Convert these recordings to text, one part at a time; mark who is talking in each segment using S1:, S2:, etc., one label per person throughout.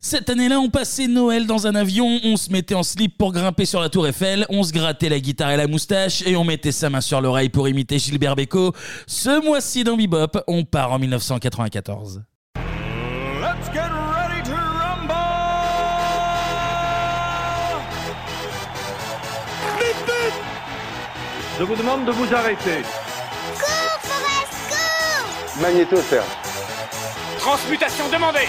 S1: Cette année-là, on passait Noël dans un avion, on se mettait en slip pour grimper sur la tour Eiffel, on se grattait la guitare et la moustache, et on mettait sa main sur l'oreille pour imiter Gilbert Bécaud. Ce mois-ci dans Bebop, on part en 1994.
S2: Let's get ready to rumble!
S3: Je vous demande de vous arrêter.
S4: Magnétosphère.
S5: Transmutation demandée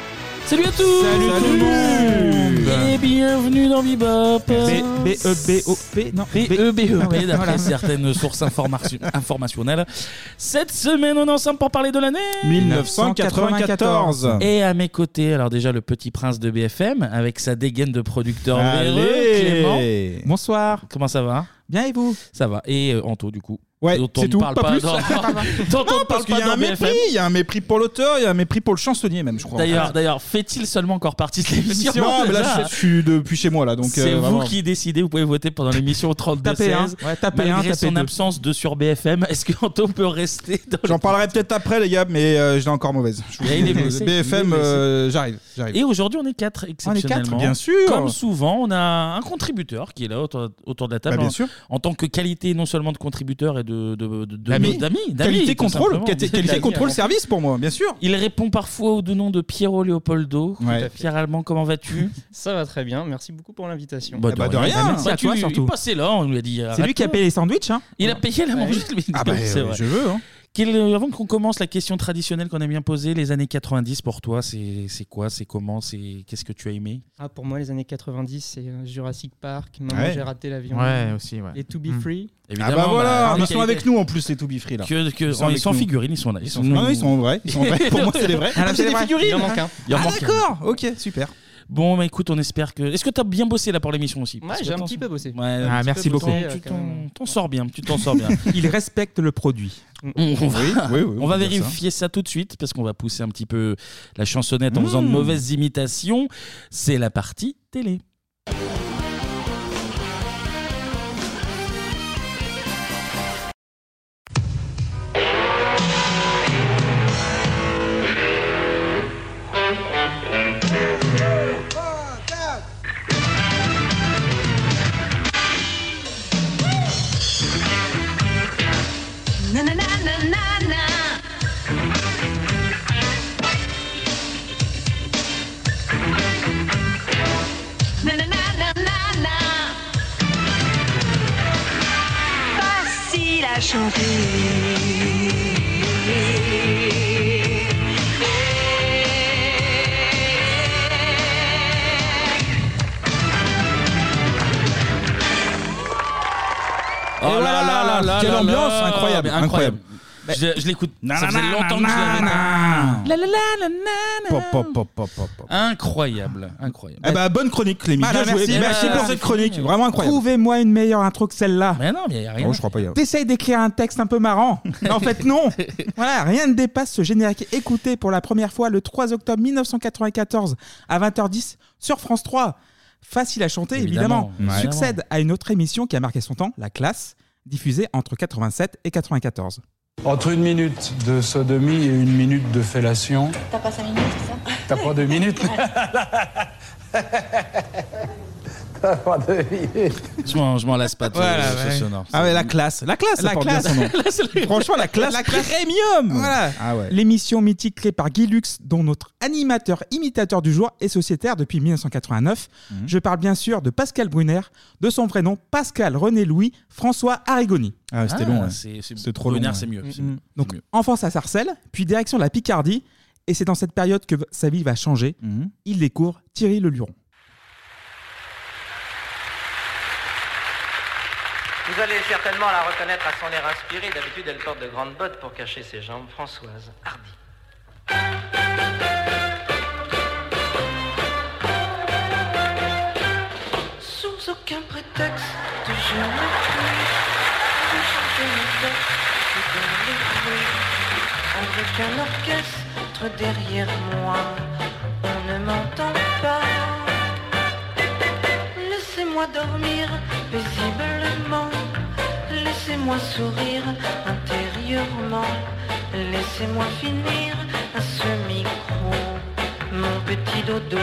S1: Salut à tous
S6: Salut tout le monde E
S1: Et bienvenue dans Bebop
S6: B-E-B-O-P, non
S1: E B-E-B-E-P, d'après
S6: Voilà.
S1: certaines sources information- informationnelles. Cette semaine, on est ensemble pour parler de l'année
S6: 1994.
S1: Et à mes côtés, alors déjà le petit prince de BFM, avec sa dégaine de producteur
S6: Allez.
S1: véreux, Clément.
S6: Bonsoir.
S1: Comment ça va
S6: Bien et vous
S1: Ça va. Et euh, Anto, du coup.
S6: Ouais,
S1: Dont on
S6: c'est
S1: ne
S6: tout,
S1: parle
S6: pas
S1: pas
S6: plus.
S1: dans- dont on ne parle
S6: Parce qu'il
S1: pas
S6: y a
S1: dans
S6: un
S1: BFM.
S6: mépris, il y a un mépris pour l'auteur, il y a un mépris pour le chansonnier même, je crois.
S1: D'ailleurs, d'ailleurs, fait-il seulement encore partie de l'émission
S6: non, mais là
S1: déjà
S6: je je suis depuis chez moi là, donc
S1: C'est
S6: euh,
S1: vous
S6: vraiment.
S1: qui décidez, vous pouvez voter pendant l'émission au 32
S6: Tapez un.
S1: 16.
S6: Ouais, tapez un,
S1: Malgré
S6: tapez
S1: son
S6: deux.
S1: absence de sur BFM, est-ce que Anto peut rester dans
S6: J'en parlerai peut-être après les gars, mais euh, je l'ai encore mauvaise. Je vous
S1: Et il est
S6: dis,
S1: blessé,
S6: BFM,
S1: il est blessé.
S6: euh, j'arrive, j'arrive.
S1: Et aujourd'hui, on est quatre, exceptionnellement.
S6: bien sûr.
S1: Comme souvent, on a un contributeur qui est là autour, autour de la table.
S6: Bah, bien
S1: en,
S6: sûr.
S1: en tant que qualité non seulement de contributeur et de de- de- de-
S6: D'amis.
S1: d'amis, d'amis,
S6: Qualité
S1: tout
S6: contrôle,
S1: simplement.
S6: qualité qualité
S1: D'amis,
S6: contrôle
S1: avant
S6: service pour moi, bien sûr.
S1: Il répond parfois au nom de Piero Leopoldo.
S6: Ouais. Tout à fait.
S1: Pierre Allemand, comment vas-tu
S7: Ça va très bien, merci beaucoup pour l'invitation.
S6: Eh bah, de rien.
S1: Bah,
S6: Merci
S1: tu- Il passait là, on lui a dit.
S6: C'est lui qui a payé les sandwichs, hein
S1: Il a payé la manger. le
S6: Ah bah
S1: vidéo, c'est
S6: euh,
S1: vrai.
S6: je veux. hein.
S1: Quel- euh, avant qu'on commence la question traditionnelle qu'on aime bien poser, les années 90 pour toi, c'est c'est quoi C'est comment C'est qu'est-ce que tu as aimé
S7: Ah, pour moi, les années 90, c'est euh, Jurassic Park, Maman,
S6: Ouais.
S7: j'ai raté l'avion.
S6: Ouais, aussi, ouais.
S7: Et To Be
S6: Mm.
S7: Free.
S6: Ah bah voilà,
S1: bah,
S6: ils sont
S1: qualité.
S6: avec nous en plus les To Be Free là.
S1: Que, que-
S6: Ils sont
S1: ils
S6: avec
S1: sont en
S6: nous. Ah
S1: figurine, ils sont là. Ils sont,
S6: Non, non, ils sont vrais. Ils sont vrais. Pour moi, c'est les vrais.
S1: Ah, là, c'est
S6: c'est des
S1: les vrais.
S6: figurines.
S7: Il en manque un.
S1: Il en
S6: Ah,
S1: manque un.
S6: d'accord. Ok, super.
S1: Bon, bah, écoute, on espère que. Est-ce que t'as bien bossé là pour l'émission aussi
S7: Ouais, j'ai un petit peu bossé.
S6: Ah, merci beaucoup.
S1: Tu t'en- t'en sors bien, tu t'en sors bien.
S6: Il respecte le produit.
S1: on, on va,
S6: Oui, oui, oui.
S1: on va
S6: peut dire
S1: vérifier ça. tout de suite parce qu'on va pousser un petit peu la chansonnette en
S6: Hmm.
S1: faisant de mauvaises imitations. C'est la partie télé.
S8: Na na na na na na. Na na na na na na. Facile à chanter.
S1: Oh là
S6: voilà,
S1: là là là
S6: quelle
S1: là
S6: ambiance,
S1: là.
S6: incroyable,
S1: Mais
S6: incroyable.
S1: Je, je l'écoute.
S6: ça.
S1: Ça faisait longtemps que je l'avais pas.
S6: Nanana.
S1: La la la la la la.
S6: Pop, pop, pop, pop, pop, pop.
S1: Incroyable, incroyable.
S6: Eh bah, bonne chronique, Clémy.
S1: Voilà,
S6: Bien joué.
S1: merci.
S6: Merci
S1: Bah,
S6: pour
S1: c'est
S6: cette chronique.
S1: fini.
S6: Vraiment incroyable.
S9: Trouvez-moi une meilleure intro que celle-là.
S1: Mais non, mais il y a rien.
S6: Non, je crois pas. il y a-
S9: T'essayes d'écrire un texte un peu marrant. Mais en fait, non. Voilà, rien ne dépasse ce générique écouté pour la première fois le 3 octobre 1994 à 20h10 sur France 3. Facile à chanter, évidemment.
S1: Évidemment, ouais.
S9: Succède à une autre émission qui a marqué son temps, La Classe, diffusée entre 87 et 94.
S10: Entre une minute de sodomie et une minute de fellation.
S8: T'as pas 5 minutes, c'est ça
S10: T'as pas deux minutes T'as pas deux minutes
S1: Je m'en, je m'en lasse pas. de
S9: Voilà,
S1: ce
S9: ouais.
S1: sonore.
S6: Ah ouais, la classe. La classe,
S9: La
S6: ça porte bien
S9: classe.
S6: son nom. Franchement, la classe.
S9: La classe premium Voilà
S6: Ah ouais.
S9: L'émission mythique créée par Guy Lux, dont notre animateur imitateur du jour est sociétaire depuis 1989.
S6: Mhm.
S9: Je parle bien sûr de Pascal Brunner, de son vrai nom Pascal René Louis François Arrigoni.
S6: Ah, c'était
S1: Ah,
S6: long. ouais.
S1: C'est, c'est,
S6: C'est trop
S1: Brunner,
S6: long, hein. Mm, ouais.
S1: c'est mieux. c'est mieux.
S9: Donc
S1: Mieux.
S9: enfance à Sarcelles, puis direction la Picardie, et c'est dans cette période que v- sa vie va changer.
S6: Mhm.
S9: Il découvre Thierry Le Luron.
S11: Vous allez certainement la reconnaître à son air inspiré. D'habitude, elle porte de grandes bottes pour cacher ses jambes. Françoise Hardy. Sous aucun prétexte, je ne plus de changer mes textes, c'est dans les rues, avec un orchestre derrière moi. On ne m'entend pas. Laissez-moi dormir paisiblement. Laissez-moi sourire intérieurement.
S8: furieusement. Laissez-moi finir à ce micro, mon petit dodo.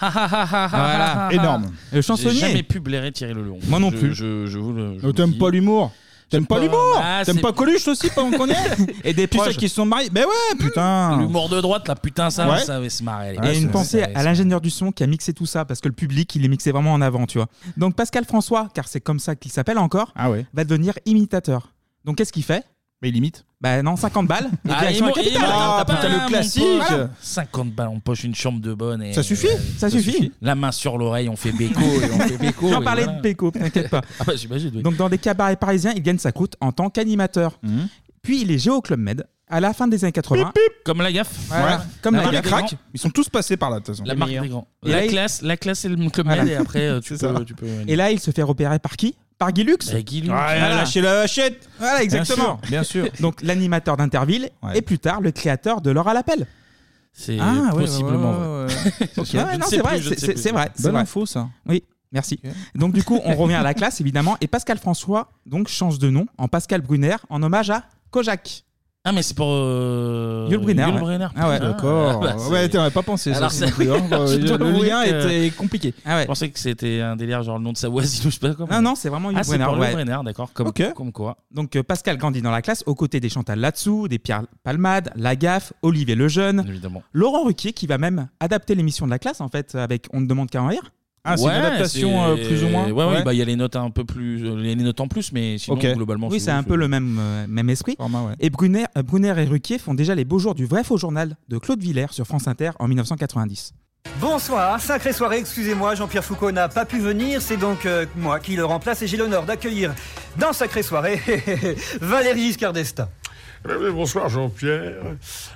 S1: Voilà,
S6: énorme.
S9: Le
S1: J'ai
S6: chansonnier.
S1: jamais pu blairer Thierry Leluron.
S6: Moi non
S1: Je-
S6: plus.
S1: Je, je vous le. je
S6: Euh,
S1: vous
S6: T'aimes
S1: dis.
S6: pas l'humour T'aimes pas
S1: pas-
S6: l'humour
S1: Ah,
S6: T'aimes
S1: c'est-
S6: pas Coluche aussi pendant qu'on y est Et des
S1: proches.
S6: puces qui se sont mariés Ben ouais, putain
S1: L'humour de droite, là, putain, ça,
S6: Ouais.
S1: ça va se marrer. les gars.
S9: Et une
S1: Ça-
S9: Ah, pensée
S1: ça-
S9: à l'ingénieur du son qui a mixé tout ça, parce que le public, il est mixé vraiment en avant, tu vois. Donc Pascal François, car c'est comme ça qu'il s'appelle encore, va devenir imitateur. Donc qu'est-ce qu'il fait
S6: Ah Mais il imite.
S9: Bah non, 50 balles. et
S1: Ah,
S9: direction
S1: il est mort-
S9: la
S1: il est
S9: capitale.
S1: mort, t'as pas
S9: putain,
S1: un, mon pote. 50 balles, on poche une chambre de bonne. Et euh,
S9: Ça suffit, ça suffit.
S1: La main sur l'oreille, on fait béco et on fait béco.
S9: J'en
S1: et
S9: parlais
S1: voilà.
S9: de Péco, t'inquiète pas.
S1: Ah bah, j'imagine, oui.
S9: Donc dans des cabarets parisiens, il gagne sa croûte en tant qu'animateur.
S6: Mhm.
S9: Puis il est géo Club Med à la fin des années 80.
S1: Comme la gaffe.
S9: Voilà. Comme la
S1: marque
S9: gaffe.
S1: des
S9: Crac.
S1: grands.
S6: Ils sont tous passés par là, de toute façon.
S1: La
S9: Les
S1: marque
S9: meilleurs.
S1: des grands.
S9: Et
S1: la
S9: là, il-
S1: classe, la classe et le club
S9: Voilà.
S1: Med, et après, euh, tu
S9: C'est ça.
S1: peux, tu peux.
S9: Et là, il se fait repérer par qui Par Guy Lux.
S1: Bah, Guy Lux.
S6: Ouais, lâchez la hachette
S9: Voilà,
S6: Bien
S9: exactement.
S6: sûr, bien sûr.
S9: Donc l'animateur d'Interville
S6: Ouais.
S9: et plus tard le créateur de l'heure à l'appel.
S1: C'est
S9: Ah, ouais,
S1: possiblement
S9: ouais, ouais,
S1: vrai.
S9: Ok.
S1: Je
S9: Ouais,
S1: ne
S9: non,
S1: sais
S9: c'est
S1: plus,
S9: vrai,
S1: je ne
S9: c'est-
S1: sais
S9: c'est
S1: plus.
S9: c'est vrai. c'est
S6: Bonne
S9: vrai.
S6: info, ça.
S9: Oui, merci. Donc du coup, on revient à la classe évidemment et Pascal François donc change de nom en Pascal Brunner en hommage à Kojak.
S1: Ah mais c'est pour euh...
S9: Yul Brynner,
S1: Yul
S9: ouais.
S1: Brynner.
S9: Ah ouais.
S1: putain.
S9: D'accord.
S1: Ah bah, c'est-
S6: Ouais, t'aurais pas pensé ça.
S1: Alors,
S6: c'est
S1: c'est-
S6: non plus, hein. Bah,
S1: Je dois
S6: Le le
S1: avouer
S6: lien
S1: que-
S6: était compliqué.
S9: Ah,
S1: Je pensais que c'était un délire genre le nom de sa voisine ou je sais pas comment.
S9: Non, non, c'est vraiment Yul
S1: Ah, c'est
S9: Brynner,
S1: pour Yul
S9: ouais.
S1: Brynner, d'accord. Comme,
S9: Ok.
S1: comme quoi.
S9: Donc euh, Pascal grandit dans la classe aux côtés des Chantal Latsou, des Pierre Palmade, Lagaffe, Olivier Lejeune,
S1: Évidemment.
S9: Laurent Ruquier qui va même adapter l'émission de la classe en fait avec On ne demande qu'à en rire.
S1: Ah, c'est une adaptation euh, plus ou moins. Ouais, ouais, bah,
S9: Ouais.
S1: il y a les notes un peu plus, euh, les notes en plus, mais sinon
S9: Ok.
S1: globalement.
S9: Oui, c'est un peu le même, euh, même esprit. Et Brunner, euh, Brunner et Ruquier font déjà les beaux jours du vrai faux journal de Claude Villers sur France Inter en 1990.
S11: Bonsoir, sacrée soirée, excusez-moi, Jean-Pierre Foucault n'a pas pu venir, c'est donc euh, moi qui le remplace et j'ai l'honneur d'accueillir dans Sacrée soirée Valérie Giscard d'Estaing.
S12: Eh bien, Bonsoir Jean-Pierre.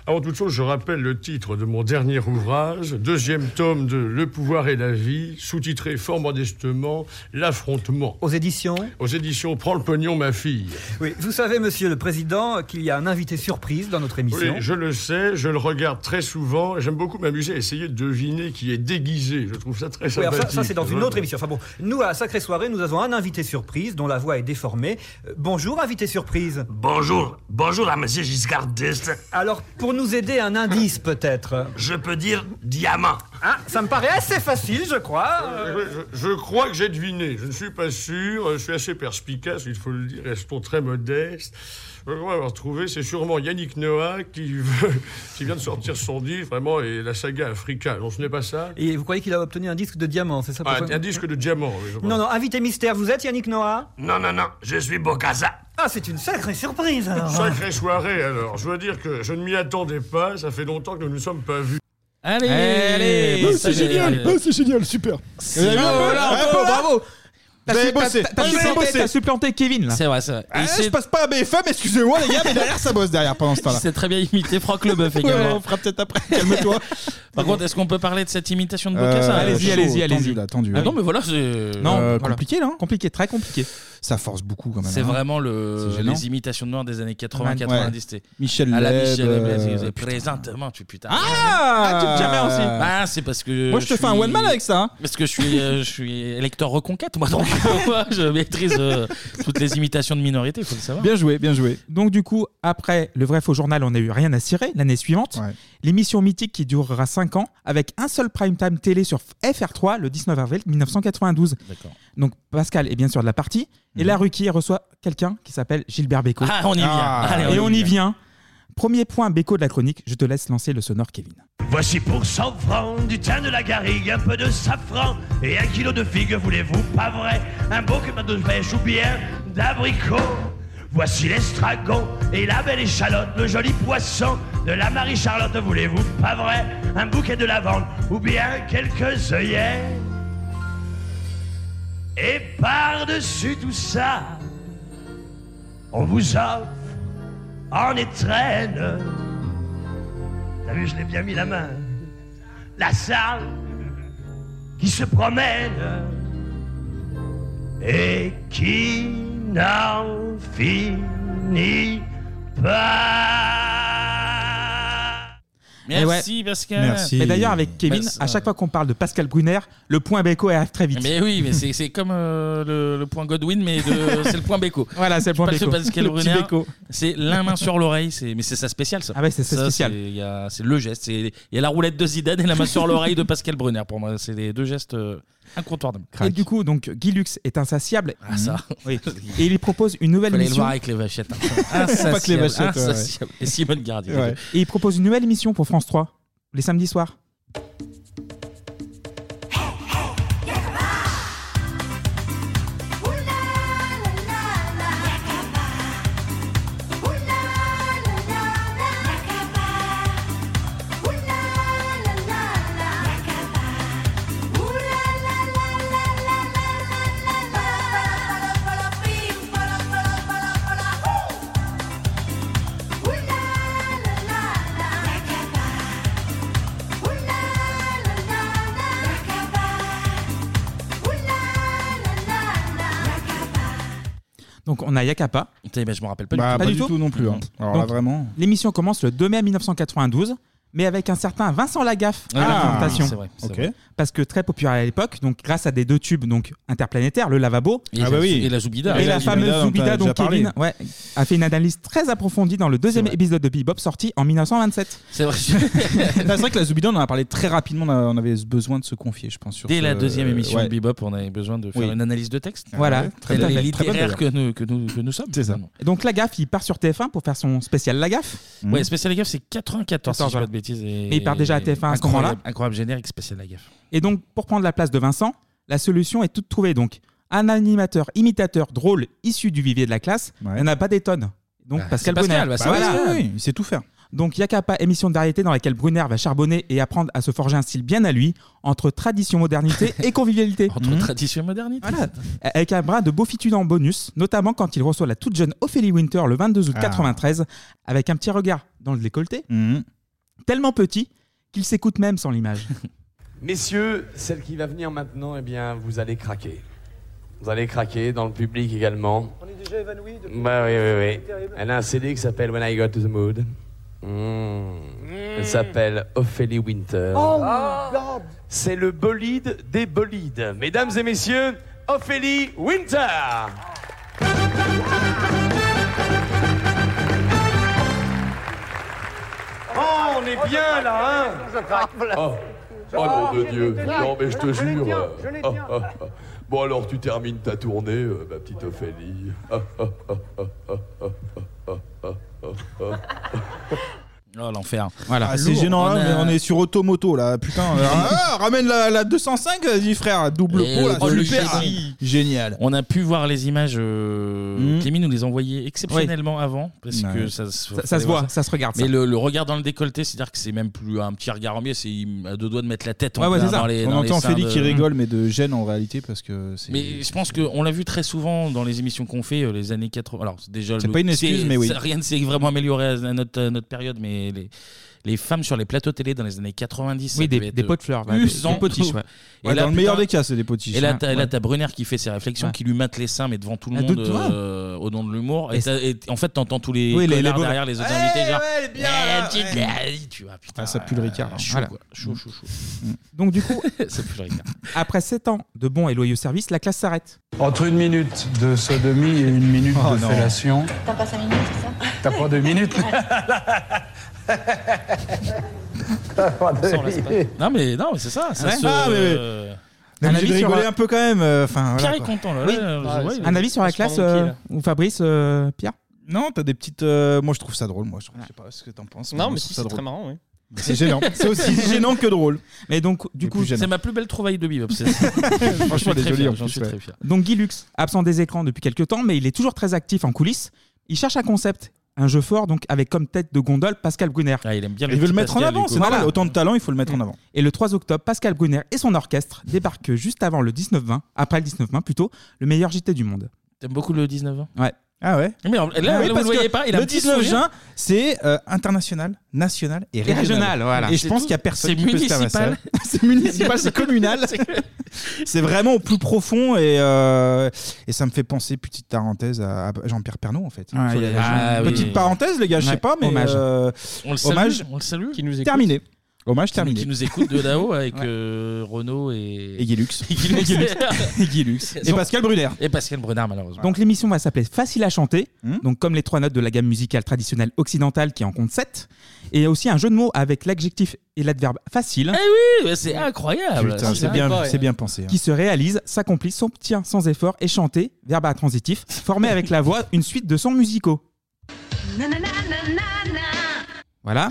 S12: Avant toute chose, je rappelle le titre de mon dernier ouvrage, deuxième tome de Le pouvoir et la vie, sous-titré fort modestement L'affrontement.
S11: Aux éditions
S12: Aux éditions Prends le pognon ma fille.
S11: Oui, vous savez, monsieur le président, qu'il y a un invité surprise dans notre émission.
S12: Oui, je le sais, je le regarde très souvent et j'aime beaucoup m'amuser à essayer de deviner qui est déguisé. Je trouve ça très
S11: Oui, alors
S12: sympathique.
S11: ça, ça, c'est dans une
S12: Voilà.
S11: autre émission. Enfin bon, nous à Sacrée Soirée, nous avons un invité surprise dont la voix est déformée. Euh, bonjour, invité surprise.
S13: Bonjour, bonjour à Monsieur Giscard d'Estaing.
S11: Alors, pour nous aider, un indice peut-être.
S13: Je peux dire diamant.
S11: Hein Ça me paraît assez facile, je crois.
S12: Euh, Je, je- je crois que j'ai deviné. Je ne suis pas sûr. euh, Je suis assez perspicace, il faut le dire. Restons très modestes. Je crois avoir trouvé. C'est sûrement Yannick Noah qui, veut, qui vient de sortir son livre, vraiment, et la saga Africa. Non, ce n'est pas ça.
S11: Et vous croyez qu'il a obtenu un disque de diamant, c'est ça
S12: Ah,
S11: pourquoi-
S12: un disque de diamant. oui, je pense.
S11: Non, non, invité mystère, vous êtes Yannick Noah
S13: Non, non, non, je suis Bocasa.
S11: Ah, c'est une sacrée surprise alors.
S12: Sacrée soirée, alors. Je dois dire que je ne m'y attendais pas. Ça fait longtemps que nous ne nous sommes pas vus.
S1: Allez,
S12: Allez,
S6: Oh, C'est génial Oh, C'est génial, super Euh, Vous avez vu Ouais, bravo, bravo.
S9: T'as
S6: Vous avez
S9: su- t'as-
S6: bossé.
S9: t'as
S6: Vous avez
S9: supplanté-
S6: bossé.
S9: t'as supplanté Kevin là.
S1: C'est vrai, c'est vrai.
S6: Ah, je passe pas à BFM, excusez-moi les gars, mais derrière ça bosse derrière pendant ce temps-là.
S1: C'est très bien imité Franck Leboeuf également.
S6: Ouais, on fera peut-être après. Calme-toi.
S1: Par contre, est-ce qu'on peut parler de cette imitation de
S6: Euh,
S1: Bocassa
S6: allez-y,
S1: Chaud,
S6: allez-y,
S1: tendu,
S6: allez-y.
S1: là,
S6: tendu,
S1: Ah
S6: ouais.
S1: non, mais voilà, c'est.
S6: Non, Euh, voilà. compliqué,
S9: là. Compliqué, très compliqué.
S6: Ça force beaucoup quand même.
S1: C'est
S6: hein.
S1: vraiment
S6: C'est
S1: le,
S6: gênant.
S1: les imitations de noirs des années 80,
S6: Ouais.
S1: 90. t'es-
S6: Michel
S1: à la
S6: Leb,
S1: Michel Leb,
S6: euh,
S1: vous êtes
S6: putain.
S1: présentement, tu putain.
S6: Ah, tu te jamais aussi.
S1: Ah, c'est parce que.
S6: Moi, je te fais un
S1: suis-
S6: one man avec ça, hein.
S1: Parce que je suis, euh, je suis électeur reconquête, moi, donc moi, je maîtrise euh, toutes les imitations de minorités, il faut le savoir.
S6: Bien joué, bien joué.
S9: Donc du coup, après le vrai faux journal, on n'a eu rien à cirer l'année suivante. L'émission mythique qui durera 5 ans avec un seul prime time télé sur FR3 le 19 avril 1992.
S1: D'accord.
S9: Donc Pascal est bien sûr de la partie et la Ruquier reçoit quelqu'un qui s'appelle Gilbert Bécaud.
S1: Mhm. Ah, on y vient. Allez,
S9: et on y vient. Premier point Bécaud de la chronique, je te laisse lancer le sonore Kevin.
S13: Voici pour 100 francs du thym de la garrigue, un peu de safran et un kilo de figues, voulez-vous pas vrai Un beau kebab de pêche ou bien d'abricot. Voici l'estragon et la belle échalote, le joli poisson de la Marie-Charlotte, voulez-vous pas vrai Un bouquet de lavande ou bien quelques œillets. Et par-dessus tout ça, on vous offre en étrenne. T'as vu, je l'ai bien mis la main. La salle qui se promène et qui n'en finit pas.
S1: Merci, Pascal. Eh Merci.
S9: Mais d'ailleurs, avec Kevin,
S1: Passe-
S9: à chaque fois qu'on parle de Pascal Brunner, le point Beko arrive très vite.
S1: Mais oui, mais c'est c'est comme euh, le, le point Godwin, mais de- c'est le point Beko.
S9: Voilà, c'est le point
S1: Pas
S9: Beko.
S1: Pascal
S9: Le petit
S1: Brunner,
S9: Beko.
S1: C'est la main sur l'oreille, c'est- mais c'est ça spécial ça.
S9: Ah ouais, c'est ça spécial.
S1: c'est- il y a- C'est le geste. c'est- Il y a la roulette de Zidane et la main sur l'oreille de Pascal Brunner pour moi. C'est les deux gestes euh, incontournables.
S9: Et du coup, donc, Guy Lux est insatiable.
S1: Ah, ça.
S9: Oui. Et il propose une nouvelle
S1: Fallait le
S9: émission.
S1: voir avec les vachettes. hein.
S9: Faut pas que les
S1: Insatiable,
S9: vachettes, ouais, ouais.
S1: insatiable. Et Simone Gardier.
S9: Ouais. Et il propose une nouvelle émission pour France 3, les samedis soirs. Donc on a Yakapa.
S1: je me rappelle pas
S6: Bah, pas du tout non plus, hein. Alors là, vraiment.
S9: L'émission commence le 2 mai 1992, mais avec un certain Vincent Lagaffe à
S6: Ah,
S9: la présentation.
S6: c'est vrai, c'est Ok. vrai.
S9: Parce que très populaire à l'époque, donc grâce à des deux tubes donc interplanétaires, le lavabo
S1: Et Ah bah la- oui. et la Zoubida.
S9: Et
S1: Et
S9: la,
S1: la
S9: fameuse
S1: Zoubida dont t'as
S9: Zoubida dont
S1: déjà parlé.
S9: Kevin ouais, a fait une analyse très approfondie dans le deuxième épisode de Bebop sorti en 1927.
S1: C'est vrai.
S9: c'est
S6: vrai que la Zoubida, on en a parlé très rapidement. on a- On avait besoin de se confier, je pense. sur
S1: Dès
S6: ce-
S1: la deuxième
S6: euh,
S1: émission
S6: ouais.
S1: de Bebop, on avait besoin de faire
S6: Oui. Ah,
S1: une analyse de texte.
S9: Voilà,
S1: très
S9: tout à fait.
S1: littéraire
S9: Très
S1: que
S9: bonne
S1: nous, que, nous, que nous sommes. C'est ça.
S9: Et donc Lagaffe, il part sur TF1 pour faire son spécial Lagaffe.
S1: Ouais, Spécial Gaffe, c'est 94, si je dis pas de bêtises. et-
S9: Mais il part déjà à TF1 à ce moment-là.
S1: Incroyable- Incroyable générique, Spécial Gaffe.
S9: Et donc, pour prendre la place de Vincent, la solution est toute trouvée. Donc, un animateur, imitateur, drôle, issu du vivier de la classe, il n'y en a pas des tonnes. Donc,
S6: Bah,
S9: Pascal
S6: c'est
S9: Brunner.
S6: Pascal, bah, c'est Pascal, oui,
S9: il sait tout faire. Donc, Yakapa, émission de variété dans laquelle Brunner va charbonner et apprendre à se forger un style bien à lui, entre tradition, modernité et convivialité. Hmm.
S1: Entre tradition et modernité.
S9: Avec un brin de beaufitude en bonus, notamment quand il reçoit la toute jeune Ophélie Winter le 22 août
S1: Ah.
S9: 93, avec un petit regard dans le décolleté, tellement petit qu'il s'écoute même sans l'image.
S14: Messieurs, celle qui va venir maintenant, eh bien, vous allez craquer. Vous allez craquer dans le public également.
S3: On est déjà évanoui
S14: Bah oui, oui,
S3: C'est
S14: oui.
S3: terrible.
S14: Elle a un CD qui s'appelle When I Got to the Mood. Mm. Elle s'appelle Ophélie Winter. Ah. C'est le bolide des bolides. Mesdames et messieurs, Ophélie Winter.
S3: Oh, on est bien là, hein
S15: Oh, oh, nom de Dieu, non mais je te jure. euh, Bon alors tu termines ta tournée, euh, ma petite Ophélie. Ah, ah.
S1: Oh, l'enfer.
S6: Ah, c'est gênant,
S1: On
S6: là,
S1: a-
S6: mais on est sur Automoto là, putain. Ah, ramène la, la 205, vas-y frère, double
S1: Et
S6: pot là,
S1: oh, le
S6: super.
S1: génie.
S6: Génial.
S1: On a pu voir les images. euh,
S6: Mm.
S1: Clémy nous les envoyait exceptionnellement avant. Parce
S9: Ouais.
S1: que ça,
S9: Ça-
S1: fallait
S9: ça se
S1: voir
S9: voit, ça se regarde,
S1: Mais
S9: ça.
S1: le, le regard dans le décolleté, c'est-à-dire que c'est même plus un petit regard en biais, c'est à deux doigts de mettre la tête en
S6: Ouais, ouais,
S1: plein
S6: c'est ça.
S1: dans les
S6: on
S1: dans les
S6: entend
S1: seins
S6: Félix
S1: de-
S6: qui rigole, mais de gêne en réalité parce que c'est.
S1: Mais je pense qu'on l'a vu très souvent dans les émissions qu'on fait, euh, les années 80. Alors, c'est déjà
S6: C'est
S1: le-
S6: pas une excuse,
S1: c'est-
S6: mais oui.
S1: ça- Rien ne s'est vraiment amélioré à à notre, à notre période, mais les, les femmes sur les plateaux télé dans les années 90,
S9: Oui,
S1: ça
S9: des-
S1: devait
S9: des
S1: être
S9: pots de fleurs, ouais, des-
S1: usant.
S9: des potiches, ouais.
S6: Ouais, dans le meilleur des cas, c'est des potiches.
S1: Et là,
S6: Ouais,
S1: t'as là,
S6: ouais.
S1: t'as Brunner qui fait ses réflexions, qui lui mate les seins, mais devant tout le
S6: Ah,
S1: monde,
S6: doute-toi.
S1: euh, au nom de l'humour. Et,
S6: Et
S1: t'as- et en fait, t'entends tous les
S6: Oui, les-
S1: connards
S6: les beaux-
S1: derrière les autres
S6: Ouais,
S1: invités, genre.
S6: ouais,
S1: Eh, petite- eh, tu vois, putain. euh,
S6: Ah, ça pue le Ricard. hein.
S1: Chaud,
S6: Voilà.
S1: quoi. Chaud, chaud, chaud.
S9: Donc du coup,
S1: ça pue le Ricard.
S9: après 7 ans de bons et loyaux services, la classe s'arrête.
S10: Entre une minute de sodomie et une minute
S9: Oh,
S10: de
S9: non.
S10: fellation,
S8: T'as pas 5 minutes, c'est ça
S10: t'as pas deux minutes
S1: Non, mais, non, mais c'est ça. ça
S6: Ouais.
S1: se-
S6: Ah, mais-
S1: euh,
S6: On est obligé de rigoler un peu quand même. euh, Enfin,
S1: Pierre
S6: voilà,
S1: est
S6: quoi.
S1: content, là.
S9: Oui.
S1: là, je- ouais,
S9: un avis sur la
S1: on se prend
S9: classe
S1: mon pied,
S9: euh,
S1: là.
S9: ou Fabrice, euh, Pierre
S6: Non, t'as des petites. euh, moi, je trouve ça drôle. Moi, je, trouve- je sais pas ce que t'en penses.
S9: Non,
S6: moi,
S9: mais
S6: je trouve
S9: si,
S6: ça
S9: c'est
S6: drôle.
S9: très marrant, oui.
S6: C'est gênant. C'est aussi gênant que drôle.
S9: Mais donc, du coup,
S1: C'est ma plus belle trouvaille de Bebop. c'est- J'en suis
S6: Elle est
S1: très
S6: jolie, en
S1: fier. J'en
S6: plus,
S1: suis
S6: ouais.
S1: très fier.
S9: Donc Guy Lux, absent des écrans depuis quelques temps, mais il est toujours très actif en coulisses. Il cherche un concept, un jeu fort, donc avec comme tête de gondole Pascal Brunner.
S1: il aime bien
S6: Il veut le mettre en avant. C'est normal. Autant de talent, il faut le mettre en avant.
S9: Et le 3 octobre, Pascal Brunner et son orchestre débarquent juste avant le 19-20, après le 19-20 plutôt, le meilleur JT du monde.
S1: T'aimes beaucoup le 19 ans
S9: Ouais. Ah ouais
S1: Mais là, là, vous le voyez pas, il a un
S9: le
S1: petit
S9: 19
S1: sourire.
S9: juin, c'est euh, international, national et
S1: Et
S9: régional.
S1: régional, voilà.
S9: Et je
S1: C'est
S9: pense
S1: tout.
S9: qu'il n'y a personne
S1: C'est
S9: qui peut se taper à ça.
S1: municipal.
S9: c'est municipal, c'est communal. c'est vraiment au plus profond et, euh, et ça me fait penser, petite parenthèse, à à Jean-Pierre Pernaud en fait.
S6: Ah,
S9: Sur
S6: il y a-
S9: les régions.
S6: ah, oui.
S9: petite parenthèse, les gars, je sais
S6: Ouais,
S9: pas, mais
S6: hommage.
S9: euh,
S1: On le salue,
S9: hommage
S1: on le salue. Qui nous écoute.
S9: terminé. Hommage
S1: Qui-
S9: terminé.
S1: Qui nous écoute de là-haut avec euh, Renaud et.
S9: Et Guilux.
S1: Et Guilux.
S9: Et Guilux. Et Guilux. Et Pascal Brunner.
S1: Et Pascal Brunner, malheureusement.
S9: Donc l'émission va s'appeler Facile à chanter, donc comme les trois notes de la gamme musicale traditionnelle occidentale qui en compte 7. Et il y a aussi un jeu de mots avec l'adjectif et l'adverbe facile.
S1: Eh oui, c'est incroyable.
S9: Putain, c'est bien, c'est bien pensé. hein. Qui se réalise, s'accomplit, s'obtient sans effort et chanté, verbe intransitif, formé avec la voix une suite de sons musicaux. Voilà,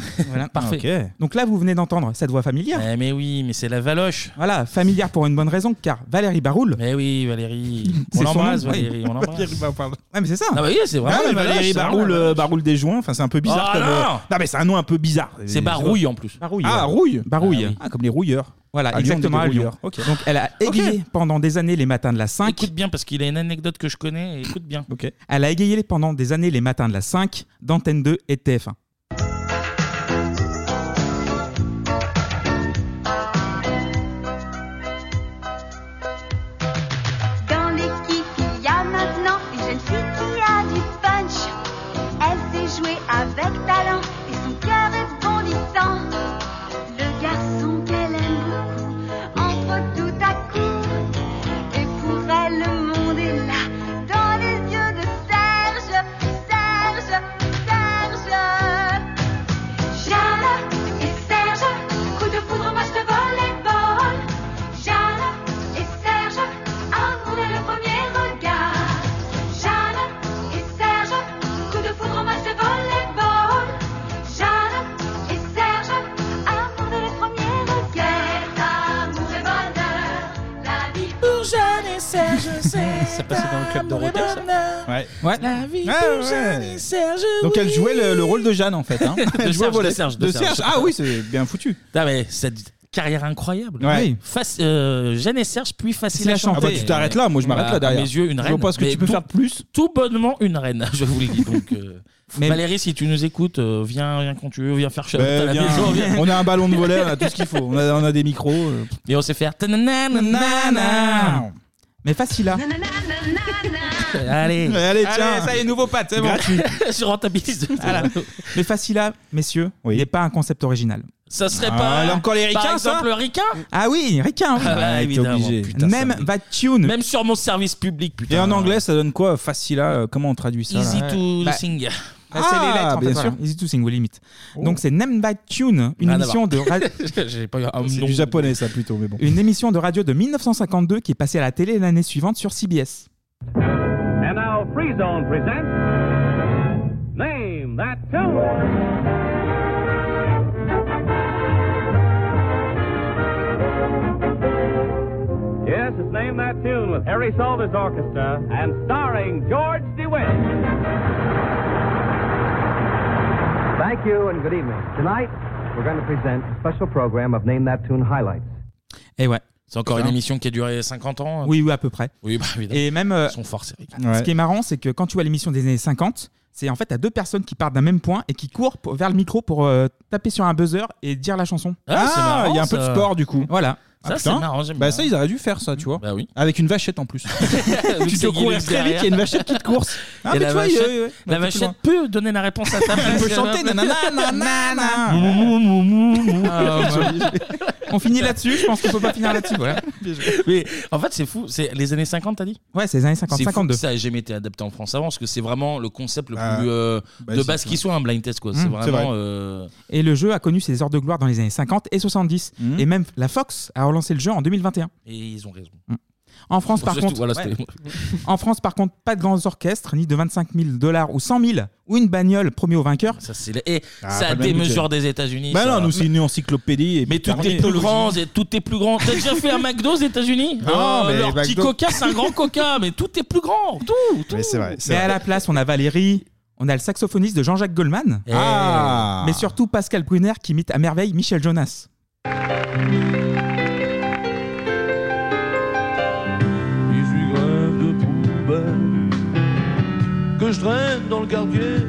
S9: voilà.
S1: Parfait.
S9: Ah,
S1: Eh,
S9: Ok. Donc là, vous venez d'entendre cette voix familière.
S1: mais oui, mais c'est la valoche.
S9: Voilà, familière pour une bonne raison, car Valérie Baroul.
S1: Mais oui, Valérie. On
S9: C'est son
S1: l'embrasse,
S9: nom, oui.
S1: Valérie. On l'embrasse.
S9: Valérie Baroul, pardon. Ouais, mais c'est ça.
S1: Ah bah oui, c'est vrai.
S9: Ah, mais
S1: la valoche,
S9: Valérie
S1: c'est vrai,
S9: Baroul,
S1: la
S9: euh, Baroul des joints. Enfin, c'est un peu bizarre.
S1: Ah,
S9: comme, euh,
S1: non
S9: non, mais c'est un nom un peu bizarre.
S1: C'est Barouille, en plus.
S9: Barouille.
S1: Ah,
S9: Ah, Rouille. Barouille. Ah, comme les rouilleurs. Voilà,
S1: À Lyon,
S9: exactement
S1: on dit
S9: à
S1: des
S9: Lyon.
S1: rouilleurs. Ok.
S9: Donc, elle a égayé
S1: Ok.
S9: pendant des années les matins de la 5.
S1: Écoute bien parce qu'il a une anecdote que je connais. et Écoute bien.
S9: Elle a égayé pendant des années les matins de la 5 d'Antenne 2 et TF1.
S8: Dans l'équipe, il y a maintenant une jeune fille qui a du punch. Elle sait jouer avec talent et son cœur est bondissant. Le garçon qu'elle aime beaucoup entre tout à coup. Et pour elle, le monde est là, dans les yeux de Serge, Serge, Serge. Jeanne et Serge, coup de foudre, match de volleyball. Jeanne et Serge, amour dès le premier regard. Jeanne et Serge, coup de foudre, match de volleyball. Jeanne et Serge, amour dès le premier regard. Amour et bonheur, la vie pour Jeanne et Serge,
S1: Ça passait dans le club de
S9: Ouais.
S1: La vie
S9: Ah,
S1: pour
S9: ouais.
S1: Jeanne et Serge.
S9: Donc, elle jouait le, le rôle de Jeanne, en fait. hein.
S1: De
S9: Elle jouait
S1: Serge,
S9: au volet.
S1: de Serge, de
S9: De
S1: Serge.
S9: Serge. Ah oui, c'est bien foutu.
S1: Putain, mais cette carrière incroyable.
S9: Ouais.
S1: Oui. Face- euh, Jeanne et Serge, puis facile
S9: C'est
S1: à
S9: la
S1: chanter.
S9: chanter. Ah bah, tu t'arrêtes là, moi, je m'arrête
S1: Bah,
S9: là,
S1: à
S9: derrière.
S1: Mes yeux, une
S9: Je
S1: reine.
S9: vois pas ce que tu peux faire
S1: plus. Tout bonnement une reine, je vous le dis. Donc, euh, Valérie, si tu nous écoutes, euh, viens, viens quand tu veux, viens faire chaleur
S9: Ouais,
S1: à la
S9: Eh bien.
S1: maison, viens.
S9: On a un ballon de volet, on a tout ce qu'il faut. On a, on a des micros. euh.
S1: Et on sait faire. tananana.
S9: Mais facile à.
S1: Allez.
S9: Allez, tiens. Ah
S1: Allez, ça y est, nouveau
S9: pâte,
S1: c'est bon. Je rentabilise.
S9: Voilà. Mais Facila, messieurs, n'est pas un concept original.
S1: Ça serait
S9: Ah,
S1: pas.
S9: là encore les
S1: par
S9: ricains, ça
S1: exemple, le ricain
S9: Ah oui, Ricain.
S1: Ah bah, évidemment, putain, ça
S9: Même va tune.
S1: Même sur mon service public, putain.
S9: Et en anglais, ça donne quoi Facila, euh, comment on traduit ça là
S1: Easy to
S9: Bah,
S1: sing.
S9: Ah, bien sûr. Easy to sing, we limit. Donc c'est Name by Tune,
S1: Oh.
S9: une
S1: Rien à
S9: émission de
S1: voir.
S9: ra- Ah,
S1: J'ai pas eu un
S9: C'est
S1: nom.
S9: du japonais ça plutôt, mais bon. Une émission de radio de 1952 qui est passée à la télé l'année suivante sur CBS.
S16: And now Free Zone presents Name That Tune. Yes, it's Name That Tune with Harry Salter's orchestra and starring George DeWitt.
S17: Thank you and good evening. Tonight, we're going to present a special program of Name That Tune Highlights.
S9: Et ouais.
S1: C'est encore une
S9: Hein
S1: émission qui a duré 50 ans. hein.
S9: Oui, oui, à peu près.
S1: Oui, bah évidemment.
S9: Et même. euh,
S1: Ils sont forts, ces ricains.
S9: Ce qui est marrant, c'est que quand tu vois l'émission des années 50, c'est en fait à deux personnes qui partent d'un même point et qui courent pour- vers le micro pour euh, taper sur un buzzer et dire la chanson.
S1: Ah, c'est marrant,
S9: il y a un peu de
S1: ça.
S9: sport du coup. Voilà.
S1: Ça, c'est marrant, j'aime
S9: bah,
S1: bien.
S9: ça, ils auraient dû faire ça, tu vois.
S1: Bah oui.
S9: Avec une vachette en plus.
S1: Vu
S9: tu
S1: que
S9: te
S1: c'est
S9: courir
S1: Guilux
S9: très vite,
S1: derrière.
S9: il y a une vachette qui te course. Ah,
S1: Et
S9: mais
S1: la
S9: tu vois, il-
S1: vachette,
S9: ouais, ouais.
S1: la
S9: Ouais, tout le
S1: vachette
S9: monde.
S1: peut donner la réponse à ta
S9: Elle peut chanter, nanana, nanana. Mou, mou, mou, mou, mou. Ah,
S1: Oh,
S9: ouais. On finit là-dessus, je pense qu'on peut pas finir là-dessus. Voilà.
S1: Mais en fait, c'est fou. C'est les années 50, t'as dit
S9: Ouais, c'est les années 50,
S1: C'est fou
S9: 52.
S1: que Ça a jamais été adapté en France avant, parce que c'est vraiment le concept le
S9: Ah,
S1: plus euh,
S9: bah,
S1: de
S9: c'est
S1: base
S9: ça.
S1: qui soit un blind test, quoi. c'est
S9: Mm,
S1: vraiment.
S9: c'est vrai.
S1: euh,
S9: Et le jeu a connu ses heures de gloire dans les années 50 et 70.
S1: Mmh.
S9: Et même la Fox a relancé le jeu en 2021.
S1: Et ils ont raison.
S9: Mm. En France,
S1: Bon,
S9: par
S1: c'est tout,
S9: contre,
S1: voilà, c'était-
S9: Ouais. en France, par contre, pas de grands orchestres, ni de 25 000 dollars ou 100 000, ou une bagnole promis au vainqueur.
S1: Ça, c'est le- eh,
S9: Ah,
S1: ça
S9: pas
S1: a
S9: le même
S1: des
S9: budget.
S1: mesures des États-Unis.
S9: Bah
S1: ça.
S9: non, nous, c'est une encyclopédie.
S1: Mais tout est plus grand, c'est- tout est plus grand. T'as déjà fait un McDo aux États-Unis Oh,
S9: Non, mais
S1: Leur petit
S9: McDo-
S1: coca, c'est un grand coca, mais tout est plus grand, tout, tout.
S9: c'est vrai. Mais à la place, on a Valérie, on a le saxophoniste de Jean-Jacques Goldman.
S1: Ah.
S9: Mais surtout Pascal Brunner qui imite à merveille Michel Jonas.
S18: Et je suis grave de poubelle que
S12: que je traîne dans le quartier.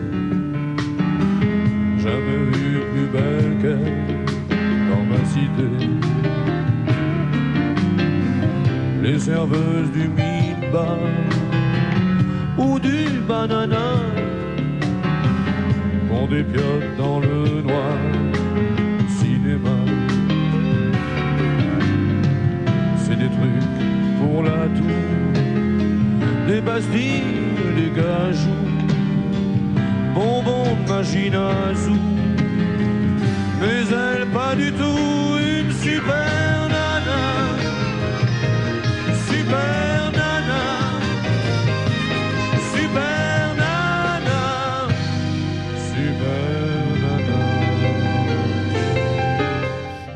S12: Jamais vu plus belle qu'elle dans ma cité. Les serveuses du mid-bar ou du banana font des piottes dans le noir cinéma. C'est des trucs pour la tour, des pastilles, des gajous, bonbons de machinazou. Mais elle, pas du tout une super nana, super nana. Super Nana, Super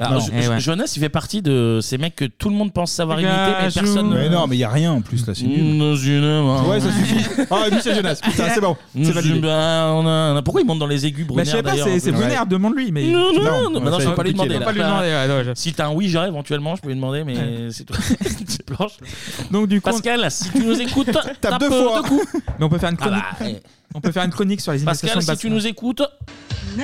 S1: Alors,
S6: Non.
S1: Jo-
S6: Eh ouais.
S1: Jonas, il fait partie de ces mecs que tout le monde pense
S9: Eh
S1: savoir imiter, mais
S6: Gajou.
S1: personne.
S6: Mais non, mais il n'y a rien en plus là, c'est nul.
S1: hein.
S6: Ouais, ça suffit. Ah, Michel Jonas, putain, c'est bon. C'est validé.
S1: ben, Pourquoi il monte dans les aigus,
S9: Bah, je
S1: Brunner
S9: sais pas,
S1: d'ailleurs, hein,
S9: c'est
S1: un
S9: c'est
S1: peu
S9: Brunner, demande-lui. Mais...
S1: Non, non, non, non, maintenant, je vais pas lui demander.
S9: Faut
S1: là.
S9: pas lui demander, ouais, non, je-
S1: Si t'as un oui, j'arrive éventuellement, je peux lui demander, mais c'est tout. Petite planche.
S9: Donc, du coup,
S1: Pascal, si tu nous écoutes, tape,
S9: deux
S1: euh,
S9: fois.
S1: deux coups.
S9: Mais on peut faire une
S1: Ah
S9: chronique.
S1: bah, eh.
S9: On peut faire une chronique sur les imitations
S1: Pascal,
S9: de
S1: si tu
S9: Batman.
S1: nous écoutes.
S6: Eh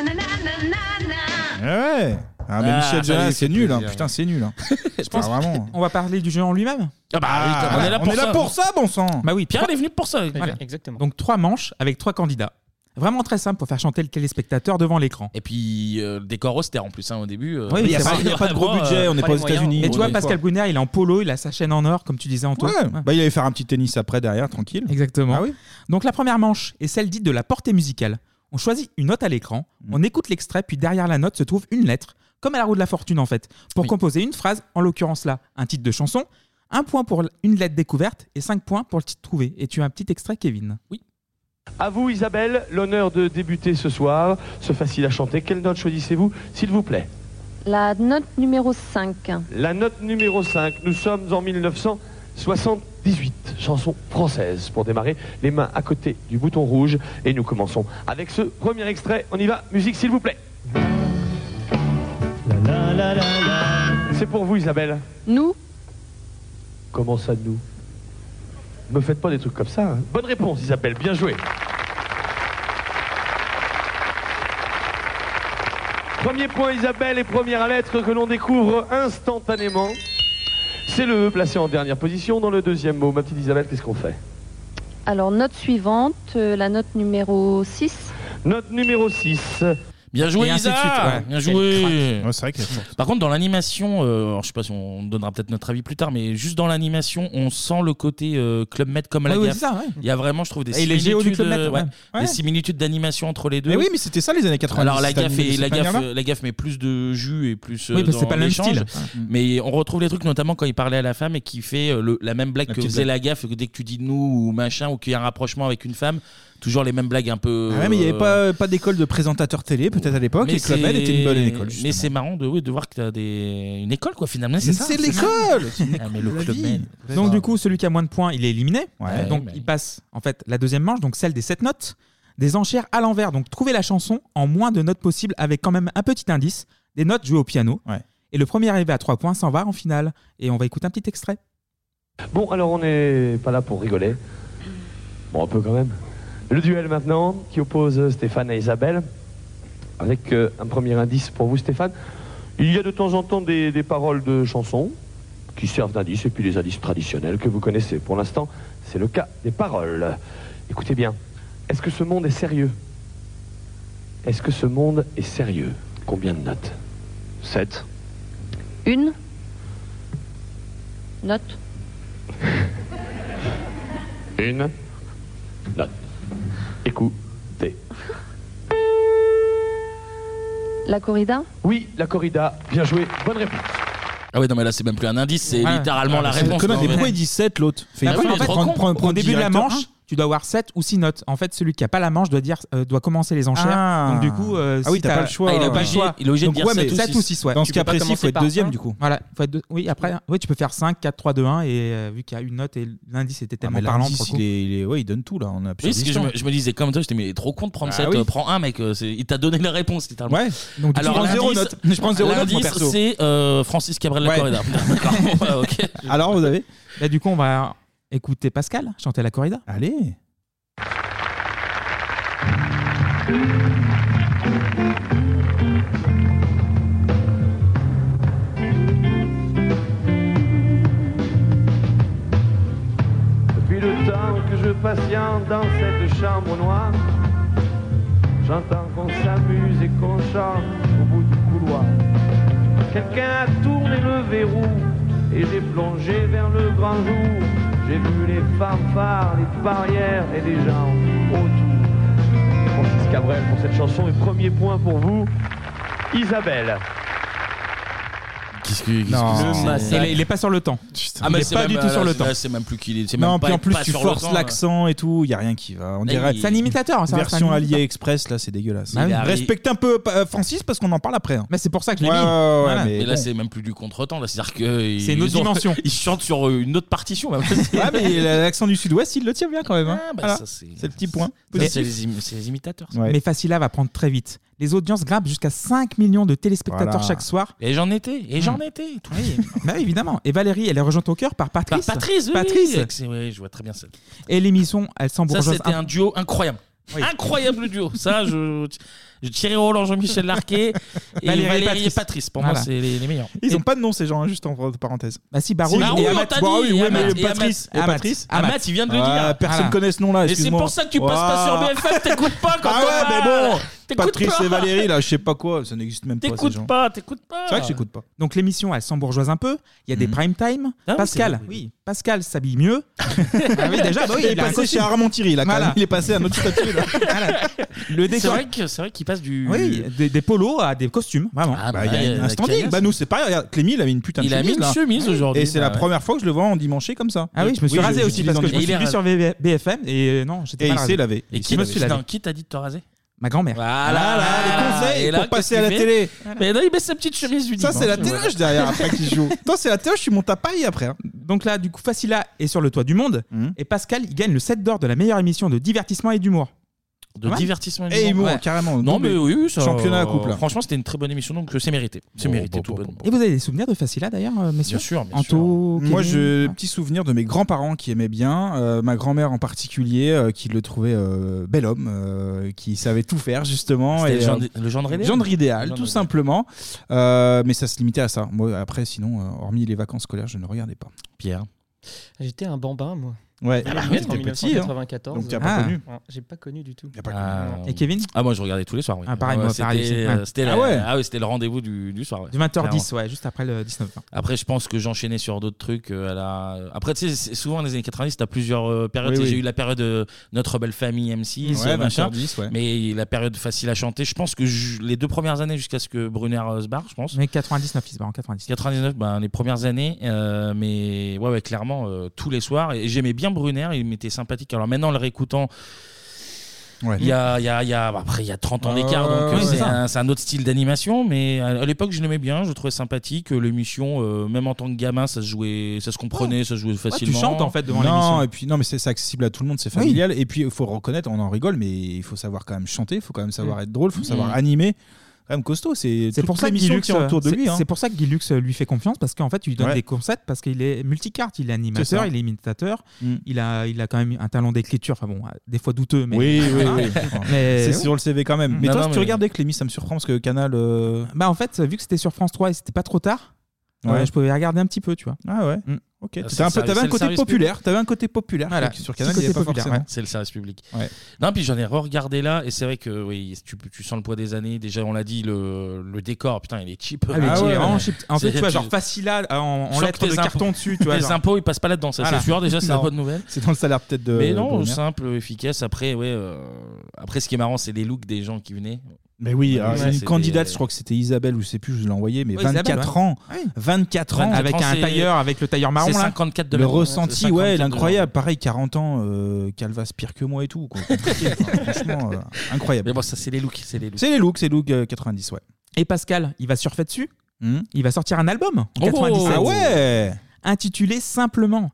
S6: Ouais. Ah, mais
S9: Ah,
S6: Michel Jonas,
S9: allez,
S6: c'est
S9: c'est
S6: nul, hein.
S9: plaisir.
S6: putain, c'est nul. hein.
S9: Je pense
S6: Ah, vraiment.
S9: on va parler du jeu en lui-même.
S1: Ah bah, oui, on est là pour ça.
S9: bon sang. Bah oui,
S1: Pierre, il est venu pour ça.
S9: Exactement. Donc trois manches avec trois candidats. Vraiment très simple pour faire chanter le téléspectateur devant l'écran.
S1: Et puis, euh, le décor austère en plus hein, au début. euh,
S9: Oui, c'est vrai.
S1: vraiment, euh, moyens.
S9: Et tu vois,
S1: Ouais.
S9: Pascal Brunner, il est en polo, il a sa chaîne en or, comme tu disais, Antoine.
S1: Ouais.
S6: Bah, il allait faire un petit tennis après derrière, tranquille.
S9: Exactement.
S6: Ah oui
S9: Donc la première manche est celle dite de la portée musicale. On choisit une note à l'écran,
S6: Mm.
S9: on écoute l'extrait, puis derrière la note se trouve une lettre, comme à la roue de la fortune en fait, pour composer une phrase, en l'occurrence là, un titre de chanson, un point pour l- une lettre découverte et cinq points pour le titre trouvé. Et tu as un petit extrait, Kevin. Oui.
S12: À vous, Isabelle, l'honneur de débuter ce soir. Ce facile à chanter. Quelle note choisissez-vous, s'il vous plaît
S18: La note numéro 5.
S12: La note numéro 5. Nous sommes en 1978. Chanson française pour démarrer. Les mains à côté du bouton rouge. Et nous commençons avec ce premier extrait. On y va. Musique, s'il vous plaît. C'est pour vous, Isabelle.
S18: Nous
S12: Comment ça, nous Me faites pas des trucs comme ça. hein. Bonne réponse, Isabelle. Bien joué. Premier point, Isabelle, et première lettre que l'on découvre instantanément. C'est le E placé en dernière position dans le deuxième mot. Ma petite Isabelle, qu'est-ce qu'on fait
S18: Alors, note suivante, euh, la note numéro 6.
S12: Note numéro 6.
S1: Bien joué,
S12: Et ainsi
S1: Isa
S12: de suite, ouais.
S1: Bien
S12: Quel
S1: joué
S12: crack.
S1: Par contre, dans l'animation, euh, alors, je sais pas si on donnera peut-être notre avis plus tard, mais juste dans l'animation, on sent le côté euh, Club Med comme la
S9: Ouais, ouais,
S1: gaffe.
S9: c'est ça, ouais.
S1: Il y a vraiment, je trouve, des
S9: Et les géos du
S1: similitudes,
S9: Club Med,
S1: euh,
S9: ouais. Ouais.
S1: des similitudes d'animation entre les deux.
S6: Mais oui, mais c'était ça les années 90.
S1: Alors la
S6: cette
S1: gaffe,
S6: année-
S1: et,
S6: cette
S1: la, gaffe,
S6: manière-là.
S1: euh, la gaffe met plus de jus et plus euh,
S6: Oui, parce que c'est
S1: dans
S6: pas le même
S1: l'échange.
S6: style.
S1: Mais on retrouve les trucs notamment quand il parlait à la femme et qui fait euh, le- la même blague que
S6: petite
S1: faisait
S6: blague.
S1: la gaffe que dès que tu dis nous ou machin ou qu'il y a un rapprochement avec une femme, toujours les mêmes blagues un peu.
S6: Ah ouais, mais il n'y
S1: euh,
S6: avait pas, pas d'école de présentateur télé, peut-être à l'époque,
S1: mais
S6: et Club Med
S1: c'est- Ah,
S6: était une bonne école.
S1: Mais c'est marrant de, oui, de voir que tu as des... une école, quoi, finalement. C'est ça.
S6: C'est
S1: ça.
S6: l'école
S1: Ah, mais le Club Med.
S9: Donc du coup, celui qui a moins de points, il est éliminé. Euh,
S1: Ouais.
S9: donc
S1: Ouais,
S9: il passe en fait la deuxième manche, donc celle des sept notes, des enchères à l'envers. Donc trouver la chanson en moins de notes possible avec quand même un petit indice, des notes jouées au piano. Et le premier arrivé à trois points s'en va en finale. Et on va écouter un petit extrait.
S12: Bon, alors on n'est pas là pour rigoler. Bon, un peu quand même. Le duel maintenant qui oppose Stéphane à Isabelle. Avec euh, un premier indice pour vous, Stéphane. Il y a de temps en temps des, des paroles de chansons qui servent d'indice et puis les indices traditionnels que vous connaissez. Pour l'instant, c'est le cas des paroles. Écoutez bien. Est-ce que ce monde est sérieux Est-ce que ce monde est sérieux Combien de notes 7.
S18: Une note.
S12: Une note. Écoute.
S18: La corrida
S12: Oui, la corrida. Ah, Bien joué. Bonne réponse.
S1: Ah ouais, non, mais là, c'est même plus un indice, c'est
S9: Ouais.
S1: littéralement
S9: Ah,
S1: la
S9: bah, c'est le
S1: réponse.
S9: connard,
S1: quoi,
S9: mais
S1: en fait.
S9: pourquoi il dit
S6: 7 l'autre
S9: Bah oui, en fait, prends- prends- au début de la manche, tu dois avoir 7 ou 6 notes. En fait, celui qui a pas la manche doit dire euh, doit commencer les enchères.
S6: Ah.
S9: Donc du coup, euh,
S6: Ah oui,
S9: si
S6: t'as pas le choix.
S9: Ah, il a pas
S6: Ah,
S9: le
S6: obligé-
S9: choix.
S6: il est obligé de
S9: Donc,
S6: dire
S9: ouais, mais
S6: sept ou
S9: sept ou
S6: six.
S9: 6 ouais.
S6: Dans ce
S9: Tu
S6: cas
S9: peux pas
S6: précis,
S9: commencer
S6: faut être
S9: par
S6: deuxième,
S9: un.
S6: du coup.
S9: Voilà, faut être deux- oui, après oui, tu peux faire 5 4 3 2 1 et euh, vu qu'il y a une note et l'indice était
S6: Ah,
S9: tellement
S6: mais
S9: parlant
S6: l'indice,
S9: pour le coup.
S6: il, est- il est- ouais, il donne tout là. On a
S1: Oui, parce que je me, je me disais comme toi, j'étais mais il est trop con de prendre
S6: Ah
S1: cette.
S6: oui.
S1: euh, prends un mec, euh, c'est- il t'a donné la réponse littéralement.
S6: Ouais. Donc, tu prends zéro
S1: l'indice-
S6: note. Je prends zéro note, moi,
S1: l'indice,
S6: perso.
S1: c'est euh, Francis Cabrel
S9: Ouais.
S1: la Corrida. D'accord. Ouais, ok.
S6: Alors,
S9: Bah,
S6: vous avez
S9: Là, du coup, on va écouter Pascal chanter la corrida.
S6: Allez.
S19: Depuis le temps que je patiente dans cette chambre noire, j'entends qu'on s'amuse et qu'on chante au bout du couloir. Quelqu'un a tourné le verrou et j'ai plongé vers le grand jour. J'ai vu les fanfares, les barrières et les gens autour. Francis Cabrel pour cette chanson et premier point pour vous, Isabelle.
S1: Qu'est-ce que.
S9: Non, il, est- il est pas sur le temps.
S1: Ah, mais
S9: il est
S1: c'est
S9: pas
S1: même-
S9: du tout
S1: là,
S9: sur le
S1: là,
S9: temps.
S1: c'est même plus qu'il est- c'est
S9: Non,
S1: même
S9: puis
S1: pas-
S9: en plus
S1: pas
S9: tu
S1: sur le
S9: forces
S1: temps, hein.
S9: l'accent et tout, il y a rien qui va. On
S1: Là,
S9: dirait
S1: il-
S9: c'est un
S6: hein,
S9: imitateur, ça reste un
S6: Version
S9: imitateur.
S6: AliExpress, là, c'est dégueulasse.
S9: Ah oui.
S6: Respect-
S9: Respecte un peu euh, Francis parce qu'on en parle après. hein. Mais c'est pour ça que je l'ai
S6: Ouais,
S9: mis.
S6: ouais, ouais,
S9: Voilà.
S1: mais là, c'est même plus du contretemps. là. C'est-à-dire que.
S9: C'est une autre
S1: ils ont-
S9: dimension.
S1: Ils chantent sur euh, une autre partition. même.
S9: Ouais, mais l'accent du sud-ouest, il le tient bien quand même. hein.
S1: Ah, bah,
S9: Voilà.
S1: ça, c'est-
S9: le petit point.
S1: Ça,
S9: positif.
S1: C'est les, im- c'est les imitateurs. ça.
S9: Mais Facila va prendre très vite. Les audiences grimpent jusqu'à 5 millions de téléspectateurs
S1: Voilà.
S9: chaque soir.
S1: Et j'en étais. Et j'en
S9: Hmm.
S1: étais. tout
S9: Bah oui, évidemment. Et Valérie, elle est rejointe au cœur par
S1: Par
S9: Patrice.
S1: Patrice, oui,
S9: Patrice.
S1: oui, c'est- oui, je vois très bien ça.
S9: Et l'émission, elle
S1: Ça,
S9: s'embourgeoise.
S1: c'était un duo incroyable. Incroyable duo. Ça, je, je- Thierry Roland, Jean-Michel Larquet et Valérie,
S9: Valérie et
S1: et
S9: Patrice.
S1: Patrice. Pour
S9: Voilà.
S1: moi, c'est les, les meilleurs.
S6: Ils ont pas de nom, ces gens, hein, juste en parenthèse.
S9: Bah si,
S1: Baroud et Amat.
S6: Bah oui,
S1: Et
S6: oui,
S1: Amat.
S6: mais
S1: Et
S6: Patrice.
S1: Amat.
S6: et Patrice.
S1: Amat. Amat, il vient de le dire.
S6: Personne
S1: Voilà.
S6: connaît ce nom-là,
S1: Et c'est
S6: excuse-moi.
S1: pour ça que tu passes pas sur
S6: Ouah.
S1: BFM, t'écoutes pas quand
S6: Ah
S1: on
S6: ouais,
S1: parle.
S6: mais bon.
S1: T'écoutes
S6: Patrice
S1: pas.
S6: et Valérie, là, je sais pas quoi, ça n'existe même pas. ces gens.
S1: T'écoutes pas, t'écoutes pas.
S6: C'est vrai que j'écoute pas.
S9: Donc l'émission, elle s'embourgeoise un peu. Il y a des prime time.
S1: Ah oui, c'est
S9: Pascal,
S1: vrai,
S9: oui. Pascal s'habille mieux. ah oui, déjà, bah oui,
S6: il est
S9: a un
S6: passé
S9: costume.
S6: chez Armand Thierry, là, quand
S9: Voilà.
S6: même. Il est passé à un autre statut, là.
S9: Le
S1: C'est
S9: décor.
S1: vrai que- c'est vrai qu'il passe du.
S9: Oui, des, des polos à des costumes, vraiment.
S6: Bah, il y a une instant
S9: standing.
S6: Bah, nous, c'est pareil. Regarde, Clémy, il avait une putain de
S9: Il a
S6: chemise.
S9: mis une
S6: là.
S9: chemise aujourd'hui,
S6: Et c'est
S9: bah
S6: la
S9: ouais.
S6: première fois que je le vois en dimanche comme ça.
S9: Ah oui, je me suis rasé aussi
S6: dis
S9: parce
S6: dans
S9: que
S6: les
S9: je me suis
S6: dimanches.
S9: vu sur VV BFM et euh, non, j'étais
S6: Et
S9: pas
S6: il
S9: rasé.
S6: s'est lavé.
S1: Et
S9: Et
S1: qui
S9: qui me suis lavé
S1: non, qui t'a dit de te raser
S9: Ma grand-mère. Ah
S1: Voilà,
S6: les conseils
S1: Et là,
S6: pour passer
S1: qu'est-ce
S6: à la
S1: qu'il fait
S6: télé.
S1: Mais non, il met sa petite chemise du
S6: Ça, c'est la
S1: dimanche,
S6: téloche
S1: voilà.
S6: derrière après qui joue. Toi, c'est la téloche, je suis monté à Paris après. hein. Hum.
S9: Donc là, du coup, Facila est sur le toit du monde et Pascal, il gagne le 7 d'or de la meilleure émission de divertissement et d'humour.
S1: De
S9: Pas mal
S1: divertissement
S9: Et
S1: humour,
S9: humour,
S1: ouais.
S9: carrément.
S1: Non,
S9: Double.
S1: mais oui, oui, ça,
S9: Championnat à
S1: euh,
S9: couple.
S1: Franchement, c'était une très bonne émission, donc euh, c'est mérité. C'est mérité tout bonnement.
S9: Et vous avez des souvenirs de Facila d'ailleurs, euh, messieurs
S1: Bien sûr, bien
S9: Anto,
S6: Moi,
S9: Kevin
S6: j'ai petit souvenir de mes grands-parents qui aimaient bien, euh, ma grand-mère en particulier, euh, qui le trouvait euh, bel homme, euh, qui savait tout faire justement.
S1: C'était
S6: et,
S1: le genre-
S6: euh,
S1: le genre idéal
S6: Genre idéal,
S1: Le genre
S6: tout
S1: idéal.
S6: simplement. Euh, mais ça se limitait à ça. Moi, après, sinon, euh, hormis les vacances scolaires, je ne regardais pas.
S1: Pierre.
S7: J'étais un bambin, moi.
S6: Ouais.
S7: Je venais
S6: Ah
S7: de
S6: ouais,
S7: naître en
S6: t'es petit, hein.
S7: 1994.
S6: Donc, t'as pas
S7: Ouais.
S6: connu.
S7: Ah. Ouais, J'ai pas connu du tout.
S1: Ah,
S9: Et Kevin
S1: Ah, moi, je regardais tous les soirs. Oui.
S9: Ah, pareil,
S1: Ouais,
S9: moi,
S1: c'était,
S9: pareil aussi.
S1: euh,
S9: Ouais.
S1: c'était
S9: Ah
S1: la-
S9: ouais.
S1: ah ouais, c'était le rendez-vous du, du soir. ouais.
S9: Du 20h10,
S1: Clairement.
S9: ouais, juste après le 19h.
S1: Après, je pense que j'enchaînais sur d'autres trucs. euh, à la... Après, tu sais, c'est- souvent dans les années 90, t'as plusieurs euh, périodes.
S6: Oui,
S1: Tu sais,
S6: oui.
S1: J'ai eu la période euh, Notre Belle Famille M6,
S6: Ouais,
S1: euh, machin.
S6: 20h10, ouais.
S1: Mais la période facile à chanter, je pense que je- les deux premières années jusqu'à ce que Brunner euh, se barre, je pense.
S9: Mais 99, il se barre en 99.
S1: 99, ben, les premières années, euh, mais ouais, ouais, clairement, euh, tous les soirs. Et j'aimais bien Brunner, il m'était sympathique. Alors maintenant, en le réécoutant, il y a, il y a- il y a- bah, après, il y a 30 ans
S6: Ah
S1: d'écart,
S6: ouais,
S1: donc
S6: ouais,
S1: euh,
S6: c'est
S1: c'est
S6: ça.
S1: un, c'est un autre style d'animation. Mais à, à l'époque, je l'aimais bien, je le trouvais sympathique. Euh, L'émission, euh, même en tant que gamin, ça se jouait, ça se
S6: Oh.
S1: comprenait, ça se jouait facilement.
S6: Non, et puis non, mais c'est c'est accessible à tout le monde, c'est familial. Et puis il faut reconnaître, on en rigole, mais il faut savoir quand même chanter, il faut quand même savoir
S9: Mm.
S6: être drôle, il faut savoir
S9: Mm.
S6: animer. Quand même costaud, c'est
S9: C'est
S6: toute
S9: pour ça que
S6: l'émission
S9: Guilux,
S6: qui est autour de
S9: c'est-
S6: lui. hein.
S9: C'est pour ça que Guilux euh, lui fait confiance parce qu'en fait, il lui donne
S6: Ouais.
S9: des concepts parce qu'il est multicarte, il est
S6: C'est
S9: animateur,
S6: ça.
S9: il est imitateur,
S6: Mm.
S9: il a il a quand même un talent d'écriture, enfin bon, euh, des fois douteux mais
S6: Oui, oui, oui.
S9: Mais-
S6: c'est sur le CV quand même. Mais
S9: Non,
S6: toi,
S9: non,
S6: si tu
S9: mais-
S6: regardais Clémy, ça me surprend parce que Canal. euh,
S9: Bah en fait, vu que c'était sur France 3 et c'était pas trop tard, euh,
S6: Ouais.
S9: je pouvais regarder un petit peu, tu vois.
S6: Ah ouais. Ok.
S1: Euh,
S9: Ah,
S6: T'étais
S9: c'est
S6: un
S9: le service-
S6: peu- T'avais
S9: c'est
S6: un
S9: le
S6: côté
S9: service
S6: populaire.
S9: public.
S6: T'avais un côté populaire.
S9: Voilà.
S6: que Sur
S9: Petit
S6: Canal, il
S9: côté
S6: n'y avait pas
S9: populaire,
S6: forcément.
S9: ouais.
S1: C'est le service public.
S6: Ouais.
S1: Non, puis j'en ai re-regardé là, et c'est vrai que oui, tu, tu sens le poids des années. Déjà, on l'a dit, le, le décor, putain, il est cheap.
S9: Ah, mais
S1: Ah
S9: qui
S1: ouais,
S9: est vraiment
S1: ouais.
S9: cheap. En fait,
S1: C'est-
S9: tu vois, genre Facila euh, en, en
S1: Sur
S9: lettres
S1: tes
S9: de
S1: impôts-
S9: carton dessus, tu vois.
S1: Les
S9: genre.
S1: impôts, ils passent pas là-dedans, ça
S9: Voilà.
S1: c'est sûr. Déjà, c'est la
S9: Non.
S1: bonne nouvelle.
S6: C'est dans le salaire peut-être de.
S1: Mais non,
S6: Bruno.
S1: simple, efficace. Après, ouais. euh, Après, ce qui est marrant, c'est les looks des gens qui venaient.
S6: Mais oui,
S1: Ouais,
S6: alors,
S1: c'était-
S6: une candidate, je crois que c'était Isabelle ou je sais plus, je l'ai envoyée, mais
S1: Ouais,
S6: 24
S1: Isabelle, ouais.
S6: ans.
S1: Ouais.
S6: 24 ans.
S1: 24 Avec ans, un c'est- tailleur, avec le tailleur marron,
S6: C'est
S1: là.
S6: 54
S1: de
S6: Le
S1: mémoire. hein, C'est
S6: ressenti,
S1: 54
S6: ouais,
S1: de
S6: l'incroyable. Pareil, 40 ans, euh, Calvas pire que moi et tout. quoi. Compliqué, enfin, franchement, euh, incroyable.
S1: Mais bon, ça, c'est les looks. C'est les looks.
S6: C'est les looks, c'est les looks euh, 90, ouais.
S9: Et Pascal, il va surfer dessus. Il va sortir un album en
S6: Oh,
S9: 97.
S6: ah ouais
S9: Intitulé Simplement.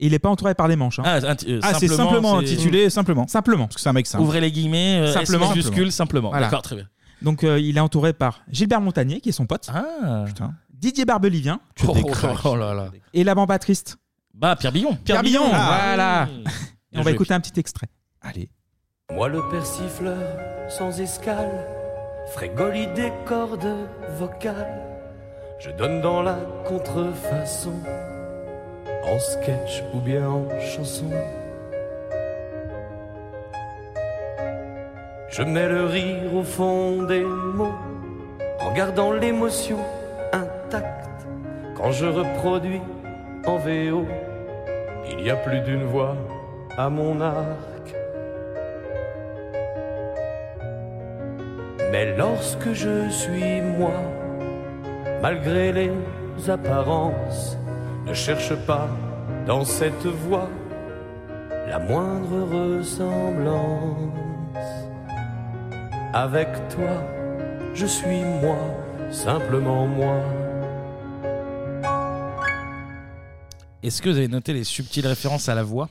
S9: Et il n'est pas entouré par les manches. hein.
S1: Ah, inti- euh,
S6: Ah, c'est simplement
S1: c'est-
S6: intitulé, simplement.
S9: Simplement.
S6: Parce que c'est un mec simple.
S1: Ouvrez les guillemets, euh, S majuscule, simplement. D'accord, très bien.
S9: Donc euh, il est entouré par Gilbert Montagnier, qui est son pote. Didier Barbelivien.
S1: Oh, Ah. oh, oh là là.
S9: Et la bamba triste.
S1: Bah, Pierre Billon.
S9: Pierre Billon,
S1: Ah.
S9: voilà.
S1: Bien
S9: Et on va
S1: joué.
S9: écouter un petit extrait.
S6: Allez.
S1: Allez.
S12: Moi le persifleur sans escale, frégoli des cordes vocales, je donne dans la contrefaçon, en sketch ou bien en chanson. Je mets le rire au fond des mots, en gardant l'émotion intacte, quand je reproduis en VO, il y a plus d'une voix à mon art. Mais lorsque je suis moi, malgré les apparences, ne cherche pas dans cette voix la moindre ressemblance. Avec toi, je suis moi, simplement moi.
S1: Est-ce que vous avez noté les subtiles références à la voix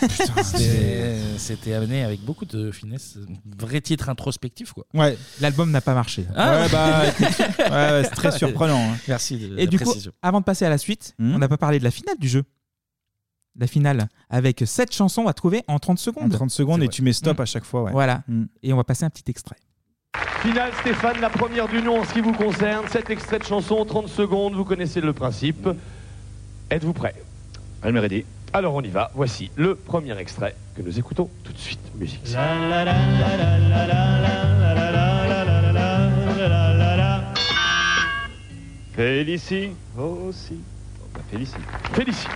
S1: Putain, c'était- C'était amené avec beaucoup de finesse. Vrai titre introspectif, quoi.
S9: Ouais, l'album n'a pas marché.
S1: Ah.
S9: ouais, bah, écoute, ouais, ouais, c'est très surprenant. hein.
S1: Merci de
S9: Et
S1: la
S9: du coup,
S1: précision.
S9: avant de passer à la suite, on n'a pas parlé de la finale du jeu. La finale, avec 7 chansons à trouver en 30 secondes. En
S6: 30 secondes, et tu mets stop à chaque fois. Ouais.
S9: Voilà. Et on va passer un petit extrait.
S13: Finale Stéphane, la première du nom en ce qui vous concerne. Cet extrait de chanson, 30 secondes, vous connaissez le principe. Êtes-vous prêt Elle me ready. Alors on y va, voici le premier extrait que nous écoutons tout de suite. Musique.
S7: Félicie aussi. Félicie.
S13: Félicie.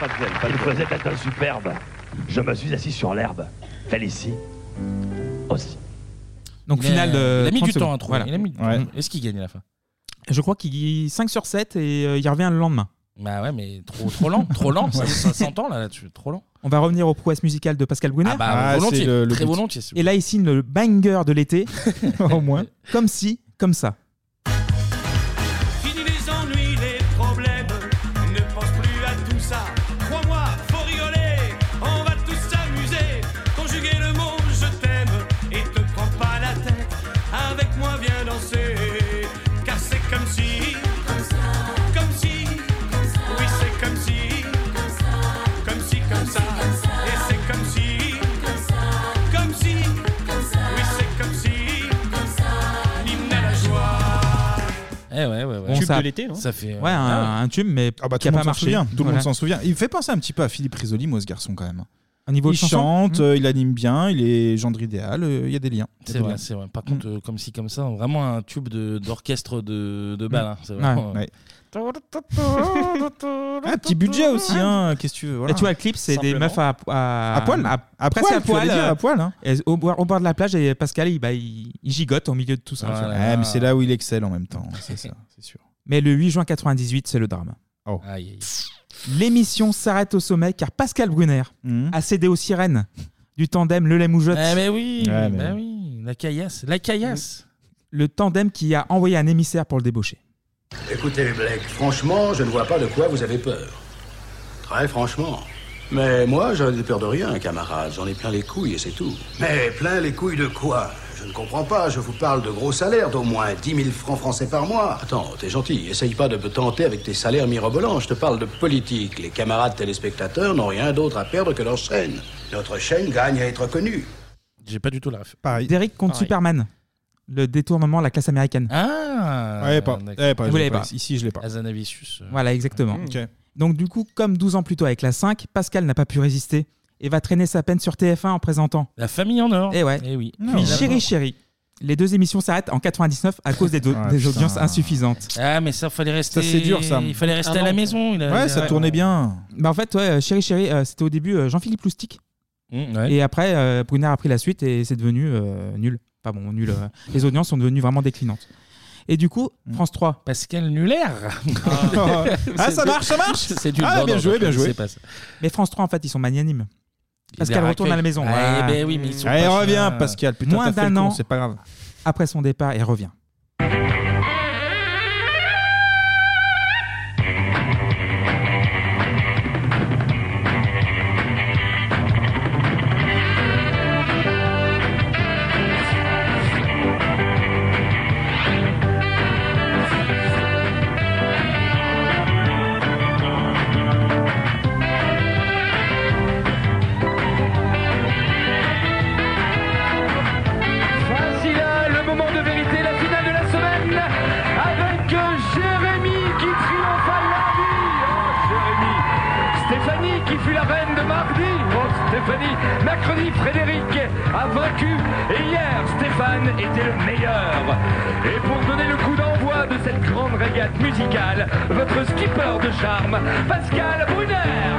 S7: Pas de zèle,
S13: Pas de Cosette est un superbe. Je me suis assis sur l'herbe. Félicie. Aussi.
S9: Donc,
S1: Il a-
S9: finale de.
S1: euh, il a mis
S9: 30
S1: du temps à
S9: secondes.
S1: trouver.
S9: Voilà.
S1: Il a mis du temps.
S9: Ouais.
S1: Est-ce qu'il gagne à la fin
S9: Je crois qu'il est 5 sur 7 et euh, il revient le lendemain.
S1: Bah ouais, mais trop, trop lent, trop lent. Ça,
S9: Ouais.
S1: ça s'entend là, là-dessus, trop lent.
S9: On va revenir aux prouesses musicales de Pascal Brunner.
S1: Ah bah, Ah, volontiers, c'est le- le très but. volontiers, s'il vous
S9: Et là, il signe le banger de l'été, au moins. Comme si, comme ça.
S8: Fini les ennuis, les problèmes, ne pense plus à tout ça. Crois-moi, faut rigoler, on va tous s'amuser. Conjuguer le mot je t'aime et te prends pas la tête. Avec moi viens danser, car c'est comme si, comme si, oui c'est comme si, comme si comme ça, et c'est comme si, comme si, oui c'est comme si, l'hymne à la joie.
S1: Eh ouais, ouais, ouais.
S9: Bon, ça-
S1: Ça
S6: euh,
S1: fait.
S9: Ouais, un,
S1: Ah.
S6: ah.
S9: un tube, mais qui
S6: bah, tout
S9: a pas
S6: le monde s'en
S9: marché.
S6: souvient, Tout le
S9: Voilà.
S6: monde s'en souvient. Il fait penser un petit peu à Philippe Risoli, moi, ce garçon, quand même.
S9: Un niveau
S6: il
S9: de chanson
S6: chante,
S9: Mhm.
S6: euh, il anime bien, il est gendre idéal, euh, il y a des liens. Il y a
S1: C'est
S6: des liens.
S1: vrai, c'est vrai. Par contre, euh, comme si comme ça, vraiment un tube de- d'orchestre de, de bal. hein. C'est
S6: Ouais,
S1: vraiment, euh,
S6: ouais. Ah, petit budget aussi, hein, qu'est-ce que tu veux. voilà.
S9: Et Bah, tu vois, le clip, c'est des meufs à, à,
S6: À poil. À
S9: presque
S6: poil,
S9: à
S6: tu voulais
S9: poil.
S6: dire,
S9: euh,
S6: à poil, hein.
S9: et au, bord- au bord de la plage, et Pascal, il, bah, il, il gigote au milieu de tout ça.
S6: Ouais,
S9: tu vois.
S6: mais c'est là où il excelle en même temps, c'est ça, c'est sûr. Oh.
S9: Mais le 8 juin 98, c'est le drame.
S1: Aïe, aïe.
S9: L'émission s'arrête au sommet car Pascal Brunner
S6: Mhm.
S9: a cédé aux sirènes du tandem Le Moujotte.
S1: Eh mais oui, bah oui, la caillasse, la caillasse.
S9: Le tandem qui a envoyé un émissaire pour le débaucher.
S20: Écoutez, Blake, franchement, je ne vois pas de quoi vous avez peur. Très franchement. Mais moi, j'en ai peur de rien, camarade. J'en ai plein les couilles et c'est tout. Mais plein Ben, les couilles de quoi Je ne comprends pas. Je vous parle de gros salaires d'au moins 10 000 francs français par mois. Attends, t'es gentil. Essaye pas de me tenter avec tes salaires mirobolants. Je te parle de politique. Les camarades téléspectateurs n'ont rien d'autre à perdre que leur chaîne. Notre chaîne gagne à être connue.
S1: J'ai pas du tout la ref.
S9: Derek contre
S1: Pareil.
S9: Superman. Le détournement de la classe américaine.
S1: Ah
S6: Ouais, pas-
S1: d'accord.
S6: ouais, pas, je
S9: Vous
S6: l'ai
S9: l'avez
S6: pas.
S9: pas.
S6: Ici, je l'ai pas.
S1: Azanavicius. euh,
S9: Voilà, exactement.
S1: Ok.
S9: Donc du coup, comme 12 ans plus tôt avec la 5, Pascal n'a pas pu résister et va traîner sa peine sur TF1 en présentant.
S1: La famille en or.
S9: Et ouais.
S1: Eh oui.
S9: Puis Chéri Chéri. Les deux émissions s'arrêtent en 99 à cause des, do-
S1: Ah,
S9: des
S1: putain.
S9: audiences insuffisantes.
S1: Ah, mais ça, fallait rester.
S9: Ça, c'est dur, ça.
S1: Il fallait rester
S9: Un
S1: à la
S9: an.
S1: maison. il a- il a-
S9: bien. Bah en fait, ouais, euh, Chéri Chéri, euh, c'était au début euh, Jean-Philippe Loustic.
S1: Mm, ouais.
S9: Et après, euh, Brunner a pris la suite et c'est devenu euh, nul. Pas bon, nul. euh, les audiences sont devenues vraiment déclinantes. Et du coup, France 3.
S1: Pascal Nuller
S6: Ah, Mmh. ça marche, ça marche
S1: C'est du
S6: Ah,
S1: non,
S6: bien
S1: non,
S6: joué,
S1: je-
S6: bien
S1: je
S6: joué.
S1: sais pas ça.
S9: Mais France 3, en fait, ils sont magnanimes. Pascal
S1: les
S9: retourne à la
S1: raccueille.
S9: maison.
S1: Ah,
S9: Voilà.
S1: eh ben oui, mais ils sont
S6: Allez,
S1: pas
S6: reviens,
S1: chiens.
S6: Pascal. Putain,
S9: Moins
S6: t'as fait le
S9: d'un
S6: con,
S9: an.
S6: c'est pas grave.
S9: Après son départ, il revient.
S8: Thank
S2: Oh, Stéphanie. Mercredi, Frédéric a vaincu. Et hier, Stéphane était le meilleur. Et pour donner le coup d'envoi de cette grande régate musicale, votre skipper de charme, Pascal Brunner.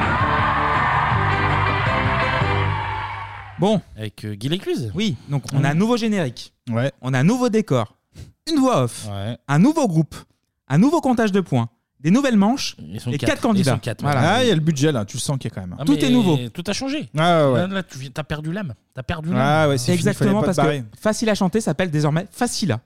S9: Bon.
S1: Avec euh, Guy Mmh. Lécluse
S9: Oui, donc on a un nouveau générique.
S6: Ouais.
S9: On a un nouveau décor. Une voix off. Un nouveau groupe. Un nouveau comptage de points. Des nouvelles manches.
S1: sont
S9: et
S1: quatre.
S9: quatre candidats.
S1: Ils sont quatre,
S9: Voilà.
S1: ouais.
S6: Ah, il y a le budget là, tu le sens qu'il y a quand même.
S1: Ah,
S9: Tout
S1: mais
S9: est nouveau.
S1: Tout a changé.
S6: Ah, ouais, ouais.
S1: Là, là, tu as perdu l'âme. T'as perdu l'âme.
S6: Ah ouais, c'est fini,
S9: Exactement,
S6: fallait pas
S9: parce
S6: te barrer.
S9: que Facile à chanter s'appelle désormais Facila.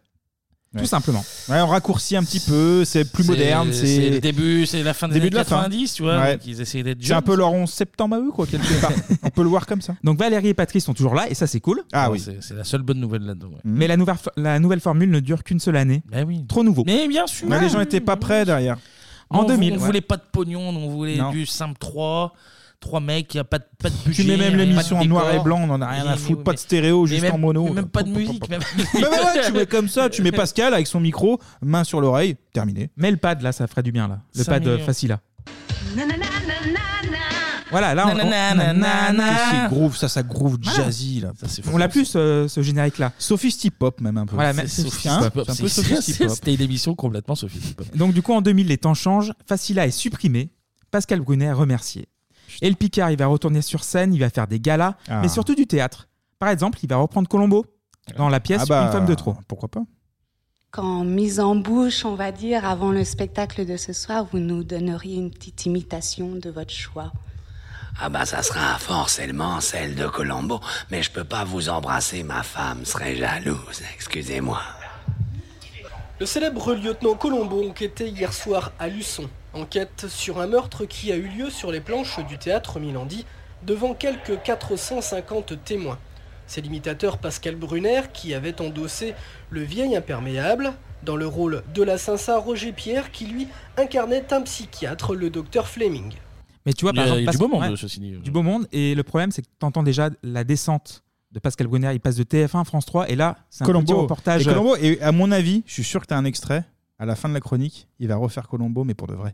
S6: Ouais.
S9: Tout simplement.
S6: Ouais, on raccourcit un petit peu, c'est plus
S1: C'est-
S6: moderne,
S1: C'est le
S6: c'est.
S1: début, c'est la fin des
S6: Début
S1: années
S6: de la fin.
S1: 90, tu vois.
S6: Ouais.
S1: donc Ils essayaient d'être
S6: C'est un
S1: jeunes.
S6: peu leur 11 septembre à eux, quoi, quelque part. on peut le voir comme ça. Ah
S9: Donc Valérie et Patrice sont toujours là et ça c'est cool. Mm.
S1: Alors, C'est c'est la seule bonne nouvelle là-dedans. ouais. Ben
S9: Mais la nouvelle, la nouvelle formule ne dure qu'une seule année. Trop nouveau.
S1: Mais bien sûr.
S9: Mais les gens
S6: étaient pas prêts derrière.
S9: En
S1: on,
S9: 2000.
S1: On
S9: ouais.
S1: voulait pas de pognon, on voulait
S9: Non.
S1: du simple 3. 3 mecs, y a pas de, pas de budget.
S6: Tu mets même
S1: y a
S6: l'émission
S1: pas de
S6: en noir et
S1: décor.
S6: blanc, on en a rien
S1: Mais-
S6: à foutre,
S1: mais-
S6: pas de stéréo,
S1: mais
S6: juste
S1: même-
S6: en mono.
S1: mais Même pas de musique. Même...
S6: Mais bah ouais, tu mets comme ça, tu mets Pascal avec son micro, main sur l'oreille, terminé.
S9: Mais le pad là, ça ferait du bien là. Le
S6: Cinq
S9: pad euh,
S6: millions.
S9: Facila. Voilà, là on.
S6: Qu'est-ce qui
S9: on-
S6: groove, ça, ça groove jazzy là.
S9: On l'a plus ce, ce générique là.
S6: Sophistique pop même un peu.
S9: Voilà, mais-
S6: C'est
S9: Sophie
S6: hein,
S9: Pop,
S6: c'est un peu
S9: c'est-
S6: Sophie Pop.
S1: C'était une émission complètement sophistiquée.
S9: Donc du coup en 2000 les temps changent, Facila est supprimé, Pascal Brunet est remercié. Et le Picard il va retourner sur scène, il va faire des galas,
S6: Ah.
S9: mais surtout du théâtre. Par exemple, il va reprendre Colombo dans la pièce
S6: Ah bah,
S9: Une femme de trop.
S6: Pourquoi pas
S5: Qu'en mise en bouche, on va dire, avant le spectacle de ce soir, vous nous donneriez une petite imitation de votre choix.
S21: Ah bah ça sera forcément celle de Colombo, mais je peux pas vous embrasser, ma femme serait jalouse, excusez-moi.
S22: Le célèbre lieutenant Colombo enquêtait hier soir à Luçon. Enquête sur un meurtre qui a eu lieu sur les planches du théâtre Milandi devant quelques 450 témoins. C'est l'imitateur Pascal Brunner qui avait endossé le vieil imperméable dans le rôle de l'assassin Roger Pierre qui lui incarnait un psychiatre, le docteur Fleming.
S9: Mais tu vois, par
S22: Il y
S9: exemple,
S22: a- il y a du
S9: Pascal-
S22: beau monde,
S9: ouais,
S22: ceci dit.
S9: Du beau monde. Et le problème, c'est que tu entends déjà la descente de Pascal Brunner. Il passe de TF1 à France 3. Et là, c'est un petit
S6: Colombo.
S9: reportage. euh,
S6: Et Colombo, et à mon avis, je suis sûr que tu as un extrait. À la fin de la chronique, il va refaire Colombo, mais pour de vrai.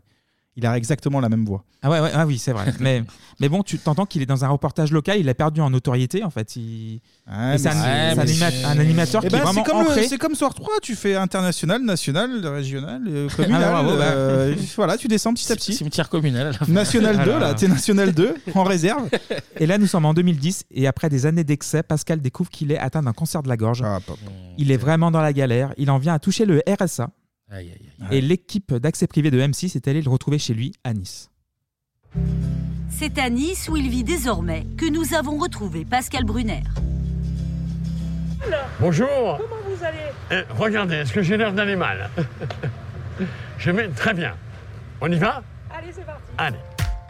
S6: Il a exactement la même voix.
S9: Ah ouais, ouais, ah oui, c'est vrai. mais, mais bon, tu t'entends qu'il est dans un reportage local. Il a perdu en notoriété, en fait. Il...
S6: Ah,
S9: et c'est un, c'est un anima- un animateur
S6: Eh
S9: qui
S6: ben,
S9: est vraiment
S6: c'est comme le-
S9: ancré.
S6: C'est comme Soir 3, tu fais international, national, régional, euh,
S9: Ah,
S6: communal.
S9: bravo, bah.
S6: euh, voilà, tu descends petit à petit.
S1: Cimetière communal.
S6: National 2, là,
S9: Alors.
S6: t'es national 2, en réserve.
S9: Et là, nous sommes en 2010, et après des années d'excès, Pascal découvre qu'il est atteint d'un cancer de la gorge.
S6: Ah,
S9: Il est vraiment dans la galère. Il en vient à toucher le RSA.
S1: Aïe, aïe,
S9: Et l'équipe d'accès privé de M6 est allée le retrouver chez lui à Nice.
S23: C'est à Nice où il vit désormais que nous avons retrouvé Pascal Brunner.
S22: Bonjour.
S23: Comment vous allez
S22: Eh, regardez, est-ce que j'ai l'air d'aller mal Je vais très bien. On y va
S23: Allez, c'est parti.
S22: Allez.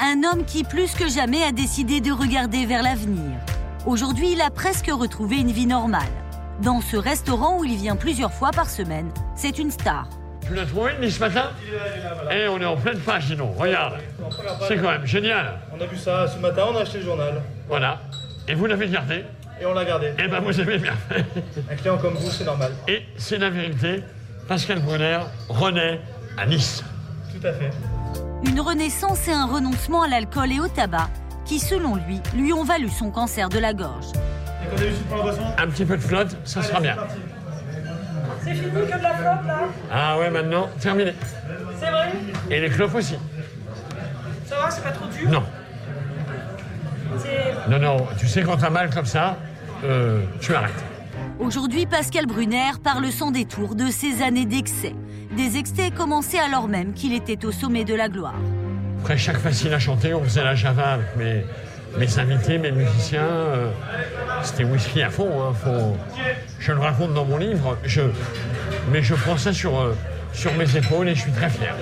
S23: Un homme qui plus que jamais a décidé de regarder vers l'avenir. Aujourd'hui, il a presque retrouvé une vie normale. Dans ce restaurant où il vient plusieurs fois par semaine, c'est une star.
S22: Tu l'as trouvé, Nice, ce matin Eh, on est en pleine page, dis donc. Regarde. C'est quand même génial.
S24: On a vu ça ce matin, on a acheté le journal.
S22: Voilà. Et vous l'avez gardé
S24: Et on l'a gardé.
S22: Eh ben, vous avez bien fait.
S24: Un client comme vous, c'est normal.
S22: Et c'est la vérité, Pascal Brunner renaît à Nice.
S24: Tout à fait.
S23: Une renaissance et un renoncement à l'alcool et au tabac qui, selon lui, lui ont valu son cancer de la gorge.
S22: Un petit peu de flotte, ça sera bien.
S23: C'est fini que de la flotte, là
S22: Ah ouais, maintenant, terminé.
S23: C'est vrai
S22: Et les clopes aussi.
S23: Ça va, c'est pas trop dur
S22: Non. Non, non, tu sais, quand t'as mal comme ça, euh, tu arrêtes.
S23: Aujourd'hui, Pascal Brunner parle sans détour de ses années d'excès. Des excès commencés alors même qu'il était au sommet de la gloire.
S22: Après chaque facile à chanter, on faisait la java avec mes, mes invités, mes musiciens. euh, C'était whisky à fond. hein, faut- je le raconte dans mon livre. Je, mais je prends ça sur, euh, sur mes épaules et je suis très fier.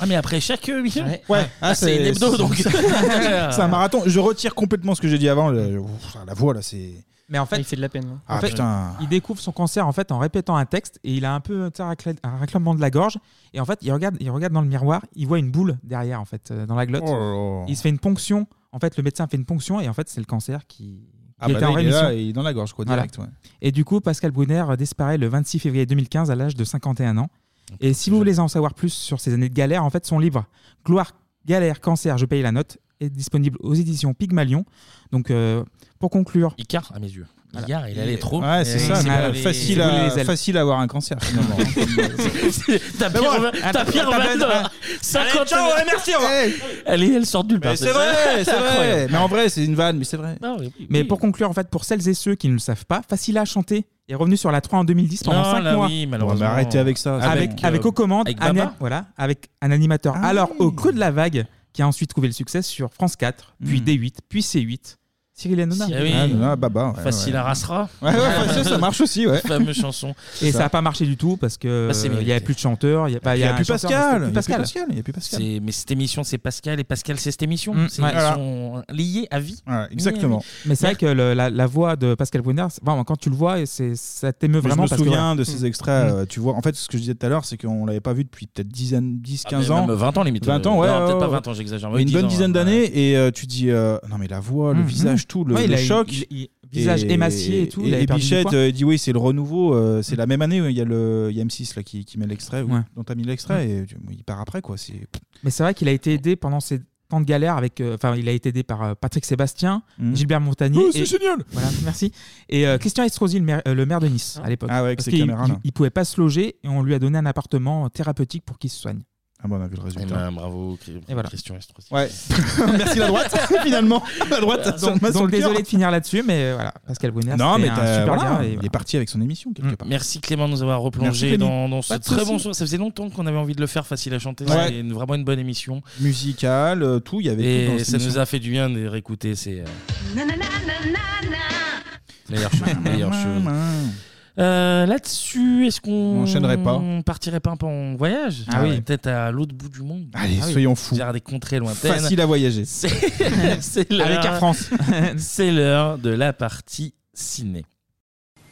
S1: Ah, mais après chaque euh, émission
S6: Ouais,
S1: Ah, c'est une hebdo donc.
S6: c'est un marathon. Je retire complètement ce que j'ai dit avant. le- ouf, la voix, là, c'est.
S9: Mais en fait, il
S7: fait de la peine. hein.
S6: Ah,
S9: en fait,
S6: putain.
S9: il découvre son cancer en fait en répétant un texte et il a un peu tu sais, un racla- un raclement de la gorge et en fait il regarde il regarde dans le miroir il voit une boule derrière en fait euh, dans la glotte
S6: Oh là là.
S9: il se fait une ponction en fait le médecin fait une ponction et en fait c'est le cancer qui
S6: Ah
S9: qui
S6: bah
S9: était
S6: là,
S9: en
S6: il est là,
S9: rémission.
S6: il est dans la gorge, quoi, direct, ouais.
S9: et du coup Pascal Brunner disparaît le 26 février 2015 à l'âge de 51 ans et si vous voulez en savoir plus sur ces années de galère en fait son livre Gloire galère cancer je paye la note est disponible aux éditions Pygmalion. Donc, euh, pour conclure.
S1: Icar, à mes yeux. Icar, il allait trop.
S9: Ouais, c'est
S1: Et
S9: ça,
S1: il s'est
S9: mais
S1: brûlé-
S9: facile
S1: il s'est
S9: à-
S1: brûlé les ailes.
S6: Facile à avoir un cancer finalement.
S1: T'as
S6: Mais
S1: Pierre,
S6: bon,
S1: Van- t'as
S6: attends,
S1: Pierre
S6: t'as
S1: Van
S6: Van-
S1: Damme.
S6: Van-
S1: 50
S6: Allez, ciao, ouais, merci, au revoir.
S1: Hey. Allez, elle sort de nulle part.
S6: Mais c'est vrai, c'est vrai. Mais en vrai, c'est une vanne, mais c'est vrai.
S9: Mais pour conclure, en fait, pour celles et ceux qui ne le savent pas, Facile à chanter est revenu sur la 3 en 2010 pendant
S6: Ah,
S9: 5
S6: là,
S9: mois.
S6: oui, malheureusement. Ouais, mais arrêtez avec ça.
S9: Avec,
S6: Avec,
S9: avec,
S6: euh,
S9: aux commandes,
S6: avec
S9: un,
S6: Baba.
S9: a- voilà, avec un animateur.
S6: Ah
S9: Alors, au creux de la vague, qui a ensuite trouvé le succès sur France 4, puis D8, puis C8. Cyril Hanouna.
S1: Hmm. Cyril Ah oui. Hanouna, Baba, ouais, Facile ouais. à rassera.
S9: Ouais, ouais, facile, ça marche aussi, ouais.
S1: Fameuse chanson.
S9: Et
S1: Ça.
S9: ça n'a pas marché du tout parce que euh,
S1: Bah, c'est
S9: il
S1: mérité.
S9: n'y avait plus de chanteurs, il n'y a, bah, il y a un chanteur, mais c'était plus Pascal.
S1: C'est- Mais cette émission, c'est Pascal et Pascal, c'est cette émission.
S9: Mm,
S1: C'est-
S9: ouais.
S1: Ils
S9: Voilà.
S1: sont liés à vie. Liés à vie.
S9: Mais c'est vrai que le- la, la voix de Pascal Brunner, c'est- vraiment, quand tu le vois, c'est, ça t'émeut
S6: Mais
S9: vraiment.
S6: je me
S9: parce que,
S6: souviens
S9: voilà. Mm.
S6: de ces extraits. euh, tu vois, en fait, ce que je disais tout à l'heure, c'est qu'on l'avait pas vu depuis peut-être 10, 10
S1: Ah,
S6: 15
S1: mais
S6: ans.
S1: même 20 ans, limite. Euh,
S6: 20 ans, ouais.
S1: Non, peut-être
S6: ouais,
S1: pas
S6: ouais.
S1: 20 ans, j'exagère,
S6: Mais
S1: ouais,
S6: une
S1: 10
S6: bonne
S1: ans,
S6: dizaine
S1: ouais.
S6: d'années, et euh, tu dis, euh, non, mais la voix, le
S9: Mhm.
S6: visage, tout, le,
S9: Ouais, il
S6: le
S9: a-
S6: choc.
S9: il- il- visage émacié et tout, il
S6: Et,
S9: avait perdu du
S6: Bichette
S9: poids. Mm.
S6: euh, dit, oui, c'est le renouveau. euh, c'est la même année où il y a le il y a M6 là, qui, qui met l'extrait, ou-
S9: Ouais. Mm.
S6: dont tu as mis l'extrait, et tu- il part après, quoi. C'est.
S9: Mais c'est vrai qu'il a été aidé pendant ces temps de galère avec. euh, Enfin, il a été aidé par euh, Patrick Sébastien,
S6: Mhm.
S9: Gilbert Montagnier.
S6: Oh, c'est
S9: et-
S6: génial
S9: Voilà, merci. Et euh, Christian Estrosi, le maire, euh, le maire de Nice à l'époque.
S6: Ah ouais, avec
S9: Parce
S6: ses
S9: qu'il-
S6: caméras,
S9: il,
S6: là.
S9: il pouvait pas se loger et on lui a donné un appartement thérapeutique pour qu'il se soigne.
S6: Ah bah on a vu le
S1: Eh
S6: résultat.
S1: ben, bravo,
S9: Et voilà.
S1: Christian Estrosi.
S6: Ouais. Merci la droite, finalement. La droite,
S9: Voilà.
S6: sur-
S9: donc,
S6: sur
S9: donc
S6: le cœur.
S9: désolé de finir là-dessus, mais euh, voilà, Pascal Brunner,
S6: Non, mais
S9: c'était
S6: t'as-
S9: un super
S6: voilà,
S9: lien. et
S6: il
S9: voilà.
S6: est parti avec son émission
S9: Mm.
S6: quelque part.
S1: Mm. Merci Clément de nous avoir
S6: Merci,
S1: replongé
S6: Clémy.
S1: dans, dans ce
S6: Pas de
S1: très bon
S6: soucis.
S1: son. Ça faisait longtemps qu'on avait envie de le faire facile à chanter.
S6: Ouais.
S1: C'était une- vraiment une bonne émission.
S6: Musical, euh, tout, il y avait tout dans
S1: Et
S6: cette
S1: ça nous
S6: émission.
S1: a fait du bien de réécouter ces euh, meilleures choses. meilleures choses. Euh, Là-dessus, est-ce qu'on
S6: On enchaînerait pas.
S1: On partirait pas un peu en voyage
S6: Ah oui.
S1: Ouais, Peut-être à l'autre bout du monde.
S6: Allez,
S1: Ah oui.
S6: soyons fous.
S1: Vers des contrées lointaines.
S6: Facile à voyager.
S1: C'est c'est l'heure.
S6: Avec Air France.
S1: C'est l'heure de la partie ciné.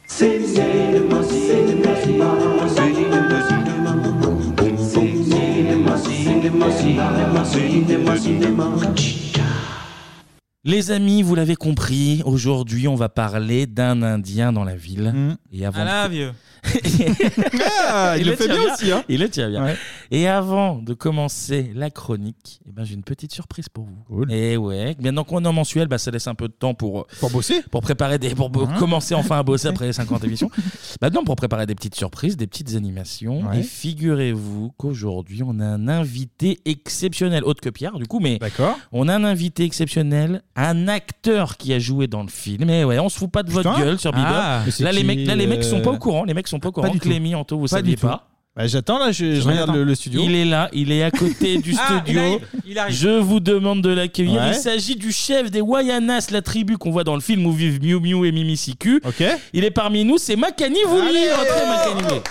S3: C'est cinéma, cinéma, cinéma, cinéma, cinéma, cinéma, cinéma, cinéma, cinéma.
S1: Les amis, vous l'avez compris, aujourd'hui on va parler d'un Indien dans la ville. Et avant
S9: Ah là,
S1: de-
S9: vieux.
S1: Ah,
S9: il le fait
S1: tient
S9: bien aussi, hein.
S1: Il le tient bien.
S9: Ouais.
S1: Et avant de commencer la chronique, eh ben, j'ai une petite surprise pour vous. Et ouais, maintenant qu'on est en mensuel, bah, ça laisse un peu de temps pour,
S6: pour bosser,
S1: pour préparer des, pour
S9: Hein.
S1: bo- commencer enfin à bosser après 50 émissions. Maintenant, pour préparer des petites surprises, des petites animations.
S6: Ouais.
S1: Et figurez-vous qu'aujourd'hui, on a un invité exceptionnel, autre que Pierre, du coup, mais on a un invité exceptionnel, un acteur qui a joué dans le film. Et ouais, on se fout pas de votre
S6: Putain.
S1: gueule sur Bieber.
S6: Ah. Mais c'est
S1: là, les
S6: qui,
S1: mecs, là, les mecs
S6: euh,
S1: sont pas au courant. Les mecs sont pas au courant.
S6: du tout.
S1: Clémy, Anto, vous
S6: Pas
S1: saviez
S6: du tout.
S1: pas.
S6: Bah, J'attends là, je, je regarde le, le studio.
S1: Il est là, il est à côté du
S6: Ah, il
S1: studio.
S6: arrive,
S1: Je vous demande de l'accueillir.
S6: Ouais.
S1: Il s'agit du chef des Wayanas, la tribu qu'on voit dans le film où vivent Miu Miu et Mimi Siku. Il est parmi nous, c'est Makani Wouli.
S6: oh
S1: Entrez, Makani Wouli.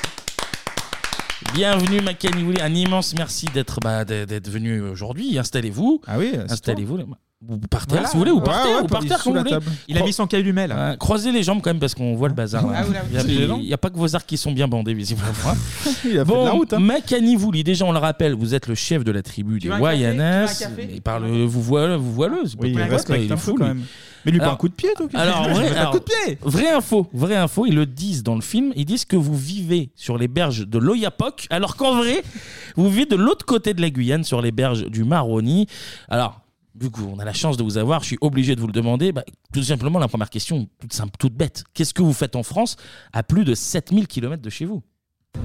S1: Bienvenue Makani Wouli. Un immense merci d'être bah, d'être d'être venu aujourd'hui. Installez-vous.
S6: Ah oui,
S1: installez-vous. Vous partez
S9: Voilà.
S1: si vous voulez, vous
S9: Ouais,
S1: partez,
S9: ouais,
S1: vous partez
S9: sous
S1: quand vous
S9: la
S1: voulez.
S9: table. Il a mis son calumet là.
S1: Ouais, croisez les jambes quand même parce qu'on voit le bazar. hein.
S9: Ah oui, là, oui.
S1: Il y a-
S9: C'est gênant.
S1: Il n'y a, pas que vos arcs qui sont bien bandés visiblement.
S6: Il a
S1: bon,
S6: fait de la route. hein.
S1: Makani Wouli, déjà on le rappelle, vous êtes le chef de la tribu des
S6: veux un café Tu veux un
S1: Wayanas.
S6: café
S1: Il parle, vous voilà, vous voilà. c'est pas
S6: Oui, il
S1: possible,
S6: respecte
S1: il est
S6: un peu
S1: fou,
S6: quand même. Mais lui, pas
S1: Alors-
S6: un coup de pied, toi, qu'est-ce
S1: Alors,
S6: que tu veux
S1: vrai,
S6: Pas un
S1: alors,
S6: coup de pied
S1: vraie info, vraie info, ils le disent dans le film. Ils disent que vous vivez sur les berges de l'Oyapoc, alors qu'en vrai, vous vivez de l'autre côté de la Guyane, sur les berges du Maroni. Alors. Du coup, on a la chance de vous avoir. Je suis obligé de vous le demander. Bah, tout simplement, la première question, toute simple, toute bête. Qu'est-ce que vous faites en France à plus de 7000 km de chez vous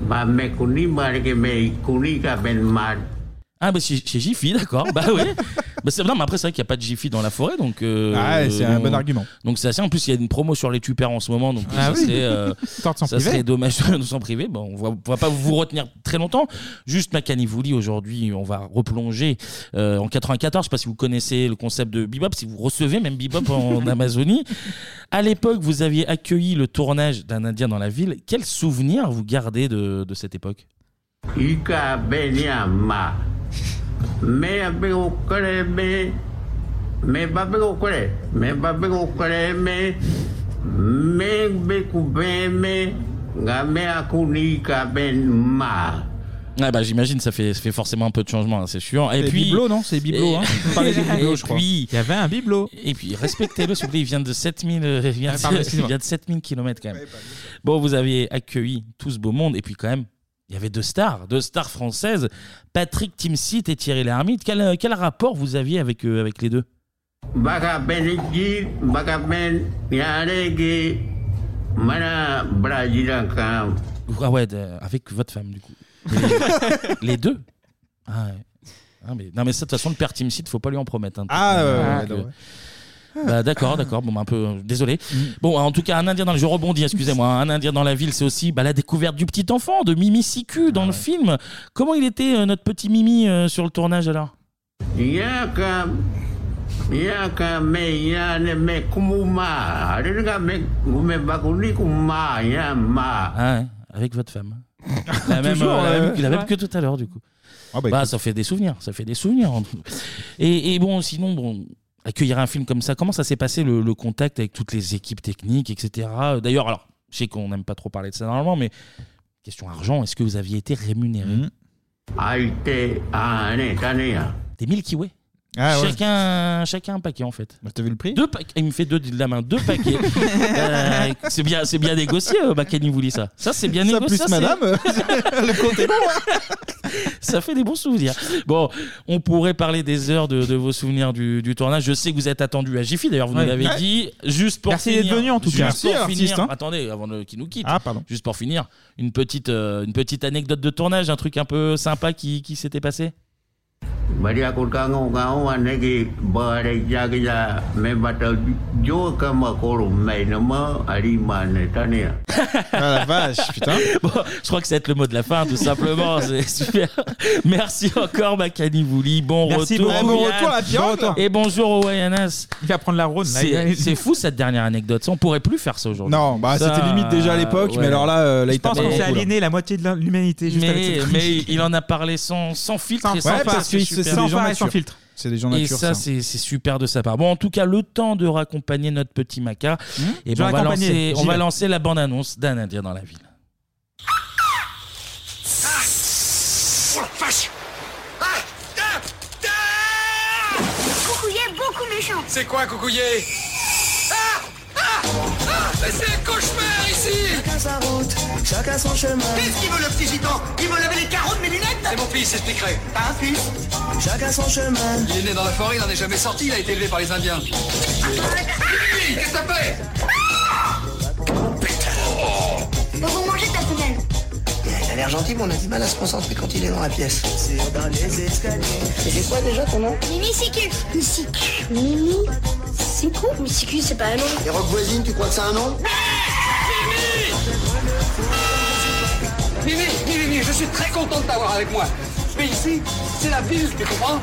S4: Bah, me kuni marge me kuni ka ben mar.
S1: Ah, bah chez, chez Jiffy, d'accord. Bah oui. Bah, c'est- non, mais après, c'est vrai qu'il n'y a pas de Jiffy dans la forêt. donc. euh,
S6: Ah ouais, c'est un bon
S1: on-
S6: argument.
S1: Donc c'est assez. En plus, il y a une promo sur les tupères en ce moment. Donc
S6: Ah
S1: ça,
S6: oui.
S1: serait, euh,
S6: Torte sans
S1: ça
S6: privé.
S1: serait dommage de s'en priver. Bon, on ne va pas vous retenir très longtemps. Juste Makani Vouli, aujourd'hui, on va replonger euh, en 94. Je ne sais pas si vous connaissez le concept de Bebop, si vous recevez même Bebop en Amazonie. À l'époque, vous aviez accueilli le tournage d'un Indien dans la ville. Quel souvenir vous gardez de, de cette époque
S4: Ika ben ya ma. Me abe okore me. Me babe okore. Me babe okore me. Me be kube me. Ga me akuni ka ben ma.
S1: Ah bah j'imagine ça fait, ça fait forcément un peu de changement, hein, c'est sûr. Et
S6: C'est
S1: puis
S6: Biblo, non C'est Biblo, hein On parlait des bibelots, je crois.
S1: Il y avait un biblo. Et puis respectez-le, s'il vous plaît, il vient de 7000 euh, il vient
S6: Ah, pardon,
S1: de,
S6: excuse-moi.
S1: il vient de 7000 km quand même. Bon, vous avez accueilli tout ce beau monde et puis quand même Il y avait deux stars, deux stars françaises, Patrick Timsit et Thierry Lhermitte. Quel, quel rapport vous aviez avec, euh, avec les deux
S4: Bagabeliki, Bagabel, Yaregi, Mana Brajilanka.
S1: Ah ouais, de- avec votre femme, du coup. Mais les, les deux ah, ouais. Ah, mais, Non, mais ça, de toute façon, le père Timsit, faut pas lui en promettre. hein.
S6: Ah, ouais, ouais,
S1: Donc,
S6: ouais,
S1: euh,
S6: ouais. Mm.
S1: bah, d'accord, d'accord. Bon, bah, un peu euh, désolé. Bon, en tout cas, un Indien dans le je rebondis, excusez-moi. hein. Un Indien dans la ville, c'est aussi bah, la découverte du petit enfant de Mimi Siku
S6: Ah
S1: dans le film. Comment il était euh, notre petit Mimi euh, sur le tournage alors
S4: Yaka, Yaka, me, Yane, me, Kumuma. Arika, me, Kume, Bakuni, Kuma, Yama.
S1: Ah ouais, avec votre femme. la même,
S4: Toujours,
S1: euh, la
S4: ouais,
S1: même-
S4: ouais.
S1: la même
S4: Ouais.
S1: que tout à l'heure du coup. bah, ça fait des souvenirs, ça fait des souvenirs. Et, et bon, sinon, bon, accueillir un film comme ça, comment ça s'est passé le, le contact avec toutes les équipes techniques, etc. D'ailleurs, alors, je sais qu'on n'aime pas trop parler de ça normalement, mais question argent, est-ce que vous aviez été rémunéré
S4: Aïté, Ane, Tanea.
S1: Des Milky Way.
S4: Ah ouais.
S1: chacun, chacun un paquet en fait. T'as vu le prix Deux paquets. Il me fait deux de la main, deux paquets. Euh, c'est bien, c'est bien négocié, euh, Bakani vous lit ça. Ça c'est bien
S6: Ça,
S1: négocié.
S6: plus madame,
S1: le compte est bon. ça fait des bons souvenirs. Bon, on pourrait parler des heures de, de vos souvenirs du, du tournage. Je sais que vous êtes attendu à Jiffy. D'ailleurs, vous
S6: Ouais.
S1: nous l'avez
S6: Ouais.
S1: dit. Juste pour
S6: Merci
S1: finir.
S6: d'être venu, en tout
S1: Juste
S6: cas.
S1: pour
S6: Merci,
S1: finir-
S6: artiste, hein.
S1: Attendez, avant de- qu'il nous quitte.
S6: Ah, pardon.
S1: Juste pour finir, une petite, euh, une petite anecdote de tournage, un truc un peu sympa qui, qui s'était passé.
S4: Maria Kurkango, Gao, Anegi, Bare, Jagja, me, Bata, Joka, Makoro, Mainama, Arima, kan Tanea.
S1: Ah la vache, putain. Bon, je crois que ça va être le mot de la fin, tout simplement. C'est super. Merci encore, Makani Bouli. Bon
S9: Merci
S1: retour.
S9: beaucoup.
S1: Bon
S9: Bon retour à Pierre.
S1: Et bonjour au Wayanas.
S9: Il va prendre la Rhône. là.
S1: C'est c'est fou cette dernière anecdote. Ça, on pourrait plus faire ça aujourd'hui.
S6: Non, bah,
S1: Ça,
S6: c'était limite déjà à l'époque, mais alors là, euh, là,
S9: Je
S6: il t'a
S9: pense qu'on s'est aliéné la moitié de l'humanité juste avec
S1: Mais,
S9: cette
S1: mais il en a parlé sans, sans filtre
S9: Sans
S1: et sans
S9: phare,
S1: phare,
S9: parce que
S1: c'est
S9: c'est-
S1: super.
S9: c'est des gens Sans phare et matures. sans filtre.
S6: C'est des gens
S1: Et
S6: matures,
S1: ça,
S6: ça.
S1: c'est c'est super de sa part. Bon, en tout cas, le temps de raccompagner notre petit Maca.
S6: Hmm
S1: Et
S9: Je
S1: ben, on, va
S9: raccompagnais,
S1: lancer, on
S9: j'y
S1: va
S9: vais.
S1: lancer la bande-annonce d'un Indien dans la ville.
S8: Oh la vache Ah Ah Ah Coucouillet est beaucoup méchant
S25: C'est quoi, coucouillé
S8: Ah Ah Ah Mais c'est un cauchemar ici Chacun sa route, chacun son chemin Qu'est-ce qu'il veut le petit gitan Il veut laver les carreaux de mes lunettes C'est mon fils, expliquerai Pas un fils Chacun son chemin Il est né dans la forêt, il n'en est jamais sorti, il a été élevé par les Indiens Lui, qu'est-ce que t'as fait
S26: Ah
S8: Oh.
S10: Bon, vous mangez ta femelle.
S8: Il a l'air gentil, mais on a du mal à se concentrer quand il est dans la pièce. C'est dans les escaliers. C'est quoi déjà ton nom
S10: Mimi Siku. Siku. Mimi Siku Mimi Siku, c'est pas un nom.
S8: Les rocs voisines, tu crois que c'est un nom
S25: Mimi, Mimi, Mimi, je suis très content de t'avoir avec moi. Mais ici, c'est la ville, tu comprends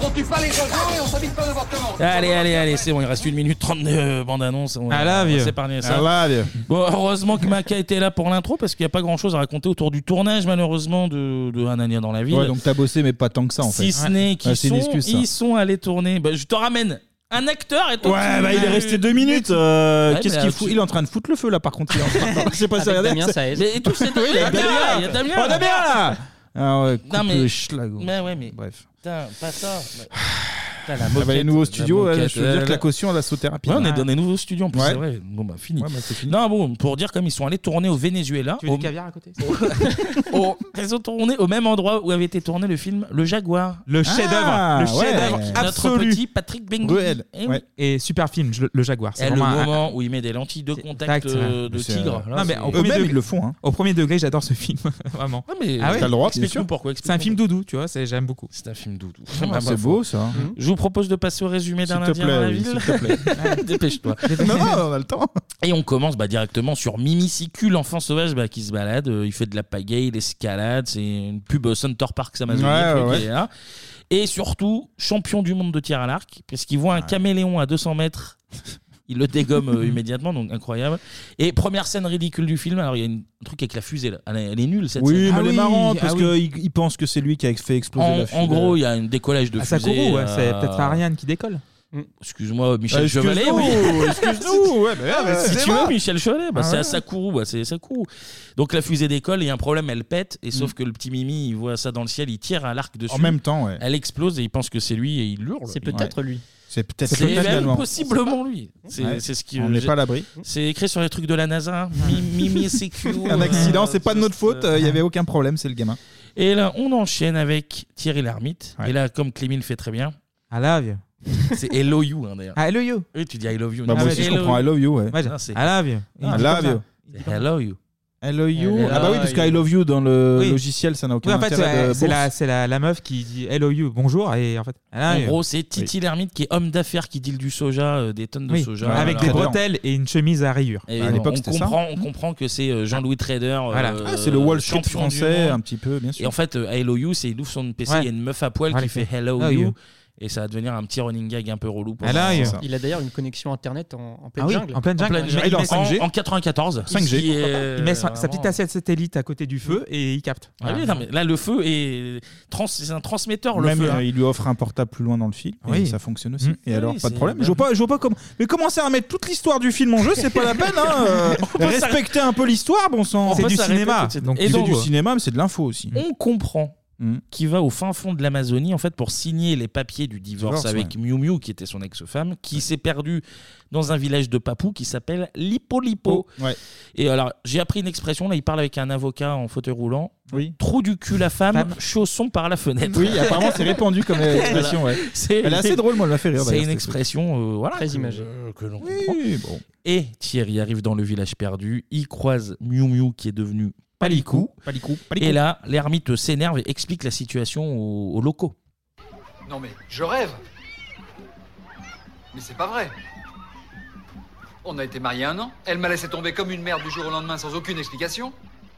S25: On tue pas les gens et on s'habite pas n'importe comment.
S1: Allez, allez, allez, c'est bon, il reste une minute 32 bande-annonce. On,
S9: I love
S1: on va
S9: you.
S1: s'épargner
S9: I
S1: ça.
S9: love
S1: Bon, heureusement que Maca était là pour l'intro parce qu'il n'y a pas grand-chose à raconter autour du tournage, malheureusement, de, de Un Indien dans la ville.
S6: Ouais, donc t'as bossé, mais pas tant que ça en fait.
S1: si ce n'est qu'ils
S6: Ah, c'est
S1: sont,
S6: une excuse, ça.
S1: ils sont allés tourner. Bah, je te ramène un acteur et toi.
S6: Ouais,
S1: tu-
S6: bah il est resté deux minutes. euh,
S1: Ouais,
S6: Qu'est-ce
S1: mais,
S6: qu'il
S1: euh,
S6: fout
S1: tu-
S6: Il est en train de foutre le feu là, par contre. il est en train de- Je sais pas si
S1: Avec
S6: regardez.
S1: Damien Saez. Mais et tout, c'est-
S6: Oui, il y a
S1: Damien,
S6: Damien.
S1: il y a Damien.
S6: Oh, Damien là Ah ouais,
S1: Non,
S6: coupe
S1: mais-
S6: le schlago.
S1: Mais ouais, mais.
S6: Bref.
S1: Putain, pas ça. Putain, la
S6: Ah bah,
S1: moquette,
S6: les nouveaux
S1: la
S6: studios, ouais,
S1: moquette,
S6: je veux
S1: euh,
S6: dire que la caution à la sauté rapide.
S1: Ouais, on est dans des nouveaux studios en plus,
S6: Ouais.
S1: c'est vrai. Bon, bah fini.
S6: Ouais, bah,
S1: Non, bon, pour dire comme ils sont allés tourner au Venezuela.
S9: Tu veux
S1: au-
S9: du caviar à côté
S1: au- Ils ont tourné au même endroit où avait été tourné le film Le Jaguar.
S9: Le
S1: Ah,
S9: chef-d'œuvre, le chef-d'œuvre
S1: Avec
S9: absolu.
S1: Notre petit Patrick Benguigui.
S9: Ruel.
S1: Eh oui.
S9: Ouais. Et super film, je- le, Eh, le Jaguar.
S1: Et le
S9: vraiment un-
S1: moment où il met des lentilles de contact
S9: Tact,
S1: euh,
S9: ouais.
S1: de
S9: C'est,
S1: tigre.
S9: euh,
S1: là,
S9: non, mais
S1: c'est-
S9: au premier degré, Au premier degré, j'adore ce film, vraiment.
S1: Ah, mais t'as le droit, bien sûr. Pourquoi,
S9: C'est un film doudou, tu vois. c'est- J'aime beaucoup.
S1: C'est un film doudou.
S9: Ah,
S1: Bah,
S9: c'est
S1: bah,
S9: beau,
S1: faut-
S9: ça. Mhm.
S1: Je vous propose de passer au résumé d'un
S9: S'il te
S1: Indien dans la
S9: plaît, oui,
S1: ville. Ah,
S9: s'il te plaît.
S1: Dépêche-toi.
S9: Non, non,
S1: on a le temps. Et on commence bah, directement sur Mimicicu, l'enfant sauvage bah, qui se balade. euh, il fait de la pagaille, il escalade. C'est une pub euh, Center Park Amazonie.
S6: Ouais,
S1: le truc,
S6: ouais,
S1: il est
S6: ouais.
S1: là. Et surtout, champion du monde de tir à l'arc, parce qu'il voit un caméléon à 200 mètres. Il le dégomme euh, immédiatement, donc incroyable. Et première scène ridicule du film. Alors, il y a une- un truc avec la fusée. là. Elle est, elle est nulle cette
S6: Ah Oui,
S1: scène.
S6: mais elle est marrante parce qu'il il pense que c'est lui qui a fait exploser
S1: ah En,
S6: la euh. fusée.
S1: en gros, il y a un décollage de
S6: À
S1: fusée. euh,
S6: Sakura, ouais, c'est peut-être
S9: Ariane qui décolle.
S6: Mm.
S1: Mm. Excuse-moi, Michel
S6: Euh,
S1: Chevalet.
S6: excuse-nous,
S1: mais-
S6: excuse-nous, ouais, bah, ouais, bah,
S1: si tu
S6: excusez-moi.
S1: veux, Michel Chevalet, bah,
S6: Ah
S1: c'est à
S6: ouais.
S1: Sakura, bah, c'est Sakura. Donc la fusée décolle, il y a un problème, elle pète, et
S6: Mm.
S1: sauf que le petit Mimi, il voit ça dans le ciel, il tire à l'arc dessus.
S6: En même temps, ouais.
S1: Elle explose et il pense que c'est lui et il hurle.
S6: C'est peut-être
S1: lui.
S6: C'est peut-être
S1: C'est
S6: peut-être
S1: même
S6: l'Allemand.
S1: possiblement lui. C'est
S6: Ouais.
S1: c'est ce qui.
S6: On n'est
S1: j'ai-
S6: pas à l'abri.
S1: C'est écrit sur les trucs de la NASA. Mi- Mimi sécu.
S6: Un accident, c'est pas de notre faute, euh, il y avait aucun problème, c'est le gamin.
S1: Et là, on enchaîne avec Thierry Lhermitte. Et là, comme Clémy le fait très bien.
S9: I love you.
S1: C'est I love you, hein, d'ailleurs.
S9: Ah, I love you.
S1: Oui, tu dis I love you.
S6: Bah,
S1: non,
S6: moi
S1: c'est
S6: aussi, je comprends I love you, ouais.
S9: Ouais,
S1: Non, c'est-
S9: I love you. Il
S1: Ah,
S9: dit
S1: I
S9: comme
S1: love
S9: ça.
S1: you. I love you.
S6: I love you.
S9: Elle
S6: Ah bah oui,
S9: a-
S6: parce que I love you dans le
S9: Oui.
S6: logiciel, ça n'a aucun
S9: Oui, en fait,
S6: intérêt
S9: c'est-
S6: de
S9: c'est la,
S6: bourse.
S9: c'est la, la meuf qui dit hello you, bonjour, et en fait. elle a
S1: En
S9: eu-
S1: gros, c'est Titi Lhermitte qui est homme d'affaires qui deal du soja, euh, des tonnes de
S9: Oui,
S1: soja.
S9: avec
S1: Voilà.
S9: des bretelles et une chemise Bah, à rayures.
S6: Bah,
S1: Et on, comprend, on comprend que c'est euh, Jean-Louis Trader.
S9: Voilà.
S1: euh,
S9: Ah, c'est le Wall Street
S1: champion du
S9: français,
S1: monde.
S9: un petit peu, bien sûr.
S1: Et en fait, euh, Hello You, c'est il ouvre son PC, il
S9: Ouais.
S1: y a une meuf à poil
S9: Ah,
S1: qui
S9: les
S1: fait
S9: filles.
S1: Hello
S9: Ah,
S1: You.
S9: you.
S1: Et ça va devenir un petit running gag un peu relou. pour
S9: Ah, là,
S1: moi.
S9: il-
S1: C'est ça.
S7: Il a d'ailleurs une connexion internet en, en pleine
S9: Ah oui,
S7: jungle.
S9: en pleine jungle.
S1: Il est en
S9: met
S1: 5G.
S9: son-
S1: En 94.
S9: Il-
S1: 5G.
S9: Il,
S1: Euh,
S9: il met sa, sa
S1: vraiment.
S9: petite assiette satellite à côté du feu et il capte.
S1: Ah oui, non, mais là, le feu est. trans- C'est un transmetteur, le
S6: Même
S1: feu.
S6: euh,
S1: hein.
S6: il lui offre un portable plus loin dans le film, et
S1: Oui.
S6: ça fonctionne aussi. Et
S1: Ah
S6: alors,
S1: oui,
S6: pas de
S1: c'est-
S6: problème. Je vois pas, je vois pas comment. Mais commencer à remettre toute l'histoire du film en jeu, c'est pas la peine. Hein. euh,
S1: On peut s'arrêter-
S6: Respecter un peu l'histoire, bon
S1: On
S6: sang.
S1: peut s'arrêter tout de suite.
S6: Donc,
S1: Et
S6: c'est
S1: donc,
S6: du
S1: euh,
S6: cinéma, mais c'est de l'info aussi. Mm.
S1: On comprend qu'il va au fin fond de l'Amazonie en fait pour signer les papiers du divorce,
S6: Divorce,
S1: avec Miu Miu qui était son ex-femme, qui s'est perdue dans un village de Papou qui s'appelle Lipolipo.
S6: Oh,
S1: Et alors j'ai appris une expression là, il parle avec un avocat en fauteuil roulant.
S6: Oui.
S1: Trou du cul la femme, chausson par la fenêtre.
S6: Oui, apparemment, c'est répandu comme expression, ouais. Elle est assez drôle, moi, elle m'a fait rire,
S1: C'est
S6: d'ailleurs,
S1: une
S6: cette
S1: expression euh, voilà
S7: Très
S1: que-
S7: imagée.
S1: euh, que l'on comprend.
S6: Eh
S1: Et Thierry arrive dans le village perdu, il croise Miu Miu qui est devenu Palicou.
S6: Palicou, Palicou.
S1: Et là, l'ermite s'énerve et explique la situation aux, aux locaux.
S27: Non mais je rêve. Mais c'est pas vrai. On a été mariés un an. Elle m'a laissé tomber comme une merde du jour au lendemain sans aucune explication.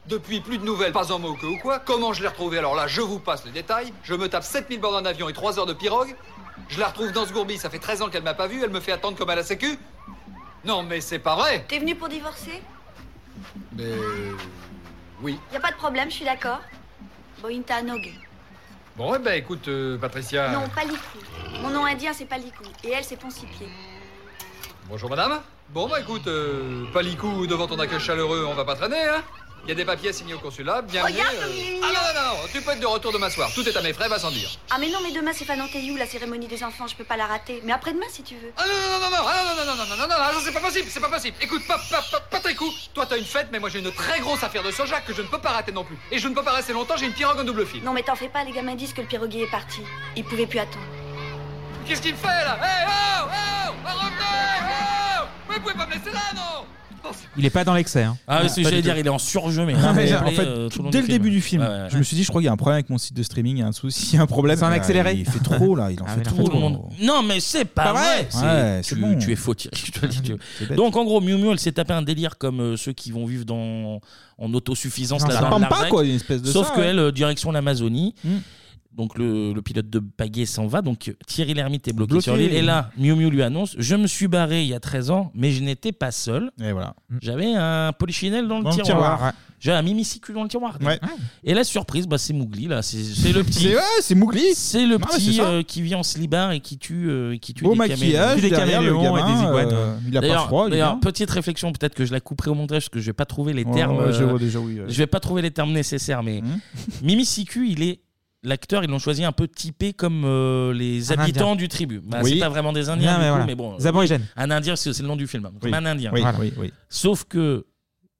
S27: Depuis, plus de nouvelles, pas un mot que ou quoi. Comment je l'ai retrouvée Alors là, je vous passe les détails. Je me tape 7000 bornes en avion et 3 heures de pirogue. Je la retrouve dans ce gourbi. Ça fait 13 ans qu'elle m'a pas vue. Elle me fait attendre comme à la sécu. Non mais c'est pas vrai.
S23: T'es venu pour divorcer
S27: Mais... euh, Oui.
S23: Y a pas de problème, je suis d'accord. Bointa Nog.
S27: Bon, eh ben écoute, euh, Patricia...
S23: Non, Palikou. Mon nom indien, c'est Palikou. Et elle, c'est Poncipier.
S27: Bonjour madame. Bon bah écoute, euh, Palicou devant ton accueil chaleureux, on va pas traîner hein. Il y a des papiers signés au consulat, bienvenue.
S23: Regarde
S27: euh.
S23: comme il est mignon.
S27: Ah non, non, non, tu peux être de retour demain soir. Tout est à mes frais, va sans dire.
S23: Ah, mais non, mais demain, c'est Fananteyou, la cérémonie des enfants. Je peux pas la rater. Mais après-demain, si tu veux.
S27: Ah non, non, non, non, non, ah, non, non, non, non, non, non, non, non, non, c'est pas possible, c'est pas possible. Écoute, pas, pas, pas, Patricou, toi t'as une fête, mais moi j'ai une très grosse affaire de soja que je ne peux pas rater non plus. Et je ne peux pas rester longtemps, j'ai une pirogue en double fil.
S23: Non, mais t'en fais pas, les gamins disent que le piroguier est parti. Ils pouvaient plus attendre.
S27: Qu'est-ce qu'il me fait là Eh oh, oh, oh, revenez, oh Mais vous pouvez pas me laisser là, non
S9: Il est pas dans l'excès. hein.
S1: Ah,
S9: Ouais,
S1: c'est ce que
S9: pas
S1: j'allais
S9: du tout.
S1: dire, il est en surjeu, mais.
S6: Non, mais
S1: rappelé,
S6: en fait,
S1: euh, tout long
S6: dès le
S1: film.
S6: début du film,
S1: Ouais, ouais.
S6: je me suis dit, je crois qu'il y a un problème avec mon site de streaming, il y a un souci, il y a un problème.
S1: C'est en
S6: Ah,
S1: accéléré.
S6: Il fait trop, là, il en fait
S1: Ah, Tout le
S6: trop.
S1: monde- Non, mais c'est pas,
S6: Pas
S1: vrai.
S6: vrai.
S1: C'est-
S6: Ouais,
S1: tu,
S6: c'est bon.
S1: tu es faux, Thierry, je te le dis, tu-
S6: C'est bête.
S1: Donc en gros, Miu Miu, elle s'est tapé un délire comme euh, ceux qui vont vivre dans en autosuffisance
S6: Dans
S1: là
S6: sa
S1: dans le
S6: pampa,
S1: Larzac.
S6: quoi, une espèce de
S1: Sauf
S6: ça,
S1: que
S6: ouais. Hmm.
S1: elle, euh, direction l'Amazonie. Donc le, le pilote de Baguet s'en va, donc euh, Thierry Lhermitte est bloqué,
S6: Bloqué.
S1: sur l'île. Et là, Miu Miu lui annonce Je me suis barré il y a 13 ans, mais je n'étais pas seul. Hmm.
S6: Et voilà.
S1: J'avais un polichinelle dans le
S6: Dans le
S1: tiroir.
S6: tiroir, ouais.
S1: J'ai un mimicicule dans le tiroir. Ah. Et la surprise, bah, c'est Mougli, là. C'est c'est le petit.
S9: Eh
S6: C'est- ouais, c'est Mowgli.
S1: C'est le
S6: Ah, mais c'est
S1: petit
S6: ça.
S1: euh, qui vit en slibard et qui tue, euh, et qui tue
S6: Beau
S1: des
S6: maquillage,
S1: caméléons.
S6: Tue des derrière le caméléons et gamin, des iguanes. euh, il a pas
S1: D'ailleurs-
S6: froid, il est
S1: D'ailleurs,
S6: bien.
S1: petite réflexion, peut-être que je la couperai au montage parce que je vais pas trouver les
S6: Ouais,
S1: termes. euh,
S6: ouais, je vois déjà, oui, ouais.
S1: Je vais pas trouver les termes nécessaires, mais
S9: Hmm.
S1: Mimi Siku, il est. L'acteur, ils l'ont choisi un peu typé comme euh, les
S9: Un
S1: habitants
S9: Indien.
S1: du tribu. Bah,
S9: Oui.
S1: C'est pas vraiment des Indiens,
S9: Non,
S1: du
S9: mais
S1: coup,
S9: voilà.
S1: mais bon. euh,
S9: Des aborigènes.
S1: Un Indien, parce que c'est le nom du film. Comme
S9: Oui.
S1: un Indien.
S9: Oui, Voilà. oui, oui.
S1: Sauf que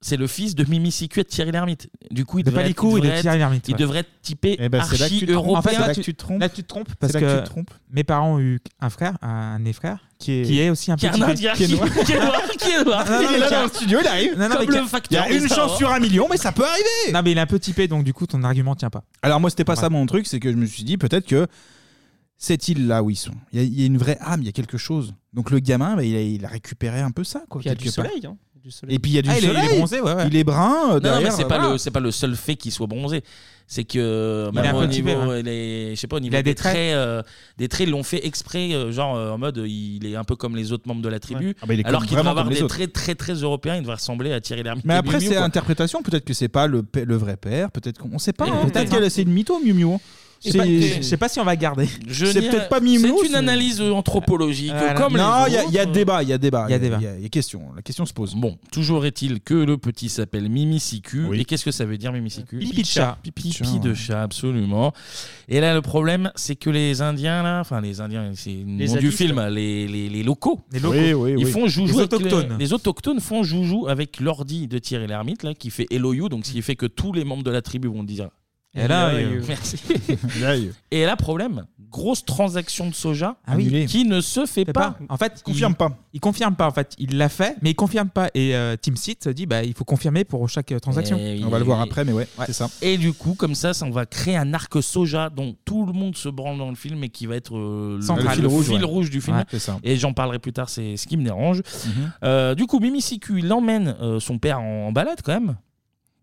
S1: c'est le fils de Mimi Siku et de Thierry Lhermitte. Du coup, il
S9: De
S1: devrait être-
S9: Palicou et
S1: il
S9: de
S1: devrait être-
S9: Thierry Lhermitte,
S1: Il
S9: ouais.
S1: devrait être typé
S9: Eh ben, c'est là que tu te trompes.
S1: archi-européen.
S9: En fait, là, tu-
S1: te trompes.
S9: Là, tu te trompes parce
S1: C'est
S9: que,
S1: là que tu te trompes.
S9: mes parents ont eu un frère, un des frères, qui est, aussi un
S1: Qui est
S9: petit
S1: un
S9: peu-
S1: Indien, qui- qui est noir, qui est noir.
S9: Non, non,
S1: Il est
S9: mais
S1: là
S9: qui a-
S1: dans le studio, il arrive.
S9: Non, non,
S1: Comme
S9: mais qui a-
S1: le facteur
S9: il y a
S1: des
S9: une
S1: stars.
S9: chance sur
S6: un million, mais ça peut arriver.
S9: Non, mais il est un peu typé, donc du coup, ton argument tient pas.
S6: Alors moi, c'était pas
S9: Ouais.
S6: ça mon truc, c'est que je me suis dit peut-être que cette île là où ils sont, il y a- il y, a une vraie âme, il y a quelque chose. Donc le gamin, bah, il, a, il a récupéré un peu ça, quoi.
S7: Puis il y a
S6: quelque
S7: du
S6: part.
S7: soleil, hein. Il y a du soleil.
S6: Et puis il y a du
S7: Ah, il est- il
S6: soleil.
S7: est bronzé, ouais, ouais.
S6: Il est brun. euh,
S1: Non, non,
S6: derrière,
S1: mais c'est pas,
S6: voilà.
S1: le- c'est pas le seul fait qu'il soit bronzé. C'est que,
S6: Il a
S1: même
S6: un
S1: au
S6: peu typé,
S1: niveau,
S6: ouais.
S1: il est- je sais pas, au niveau
S6: a
S1: des,
S6: des traits.
S1: traits, euh, des traits, ils l'ont fait exprès, euh, genre euh, en mode, il est un peu comme les autres membres de la tribu.
S6: Ouais. Ah bah, il est
S1: alors
S6: comme-
S1: qu'il devrait
S6: vraiment
S1: avoir
S6: comme les
S1: des
S6: autres.
S1: traits très très européens, il devrait ressembler à Thierry Lhermitte.
S6: Mais
S1: et
S6: après,
S1: Miu Miu,
S6: c'est
S1: quoi.
S6: interprétation. Peut-être que c'est pas le, pa- le vrai père. Peut-être qu'on on sait pas.
S1: Et
S6: hein,
S1: peut-être,
S6: Peut-être qu'elle c'est une mytho, Miu Miu. hein. Je je sais pas si on va garder.
S1: Je
S6: C'est
S1: n'irai-
S6: peut-être pas Mimou.
S1: C'est une analyse euh, anthropologique,
S6: Voilà.
S1: comme
S6: Non,
S1: les
S6: il y a- il y a
S1: autres.
S6: débat, il y a débat.
S1: Il y a débat.
S6: Il y, a question. La question se pose.
S1: Bon, toujours est-il que le petit s'appelle Mimi Sicu. Et qu'est-ce que ça veut dire Mimi Sicu
S6: Pipi de chat.
S1: Pipi, de chat, absolument. Et là, le problème, c'est que les Indiens, là, enfin les Indiens, c'est le nom du
S6: adultes.
S1: film, les, les, les locaux.
S6: Les locaux.
S1: Ils
S6: Oui, oui, oui.
S1: font joujou.
S6: Les
S1: avec
S6: autochtones.
S1: les autochtones font joujou avec l'ordi de Thierry Lhermitte, là, qui fait Hello You, donc ce qui fait que tous les membres de la tribu vont dire.
S6: Et là,
S1: Hello
S6: euh,
S1: you. merci. Et là, problème, grosse transaction de soja
S6: Ah oui. Annulé.
S1: qui ne se fait pas.
S6: En fait, confirme pas. Il confirme pas. En fait, il l'a fait, mais il confirme pas. Et euh, TeamSeat dit, bah, il faut confirmer pour chaque euh, transaction.
S1: Eh oui.
S6: c'est ça.
S1: Et du coup, comme ça, ça, on va créer un arc soja dont tout le monde se branle dans le film et qui va être euh, le,
S6: Central.
S1: le fil,
S6: Le
S1: rouge,
S6: fil rouge
S1: du film.
S6: Ouais, c'est ça.
S1: Et j'en parlerai plus tard, c'est ce qui me dérange.
S6: Mhm.
S1: Euh, du coup, Mimi Siku, il emmène euh, son père en, en balade quand même.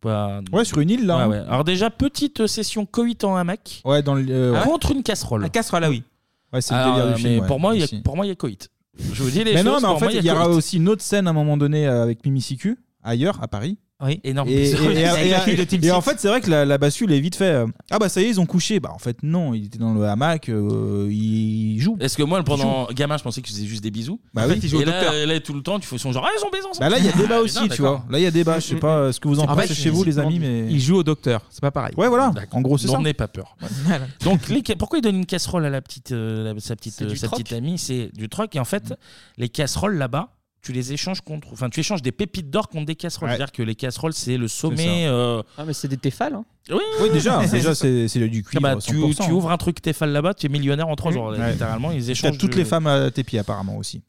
S1: Bah,
S6: Ouais, sur une île là.
S1: Ouais, ouais. Alors déjà, petite euh, session coït en hamac.
S6: Ouais, dans le. euh, ouais.
S1: Contre une casserole. La
S6: casserole, là, oui. Ouais, c'est le
S1: Ah,
S6: délire du
S1: mais
S6: film, ouais,
S1: pour moi, il y a-
S6: aussi.
S1: pour moi, il y a coït. Je vous dis les
S6: mais
S1: choses.
S6: non, mais en
S1: pour moi,
S6: fait, il y aura
S1: coït.
S6: aussi une autre scène à un moment donné euh, avec Mimi Siku, ailleurs, à Paris.
S1: Oui, énorme.
S6: Et, et-
S1: Avec
S6: et-
S1: la
S6: et-
S1: fille de
S6: et-
S1: Team
S6: et en
S1: Six.
S6: fait, c'est vrai que la, la bascule est vite fait. euh, ah bah ça y est, ils ont couché. Bah en fait, non, il était dans le hamac, euh, il joue.
S1: Est-ce que moi, pendant gamin, je pensais que tu faisais juste des bisous
S6: Bah
S1: En
S6: oui.
S1: fait,
S6: Il joue au
S1: et
S6: docteur.
S1: là, là, tout le temps, tu fais son genre, ah, ils ont baisé ensemble.
S6: Bah là, il y a débat
S1: Ah,
S6: aussi,
S1: putain,
S6: tu vois.
S1: d'accord. Mm, Ah, bah,
S6: Là, il y a débat. Je sais pas euh, ce que vous en,
S1: En
S6: pensez
S1: fait,
S6: chez vous, les amis, mais
S1: il
S6: joue au docteur. C'est pas pareil. Ouais, voilà. En gros, c'est ça.
S1: N'en aie pas peur. Donc, les ca- pourquoi il donne une casserole à la petite, euh, la- sa petite, euh, sa petite amie C'est du troc. Et en fait, les casseroles là-bas, tu les échanges contre. Enfin, tu échanges des pépites d'or contre des casseroles.
S6: Ouais.
S1: C'est-à-dire que les casseroles, c'est le
S6: C'est
S1: sommet.
S6: ça.
S1: Ah, mais c'est des téfales. Oui,
S6: Oui, déjà, déjà, c'est c'est du cuivre.
S1: Ah bah, tu,
S6: 100%.
S1: tu ouvres un truc Tefal là-bas, tu es millionnaire en trois jours.
S6: Ouais.
S1: Littéralement, ils
S6: T'as
S1: échangent.
S6: toutes
S1: de-
S6: les femmes à tes pieds, apparemment aussi. Hmm.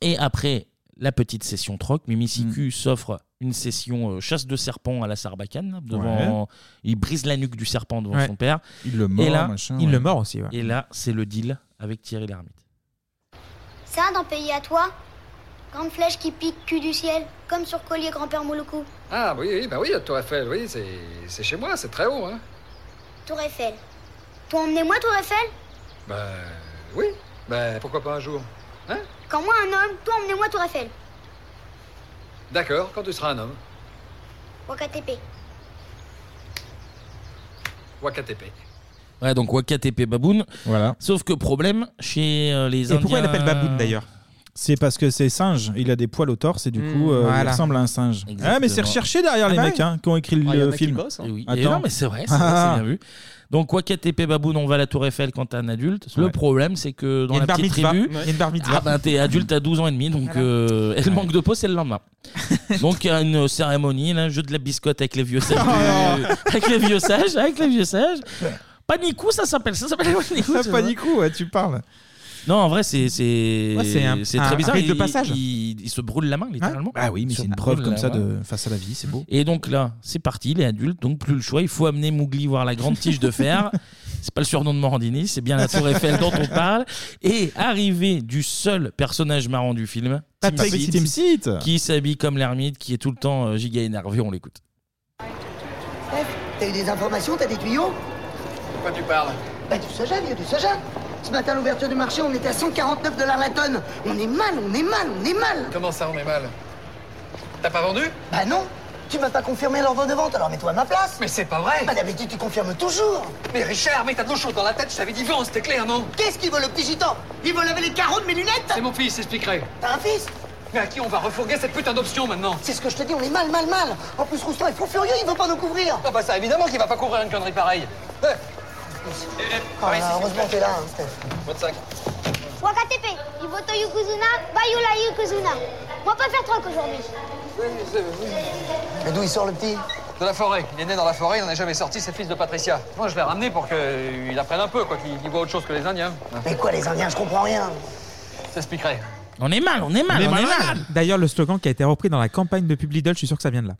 S1: Et après la petite session troc, Mimi Siku s'offre une session euh, chasse de serpent à la Sarbacane. hein, Devant,
S6: Ouais.
S1: Il brise la nuque du serpent devant
S6: Ouais.
S1: son père.
S6: Il le mord,
S1: Et là,
S6: machin, Il ouais. le mord aussi, ouais.
S1: Et là, c'est le deal avec Thierry Lhermitte.
S26: Ça, dans Pays à toi Grande flèche qui pique cul du ciel, comme sur collier grand-père Mouloukou.
S27: Ah oui, oui, bah oui, la Tour Eiffel, oui, c'est c'est chez moi, c'est très haut, hein.
S26: Tour Eiffel. Toi, emmenez-moi, Tour Eiffel
S27: Bah oui, bah pourquoi pas un jour.
S26: Quand moi, un homme, toi, emmenez-moi, Tour Eiffel.
S27: D'accord, quand tu seras un homme.
S26: Wakatepe.
S27: Wakatepe.
S1: Ouais, donc Wakatp Baboon.
S6: Voilà.
S1: Sauf que problème, chez euh, les Indiens.
S6: Et pourquoi il appelle Baboon, d'ailleurs C'est parce que c'est singe. Il a des poils au torse et du coup, euh, il
S1: Mmh, voilà.
S6: ressemble à un singe. Ah, mais c'est
S1: Exactement.
S6: recherché derrière
S1: Ah
S6: les
S1: bah
S6: mecs
S1: oui.
S6: hein, qui ont écrit le
S1: Ah, il y en a qui
S6: film.
S1: bossent, hein. Et oui. Et
S6: Attends.
S1: non, mais c'est vrai, c'est vrai, c'est bien vu. Donc Wakatp Baboon, on va à la Tour Eiffel quand t'es un adulte. Le
S6: Ouais.
S1: problème, c'est que
S6: Il y
S1: dans
S6: a
S1: la
S6: une bar
S1: petite
S6: mitzvah.
S1: tribu,
S6: Ouais. Il y a une bar mitzvah.
S1: Ah ben, t'es adulte à 12 ans et demi, donc euh, et le manque de peau, c'est le lendemain. Donc il y a une cérémonie, là, un jeu de la biscotte avec les vieux sages, avec les vieux sages, avec les vieux sages. Panicou, ça s'appelle, ça s'appelle Panicou.
S6: Ah,
S1: tu vois.
S6: Panicou, ouais, tu parles.
S1: Non, en vrai, c'est c'est
S6: Ouais, c'est un-
S1: c'est
S6: un-
S1: très
S6: un
S1: bizarre.
S6: rite de
S1: Il-
S6: passage.
S1: Il, il se brûle la main littéralement.
S6: Ah oui, mais
S1: Il se
S6: c'est une
S1: brûle
S6: preuve comme
S1: la
S6: ça
S1: main.
S6: de face à la vie, c'est beau.
S1: Et donc là, c'est parti, il est adulte, donc plus le choix. Il faut amener Mougli voir la grande tige de fer. C'est pas le surnom de Morandini, c'est bien la Tour Eiffel dont on parle. Et arrivée du seul personnage marrant du film, Tim
S6: Patrick
S1: Seat,
S6: Timsit.
S1: qui s'habille comme l'ermite, qui est tout le temps euh, giga énervé. On l'écoute.
S13: Bref, t'as eu des informations, t'as des tuyaux
S27: De quoi tu parles
S13: Bah du soja, vieux, du soja Ce matin, à l'ouverture du marché, on était à 149 dollars la tonne On est mal, on est mal, on est mal
S27: Comment ça, on est mal T'as pas vendu
S13: Bah non Tu m'as pas confirmé l'ordre de vente, alors mets-toi à ma place
S27: Mais c'est pas vrai
S13: Bah d'habitude, tu confirmes toujours
S27: Mais Richard, mais t'as de l'eau chaude dans la tête, je t'avais dit vends, c'était clair, non
S13: Qu'est-ce qu'il veut le petit gitan Il veut laver les carreaux de mes lunettes
S27: C'est mon fils, j'expliquerai.
S13: T'as un fils
S27: Mais à qui on va refourguer cette putain d'option maintenant
S13: C'est ce que je te dis, on est mal, mal, mal En plus, Roustan est fou furieux, il veut pas nous couvrir
S27: Ah bah ça, évidemment qu'il va pas couvrir une connerie pareille. Eh, eh, eh,
S13: Ah,
S27: par ici, s'il vous
S13: Heureusement que
S27: plaît.
S13: t'es là, hein, Steph
S27: Votre sac.
S26: Wakatepe. Ivoto Yukuzuna, Bayula Yukuzuna. On va pas faire troc aujourd'hui.
S13: Mais d'où il sort le petit
S27: De la forêt. Il est né dans la forêt, il n'en est jamais sorti, c'est le fils de Patricia. Moi, je l'ai ramené pour qu'il apprenne un peu, quoi, qu'il qu'il voit autre chose que les Indiens.
S13: Mais quoi, les Indiens, je comprends rien
S27: Je t'expliquerai.
S1: On est mal, on est mal, on est mal.
S6: D'ailleurs, le slogan qui a été repris dans la campagne de Publidol, je suis sûr que ça vient de là.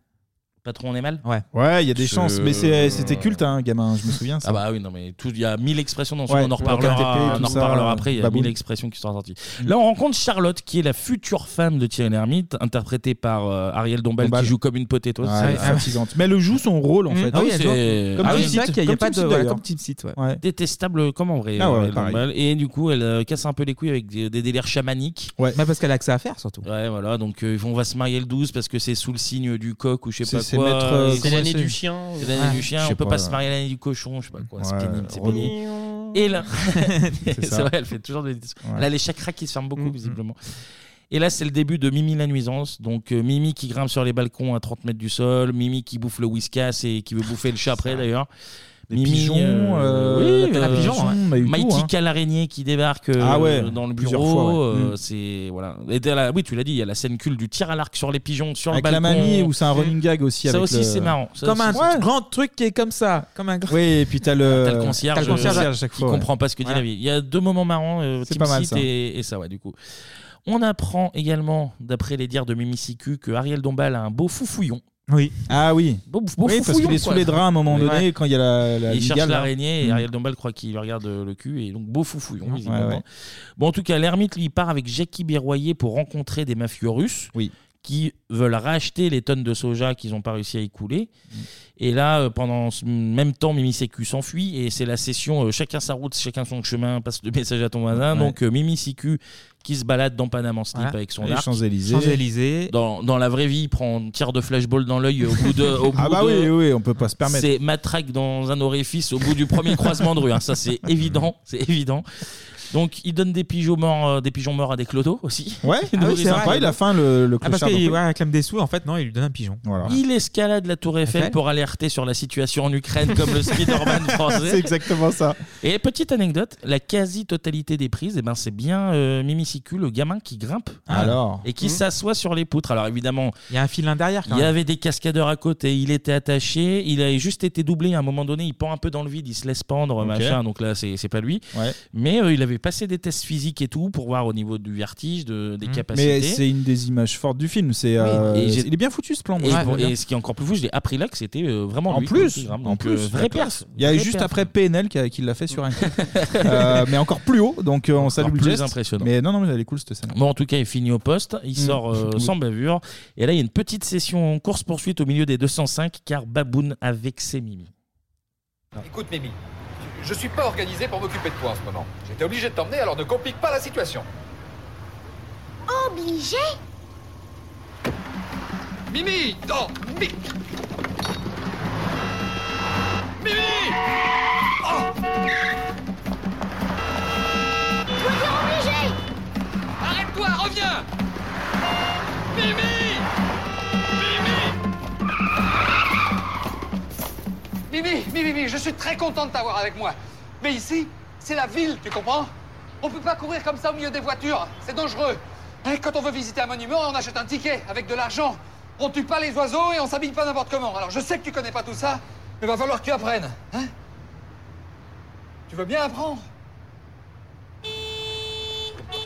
S1: Patron, on est mal
S6: Ouais. Ouais, il y a des
S1: Je-
S6: chances, mais c'est- c'était culte, hein, gamin, je me souviens. ça.
S1: Ah bah oui, non mais tout- il y a mille expressions dans ce
S6: Ouais,
S1: on en
S6: RTP,
S1: reparlera,
S6: tout
S1: on en
S6: ça, Mm.
S1: reparlera après, il y a
S6: Baboon.
S1: mille expressions qui sont sorties. Là, on rencontre Charlotte, qui est la future femme de Thierry Lhermitte, interprétée par euh, Ariel Dombal,
S6: Dombal.
S1: qui joue comme une potatoise.
S6: Ouais,
S1: C'est-
S6: elle est fatigante. Mais elle joue son rôle en
S1: Mmh.
S6: fait.
S1: Ah oui,
S6: elle
S1: c'est-
S6: joue- Comme
S1: ah oui,
S6: Tim
S1: c'est vrai
S6: Seat,
S1: qu'il y a
S6: comme
S1: pas
S6: Tim
S1: de-
S6: Seat,
S1: voilà,
S6: d'ailleurs.
S1: comme Tim Seat, ouais.
S6: Ouais.
S1: détestable comme en vrai.
S6: Ah ouais,
S1: euh,
S6: pareil.
S1: Dombal. et du coup, elle euh, casse un peu les couilles avec des, des délires chamaniques.
S6: Ouais. Bah parce qu'elle a que ça à faire surtout.
S1: Ouais, voilà, donc euh, on va se marier le 12 parce que c'est sous le signe du coq ou je sais
S6: C'est-
S1: pas
S6: c'est
S9: les mettre. euh,
S1: c'est
S9: comment
S1: l'année
S9: ça
S1: du chien. C'est l'année
S9: Ah,
S1: du chien.
S9: je sais
S1: On peut pas,
S9: pas,
S1: se marier l'année du cochon. Je sais pas quoi. C'est
S9: Ouais,
S1: pénible. C'est
S9: relou.
S1: pénible. Et là,
S9: C'est
S1: c'est
S9: ça.
S1: vrai, elle fait toujours des. Elle a
S9: Ouais.
S1: les chakras qui se ferment
S6: Mm,
S1: beaucoup visiblement. Et là, c'est le début de Mimi la nuisance. Donc euh, Mimi qui grimpe sur les balcons à 30 mètres du sol, Mimi qui bouffe le whiskas et qui veut bouffer le chat après d'ailleurs. Mimi,
S6: pigeons, euh,
S1: oui,
S6: la
S1: euh,
S6: pigeon, ouais. bah, il y a eu
S1: Mighty
S6: tout, hein.
S1: Cal l'araignée qui débarque euh,
S6: Ah ouais,
S1: dans le
S6: plusieurs
S1: bureau.
S6: fois, ouais.
S1: euh,
S6: Mm.
S1: C'est voilà. Et t'as la- oui, tu l'as dit, il y a la scène culte du tir à l'arc sur les pigeons, sur
S6: Avec
S1: le
S6: la
S1: balcon. Mm. Mmh.
S6: mamie, où c'est un running gag aussi.
S1: Ça
S6: avec
S1: aussi,
S6: le-
S1: c'est marrant. Ça
S9: Comme un
S1: aussi,
S9: grand truc qui est comme ça. Comme un grand-
S6: Oui, et puis t'as le,
S1: T'as le concierge,
S9: T'as le concierge
S1: euh,
S9: à chaque
S1: qui
S9: fois, ouais.
S1: comprend pas ce que dit
S9: Voilà.
S1: la vie. Il y a deux moments marrants, euh,
S9: C'est
S1: Team
S9: pas mal,
S1: Seat
S9: ça.
S1: Et, et ça, ouais, du coup. On apprend également, d'après les dires de Mimi Siku, que Ariel Dombal a un beau foufouillon.
S6: Oui. Ah oui.
S1: Beau- beau
S6: oui, parce qu'il
S1: foufouillon,
S6: est sous
S1: quoi.
S6: les draps à un moment
S1: Ouais.
S6: donné quand il y a la. la
S1: il cherche
S6: migale, là.
S1: l'araignée et
S6: Mm.
S1: Ariel Dombal croit qu'il lui regarde euh, le cul et donc beau foufouillon. visiblement.
S6: ouais.
S1: Bon, en tout cas, l'ermite lui il part avec Jackie Berroyer pour rencontrer des mafieux russes. Qui veulent racheter les tonnes de soja qu'ils n'ont pas réussi à écouler.
S6: Mm.
S1: Et là, euh, pendant ce même temps, Mimi Sécu s'enfuit et c'est la session euh, chacun sa route, chacun son chemin, passe le message à ton voisin.
S6: Ouais.
S1: Donc euh, Mimi Sécu qui se balade dans Panama en slip
S6: Voilà.
S1: avec son
S6: Les
S1: arc.
S6: Champs-Élysées. Champs-Élysées.
S1: Dans, dans la vraie vie, il prend un tir de flashball dans l'œil au bout de. Au
S6: Ah
S1: bout
S6: bah
S1: de-
S6: oui, oui, on peut pas se permettre.
S1: c'est matraque dans un orifice au bout du premier croisement de rue. hein. Ça, c'est évident, c'est évident. Donc, il donne des pigeons morts, euh, des pigeons morts à des clodos aussi.
S6: Ouais,
S1: Il
S6: ah oui,
S1: nourrit
S6: c'est
S1: un
S6: sympa,
S1: clodo.
S6: il a faim le, le
S9: Ah, parce
S6: clochard.
S9: qu'il
S6: donc-
S9: ouais, réclame des sous, en fait, non, il lui donne un pigeon.
S6: Voilà.
S1: Il escalade la tour Eiffel
S9: Ok.
S1: pour alerter sur la situation en Ukraine comme le Spider-Man français.
S6: C'est exactement ça.
S1: Et petite anecdote, la quasi-totalité des prises, eh ben, c'est bien euh, Mimicicu, le gamin qui grimpe
S6: Alors. Hmm.
S1: et qui s'assoit sur les poutres. Alors évidemment,
S9: Il y a un filin
S6: Ah,
S9: derrière quand
S1: il y
S9: même.
S1: avait des cascadeurs à côté, il était attaché, il avait juste été doublé à un moment donné, il pend un peu dans le vide, il se laisse pendre, machin, donc là c'est c'est pas lui. Mais euh, il avait passé des tests physiques et tout pour voir au niveau du vertige, de, des capacités.
S6: Mmh. Mais c'est une des images fortes du film. C'est, euh,
S1: Et j'ai-
S6: il est bien foutu ce plan. moi,
S1: Et,
S6: je trouve
S1: pour-
S6: bien.
S1: et ce qui est encore plus fou, je l'ai appris là que c'était euh, vraiment
S6: en
S1: lui, quoi, qui
S6: plus,
S1: grimpe.
S6: en
S1: Donc,
S6: plus,
S1: euh,
S6: la
S1: vrai
S6: classe.
S1: perf.
S6: Il y a
S1: Vrai
S6: juste
S1: perf.
S6: après PNL qui, a- qui l'a fait sur un coup. Euh, mais encore plus haut, donc euh, on salue le
S1: plus
S6: geste.
S1: impressionnant.
S6: Mais non, non, mais elle est cool cette scène. Mmh.
S1: Bon, en tout cas, il finit au poste. Il sort euh,
S6: Oui.
S1: sans bavure. Et là, il y a une petite session en course-poursuite au milieu des 205 car Baboun a vexé Mimi.
S11: Écoute, Mimi, je suis pas organisé pour m'occuper de toi en ce moment. J'étais obligé de t'emmener, alors ne complique pas la situation.
S26: Obligé
S11: Mimi Oh, mi... Mimi Oh Arrête-toi, reviens Mimi Mimi Mimi, Mimi, je suis très content de t'avoir avec moi. Mais ici, c'est la ville, tu comprends On peut pas courir comme ça au milieu des voitures, c'est dangereux. Et quand on veut visiter un monument, on achète un ticket avec de l'argent. On tue pas les oiseaux et on s'habille pas n'importe comment. Alors je sais que tu connais pas tout ça, mais va falloir que tu apprennes, hein Tu veux bien apprendre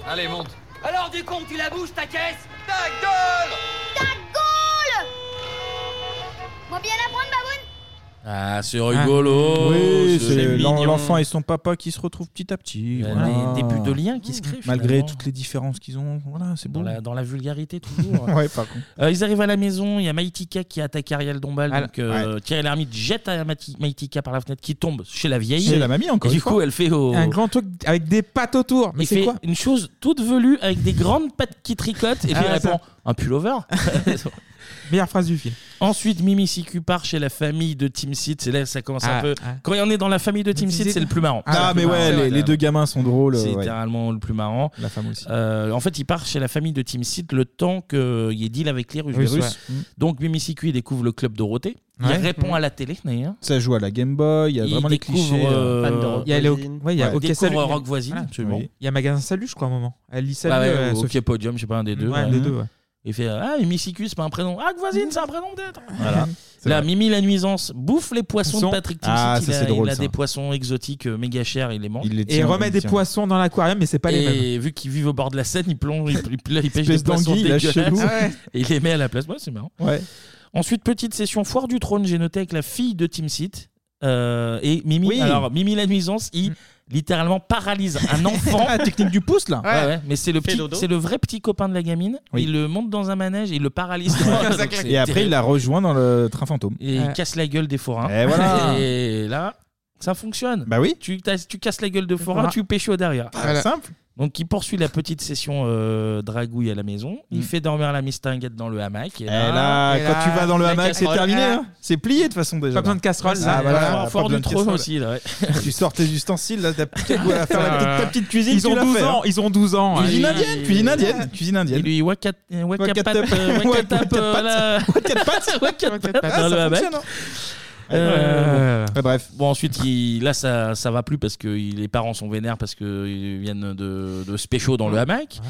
S11: Allez, monte.
S8: Alors du con, tu la bouges ta caisse
S11: Ta gueule
S26: Ta gueule Moi bien apprendre, Baboun
S1: Ah, c'est
S6: rigolo.
S1: rigolo.
S6: Hein Oui, c'est l'en-
S1: mignon.
S6: l'enfant et son papa qui se retrouvent petit à petit.
S1: y a
S6: voilà.
S1: des débuts de lien qui se créent,
S6: Malgré
S1: finalement.
S6: toutes les différences qu'ils ont, voilà, c'est
S1: Dans
S6: beau.
S1: la, dans la vulgarité, toujours.
S6: Ouais, par contre.
S1: Euh, ils arrivent à la maison. Il y a Maïtika qui attaque Ariel Dombal.
S6: Ah,
S1: donc, euh, Thierry Lhermitte jette à Mati- Maïtika par la fenêtre qui tombe chez la vieille.
S9: Chez la mamie, encore
S1: Et
S9: une
S1: du coup,
S9: fois.
S1: elle fait au.
S9: Un grand truc avec des pattes autour. Mais
S1: il
S9: c'est
S1: fait
S9: quoi
S1: une chose toute velue avec des grandes pattes qui tricotent et puis
S9: Ah,
S1: il
S9: ça.
S1: répond un pullover.
S9: Meilleure phrase du film.
S1: Ensuite, Mimi Siku part chez la famille de Team Seed. C'est là que ça commence un
S9: Ah,
S1: peu.
S9: ah.
S1: Quand il y en est dans la famille de Team Seed, c'est le plus marrant.
S6: Ah, mais ouais, les, les deux gamins sont drôles.
S1: C'est
S6: euh, ouais.
S1: littéralement le plus marrant. Euh,
S6: La femme aussi.
S1: en fait, il part chez la famille de Team Seed le temps qu'il y ait deal avec les Russes.
S6: Russes,
S1: Les Russes.
S6: ouais. Mm.
S1: Donc, Mimi Siku, il découvre le club Dorothée.
S6: Ouais.
S1: Il répond
S6: Mm.
S1: à la télé, d'ailleurs.
S6: Ça joue à la Game Boy, Oh, il y a
S1: Il
S6: vraiment les
S1: découvre,
S6: clichés.
S1: euh, Fan de rock
S9: Il y a, les-
S1: voisine.
S9: ouais, il y a
S1: Ouais.
S9: OK
S1: Découvre
S9: Salut.
S1: Rock voisine, absolument.
S9: Il y a Magasin Salut, je crois, à un moment. Elle lit Salut.
S1: Bah ouais,
S9: euh,
S1: ou
S9: Sophie.
S1: OK Podium, je sais pas, un des deux.
S9: Ouais, un des deux, ouais.
S1: Il fait Ah, Mimi Siku, c'est pas un prénom. Ah, voisine, c'est un prénom peut-être. Voilà.
S9: C'est
S1: Là,
S9: vrai.
S1: Mimi la nuisance bouffe les poissons
S9: Poisson.
S1: de Patrick Timsit.
S9: Ah,
S1: il
S9: ça,
S1: a,
S9: c'est drôle,
S1: il a
S9: ça.
S1: des poissons exotiques euh, méga chers, il les mange.
S9: Et il remet des poissons dans l'aquarium, mais c'est pas les mêmes.
S1: Et vu qu'ils vivent au bord de la Seine, ils plongent, ils, ils- là, ils pêchent des
S9: Espèce
S1: poissons
S9: d'anguille, là,
S1: dégueulasses.
S9: chelou.
S1: Et il les met à la place. Ouais, c'est marrant.
S9: Ouais.
S1: Ensuite, petite session foire du trône, j'ai noté avec la fille de Team Seat. Euh, et Mimi,
S9: Oui.
S1: alors Mimi la nuisance, il littéralement paralyse un enfant.
S6: Ah, technique du pouce là.
S1: Ouais, ouais, mais c'est le,
S6: Fait
S1: petit-
S6: dodo.
S1: c'est le vrai petit copain de la gamine.
S6: Oui.
S1: Il le monte dans un manège et il le paralyse. Donc, c'est
S6: Et après, il
S1: terrible.
S6: la rejoint dans le train fantôme.
S1: Et il casse la gueule des forains.
S6: Et voilà.
S1: Et là, ça fonctionne.
S6: Bah oui.
S1: Tu, t'as- tu casses la gueule de forain,
S6: Voilà.
S1: tu pêches au derrière.
S6: Voilà. Simple.
S1: Donc, il poursuit la petite session euh, dragouille à la maison. Il fait dormir la mistinguette dans le hamac. Et
S6: Mm. Et Eh là,
S1: et
S6: quand tu vas dans le
S1: la
S6: hamac, c'est
S1: casserole.
S6: terminé.
S1: Ah.
S6: hein. c'est plié de toute façon déjà.
S1: Pas besoin de casserole, là.
S6: Ah, voilà,
S1: Fort-
S6: pas
S1: fort
S6: besoin
S1: du
S6: de
S1: trône
S6: casserole.
S1: aussi, là, ouais.
S6: tu sors tes ustensiles, là, t'as plus qu'à à faire la petite- ta petite cuisine.
S9: Ils
S6: tu
S9: ont
S6: l'as
S9: 12
S6: fait,
S9: ans.
S6: hein.
S9: Ils ont 12 ans.
S6: Cuisine
S9: hein.
S6: indienne, cuisine indienne, cuisine indienne.
S1: Et lui, wakat, euh,
S6: Wakapat,
S1: wakapap, euh, wakatap, euh, là. Wakapat
S6: Ah,
S1: dans le
S6: ça
S1: hamac.
S6: fonctionne, hein.
S1: Euh,
S6: Bref.
S1: Bon, ensuite, il- là, ça, ça va plus parce que il- les parents sont vénères parce qu'ils viennent de, de Spécho dans le hamac.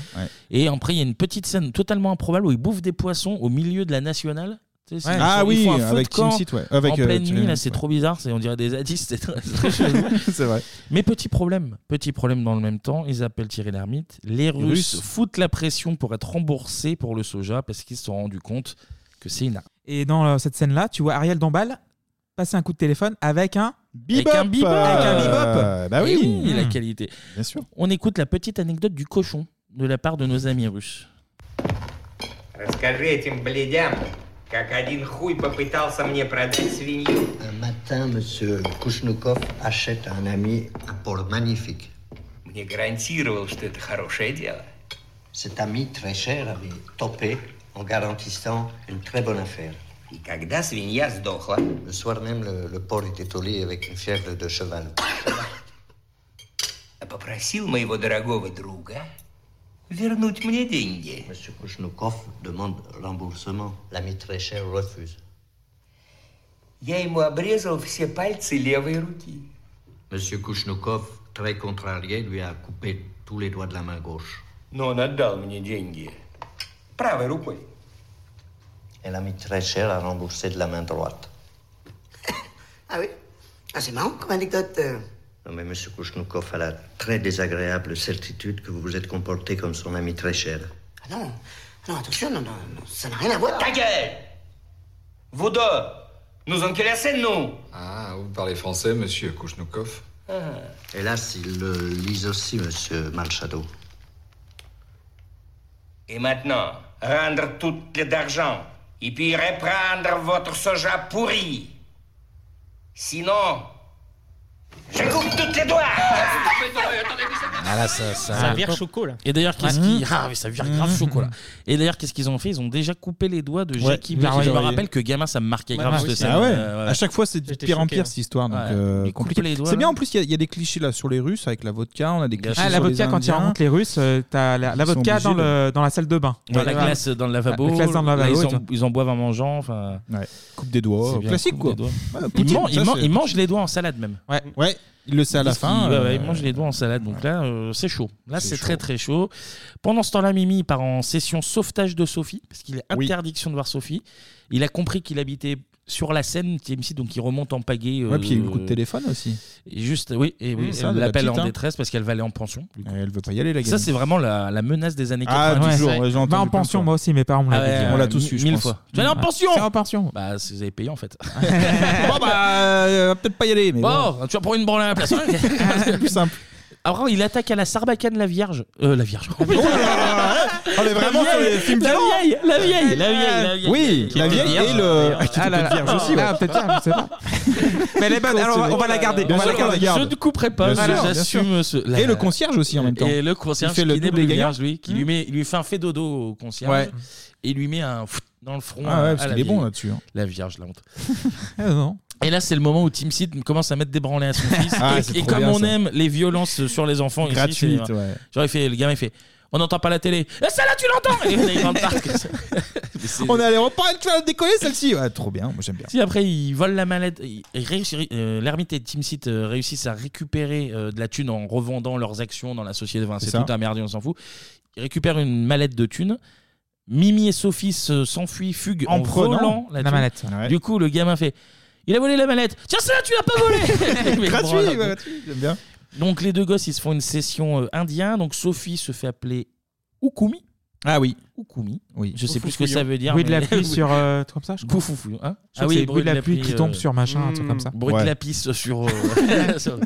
S1: Et après, il y a une petite scène totalement improbable où ils bouffent des poissons au milieu de la nationale. Tu sais, c'est-
S6: Ouais.
S1: ils
S6: Ah
S1: font- ils
S6: oui,
S1: font un feu
S6: avec
S1: de camp
S6: Tim Seat, ouais. Avec,
S1: en
S6: euh,
S1: pleine
S6: Tim
S1: nuit, là,
S6: Seat,
S1: c'est
S6: ouais.
S1: trop bizarre. c'est- On dirait des zadistes. C'est très- très chelou.
S6: C'est vrai.
S1: Mais petit problème, petit problème dans le même temps, ils appellent Thierry Lhermitte. Les Russes,
S6: Russes.
S1: foutent la pression pour être remboursés pour le soja parce qu'ils se sont rendus compte que c'est une arme.
S9: Et dans euh, cette scène-là, tu vois Ariel Dombal passer un coup de téléphone avec un
S1: Avec un bebop.
S9: Avec un bebop.
S1: Eh
S9: Et
S1: la qualité.
S6: Ah, bah Bien sûr.
S1: On écoute la petite anecdote du cochon de la part de nos amis russes.
S15: Расскажи этим бледям, как один хуй попытался мне продать свинью.
S16: Un matin, Monsieur Kouchnoukov achète à un ami un porc magnifique.
S15: Мне гарантировал, что это хорошее дело.
S16: Cet ami très cher avait topé en garantissant une très bonne affaire. Le soir même, le, le porc était au lit avec une fièvre de cheval.
S15: А Попросил моего дорогого друга вернуть мне деньги.
S16: Monsieur Kouchnoukov demande remboursement. L'ami très cher refuse.
S15: Я ему обрезал все пальцы левой руки.
S16: Monsieur Kouchnoukov, très contrarié, lui a coupé tous les doigts de la main gauche.
S15: Но он отдал мне деньги правой рукой.
S16: Et l'ami très cher a remboursé de la main droite.
S14: Ah oui Ah, c'est marrant comme anecdote. euh.
S16: Non, mais Monsieur Kouchnoukov a la très désagréable certitude que vous vous êtes comporté comme son ami très cher.
S14: Ah non, Ah non, attention, non, non, non, ça n'a rien à voir.
S15: Ta gueule Voda Nous en nous
S16: Ah, vous parlez français, Monsieur Kouchnoukov
S15: Ah.
S16: Hélas, il le lise aussi, Monsieur Malchado.
S15: Et maintenant, rendre toutes les d'argent et puis reprendre votre soja pourri. Sinon, je coupe toutes les doigts.
S1: Ah là, ça, ça,
S15: Ça vire choco, là.
S1: Et d'ailleurs, qu'est-ce
S15: Ouais.
S1: qui. Ah, mais ça vire grave
S15: Mmh.
S1: chocolat. Et d'ailleurs, qu'est-ce qu'ils ont fait Ils ont déjà coupé les doigts de
S6: Ouais,
S1: Jackie
S6: Jackie
S1: Black. Je me
S6: Black.
S1: rappelle que gamin, ça me marquait grave
S6: Ah
S1: cette
S6: oui,
S1: scène.
S6: ah ouais.
S1: Euh, ouais. hein.
S6: À chaque fois, c'est de pire en pire cette histoire. donc,
S1: Ouais.
S6: euh,
S1: Ils coupent
S6: compliqué.
S1: les doigts,
S6: C'est bien
S1: là.
S6: en plus, il y a- il y, a des clichés là sur les Russes avec la vodka. On a des clichés.
S9: Ah, la
S6: sur les
S9: vodka, quand ils
S6: Indiens.
S9: rencontrent les Russes, euh, t'as la, la
S6: Ils sont
S9: vodka dans,
S6: obligés de-
S9: le, dans la salle de bain.
S1: Dans la
S9: Voilà.
S1: glace, euh, dans le lavabo.
S9: La glace dans le
S1: là,
S9: lavabo.
S1: ils,
S9: tu
S1: en, ils en boivent en mangeant. Enfin,
S6: coupe des doigts.
S1: c'est bien,
S6: Classique
S1: coupe
S6: quoi.
S1: des doigts.
S6: Ouais,
S1: Ils
S6: Poutine,
S1: man-
S6: ça,
S1: ils man-
S6: c'est-
S1: ils mangent les doigts en salade même.
S9: Ouais.
S6: Ouais. Il le sait à la
S1: Parce
S6: fin.
S1: qu'il- ouais,
S6: euh,
S1: ouais, il mange les doigts en salade. Donc là, euh, c'est chaud. Là,
S6: C'est
S1: c'est
S6: chaud.
S1: très très chaud. Pendant ce temps-là, Mimi part en session sauvetage de Sophie, parce qu'il est
S6: Oui.
S1: interdiction de voir Sophie. Il a compris qu'il habitait sur la scène TMC, donc il remonte en pagaie. euh,
S6: Ouais, puis il y a eu le coup de téléphone aussi.
S1: Et juste, oui, et oui,
S6: Mmh, ça,
S1: elle
S6: de la
S1: l'appelle
S6: petite,
S1: en
S6: hein.
S1: détresse parce qu'elle va aller en pension. du coup.
S6: Elle veut pas y aller, la
S1: Ça,
S6: gamine.
S1: c'est vraiment la, la menace des années
S6: Ah,
S1: 90.
S6: toujours, ouais, j'ai
S9: Bah, en
S6: entendu plein de
S9: pension,
S6: fois.
S9: moi aussi, mes parents me l'avaient
S1: Ah
S9: dit. Ah.
S1: ouais,
S9: On l'a tous
S1: mi-
S9: su, je
S1: Mille
S9: pense.
S1: fois. Tu vas aller en
S9: Ouais.
S1: pension
S9: C'est en pension.
S1: Bah, si vous avez payé en fait.
S6: Bon, bah, euh, peut-être pas y aller. Mais Ah,
S1: Bon, tu vas prendre une branle à la place. c'est
S6: plus simple.
S1: Alors, il attaque à la Sarbacane la Vierge. Euh, la Vierge.
S6: On est Ah, vraiment sur les films
S1: la
S6: violents.
S1: vieille, la vieille, la vieille, la vieille.
S6: hein. Oui, la vieille et le. Ah, qui était
S9: Ah là là.
S6: vierge aussi. ouais.
S9: Ah, peut-être bien, je sais pas. Mais elle est bonne, Eh ben, alors on va- on va la garder.
S6: Bien
S9: on va
S6: sûr
S9: la
S6: qu'on
S9: garder.
S6: garde.
S1: Je ne couperai pas,
S6: Bien
S1: voilà,
S6: sûr, bien
S1: j'assume
S6: sûr.
S1: ce- la-
S6: Et le concierge aussi en même temps.
S1: Et le concierge
S6: Il fait
S1: qui
S6: le
S1: double
S6: double gagnant. Hmm.
S1: vierge, lui, qui lui met, il lui fait un fait dodo au concierge.
S6: Ouais.
S1: Et lui met un fout dans le front.
S6: Ah ouais,
S1: à
S6: parce
S1: la
S6: qu'il est bon
S1: vieille.
S6: là-dessus, hein.
S1: La vierge, la honte.
S9: Ah, non.
S1: Et là, c'est le moment où Tim Seed commence à mettre des branlés à son fils.
S6: Ah,
S1: Et-
S6: c'est
S1: et
S6: trop
S1: comme
S6: bien,
S1: on
S6: ça.
S1: aime les violences sur les enfants, ici,
S6: Gratuite,
S1: c'est-
S6: ouais.
S1: Genre, il fait, le gamin, il fait On n'entend pas la télé. Et celle-là, tu l'entends Et on a une grande part comme ça. Mais c'est-
S6: On est à l'aéroport, elle te fait décoller celle-ci. Ah, trop bien, moi j'aime bien.
S1: si après ils volent la mallette, ils réussirent- euh, l'ermite et Team Seat euh, réussissent à récupérer euh, de la thune en revendant leurs actions dans la société. Enfin,
S6: C'est
S1: c'est
S6: ça.
S1: tout un merdier, on s'en fout. Ils récupèrent une mallette de thunes. Mimi et Sophie se- s'enfuient, fuguent
S9: En
S1: en,
S9: prenant
S1: volant
S9: la
S1: thune.
S9: mallette.
S1: Du coup, le gamin fait Il a volé la mallette Tiens, celle-là, tu l'as pas volée Mais
S6: Gratuit,
S1: voilà.
S6: ouais, gratuit, j'aime bien.
S1: Donc les deux gosses, ils se font une session euh, indien. Donc Sophie se fait appeler Ukumi.
S6: Ah oui.
S1: Ukumi.
S6: Oui.
S1: Je sais plus ce que ça veut dire.
S9: Bruit de la
S1: mais-
S9: pluie sur. euh, comme ça, je crois.
S1: Foufoufou, hein
S9: Je crois que c'est le bruit de la pluie qui tombe sur machin,
S6: Mmh.
S9: un
S6: Mm.
S9: truc comme ça.
S1: euh, Bruit
S9: Ouais.
S1: de la piste sur. euh, sur-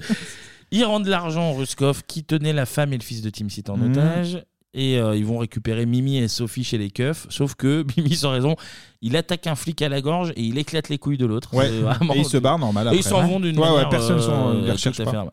S1: ils rendent l'argent au Ruskov qui tenait la femme et le fils de Tim Sit en
S6: Mhm.
S1: otage. Et euh, ils vont récupérer Mimi et Sophie chez les keufs. Sauf que Mimi, sans raison, il attaque un flic à la gorge et il éclate les couilles de l'autre.
S6: Ouais.
S1: C'est vraiment-
S6: Et ils se barrent, normal,
S1: Et
S6: après.
S1: ils s'en vont d'une
S6: Ouais, ouais,
S1: manière,
S6: personne s'en-
S1: euh,
S6: les
S1: tout
S6: recherche
S1: à
S6: pas.
S1: fait, ouais.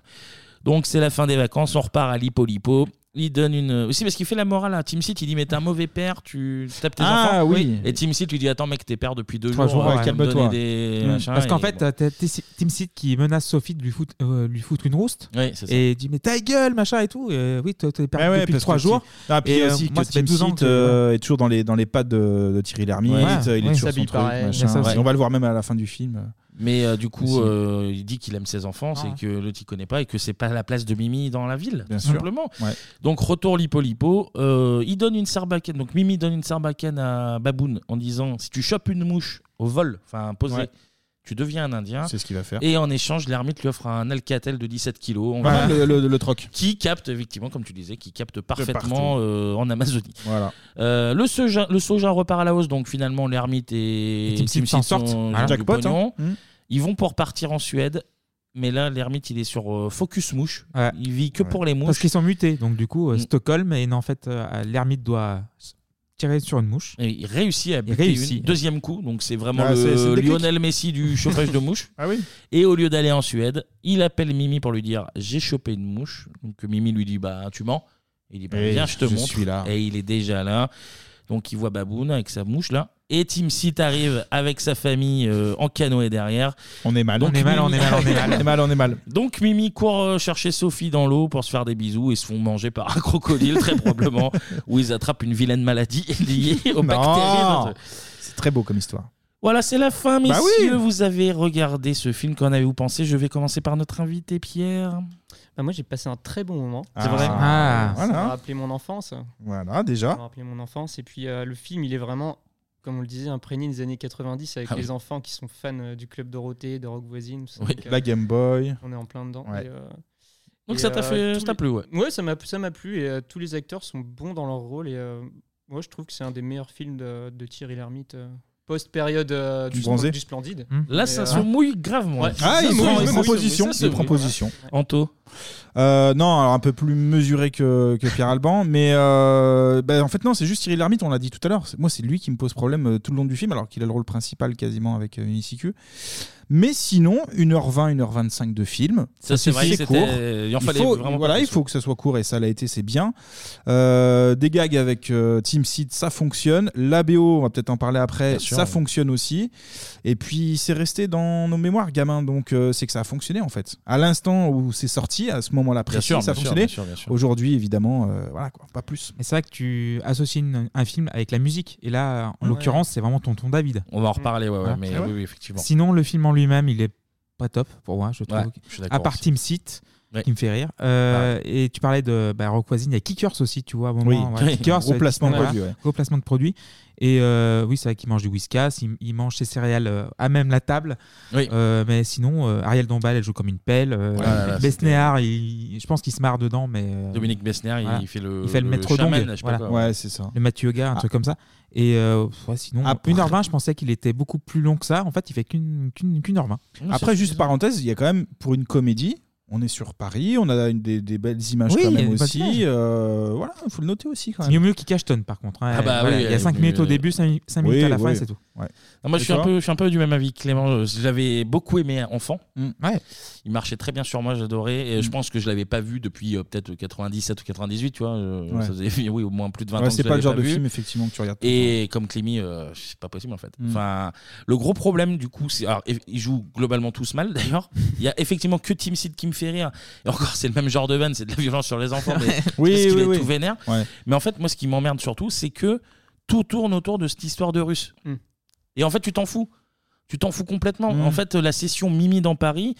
S1: Donc c'est la fin des vacances, on repart à Lipo Lipo. Il donne une. Aussi parce qu'il fait la morale à Team Seat. Il dit Mais t'es un mauvais père, tu tapes tes
S6: Ah,
S1: enfants.
S6: oui.
S1: Et Team Seat lui dit Attends, mec, t'es père depuis deux
S6: Trois
S9: Oh,
S6: jours,
S1: euh,
S6: ouais,
S1: tu me
S6: calme-toi.
S1: donnais des
S6: Mm.
S1: machins.
S9: Hmm. Parce qu'en
S1: Et
S9: fait, euh,
S1: bon.
S9: t'as t'as Team Seed qui menace Sophie de lui foutre, euh, lui foutre une rouste.
S1: Oui, c'est ça.
S9: et il dit Mais ta gueule, machin et tout. Et oui, t'es t'es perdu
S6: Eh Ouais, ouais,
S9: depuis
S6: parce
S9: trois
S6: que
S9: jours.
S6: tu- Ah, puis
S9: et euh,
S6: aussi
S9: moi,
S6: que
S9: ça fait
S6: Team
S9: 12 ans
S6: Seat,
S9: que-
S6: euh, est toujours dans les, dans les pattes de, de Thierry Lhermitte.
S9: Ouais.
S6: euh, il est
S9: Ouais,
S6: toujours son
S9: s'habille
S6: truc,
S9: pareil,
S6: machin.
S9: mais ça,
S6: Ouais.
S9: c'est-
S6: On va le voir même à la fin du film.
S1: Mais euh, du
S6: Aussi. Ah.
S1: coup, euh, il dit qu'il aime ses enfants, c'est que l'autre il connaît pas et que c'est pas la place de Mimi dans la ville,
S6: Bien
S1: tout
S6: sûr.
S1: simplement.
S6: Ouais.
S1: Donc retour Lipo Lipo, euh, il donne une sarbacane. Donc Mimi donne une sarbacane à Baboun en disant si tu chopes une mouche au vol, enfin posée,
S6: Ouais.
S1: tu deviens un Indien.
S6: C'est ce qu'il va faire.
S1: Et en échange, l'ermite lui offre un alcatel de 17 kilos. On
S6: Voilà,
S1: va-
S6: le- le- le troc.
S1: Qui capte effectivement, comme tu disais, qui capte
S6: partout.
S1: parfaitement euh, en Amazonie.
S6: Voilà.
S1: Euh, le, soja, le soja repart à la hausse, donc finalement l'ermite et,
S6: Et Team Seed s'en
S1: Seed
S6: sortent.
S1: ont-
S6: Ah,
S1: ont du
S6: jackpot, hein.
S1: pognon.
S6: Mm.
S1: Ils vont pour partir en Suède, mais là l'ermite il est sur euh, focus mouche. Il vit que pour les mouches. Mm.
S9: Parce qu'ils sont mutés. Donc, du coup, euh, Stockholm, et non, en fait, euh, l'ermite doit s- tirer sur une mouche.
S1: Et il réussit à buter
S9: réussit.
S1: une deuxième coup, donc c'est vraiment
S9: Ah,
S1: le
S9: c'est- c'est le déclic.
S1: Lionel Messi du chauffage de mouche.
S6: Ah oui.
S1: Et au lieu d'aller en Suède, il appelle Mimi pour lui dire j'ai chopé une mouche. Donc Mimi lui dit bah tu mens. Il dit bah,
S6: Et
S1: viens je te
S6: je
S1: montre.
S6: suis là.
S1: Et il est déjà là. Donc il voit Baboon avec sa mouche là. Et Team Seat arrive avec sa famille euh, en canoë derrière.
S6: On est mal.
S1: Donc,
S6: On est mal,
S1: Mimi-
S6: on est mal, on est mal. On est mal, on est mal.
S1: Donc Mimi court euh, chercher Sophie dans l'eau pour se faire des bisous et se font manger par un crocodile très probablement où ils attrapent une vilaine maladie liée aux
S6: Non.
S1: bactéries.
S6: C'est très beau comme histoire.
S1: Voilà, c'est la fin,
S6: Bah
S1: messieurs.
S6: oui.
S1: Vous avez regardé ce film, qu'en avez-vous pensé Je vais commencer par notre invité, Pierre.
S7: Bah, moi, j'ai passé un très bon moment.
S6: C'est Ah. vrai Ah,
S7: Ça
S6: voilà.
S7: m'a rappelé mon enfance.
S6: Voilà, déjà.
S7: Ça m'a rappelé mon enfance. Et puis, euh, le film, il est vraiment, comme on le disait, imprégné des années 90 avec
S6: Ah
S7: les
S6: oui.
S7: enfants qui sont fans euh, du Club Dorothée, de Rock Voisine. tout ça.
S6: Oui.
S7: Donc, euh,
S6: La Game Boy.
S7: On est en plein dedans.
S6: Ouais.
S7: Et, euh,
S1: Donc
S7: et, euh,
S1: ça t'a fait-
S7: tous
S1: ça t'a
S7: les-
S1: plu, ouais.
S7: Ouais, ça m'a ça m'a plu. Et euh, tous les acteurs sont bons dans leur rôle. Et euh, moi, je trouve que c'est un des meilleurs films de, de Thierry Lhermitte. euh, Post-période euh,
S1: Du
S7: du,
S1: bronzé.
S7: du Splendide.
S1: Hmm. Là,
S7: Mais,
S1: ça se mouille gravement.
S7: ouais.
S6: Ah,
S7: Ça
S6: il
S7: se
S6: prend
S7: mouille,
S6: une
S7: ça se mouille,
S6: proposition.
S7: ça se
S6: Une
S7: mouille.
S6: proposition.
S1: Anto
S6: Euh, non, alors un peu plus mesuré que, que Pierre Alban, mais euh, bah, en fait non, c'est juste Cyril Lhermitte, on l'a dit tout à l'heure. C'est- Moi, c'est lui qui me pose problème euh, tout le long du film, alors qu'il a le rôle principal quasiment avec euh, Unicicu. Mais sinon, 1h20, 1h25 de film,
S1: Ça, c'est vrai
S6: suffit,
S1: que
S6: c'est
S1: c'était- euh,
S6: court.
S1: il en fallait
S6: faut,
S1: vraiment pas
S6: voilà, il
S1: plus.
S6: faut que ça soit court et ça l'a été, c'est bien. Euh, des gags avec euh, Team Seed, ça fonctionne. La BO, on va peut-être en parler après,
S1: Bien sûr,
S6: ça
S1: ouais.
S6: fonctionne aussi. Et puis c'est resté dans nos mémoires, gamin. Donc euh, c'est que ça a fonctionné en fait. À l'instant où c'est sorti, à ce moment-là précis,
S1: sûr,
S6: ça a
S1: bien sûr,
S6: fonctionné.
S1: bien sûr, bien sûr.
S6: Aujourd'hui, évidemment, euh, voilà quoi, pas plus.
S9: Mais c'est vrai que tu associes une- un film avec la musique. Et là, en
S6: Ouais.
S9: l'occurrence, c'est vraiment Tonton David.
S1: On va en
S6: Mm.
S1: reparler, ouais, ouais,
S9: Voilà.
S1: mais Ah ouais. oui, oui, effectivement.
S9: Sinon, le film en lui-même, il est pas top pour moi, je trouve.
S1: Ouais, je suis d'accord
S9: à part
S1: aussi.
S9: Team Seat,
S1: Ouais.
S9: qui me fait rire. Euh, Et tu parlais de bah, Rock Voisine, il y a Kickers aussi, tu vois. à un moment,
S6: Oui.
S9: voilà,
S6: Oui.
S9: Kickers,
S6: Gros
S9: euh,
S6: placement de
S9: voilà,
S6: produit, ouais.
S9: gros placement de produit. Et euh, oui, c'est vrai qu'il mange du whiskas, il, il mange ses céréales euh, à même la table. Euh, mais sinon, euh, Ariel Dombal, elle joue comme une pelle. Euh,
S1: Ouais, là, là,
S9: Besnéard, il- je pense qu'il se marre dedans, mais euh,
S1: Dominique Besnéard, il- il fait le-
S9: il fait le,
S1: le
S9: maître
S1: chaman,
S9: d'ongle,
S1: là, je sais pas
S9: voilà.
S1: quoi, ouais.
S6: Ouais, c'est ça.
S9: Le Mathieu Gars, un
S6: Ah.
S9: truc comme ça. Et euh, ouais, sinon,
S6: Après-
S9: 1h20, je pensais qu'il était beaucoup plus long que ça. En fait, il fait qu'une qu'une- qu'une heure 20.
S1: Ah,
S6: Après, juste parenthèse, il y a quand même pour une comédie. On est sur Paris, on a une des, des belles images
S9: Oui,
S6: quand
S9: il y a
S6: même
S9: des bonnes images.
S6: aussi. euh, voilà, il faut le noter aussi quand
S9: C'est
S6: même.
S9: mieux mieux qui cachetonne par contre. hein.
S1: Ah bah
S9: Voilà,
S1: oui,
S9: il y a
S1: euh,
S9: 5
S1: oui,
S9: minutes au
S1: euh,
S9: début, 5, minutes
S1: oui,
S9: à la fin,
S1: oui.
S9: et c'est tout.
S1: Non, moi,
S9: Et
S1: je suis, un
S9: toi
S1: peu, je suis un peu du même avis que Clément. Je je l'avais beaucoup aimé enfant.
S9: Mm. Ouais. Mm.
S1: Il marchait très bien sur moi, j'adorais. Et je pense que je l'avais pas vu depuis euh, peut-être 97 ou 98, tu vois. euh,
S6: Ouais.
S1: ça faisait, oui, au moins plus de 20
S6: Ouais,
S1: ans.
S6: c'est
S1: que je
S6: pas
S1: l'avais
S6: le genre de
S1: vu.
S6: film, effectivement, que tu regardes tout
S1: Et comme Clémy, euh, c'est pas possible en fait.
S6: Mm.
S1: Enfin, le gros problème du coup, c'est. Alors, eff- ils jouent globalement tous mal d'ailleurs. Il y a effectivement que Team Seed qui me fait rire. Et encore, c'est le même genre de vanne, c'est de la violence sur les enfants. Mais
S6: Oui,
S1: parce qu'il
S6: oui,
S1: est
S6: oui.
S1: tout vénère.
S6: Ouais.
S1: Mais en fait, moi, ce qui m'emmerde surtout, c'est que tout tourne autour de cette histoire de russe. Et en fait, tu t'en fous. Tu t'en fous
S6: Hmm.
S1: complètement. En fait, la session Mimi dans Paris,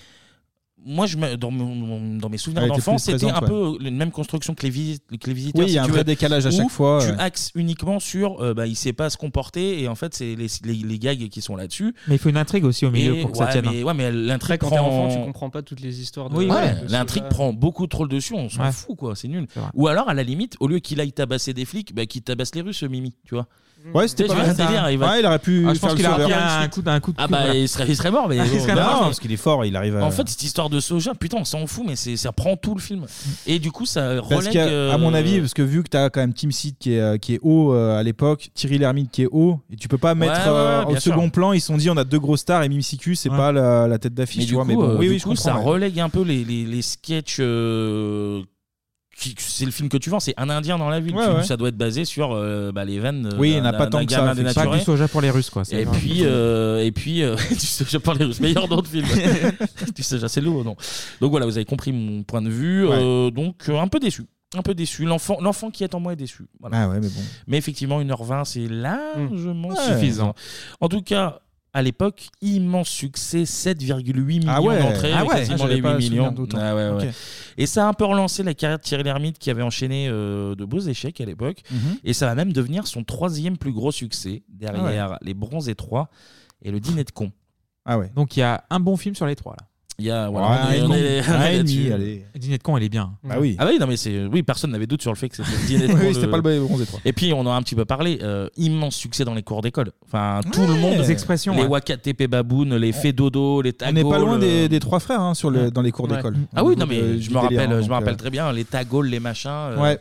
S1: moi, je me- dans, mon- mon- dans mes souvenirs
S6: Elle était
S1: d'enfance,
S6: plus
S1: c'était un
S6: présente,
S1: peu la même construction que les, visi- que les visiteurs.
S6: Oui, il y a
S1: si
S6: un
S1: tu
S6: vrai
S1: veux,
S6: décalage à
S1: où
S6: chaque fois,
S1: Tu
S6: ouais.
S1: axes uniquement sur euh, bah, il sait pas se comporter et en fait, c'est les, les, les gags qui sont là-dessus.
S9: Mais il faut une intrigue aussi au milieu
S1: Et
S9: pour que
S1: ouais,
S9: ça tienne.
S1: Mais, ouais, mais l'intrigue
S7: Quand t'es
S1: prend.
S7: enfant, tu comprends pas toutes les histoires de.
S1: Oui, ouais,
S7: de ce
S1: l'intrigue
S7: gars.
S1: prend beaucoup trop le dessus, on s'en
S7: Ouais.
S1: fout quoi, c'est nul. Ou alors à la limite, au lieu qu'il aille tabasser des flics, bah, qu'il tabasse les Russes, ce Mimi, tu vois.
S7: Mmh.
S6: Ouais, c'était
S1: Tu sais,
S6: pas
S1: je veux
S6: mal, ça.
S1: dire, il va-
S6: Ouais, il aurait pu
S1: Ah, je
S6: faire
S1: pense
S6: le
S1: qu'il aurait
S6: sauveur.
S1: pris
S6: Un
S1: suite.
S6: coup- un coup de
S1: Ah
S6: cul,
S1: bah
S6: voilà.
S1: il serait, il serait mort, mais
S6: Ah, il
S1: bon,
S6: serait
S1: bah,
S6: mort,
S1: non,
S6: parce qu'il est fort, il arrive à-
S1: En fait, cette histoire de soja, putain, on s'en fout, mais c'est- ça prend tout le film. Et du coup, ça
S6: Parce
S1: relègue.
S6: qu'à
S1: euh,
S6: à mon avis, parce que vu que tu as quand même Team Seed qui est, euh, qui est haut euh, à l'époque, Thierry Lhermitte qui est haut, et tu peux pas mettre
S1: ouais, ouais,
S6: euh,
S1: bien
S6: au
S1: sûr.
S6: second plan, ils se sont dit on a deux grosses stars et Mimi Siku, c'est pas la, la tête d'affiche,
S1: Mais
S6: tu
S1: du
S6: vois.
S1: coup,
S6: mais bon,
S1: euh,
S6: oui,
S1: du
S6: oui, je
S1: coup, ça
S6: comprends, ouais.
S1: relègue un peu les, les, les sketchs euh, qui- c'est le film que tu vends, c'est un Indien dans la ville.
S6: Ouais,
S1: Tu-
S6: ouais.
S1: Ça doit être basé sur euh, bah, les vannes. euh,
S6: Oui, il
S1: d'un-
S6: n'y en a pas
S1: d'un
S6: tant que ça,
S1: gamin
S6: effectivement.
S1: dénaturé.
S6: Pas du soja pour les Russes, quoi, c'est
S1: Et
S6: vrai.
S1: puis, euh, et puis euh, du soja pour les Russes. Meilleur nom de film. du soja, c'est lourd, non Donc voilà, vous avez compris mon point de vue.
S6: Ouais.
S1: Euh, donc euh, un peu déçu. Un peu déçu. L'enfant l'enfant qui est en moi est déçu. Voilà.
S6: Ah ouais, mais bon. Mmh.
S1: Mais effectivement, 1h20, c'est largement
S6: Ouais.
S1: suffisant. En tout cas, à l'époque, immense succès, 7,8 millions
S6: Ah ouais.
S1: d'entrées,
S6: Ah ouais.
S1: quasiment
S6: Ah, j'avais
S1: les
S6: pas
S1: 8
S6: souvenir
S1: millions.
S6: d'autant.
S1: Ah ouais, ouais.
S6: Ok.
S1: Et ça a un peu relancé la carrière de Thierry Lhermitte qui avait enchaîné euh, de beaux échecs à l'époque.
S6: Mhm.
S1: Et ça va même devenir son troisième plus gros succès derrière Les Bronzes et Trois et Le Dîner de Con.
S6: Ah ouais.
S12: Donc il y a un bon film sur les trois là.
S1: Il y a voilà,
S12: Ouais,
S1: on est-
S12: un
S1: on
S12: et
S1: est-
S12: demi.
S1: on est
S12: Un et
S1: là-dessus.
S12: demi, allez. Le Dîner de con, elle est bien. Bah oui.
S1: Ah oui, non, mais c'est, oui, personne n'avait doute sur le fait que c'était le dîner de
S6: Oui,
S1: con,
S6: c'était pas le bronzé, toi.
S1: Et puis, on en a un petit peu parlé. euh, immense succès dans les cours d'école. Enfin, tout le
S6: Ouais.
S1: monde.
S6: Les expressions,
S1: Les
S6: ouais.
S1: Wakate Baboun, les Fé Dodo, les
S6: On
S1: Tagol.
S6: n'est pas loin des,
S1: euh,
S6: des trois frères hein, sur le, dans les cours
S1: ouais.
S6: d'école.
S1: Ah
S6: Au
S1: oui,
S6: niveau
S1: non, mais
S6: de-
S1: je
S6: du
S1: me
S6: délire,
S1: rappelle,
S6: hein,
S1: je
S6: donc,
S1: me rappelle
S6: euh,
S1: très bien. Les Tagol, les machins. euh,
S6: Ouais.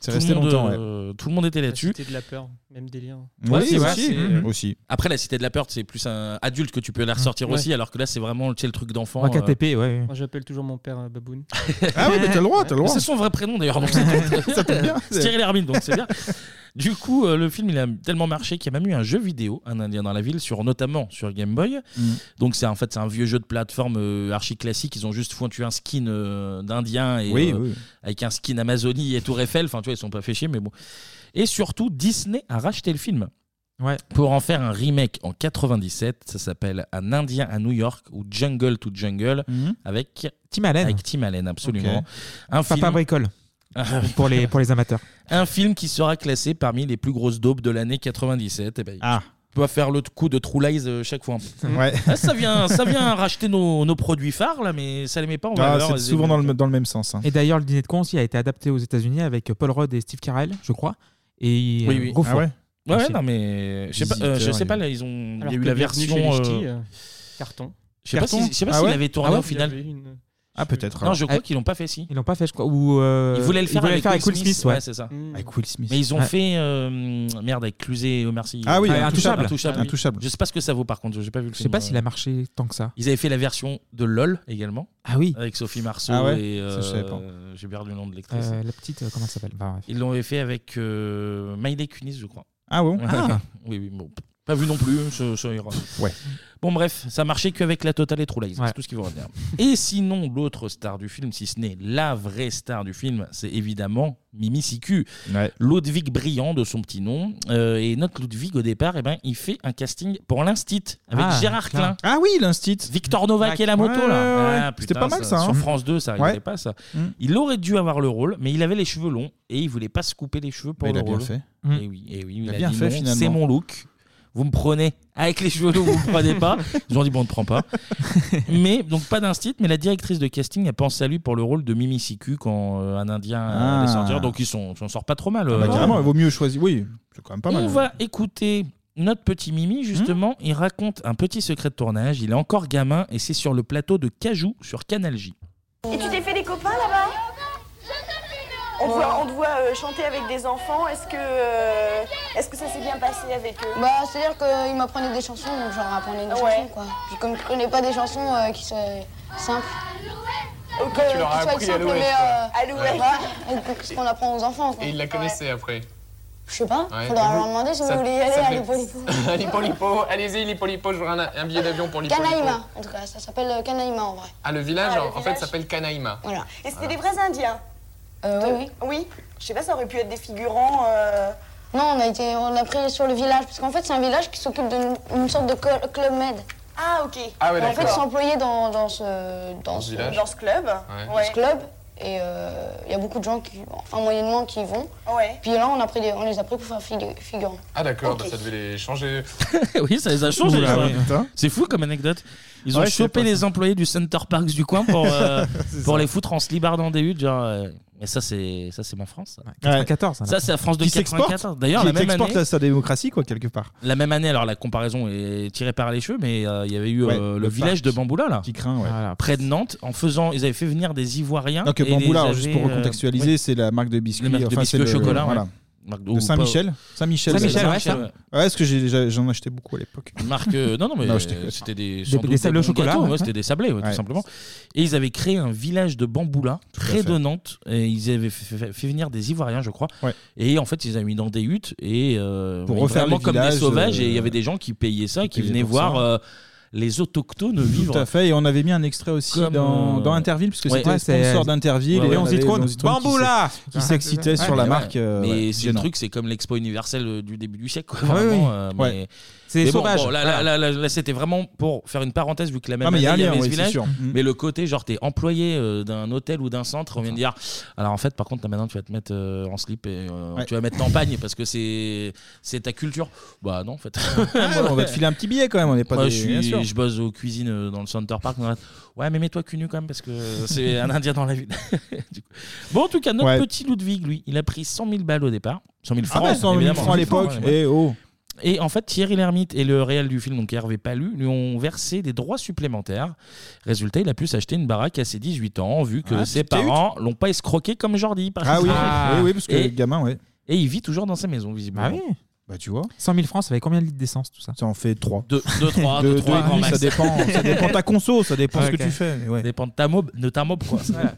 S6: C'est
S1: tout le
S6: resté
S1: monde,
S6: longtemps,
S1: euh, Tout le monde était là-dessus.
S7: La Cité de la peur, même délire.
S1: Ouais, c'est vrai,
S6: aussi,
S1: c'est-
S6: mhm. Aussi. Mm-hmm.
S1: Après, la Cité de la Peur, c'est plus un adulte que tu peux la ressortir
S7: Ouais.
S1: aussi, alors que là, c'est vraiment tu sais, le truc d'enfant. euh.
S7: Moi, j'appelle toujours mon père euh, Baboun.
S1: Ah oui, mais t'as le droit, t'as le droit. C'est son vrai prénom, d'ailleurs, donc ça compte.
S7: Ça tombe bien.
S1: C'est Thierry Lhermitte, donc c'est bien. Du coup, euh, le film, il a tellement marché qu'il y a même eu un jeu vidéo, Un Indien dans la ville, sur, notamment sur Game Boy.
S6: Mhm.
S1: Mm. Donc, c'est en fait c'est un vieux jeu de plateforme euh, archi classique. Ils ont juste foutu un skin euh, d'Indien et,
S6: Oui,
S1: euh,
S6: oui.
S1: avec un skin Amazonie et Tour Eiffel. Enfin, tu vois, ils sont pas fait chier, mais bon. Et surtout, Disney a racheté le film. Pour en faire un remake en 97, ça s'appelle Un Indien à New York ou Jungle to Jungle avec Tim Allen. Avec Tim Allen, absolument.
S12: Mm.
S1: Ah,
S12: Ok. Papa Bricole. pour, les, pour les amateurs.
S1: Un film qui sera classé parmi les plus grosses daubes de l'année 97. Eh ben,
S12: Ah.
S1: On peut faire le coup de True Lies euh, chaque fois.
S6: Ouais.
S1: Ah, ça vient, ça vient racheter nos, nos produits phares là, mais ça Oh, les met pas en
S6: Ah,
S1: valeur.
S6: c'est souvent dans le, dans le même sens. hein.
S12: Et d'ailleurs, le dîner de con aussi a été adapté aux États-Unis avec euh, Paul Rudd et Steve Carell, je crois. Et
S1: Oui, oui.
S12: gros
S1: Ah
S12: four.
S1: ouais Ouais,
S12: Aussi.
S1: ouais, non, mais je sais pas, euh, je sais pas là, ils ont. Il y a eu la version. euh,
S7: carton.
S1: Je sais pas
S12: Carton
S1: si, je sais pas
S12: Ah
S1: s'il
S12: ouais
S1: avait tourné
S12: Ah ouais
S1: au final.
S7: Il y avait une-
S6: Ah, peut-être.
S1: Non, je crois
S12: Ah,
S1: qu'ils l'ont pas fait, si.
S12: Ils l'ont pas fait, je crois. Ou, euh,
S1: Ils voulaient le faire, avec,
S12: Will Smith, ouais. Mm.
S1: c'est ça.
S6: Avec Will Smith.
S1: Mais ils ont
S12: Ouais.
S1: fait euh, merde avec Cluzet et Omar Sy.
S12: Ah oui, Intouchable.
S1: Intouchable.
S12: Intouchable.
S1: Je sais pas ce que ça vaut par contre, j'ai pas vu le
S12: Je sais
S1: film.
S12: pas s'il a marché tant que ça.
S1: Ils avaient fait la version de LOL également.
S12: Ah oui.
S1: Avec Sophie Marceau
S12: Ah ouais
S1: et.
S12: Ça, je savais pas.
S1: euh, J'ai perdu le nom de l'actrice.
S12: Euh, la petite, euh, comment elle s'appelle Bah, bref.
S1: Ils l'ont fait avec euh, Miley Kunis, je crois.
S6: Ah bon
S1: Ouais.
S6: Ah.
S1: Oui, oui, bon. Pas vu non plus, ça, ça ira.
S6: Ouais.
S1: Bon, bref, ça marchait qu'avec la totale et True Lies,
S12: Ouais.
S1: c'est tout ce qu'il faut retenir. Et sinon, l'autre star du film, si ce n'est la vraie star du film, c'est évidemment Mimi Siku. Ludwig Briand, de son petit nom. Euh, et notre Ludwig, au départ, eh ben, il fait un casting pour l'Instit avec
S6: Ah,
S1: Gérard
S6: putain.
S1: Klein.
S6: Ah oui, l'Instit.
S1: Victor Novak et la moto, là. Ah,
S6: C'était
S1: putain,
S6: pas mal ça. hein.
S1: Sur France 2, ça rigolait
S6: Ouais.
S1: pas, ça.
S6: Mm.
S1: Il aurait dû avoir le rôle, mais il avait les cheveux longs et il voulait pas se couper les cheveux pour
S6: Mais il
S1: le
S6: a bien
S1: rôle.
S6: fait.
S1: Et oui, et oui,
S6: Il
S1: il
S6: a
S1: a
S6: bien
S1: dit
S6: fait,
S1: non,
S6: finalement.
S1: C'est mon look. Vous me prenez avec les cheveux longs, vous me prenez pas. Ils ont dit bon, on ne prend pas. Mais donc pas d'instit, mais la directrice de casting a pensé à lui pour le rôle de Mimi Siku quand euh, un Indien euh,
S6: Ah.
S1: allait sortir. Donc ils sont, s'en sort pas trop mal.
S6: Ah
S1: euh,
S6: bah, carrément, il vaut mieux choisir. Oui, c'est quand même pas mal. Hmm.
S1: on va écouter notre petit Mimi, justement. Il raconte un petit secret de tournage. Il est encore gamin et c'est sur le plateau de Cajou sur Canal J.
S17: Et tu t'es fait des copains là-bas on te voit, on te voit, euh, chanter avec des enfants. Est-ce que, euh, est-ce que ça s'est bien passé avec eux
S18: Bah, c'est-à-dire qu'il m'apprenait des chansons, donc je leur apprenais des
S17: Ouais.
S18: chansons, quoi. Puis comme je connais pas des chansons euh, qui soient simples.
S17: Ok.
S18: euh,
S17: Bah, Tu leur as
S18: qui soient
S17: appris à
S18: simples,
S17: l'ouest,
S18: mais, euh,
S17: ouais. À l'ouest.
S18: voilà, et que- ce qu'on apprend aux enfants, quoi.
S17: Et ils la connaissaient après.
S18: Je sais pas,
S17: Ouais,
S18: faudra
S17: et
S18: leur
S17: vous
S18: demander si
S17: Ça-
S18: vous voulez y aller
S17: ça
S18: à
S17: fait-
S18: l'Hippolypo.
S17: L'Hippolypo, allez-y l'Hippolypo, je voudrais un, un billet d'avion pour l'Hippolypo.
S18: Canaïma, en tout cas, ça s'appelle euh, Canaïma en vrai.
S17: Ah, le village,
S18: Ah,
S17: en
S18: le
S17: fait,
S18: village.
S17: s'appelle Canaïma.
S18: Voilà.
S17: Et c'était des vrais Indiens
S18: Euh, oui,
S17: oui. Oui. Je sais pas, ça aurait pu être des figurants. euh,
S18: Non, on a, été, on a pris sur le village, parce qu'en fait, c'est un village qui s'occupe d'une une sorte de col- club med.
S17: Ah, ok.
S18: Et en fait, ils sont employés dans, dans ce, dans
S17: Dans ce
S18: ce-
S17: village. Dans ce club Ouais.
S18: dans ce club. Et euh, il y a beaucoup de gens qui, enfin moyennement, qui y vont. Puis là, on, a pris des- on les a pris pour faire figu- figurants.
S17: Ah, d'accord,
S18: Ok.
S17: bah, ça devait les changer.
S1: Eh oui, ça les a changés.
S17: Oula,
S1: ça.
S17: ouais, putain.
S1: C'est fou comme anecdote. Ils ont
S17: Ouais, je sais
S1: chopé
S17: pas,
S1: les
S17: ça.
S1: employés du Center Parks du coin pour, euh,
S17: C'est
S1: pour
S17: ça.
S1: les foutre en slibard dans des huttes. Genre, euh, mais ça, c'est ça, c'est ma France. ça.
S6: 94.
S1: Ça, c'est la France de
S6: qui s'exporte,
S1: 94. D'ailleurs,
S6: qui
S1: la même
S6: exporte
S1: année.
S6: sa- sa démocratie, quoi, quelque part.
S1: La même année, alors la comparaison est tirée par les cheveux, mais euh, il y avait eu
S6: Ouais,
S1: euh, le,
S6: le
S1: village
S6: parc
S1: de Bamboula là,
S6: qui craint,
S1: près de Nantes, en faisant, ils avaient fait venir des ivoiriens.
S6: Donc,
S1: Hein et les
S6: Bamboula, hein,
S1: avaient,
S6: juste pour
S1: euh,
S6: recontextualiser, c'est la marque de biscuits.
S1: Le marque de
S6: enfin,
S1: biscuits
S6: c'est
S1: au
S6: le-
S1: chocolat.
S6: Voilà.
S1: ouais. Marc
S6: De Saint-Michel Saint-Michel,
S1: Saint-Michel,
S6: c'est
S1: ouais,
S6: ça
S1: ça.
S6: Ouais, parce que j'ai- j'ai- j'en achetais beaucoup à l'époque.
S1: Marc, euh, non, non, mais
S6: Non,
S1: euh,
S6: je déconne.
S1: c'était des,
S6: Des-
S1: sans
S6: des
S1: doute
S6: sablés au
S1: bons
S6: chocolat,
S1: gâteaux, ouais,
S6: ouais.
S1: c'était des sablés, ouais,
S6: Ouais.
S1: tout simplement. Et ils avaient créé un village de bamboula très
S6: fait.
S1: donnant. Et ils avaient fait, fait- fait venir des Ivoiriens, je crois. Et en fait, ils avaient mis dans des huttes et euh,
S6: Pour refaire
S1: vraiment
S6: les
S1: comme des
S6: villages,
S1: sauvages.
S6: euh,
S1: et il y avait des gens qui payaient ça, qui,
S6: qui payaient
S1: venaient
S6: pour
S1: voir
S6: ça.
S1: euh, les autochtones vivre.
S6: Tout à fait, et on avait mis un extrait aussi
S1: Comme,
S6: dans,
S1: euh,
S6: dans Interville, puisque
S1: ouais.
S6: c'était
S1: Ouais,
S6: le
S1: c'est-
S6: sponsor d'Interville,
S1: Ouais, ouais,
S6: et on
S1: avait
S6: s'y trône.
S1: Léon Zitrone qui
S6: Bamboula
S1: s'est-
S6: Qui s'excitait sur la
S1: Ouais,
S6: marque. euh,
S1: mais
S6: ouais,
S1: c'est le
S6: gênant.
S1: truc, c'est comme l'expo universelle euh, du début du siècle. quoi,
S6: Ah oui,
S1: vraiment,
S6: oui.
S1: euh,
S6: Ouais.
S1: mais-
S6: C'est
S1: mais bon,
S6: sauvage.
S1: bon, là, là, là, là, là, c'était vraiment pour faire une parenthèse, vu que la même
S6: Ah, mais il y
S1: année,
S6: a un
S1: il y
S6: lien,
S1: avait ce
S6: oui, c'est
S1: village.
S6: sûr. Mhm.
S1: Mais le côté, genre, t'es employé euh, d'un hôtel ou d'un centre, on vient de dire. Alors en fait, par contre, là, maintenant, tu vas te mettre euh, en slip et euh,
S6: Ouais.
S1: tu vas mettre campagne parce que c'est c'est ta culture. Bah non, en fait.
S6: Ah, on va te filer un petit billet quand même, on n'est pas
S1: Moi,
S6: des-
S1: je,
S6: bien
S1: suis,
S6: sûr.
S1: je bosse aux cuisines euh, dans le Center Park. on arrête. Ouais, mais mets-toi cul nu quand même parce que c'est un Indien dans la ville. Du coup. Bon, en tout cas, notre
S6: Ouais.
S1: petit Ludwig, lui, il a pris 100 000 balles au départ. 100 000
S6: Ah
S1: francs,
S6: ouais, 100 000
S1: évidemment.
S6: francs à l'époque.
S1: ouais.
S6: Et oh
S1: Et en fait, Thierry Lhermitte et le réel du film, donc Hervé Palu, lui ont versé des droits supplémentaires. Résultat, il a pu s'acheter une baraque à ses 18 ans, vu que
S6: Ah,
S1: ses
S6: petite cahute.
S1: parents l'ont pas escroqué comme Jordi. Par
S6: Ah oui,
S1: exemple.
S6: oui, oui, parce que
S1: Et-
S6: le gamin, ouais.
S1: Et il vit toujours dans sa maison, visiblement.
S12: Ah oui.
S6: Bah tu vois.
S12: 100 000 francs, ça fait combien de litres d'essence tout ça
S6: Ça en fait 3.
S1: 2, 3, 2,
S6: Deux- deux
S1: 3,
S6: et demi, ça dépend- ça dépend ta conso, ça dépend ce que tu fais, mais ouais.
S1: Ça dépend de ta mob, de ta mob quoi.
S6: Voilà.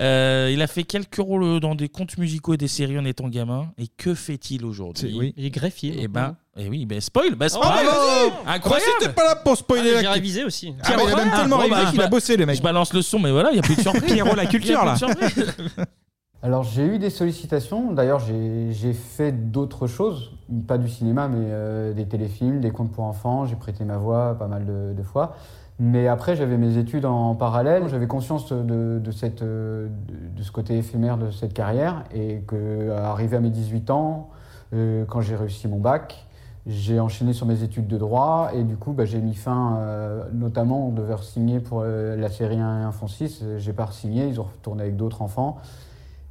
S1: Euh, il a fait quelques rôles euh, dans des contes musicaux et des séries en étant gamin. Et que fait-il aujourd'hui
S6: C'est- oui.
S1: Il est greffier. Et ben, et oui, ben spoil, ben spoil.
S6: Oh, bah, vas-y
S1: Incroyable.
S6: Bah, si t'es pas là pour spoiler la- Ah, mais il a même tellement révisé qu'il a bossé, le mec.
S1: bah, Je balance le son, mais voilà, il n'y a plus de surprise. Il y a plus de surprise.
S2: Alors j'ai eu des sollicitations, d'ailleurs j'ai j'ai fait d'autres choses, pas du cinéma mais euh, des téléfilms, des contes pour enfants, j'ai prêté ma voix pas mal de, de fois. Mais après j'avais mes études en parallèle, j'avais conscience de, de cette, euh, de, de ce côté éphémère de cette carrière et que arrivé à mes 18 ans, euh, quand j'ai réussi mon bac, j'ai enchaîné sur mes études de droit et du coup bah, j'ai mis fin, euh, notamment on devait signer pour euh, la série 1 Fonds 6, j'ai pas signé, ils ont retourné avec d'autres enfants.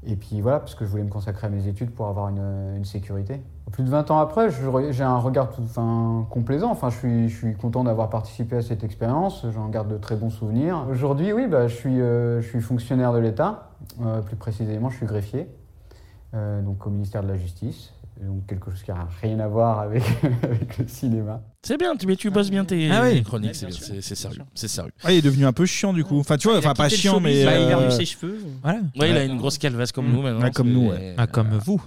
S2: Et puis voilà, parce que je voulais me consacrer à mes études pour avoir une, une sécurité. Plus de 20 ans après, je re- j'ai un regard tout, enfin, complaisant. Enfin, je suis, je suis content d'avoir participé à cette expérience. J'en garde de très bons souvenirs. Aujourd'hui, oui, bah, je, suis, euh, je suis fonctionnaire de l'État. Euh, plus précisément, je suis greffier, euh, donc au ministère de la Justice. Donc quelque chose qui n'a rien à voir avec, avec le cinéma.
S1: C'est bien, tu, mais tu bosses bien tes
S6: Ah oui.
S1: chroniques, c'est bien, c'est- c'est sérieux. C'est sérieux.
S6: Ah, il est devenu un peu chiant du coup. Enfin, tu vois, enfin pas chiant, mais. euh,
S1: Ouais, il a une grosse calvasse comme nous maintenant.
S6: Ah, comme nous,
S1: c'est- Ah.
S6: ouais. comme vous.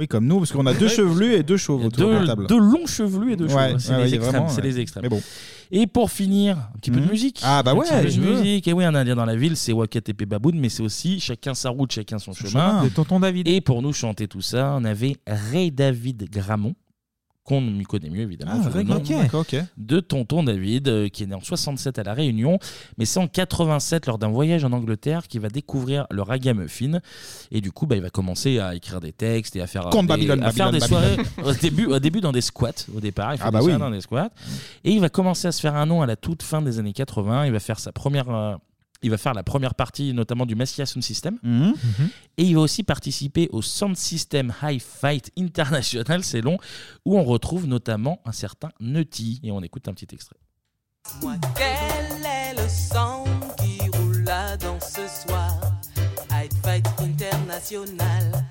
S6: Oui, comme nous, parce qu'on a deux
S1: Ouais.
S6: chevelus et deux chauves autour de la
S1: Deux,
S6: table.
S1: deux longs chevelus et deux cheveux.
S6: Ouais,
S1: c'est
S6: ouais,
S1: les
S6: il est
S1: extrêmes.
S6: vraiment,
S1: c'est
S6: ouais.
S1: les extrêmes.
S6: Mais bon.
S1: Et pour finir, un petit peu de musique.
S6: Ah, bah
S1: Un
S6: ouais,
S1: petit peu de
S6: je veux.
S1: musique. Et oui, un Indien dans la ville, c'est Wakat et Baboun, mais c'est aussi chacun sa route, chacun son, chemin.
S12: chemin. De
S1: Tonton David. Et pour nous chanter tout ça, on avait Ray David Gramont, qu'on m'y connaît mieux évidemment.
S6: Ah,
S1: sous le
S6: Ray-
S1: nom
S6: ok, d'accord, ok.
S1: De Tonton David, euh, qui est né en 67 à La Réunion, mais c'est en 87 lors d'un voyage en Angleterre qu'il va découvrir le ragamuffin. Et du coup, bah, il va commencer à écrire des textes et à faire,
S6: Conte
S1: des,
S6: Babylone,
S1: à faire
S6: Babylone,
S1: des
S6: Babylone.
S1: soirées au début, au début dans des squats au départ. Il fait
S6: Ah bah
S1: du ça
S6: oui.
S1: dans des squats. Et il va commencer à se faire un nom à la toute fin des années 80. Il va faire sa première. euh, il va faire la première partie notamment du Messiah Sound System. Et il va aussi participer au Sound System High Fight International, c'est long, où on retrouve notamment un certain Nutty. Et on écoute un petit extrait.
S5: Moi, quel est le sang qui roule dans ce soir High Fight International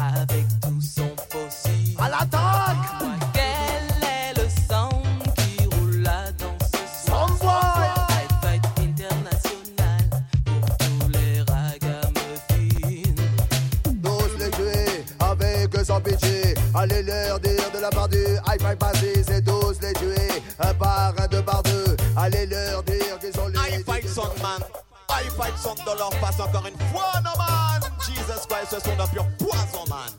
S5: avec tout son fossile. À l'attaque Moi, quel est le sang qui roule dans ce soir High Fight International pour tous les ragamuffins.
S21: Tous les tuer avec sans pitié. Allez leur dire de la part du high five passé, c'est tous les tuer un par un, deux par deux. Allez leur dire qu'ils sont les. High five son man, high five son dollar passe encore une fois, no man. Jesus Christ, ce sont d'un pur poison man.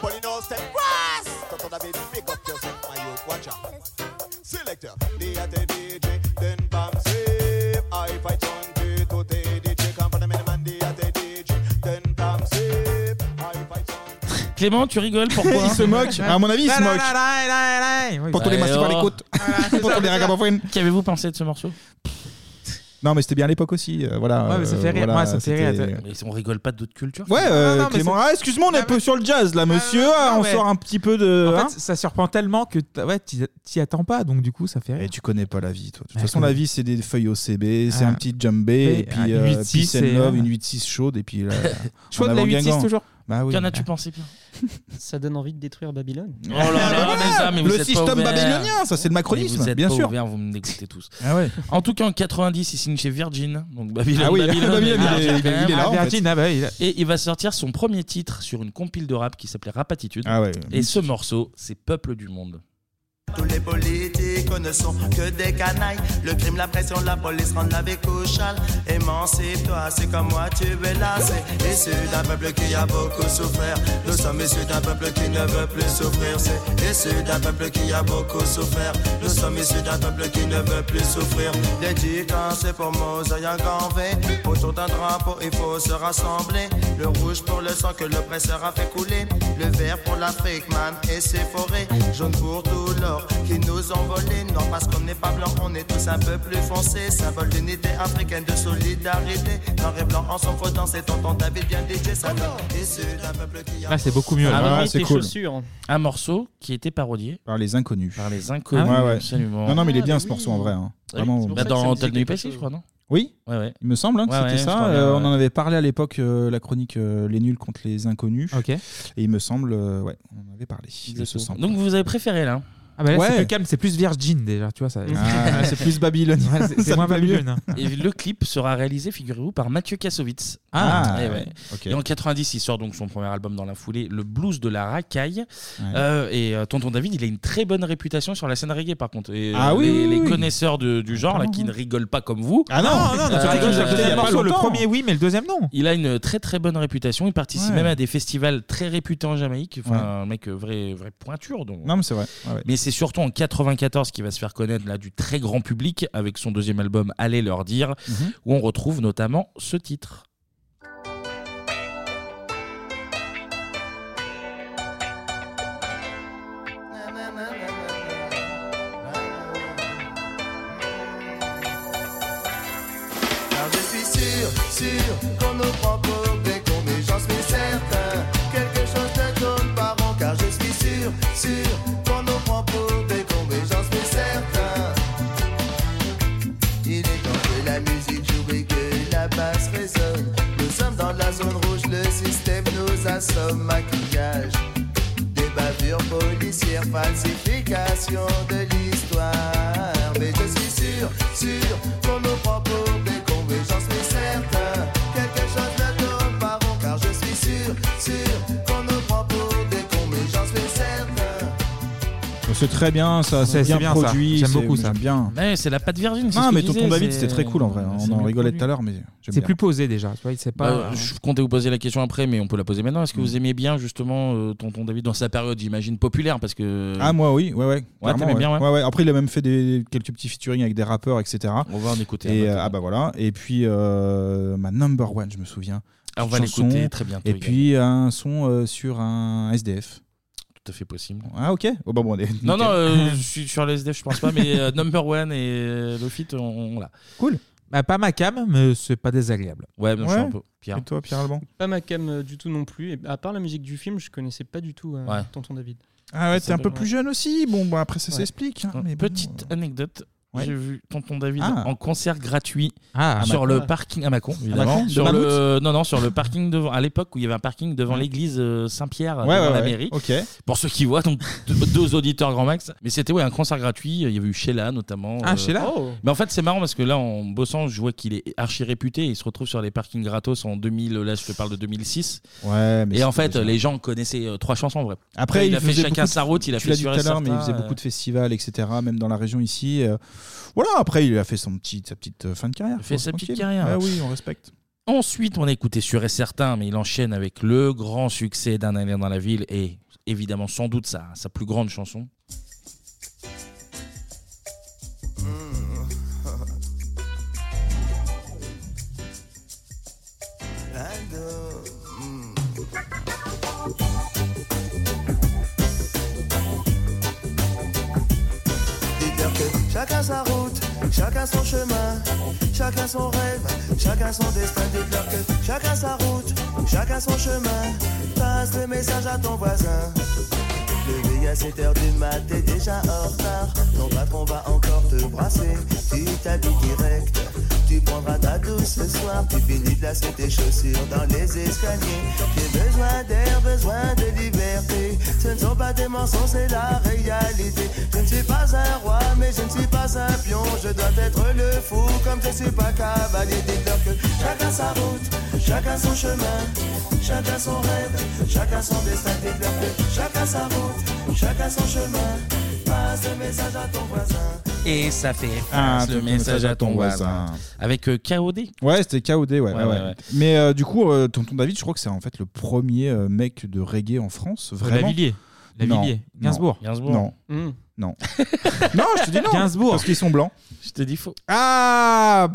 S21: Polino, c'est Christ. Quand on avait pick up yourself, my youth, watch out. Selector, the AT DJ, then bam, save. High five son, tu tout est DJ, quand on a mis le man, the AT DJ, then bam, save. High five son.
S1: Clément, tu rigoles pourquoi
S6: Il se moque. À mon avis, il se moque. Pour tous les massifs à l'écoute. Pour tous les ragamuffins.
S1: Qu'avez-vous pensé de ce morceau
S6: Non, mais c'était bien à l'époque aussi. euh, voilà.
S1: Ouais, mais ça
S6: euh,
S1: fait rire.
S6: voilà,
S1: Moi, ça me fait rire,
S6: c'était-
S1: attends. Mais on rigole pas d'autres cultures.
S6: Ouais, euh,
S12: Non, non, mais
S6: Clément.
S12: c'est-
S6: Ah, excuse-moi, on est un peu sur le jazz là, monsieur. Ah,
S12: non,
S6: on
S12: mais-
S6: sort un petit peu de.
S12: En
S6: hein
S12: fait, ça surprend tellement que t'as- ouais, t'y t'y attends pas, donc du coup, ça fait rire.
S6: Et tu connais pas la vie, toi. De toute
S12: Ouais,
S6: façon,
S12: je
S6: la vie, c'est des feuilles OCB, c'est
S12: Ah.
S6: un petit jambé,
S12: Mais
S6: et
S12: un
S6: puis euh,
S12: 8-6,
S6: peace and
S12: et,
S6: love,
S12: euh,
S6: une 8-6 chaude, et puis là.
S12: Chaude, la 8-6 toujours
S6: Bah oui.
S1: Qu'en as-tu pensé, Pierre
S7: Ça donne envie de détruire Babylone.
S1: Oh là là, mais ça, mais vous êtes
S6: le
S1: pas
S6: système
S1: ouverts.
S6: babylonien, ça c'est le
S1: Mais
S6: macronisme,
S1: vous êtes
S6: bien
S1: pas
S6: sûr.
S1: ouverts, vous me dégoûtez tous.
S6: Ah ouais.
S1: En tout cas, en 90, il signe chez Virgin. Donc Babylone,
S6: Ah oui,
S1: Babylone,
S6: Babylone, il est- il est- il est là, en fait. Virgin, ah bah, il a-
S1: Et il va sortir son premier titre sur une compile de rap qui s'appelait Rapatitude.
S6: Ah ouais.
S1: Et ce morceau, c'est Peuple du Monde.
S19: Tous les politiques ne sont que des canailles. Le crime, la pression, la police rendent la vie couchale. Émancipe-toi, c'est comme moi, tu es là. C'est issu d'un peuple qui a beaucoup souffert. Nous sommes issus d'un peuple qui ne veut plus souffrir. C'est issu d'un peuple qui a beaucoup souffert. Nous sommes issus d'un peuple qui ne veut plus souffrir. Dédicacé pour Mosaï en Ganvé. Autour d'un drapeau, il faut se rassembler. Le rouge pour le sang que l'oppresseur a fait couler. Le vert pour l'Afrique, man, et ses forêts. Jaune pour tout l'or qui nous ont volé. Non, parce qu'on n'est pas blanc, on est tous un peuple foncé. Symbole d'unité africaine, de solidarité. Noir et blanc en son fautant, c'est tonton David bien DJ. Ça issu d'un peuple qui a.
S6: Ah,
S1: Abandonner
S6: ouais, c'est
S1: tes
S6: cool.
S1: chaussures. Un morceau qui était parodié
S6: Par les inconnus.
S1: par les inconnus.
S6: Ah ouais. Ouais, ouais.
S1: Absolument.
S6: Non, non, mais il est bien, Ah, ce oui. morceau, en vrai,
S1: Ah
S6: hein.
S1: oui,
S6: Vraiment.
S1: c'est pour
S6: Bah,
S1: ça que
S6: dans
S1: ça me dit
S6: Antenne du
S1: quelque
S6: Passé,
S1: chose.
S6: je crois, non
S1: Oui. Ouais, ouais.
S6: Il me semble hein, que
S1: Ouais, ouais,
S6: c'était
S1: je
S6: ça.
S1: crois bien,
S6: Euh,
S1: ouais.
S6: on en avait parlé à l'époque, euh, la chronique euh, Les Nuls contre les Inconnus. Et il me semble, euh, ouais, on en avait parlé. de ce sample.
S1: Donc vous avez préféré là
S6: Ah bah là, c'est
S1: Ouais.
S6: plus
S9: Calme, c'est plus Virgin déjà, tu vois. Ça...
S6: Ah, c'est plus Babylone.
S9: Ouais, c'est- c'est
S6: Ça
S9: moins
S6: me va
S9: Babylone. hein.
S1: Et le clip sera réalisé, figurez-vous, par Mathieu Kassovitz.
S9: Ah,
S1: et, ouais.
S9: ok.
S1: Et en 90, il sort donc son premier album dans la foulée, Le Blues de la Racaille.
S6: Ouais.
S1: Euh, et euh, Tonton David, il a une très bonne réputation sur la scène reggae, par contre. Et, euh,
S6: Ah oui,
S1: les,
S6: oui,
S1: les
S6: oui.
S1: connaisseurs de- du genre, là, qui ne rigolent pas comme vous. Euh,
S6: Ah non, non, non, tu rigoles, j'ai écouté le morceau, le premier,
S9: oui, mais le deuxième non.
S1: Il a une très très bonne réputation. Il participe
S6: Ouais.
S1: même à des festivals très réputés en Jamaïque. Enfin,
S6: Ouais.
S1: un mec euh, vrai, vrai pointure. Donc.
S6: Non, mais c'est vrai. Ouais, ouais.
S1: Mais c'est surtout en 94 qu'il va se faire connaître là du très grand public avec son deuxième album Allez leur dire,
S6: Mhm.
S1: où on retrouve notamment ce titre.
S19: Car je suis sûr, sûr qu'on nous prend pour des cons, mais j'en suis certain. Quelque chose ne tourne pas rond, car je suis sûr, sûr qu'on nous prend pour des cons, mais j'en suis certain. Il est temps que la musique joue et que la basse résonne. Nous sommes dans la zone rouge, le système nous assomme. Maquillage, des bavures policières, falsification de l'histoire. Mais je suis sûr, sûr qu'on nous prend pour des cons, mais j'en suis certain. Quelque chose ne tourne pas rond, car je suis sûr, sûr qu'on nous prend pour des cons, mais j'en suis certain.
S6: Bah, C'est très bien, ça, c'est bien, produit.
S9: J'aime
S6: c'est-
S9: beaucoup ça.
S6: J'aime bien.
S1: Mais c'est la patte virgin.
S6: Non, Ah, mais Tonton David, c'était très cool en vrai. On en rigolait tout à l'heure, mais j'aime
S9: C'est
S6: bien.
S9: plus posé déjà, tu vois, il sait pas.
S1: Bah, je comptais vous poser la question après, mais on peut la poser maintenant.
S6: Mhm.
S1: Est-ce que vous aimiez bien justement euh, Tonton David dans sa période, j'imagine, populaire Parce que.
S6: Ah moi oui, ouais ouais.
S1: Mm. Ouais,
S6: clairement,
S1: t'aimais bien, ouais.
S6: ouais. ouais. Après il a même fait des, quelques petits featuring avec des rappeurs, etc.
S1: On va en écouter un
S6: Et euh,
S1: notamment.
S6: ah bah voilà. Et puis euh, ma number one, je me souviens.
S1: Ah, on
S6: Petite
S1: va l'écouter
S6: chanson.
S1: très bientôt,
S6: Et
S1: également.
S6: puis un son euh, sur un SDF.
S1: Tout à fait possible.
S6: Ah ok. Oh, bah, bon, on est-
S1: Non,
S6: nickel.
S1: non, euh, je suis sur les SDF, je pense pas, mais euh, Number One et euh, Lofit, on, on l'a.
S9: Cool. Bah, pas ma cam, mais c'est pas désagréable.
S1: Ouais, non, je suis un peu. Pierre.
S6: Et toi, Pierre Alban
S7: Pas ma cam euh, du tout non plus. Et à part la musique du film, je connaissais pas du tout euh,
S1: Ouais.
S7: Tonton David.
S6: Ah ouais, t'es un peu
S7: Ouais.
S6: plus jeune aussi. Bon bah après ça
S7: Ouais.
S6: s'explique. hein,
S1: Ouais.
S6: mais bon,
S1: Petite anecdote.
S6: Ouais.
S1: J'ai vu Tonton David
S6: Ah.
S1: en concert gratuit
S6: Ah, à
S1: sur
S6: Mâcon.
S1: le parking à Macon,
S6: À
S1: évidemment.
S6: Mâcon, de
S1: sur le,
S6: Mammouth
S1: non, non, sur le parking devant, à l'époque où il y avait un parking devant l'église euh, Saint-Pierre,
S6: Ouais,
S1: devant
S6: ouais,
S1: la
S6: ouais.
S1: mairie.
S6: Ok.
S1: Pour ceux qui voient, donc deux, deux auditeurs grand max. Mais c'était ouais, un concert gratuit. Il y avait eu Sheila notamment. euh,
S9: Ah, Sheila
S7: Oh.
S1: Mais en fait, c'est marrant parce que là, en bossant, je vois qu'il est archi réputé. Il se retrouve sur les parkings gratos en 2000. Là, je te parle de 2006.
S6: Ouais, mais
S1: Et en
S6: c'était
S1: fait,
S6: déjà-
S1: les gens connaissaient euh, trois chansons en vrai.
S6: Après,
S1: il, a fait
S6: faisait
S1: chacun
S6: beaucoup de-
S1: sa route. Il a
S6: tu
S1: fait
S6: l'as dit
S1: sur euh.
S6: tout à l'heure, mais il faisait
S1: Certains,
S6: beaucoup de festivals, etc. Même dans la région ici. euh, voilà. Après, il a fait son petit, sa petite euh, fin de carrière.
S1: Il fait
S6: quoi,
S1: sa petite
S6: tranquille.
S1: carrière.
S6: Ah oui, on respecte.
S1: Ensuite, on a écouté Sûr et Certain, mais il enchaîne avec le grand succès d'un alien dans la ville et évidemment, sans doute, sa, sa plus grande chanson.
S19: Ando, mm. Dites-leur que Chacun sa route, chacun son chemin, chacun son rêve, chacun son destin. Dites-leur que chacun sa route, chacun son chemin. Passe le message à ton voisin. Le veille à 7h du mat, t'es déjà en retard. Ton patron va encore te brasser. Tu t'habilles direct, tu prendras ta douche ce soir, tu finis de lasser tes chaussures dans les escaliers. J'ai besoin d'air, besoin de liberté. Ce ne sont pas des mensonges, c'est la réalité. Je ne suis pas un roi, mais je ne suis pas un pion. Je dois être le fou, comme je suis pas cavalier. Dites-leur que chacun sa route, chacun son chemin, chacun son rêve, chacun son destin. Dites-leur que chacun sa route, chacun son chemin. Passe le message à ton voisin.
S1: Et ça fait
S6: Ah,
S1: le message à ton voisin. Avec euh, KOD
S6: Ouais, c'était KOD, ouais. ouais,
S1: ouais,
S6: ouais.
S1: ouais.
S6: Mais euh, du coup, euh, Tonton David, je crois que c'est en fait le premier euh, mec de reggae en
S1: Oh,
S6: France. Vraiment.
S12: Lavilliers. Lavilliers.
S6: Non,
S12: Gainsbourg.
S6: non,
S12: Gainsbourg.
S6: Non.
S1: Mmh.
S12: Mm.
S6: Non. non, je te dis non.
S12: Gainsbourg.
S6: Parce qu'ils sont blancs.
S1: Je te dis faux.
S6: Ah,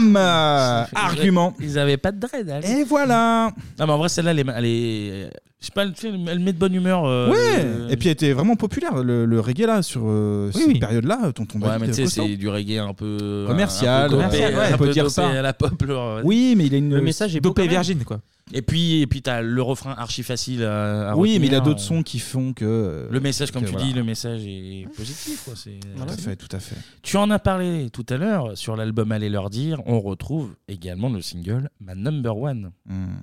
S6: Bam Argument.
S1: Ils avaient pas de dread. hein.
S6: Et voilà.
S1: Non, mais en vrai, celle-là, elle, est- elle est. euh, Je sais pas, elle, fait- elle met de bonne humeur. euh,
S6: ouais.
S1: euh,
S6: Et puis, elle était vraiment populaire, le, le reggae, là, sur euh, cette période-là, Tonton
S1: Ouais,
S6: David.
S1: mais tu sais,
S6: costaud.
S1: c'est du reggae un peu. euh,
S6: Commercial,
S1: un peu
S6: commercial,
S1: dopé,
S6: ouais,
S1: un
S6: on peut
S1: peu
S6: dire
S1: dopé
S6: ça.
S1: à la pop, genre, ouais.
S6: Oui, mais il a une.
S1: Le message est beau
S6: dopé
S1: quand même.
S6: virgin, quoi.
S1: Et puis, et puis t'as le refrain archi facile à, à
S6: Oui,
S1: retenir. hein.
S6: mais il a d'autres sons qui font que. euh,
S1: Le message, comme
S6: que
S1: tu
S6: voilà.
S1: dis, le message est positif. Quoi. c'est- euh,
S6: Tout à fait, tout à fait.
S1: Tu en as parlé tout à l'heure sur l'album Allez leur dire. On retrouve également le single Ma Number One.
S6: Hmm.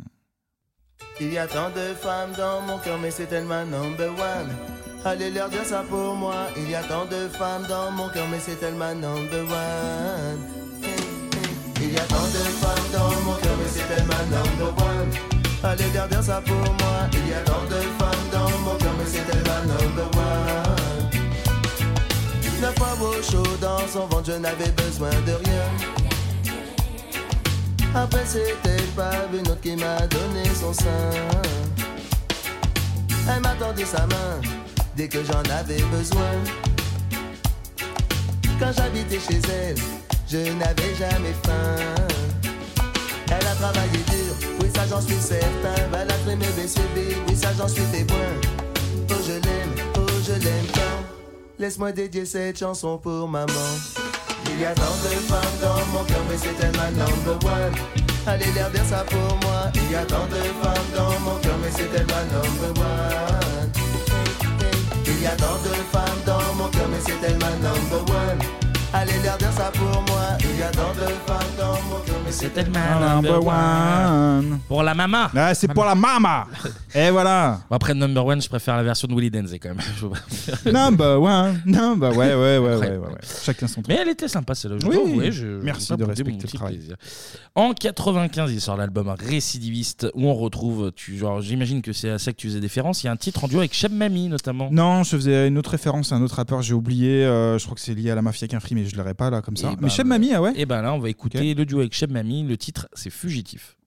S19: Il y a tant de femmes dans mon cœur, mais c'est elle ma number one. Allez leur dire ça pour moi. Il y a tant de femmes dans mon cœur, mais c'est elle ma number one. Il y a tant de femmes dans mon cœur, mais c'est elle ma number one. Allez leur dire ça pour moi. Il y a tant de femmes dans mon cœur, mais c'est elle ma number one. Neuf fois au chaud dans son ventre, je n'avais besoin de rien. Après c'était pas une autre qui m'a donné son sein Elle m'a tendu sa main dès que j'en avais besoin Quand j'habitais chez elle, je n'avais jamais faim Elle a travaillé dur, oui ça j'en suis certain Elle a fait mes BCB, oui ça j'en suis témoin Oh je l'aime, oh je l'aime tant Laisse-moi dédier cette chanson pour maman il y a tant de femmes dans mon cœur, mais c'est elle ma number one. Allez l'air bien ça pour moi. Il y a tant de femmes dans mon cœur, mais c'est elle ma number one. Il y a tant de femmes dans mon cœur, mais c'est elle ma number one. Allez l'air bien ça pour moi. Il y a tant de femmes dans mon cœur, mais c'est
S1: C'était
S19: elle
S1: ma
S6: Ah, Number
S1: number one.
S6: one.
S1: Pour la maman.
S6: Ah, c'est pour la mama. Et voilà.
S1: Bon, après Number One, je préfère la version de Willy Denze quand même. Je veux pas-
S6: Number one. Number. Ouais, ouais, ouais, ouais,
S1: Incroyable.
S6: ouais, ouais. Chacun son
S1: Mais elle était sympa celle-là. je
S6: Oui,
S1: trouve. Ouais, je-
S6: merci
S1: je vais
S6: de
S1: pas
S6: respecter
S1: bouder mon
S6: le
S1: petit
S6: travail.
S1: plaisir. En 95, il sort l'album Récidiviste où on retrouve, tu, genre, j'imagine que c'est à ça que tu faisais des références. Il y a un titre en duo avec Cheb Mami notamment.
S6: Non, je faisais une autre référence à un autre rappeur, j'ai oublié. euh, je crois que c'est lié à la mafia qu'un mais je l'aurais pas là comme ça.
S1: Et
S6: mais
S1: ben,
S6: Cheb Mami, ah ouais
S1: Et ben là, on va écouter le duo avec Cheb Mami. Le titre, c'est Fugitif.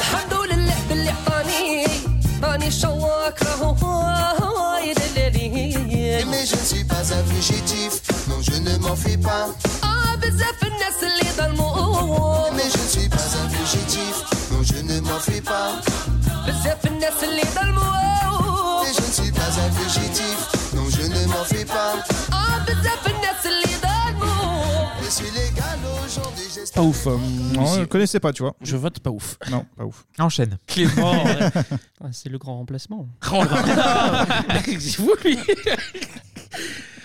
S28: الحمد لله باللي حاني راني شواك راهو وايد الليل
S19: Mais je ne suis pas un fugitif, non je ne m'enfuis pas.
S28: اه بزاف الناس اللي ظلموا
S19: Mais je ne suis pas un fugitif, non je ne m'enfuis pas.
S28: بزاف الناس اللي ظلموا
S19: Mais je ne suis pas un fugitif, non je ne m'enfuis pas.
S28: اه بزاف الناس اللي ظلموا
S19: Je suis légal aujourd'hui, j'espère.
S6: Pas ouf. euh, non,
S1: Si.
S6: je le connaissais pas, tu vois.
S1: Je vote pas ouf.
S6: Non, pas ouf.
S9: Enchaîne.
S1: Clément. ouais.
S7: Ah, c'est le grand remplacement.
S1: Oh, bah. C'est vous, lui.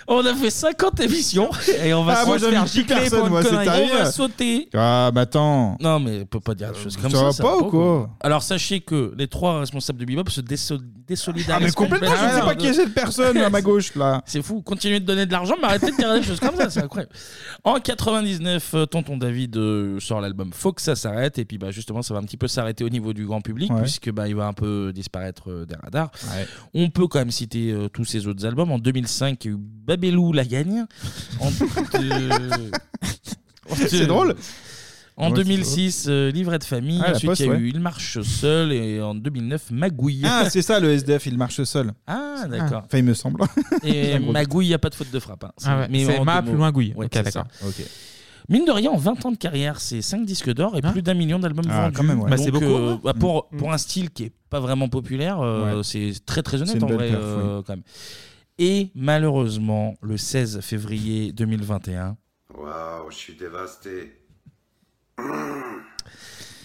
S1: On a fait 50 émissions et on va
S6: Ah,
S1: se
S6: moi,
S1: faire
S6: j'aime
S1: gicler
S6: personne,
S1: pour une
S6: moi, c'est
S1: connerie. On
S6: terrible.
S1: va sauter.
S6: Ah, bah attends. Euh,
S1: Non, mais on peut pas dire des choses comme
S6: ça
S1: ça.
S6: va pas
S1: va
S6: ou quoi
S1: Alors sachez que les trois responsables de Bebop se déso- désolidarisent.
S6: Ah, mais complètement, je ne sais pas qui est cette personne à ma gauche là.
S1: C'est fou, continuez de donner de l'argent, mais arrêtez de dire des choses comme ça, c'est incroyable. En 99, euh, Tonton David euh, sort l'album Faut que ça s'arrête, et puis bah, justement, ça va un petit peu s'arrêter au niveau du grand public,
S6: Ouais.
S1: puisque bah, il va un peu disparaître euh, des radars. On peut quand même citer euh, tous ses autres albums. En 2005, il y a eu Babelou la gagne. En- euh,
S6: C'est drôle.
S1: En
S6: Ouais, c'est
S1: 2006, euh, Livret de famille.
S6: Ah, la
S1: Ensuite,
S6: Poste,
S1: il y a
S6: ouais.
S1: eu Il marche seul. Et en 2009, Magouille.
S6: Ah, c'est ça le SDF, il marche seul.
S1: Ah, d'accord.
S6: Enfin, il me semble. J'ai
S1: Et
S6: un gros doute.
S1: Magouille, il n'y a pas de faute de frappe. hein.
S9: Ah ouais,
S1: mais
S9: c'est
S1: en
S9: ma
S1: deux
S9: plus
S1: mots.
S9: loin Gouille.
S1: Ouais,
S9: Ok,
S1: c'est
S9: d'accord.
S1: ça. Mine de rien, en 20 ans de carrière, c'est 5 disques d'or et plus d'un million d'albums
S9: Ah,
S1: vendus.
S9: quand même, ouais. Bah,
S1: Donc,
S9: c'est beaucoup,
S1: euh,
S9: ouais.
S1: bah, pour, pour un style qui est pas vraiment populaire, euh,
S9: Ouais.
S1: c'est très très
S9: C'est
S1: honnête
S9: une
S1: en
S9: belle
S1: vrai.
S9: perf,
S1: euh, quand même. Et malheureusement, le 16 février 2021,
S20: Waouh, je suis dévasté.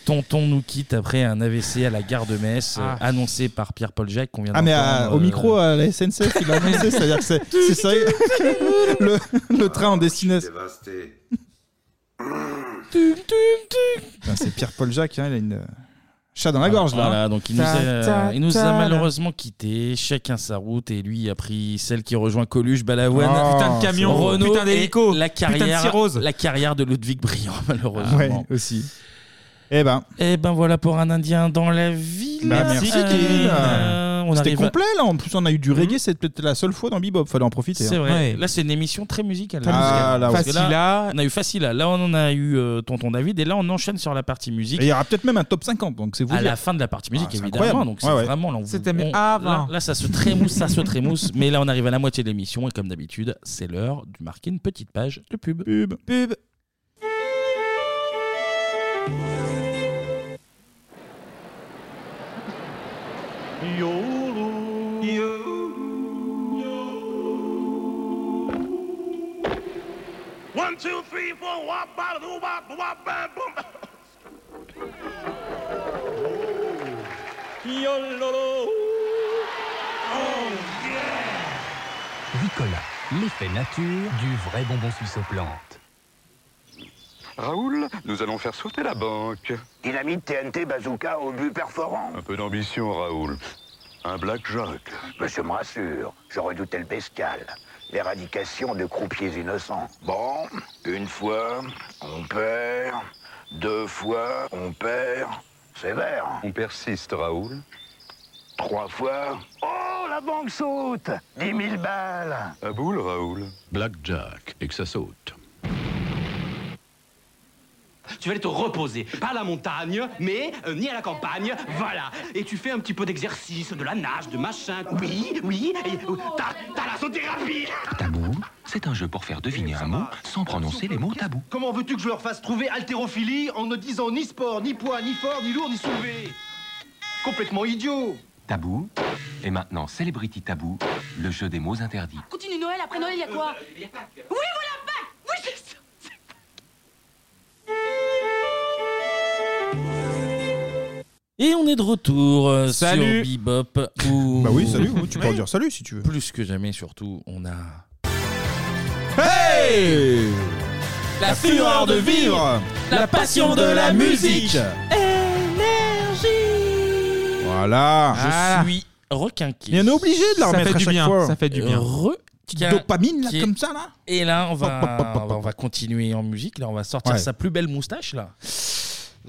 S1: Tonton nous quitte après un AVC à la gare de Metz,
S6: Ah.
S1: euh, annoncé par Pierre-Paul Jacques. qu'on vient
S6: Ah, mais
S1: d'entendre,
S6: à- au
S1: euh,
S6: micro, à la SNCF, il a annoncé, c'est-à-dire que c'est c'est ça. Le, le train en destination.
S3: Dévasté.
S6: Putain, C'est Pierre-Paul Jacques, hein, il a une. euh, Chat dans la gorge, là.
S1: Ah, Voilà,
S6: hein.
S1: donc il nous, a, il nous a malheureusement quitté, chacun sa route, et lui a pris celle qui rejoint Coluche, Balavoine,
S6: Oh, Putain de camion,
S1: c'est Renault,
S6: putain d'hélico,
S1: et la
S6: putain de
S1: carrière,
S6: cirrhose.
S1: la carrière de Ludwig Briand, malheureusement.
S6: Ouais, aussi. Eh ben.
S1: Eh ben voilà pour un Indien dans la ville.
S6: Bah, merci,
S1: Euh,
S6: Kevin.
S1: euh, on
S6: C'était
S1: arrive à- Hmm.
S6: complet, là. En plus, on a eu du reggae. C'est peut-être la seule fois dans Bebop. Fallait en profiter.
S1: C'est
S6: hein.
S1: vrai. Là, c'est une émission très musicale.
S6: Très musicale.
S1: là, parce que
S6: Facila.
S1: là, on a eu Facila. Là, on en a eu euh, Tonton David. Et là, on enchaîne sur la partie musique.
S6: Et il y aura peut-être même un top 50. Donc, c'est vous.
S1: à
S6: dire.
S1: la fin de la partie musique,
S6: Ah, c'est
S1: évidemment.
S6: incroyable.
S1: Donc, c'est
S6: Ouais, ouais.
S1: vraiment. là, on-
S6: C'était
S1: on-
S6: mieux avant.
S1: Là, là, ça se trémousse, ça se trémousse. Mais là, on arrive à la moitié de l'émission. Et comme d'habitude, c'est l'heure de marquer une petite page de pub.
S6: Pub. Pub.
S8: One, two, three, four, wop, bada, doo, wop, wop, bam, boom. Yololo. Oh, yeah.
S4: Ricola, l'effet nature du vrai bonbon suisse aux plantes.
S3: Raoul, nous allons faire sauter la banque.
S20: Dynamite TNT bazooka au but perforant.
S3: Un peu d'ambition, Raoul. Un blackjack.
S20: Monsieur me rassure, je redoutais le bestial. L'éradication de croupiers innocents. Bon, une fois, on perd. Deux fois, on perd. Sévère.
S3: On persiste, Raoul.
S20: Trois fois. Oh, la banque saute 10 000 balles
S3: À boule, Raoul.
S4: Blackjack, et que ça saute.
S22: Tu vas aller te reposer. Pas à la montagne, mais euh, ni à la campagne. Voilà. Et tu fais un petit peu d'exercice, de la nage, de machin. Oui, oui. et, euh, T'as t'as la sautégraphie.
S4: Tabou, c'est un jeu pour faire deviner un
S22: Ah,
S4: mot sans prononcer les mots tabous.
S22: Comment veux-tu que je leur fasse trouver haltérophilie en ne disant ni sport, ni poids, ni fort, ni lourd, ni soulevé Complètement idiot.
S4: Tabou, et maintenant Celebrity Tabou, le jeu des mots interdits.
S28: Continue Noël, après Noël, il y a quoi Oui, voilà, Pâques Oui, c'est ça
S1: Et on est de retour euh,
S6: Salut.
S1: sur Bebop. où-
S6: Bah oui, salut, oui, tu peux leur dire salut si tu veux.
S1: Plus que jamais, surtout, on a.
S6: Hey
S1: La fureur de vivre, la passion de la musique.
S6: Voilà.
S1: Je suis requinqué.
S6: Mais on est obligé de la
S1: Ah. Ça
S6: remettre
S1: fait
S6: à
S1: du
S6: chaque
S1: bien,
S6: fois.
S1: ça fait du bien. Re-
S6: Petite dopamine, là,
S1: qui est-
S6: comme ça, là.
S1: Et là, on va,
S6: Pop, pop, pop, pop,
S1: on va- on va continuer en musique. Là, on va sortir
S6: Ouais.
S1: sa plus belle moustache, là.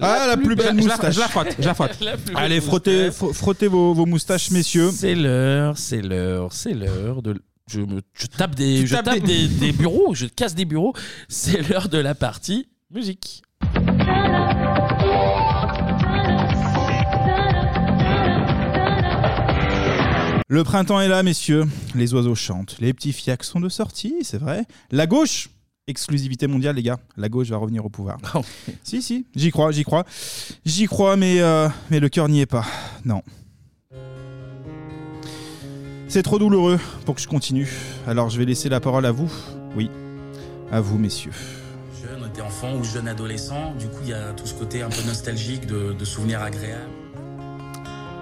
S6: Ah, la plus belle
S1: je la-
S6: moustache.
S1: je la frotte, je la frotte. La plus belle
S6: Allez, frottez,
S1: moustache.
S6: fro- frottez vos, vos moustaches, messieurs.
S1: C'est l'heure, c'est l'heure, c'est l'heure de. Je, me, je tape, des,
S6: Tu
S1: je
S6: tapes
S1: tape des,
S6: des-
S1: des bureaux, je casse des bureaux. C'est l'heure de la partie musique.
S6: Le printemps est là, messieurs. Les oiseaux chantent. Les petits fiacs sont de sortie, c'est vrai. La gauche Exclusivité mondiale, les gars. La gauche va revenir au pouvoir. si, si, j'y crois, j'y crois. J'y crois, mais, euh, mais le cœur n'y est pas. Non. C'est trop douloureux pour que je continue. Alors je vais laisser la parole à vous. Oui, à vous, messieurs.
S23: Jeune, t'es enfant ou jeune adolescent, du coup il y a tout ce côté un peu nostalgique de, de souvenirs agréables.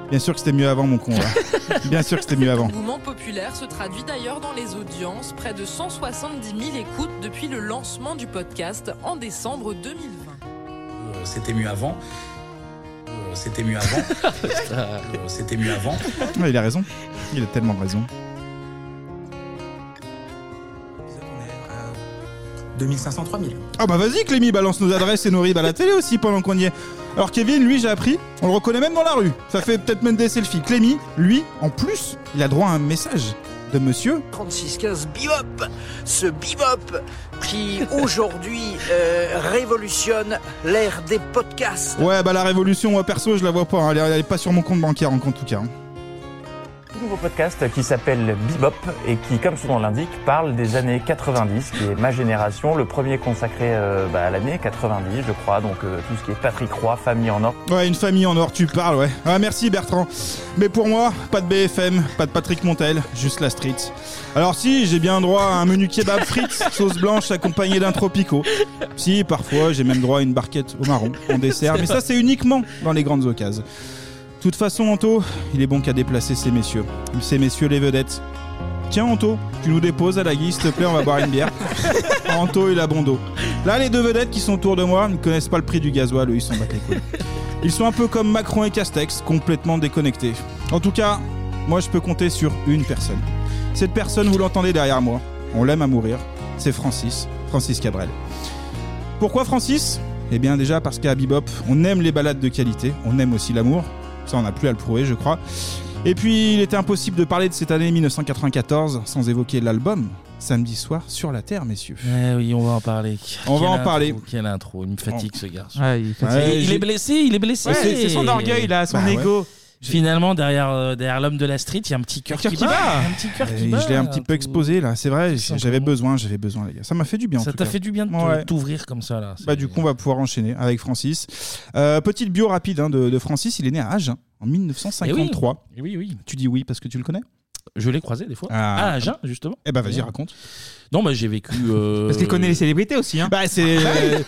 S6: Bien sûr que c'était mieux avant, mon con. là. Bien sûr que c'était mieux avant.
S24: Mouvement populaire se traduit d'ailleurs dans les audiences, près de 170 000 écoutes depuis le lancement du podcast en décembre 2020.
S23: Euh, C'était mieux avant. Euh, C'était mieux avant. Euh, C'était mieux avant.
S6: Ouais, Ah, il a raison. Il a tellement raison.
S4: 2500, 3000.
S6: Ah bah vas-y Clémy, balance nos adresses et nos ribs à la télé aussi pendant qu'on y est. Alors Kevin, lui, j'ai appris, on le reconnaît même dans la rue. Ça fait peut-être même des selfies. Clémy, lui, en plus, il a droit à un message de monsieur.
S20: 3615 Bebop, ce Bebop qui aujourd'hui euh, révolutionne l'ère des podcasts.
S6: Ouais, bah la révolution, moi perso, je la vois pas. hein. Elle est- elle est pas sur mon compte bancaire en en tout cas. hein.
S10: nouveau podcast qui s'appelle Bebop et qui, comme son nom l'indique, parle des années 90, qui est ma génération, le premier consacré euh, bah, à l'année 90, je crois, donc euh, tout ce qui est Patrick Roy, famille en or.
S6: Ouais, une famille en or, tu parles, ouais. Ah, merci Bertrand. Mais pour moi, pas de BFM, pas de Patrick Montel, juste la street. Alors si, j'ai bien droit à un menu kebab frites, sauce blanche accompagnée d'un tropico. Si, parfois, j'ai même droit à une barquette au marron en dessert,
S9: C'est
S6: mais ça
S9: vrai.
S6: c'est uniquement dans les grandes occasions. De toute façon, Anto, il est bon qu'à déplacer ces messieurs. Ces messieurs les vedettes. Tiens Anto, tu nous déposes à la guise, s'il te plaît, on va boire une bière. Anto et Labondo. Là, les deux vedettes qui sont autour de moi ne connaissent pas le prix du gasoil, eux, ils s'en battent les couilles. Ils sont un peu comme Macron et Castex, complètement déconnectés. En tout cas, moi, je peux compter sur une personne. Cette personne, vous l'entendez derrière moi. On l'aime à mourir. C'est Francis, Francis Cabrel. Pourquoi Francis Eh bien déjà parce qu'à Bebop, on aime les balades de qualité, on aime aussi l'amour. Ça, on n'a plus à le prouver, je crois. Et puis, il était impossible de parler de cette année 1994 sans évoquer l'album Samedi soir sur la Terre, messieurs.
S1: Eh oui, on va en parler.
S6: On va
S1: Quelle
S6: en
S1: intro,
S6: parler.
S1: Quelle intro, il me fatigue ce garçon.
S6: Ah, il est fatigué.
S1: Et il
S6: j'ai-
S1: est blessé, il est blessé.
S6: Ouais, c'est- c'est son orgueil, là, son Bah, ego. ouais.
S1: Finalement, derrière, euh, derrière l'homme de la street, il y a un petit cœur qui, bat. Un petit cœur qui hein,
S6: Et
S1: bat.
S6: Euh, Je l'ai un petit peu exposé là, c'est vrai, j'avais besoin, j'avais besoin les gars. Ça m'a fait du bien. en
S1: Ça
S6: tout
S1: t'a
S6: cas.
S1: fait du bien de te-
S6: Ouais.
S1: t'ouvrir comme ça là.
S6: Bah, du coup, on va pouvoir enchaîner avec Francis. Euh, petite bio rapide hein, de, de Francis, il est né à Agen en 1953.
S1: Eh oui, eh oui, oui.
S6: Tu dis oui parce que tu le connais
S1: Je l'ai croisé des fois.
S6: Ah.
S1: à Agen, justement.
S6: Eh ben, vas-y, raconte.
S1: Non, bah j'ai vécu. euh, Ah
S6: Parce qu'il connaît les
S9: célébrités aussi. Hein.
S6: Bah, c'est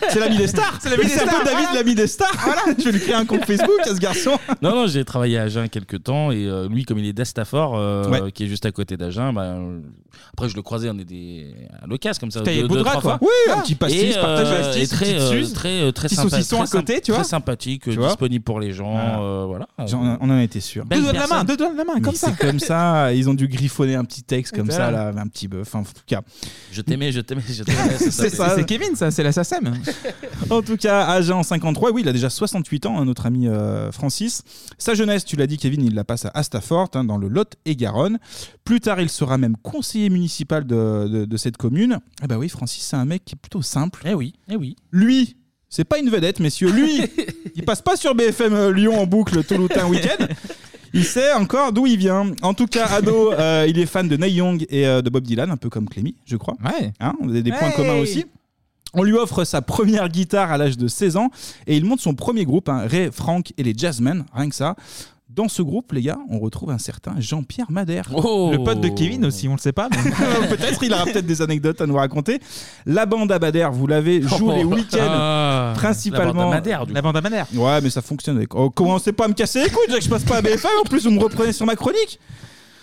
S6: c'est l'ami des stars.
S9: C'est l'ami des
S6: C'est un peu
S9: stars.
S6: David, l'ami des stars. Voilà, je vais lui créer un compte Facebook à ce garçon.
S1: Non, non, j'ai travaillé à Agen quelques temps et euh, lui, comme il est d'Astafort, euh,
S6: Ouais.
S1: qui est juste à côté d'Agen, bah, euh, après je le croisais, on était à l'occasion comme ça.
S9: T'as les
S1: deux,
S9: bouts de
S1: deux,
S9: gras,
S1: trois
S9: quoi.
S1: fois. Ah.
S9: Oui, un petit pastis,
S1: Et,
S9: partage
S1: euh,
S9: pastis,
S1: et très,
S9: petite
S1: euh,
S9: suze,
S1: très, euh, très
S9: petit
S1: sympa-
S9: saucisson
S1: très
S9: à côté,
S1: sympa-
S9: tu vois.
S1: Très sympathique, euh,
S9: Tu vois.
S1: disponible pour les gens.
S6: Voilà.
S1: euh, voilà.
S6: J'en- Ah. on en était sûr.
S1: Belle
S9: Deux doigts de la
S1: personne.
S9: main, deux doigts de la main,
S6: Mais
S9: comme ça.
S6: C'est comme ça, ils ont dû griffonner un petit texte comme
S9: Ben.
S6: ça, là, un petit bœuf, hein, en tout cas.
S1: Je t'aimais, je t'aimais, je t'aimais.
S6: C'est ça.
S9: C'est Kevin, ça, c'est la SACEM.
S6: En tout cas, Agen 53, oui, il a déjà 68 ans, hein, notre ami euh, Francis. Sa jeunesse, tu l'as dit, Kevin, il la passe à Astafort, hein, dans le Lot et Garonne. Plus tard, il sera même conseiller municipal de, de- de cette commune. Eh ben oui, Francis, c'est un mec qui est plutôt simple.
S1: Eh oui, eh oui.
S6: Lui, c'est pas une vedette, messieurs. Lui, il passe pas sur BFM euh, Lyon en boucle tout le week-end. Il sait encore d'où il vient. En tout cas, ado, euh, il est fan de Neil Young et euh, de Bob Dylan, un peu comme Clémy, je crois. Hein,
S9: Ouais.
S6: on a des points
S9: Hey.
S6: communs aussi. On lui offre sa première guitare à l'âge de 16 ans et il monte son premier groupe, hein, Ray, Frank et les Jazzmen, rien que ça. Dans ce groupe, les gars, on retrouve un certain Jean-Pierre Madère.
S9: Oh. Le pote de Kevin aussi, on le sait pas.
S6: peut-être, il aura peut-être des anecdotes à nous raconter. La bande à Madère, vous l'avez, joue
S9: Oh.
S6: les week-ends,
S9: Ah.
S6: principalement.
S9: La bande à Madère, du coup. La bande à Madère.
S6: Ouais, mais ça fonctionne. Avec... Oh, commencez pas à me casser les couilles, déjà que je passe pas à BFM, en plus vous me reprenez sur ma chronique.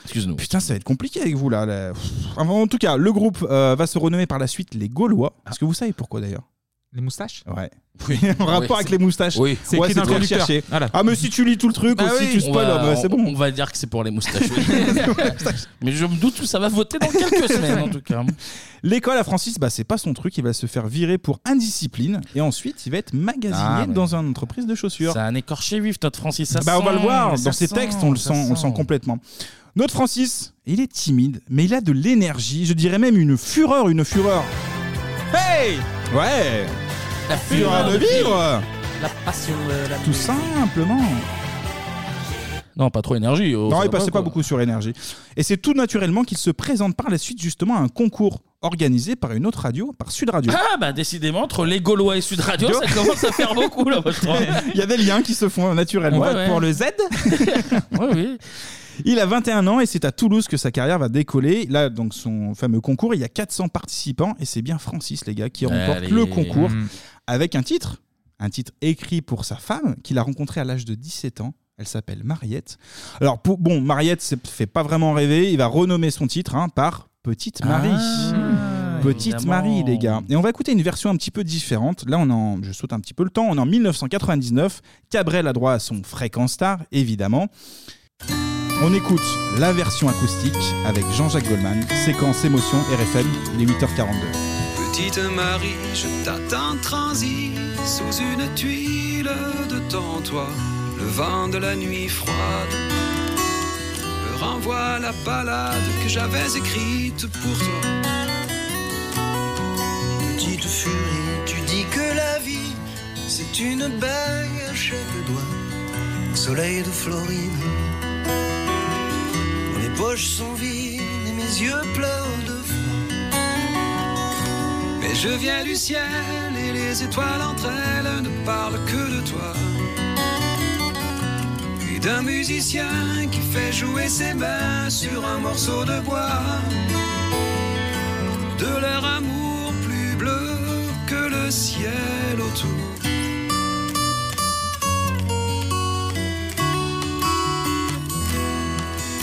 S1: Excuse-nous.
S6: Putain, ça va être compliqué avec vous là. là. Pff. Enfin, En tout cas, le groupe euh, va se renommer par la suite les Gaulois. Est-ce que vous savez pourquoi d'ailleurs
S9: Les moustaches
S6: Ouais.
S9: Ah. Oui.
S6: en rapport
S9: Oui,
S6: avec
S9: c'est-
S6: les moustaches.
S9: Oui. C'est
S6: ouais,
S9: écrit dans le
S6: toi qui
S9: conducteur.
S6: cherchais.
S9: Voilà.
S6: Ah, mais si tu lis tout le truc
S1: Bah
S6: ou si
S1: oui.
S6: tu
S1: On
S6: spoil,
S1: va-
S6: ah bah, c'est
S1: on-
S6: bon.
S1: On va dire que c'est pour les moustaches. Mais je me doute où ça va voter dans quelques semaines en tout cas.
S6: L'école à Francis, bah, c'est pas son truc. Il va se faire virer pour indiscipline et ensuite il va être magasinier
S1: Ah, mais-
S6: dans une entreprise de chaussures.
S1: C'est un écorché vif, notre Francis. Ça
S6: bah, on va
S1: sent,
S6: le voir
S1: ça
S6: dans ses
S1: sent,
S6: textes, on le
S1: ça
S6: sent, on le
S1: sent.
S6: sent complètement. Notre Francis, il est timide, mais il a de l'énergie, je dirais même une fureur, une fureur. Hey Ouais La
S1: fureur
S6: de
S1: de
S6: vivre
S1: vivre. La passion de la
S6: Tout simplement
S1: Non, pas trop énergie. oh, ça
S6: non, il
S1: va
S6: passait pas,
S1: quoi.
S6: beaucoup sur l'énergie. Et c'est tout naturellement qu'il se présente par la suite justement à un concours organisé par une autre radio, par Sud Radio.
S1: Ah bah décidément entre les Gaulois et Sud Radio, ça commence à faire beaucoup là, moi, je trouve.
S6: Il y a des liens qui se font naturellement.
S1: Ouais, ouais.
S6: Pour le Z Il a 21 ans et c'est à Toulouse que sa carrière va décoller. Là, donc son fameux concours, il y a 400 participants et c'est bien Francis, les gars, qui remporte
S1: Allez.
S6: le concours
S1: Mm.
S6: avec un titre. Un titre écrit pour sa femme qu'il a rencontrée à l'âge de 17 ans. Elle s'appelle Mariette. Alors, pour- bon, Mariette, ça fait pas vraiment rêver. Il va renommer son titre hein, par
S1: Ah,
S6: Petite Marie. Petite
S1: évidemment.
S6: Marie, les gars. Et on va écouter une version un petit peu différente. Là, on est en, je saute un petit peu le temps. On est en 1999. Cabrel a droit à son fréquence star, évidemment. On écoute la version acoustique avec Jean-Jacques Goldman. Séquence émotion RFM, il est 8h42.
S11: Petite Marie, je t'attends transi sous une tuile de ton toit. Le vent de la nuit froide me renvoie la balade que j'avais écrite pour toi.
S8: Petite furie, tu dis que la vie, c'est une bague à chaque doigt. Au soleil de Floride, on est
S15: poches sont vides et mes yeux pleurent de froid. Mais je viens du ciel et les étoiles entre elles ne parlent que de toi. Et d'un musicien qui fait jouer ses mains sur un morceau de bois. De leur amour plus bleu que le ciel autour.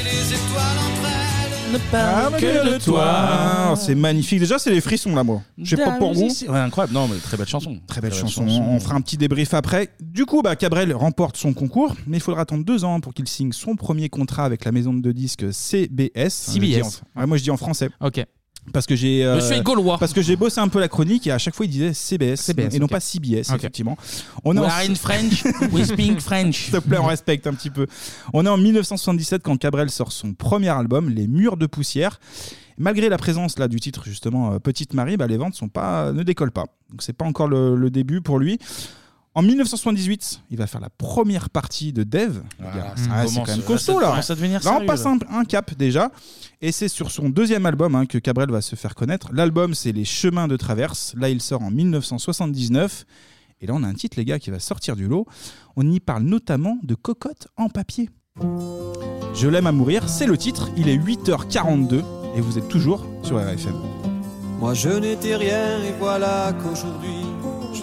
S15: et les étoiles entre elles.
S1: Ne parle que de toi.
S6: Ah, C'est magnifique. Déjà, c'est les frissons là, moi. Je
S1: Bah
S6: sais pas pour vous.
S1: Ouais, incroyable. Non, mais très belle chanson. Très
S6: belle chanson. On fera un petit débrief après. Du coup, bah, Cabrel remporte son concours, mais il faudra attendre deux ans pour qu'il signe son premier contrat avec la maison de disques CBS.
S9: CBS.
S6: Je dis en- ouais, moi, je dis en français.
S9: Ok.
S6: Parce que j'ai. euh,
S9: Monsieur est gaulois.
S6: Parce que j'ai bossé un peu la chronique et à chaque fois, il disait CBS, et non
S9: ok.
S6: pas CBS,
S9: Ok.
S6: effectivement.
S9: We are in French, we speak
S6: French. S'il te plaît, on respecte un petit peu. On est en 1977 quand Cabrel sort son premier album, Les Murs de Poussière. Malgré la présence là du titre justement euh, Petite Marie, bah, les ventes sont pas, ne décollent pas. Donc c'est pas encore le, le début pour lui. En 1978, il va faire la première partie de Dev. les gars.
S1: ça
S6: Ah, c'est
S1: commence-
S6: quand même
S1: ça
S6: costaud là.
S1: commence à devenir
S6: Là, on
S1: sérieux,
S6: passe
S1: là.
S6: un, un cap déjà. Et c'est sur son deuxième album hein, que Cabrel va se faire connaître. L'album, c'est Les Chemins de Traverse. Là, il sort en 1979. Et là, on a un titre, les gars, qui va sortir du lot. On y parle notamment de cocotte en papier. Je l'aime à mourir, c'est le titre. Il est 8h42 et vous êtes toujours sur RFM.
S11: Moi je n'étais rien et voilà qu'aujourd'hui je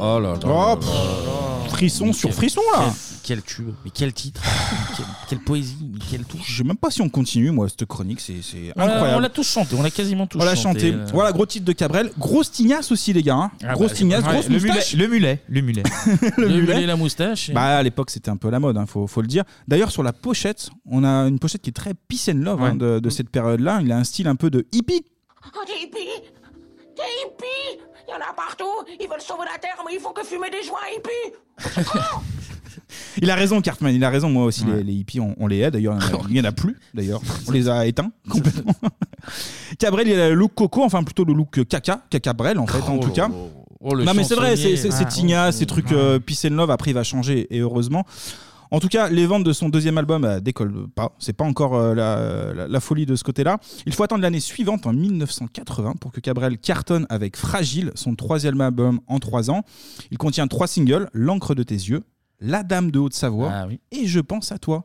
S1: Oh là là.
S6: Oh, pff, frisson sur frisson là.
S1: Quel, quel tube, mais quel titre, quelle, quelle poésie, mais quelle touche.
S6: Je sais même pas si on continue, moi, cette chronique, c'est c'est
S1: On l'a-
S6: incroyable.
S1: on l'a tous chanté, on l'a quasiment tous
S6: On l'a
S1: chanté,
S6: chanté.
S1: là.
S6: Voilà, gros titre de Cabrel. Grosse tignasse aussi, les gars. hein.
S1: Ah
S6: grosse
S1: bah,
S6: tignasse,
S1: ouais,
S6: grosse
S1: le
S6: moustache.
S1: mulet- le
S6: mulet. Le mulet.
S1: Le mulet, la moustache.
S6: Bah, à l'époque, c'était un peu la mode, hein, faut, faut le dire. D'ailleurs, sur la pochette, on a une pochette qui est très peace and love hein, de, de cette période-là. Il a un style un peu de hippie.
S8: Oh, des hippies Des hippies Il y en a partout Ils veulent sauver la Terre, mais ils font que fumer des joints hippies
S6: Il a raison, Cartman, il a raison. Moi aussi, les, les hippies, on, on les aide. D'ailleurs, il y en a- il n'y en a plus. D'ailleurs, on les a éteints complètement. Cabrel, il a le look coco, enfin plutôt le look caca, cacabrel en fait, en
S1: Oh
S6: tout
S1: là
S6: cas.
S1: là. Oh, le
S6: non, mais c'est vrai, c'est
S1: chansonnier.
S6: c'est- c'est
S1: Ah,
S6: Tigna,
S1: oh,
S6: ces trucs
S1: ouais.
S6: euh, Peace and Love. Après, il va changer, et heureusement. En tout cas, les ventes de son deuxième album euh, décollent pas. C'est pas encore euh, la, la- la folie de ce côté-là. Il faut attendre l'année suivante, en 1980, pour que Cabrel cartonne avec Fragile, son troisième album en trois ans. Il contient trois singles L'encre de tes yeux, La Dame de Haute-Savoie
S1: Ah
S6: et Je pense à toi.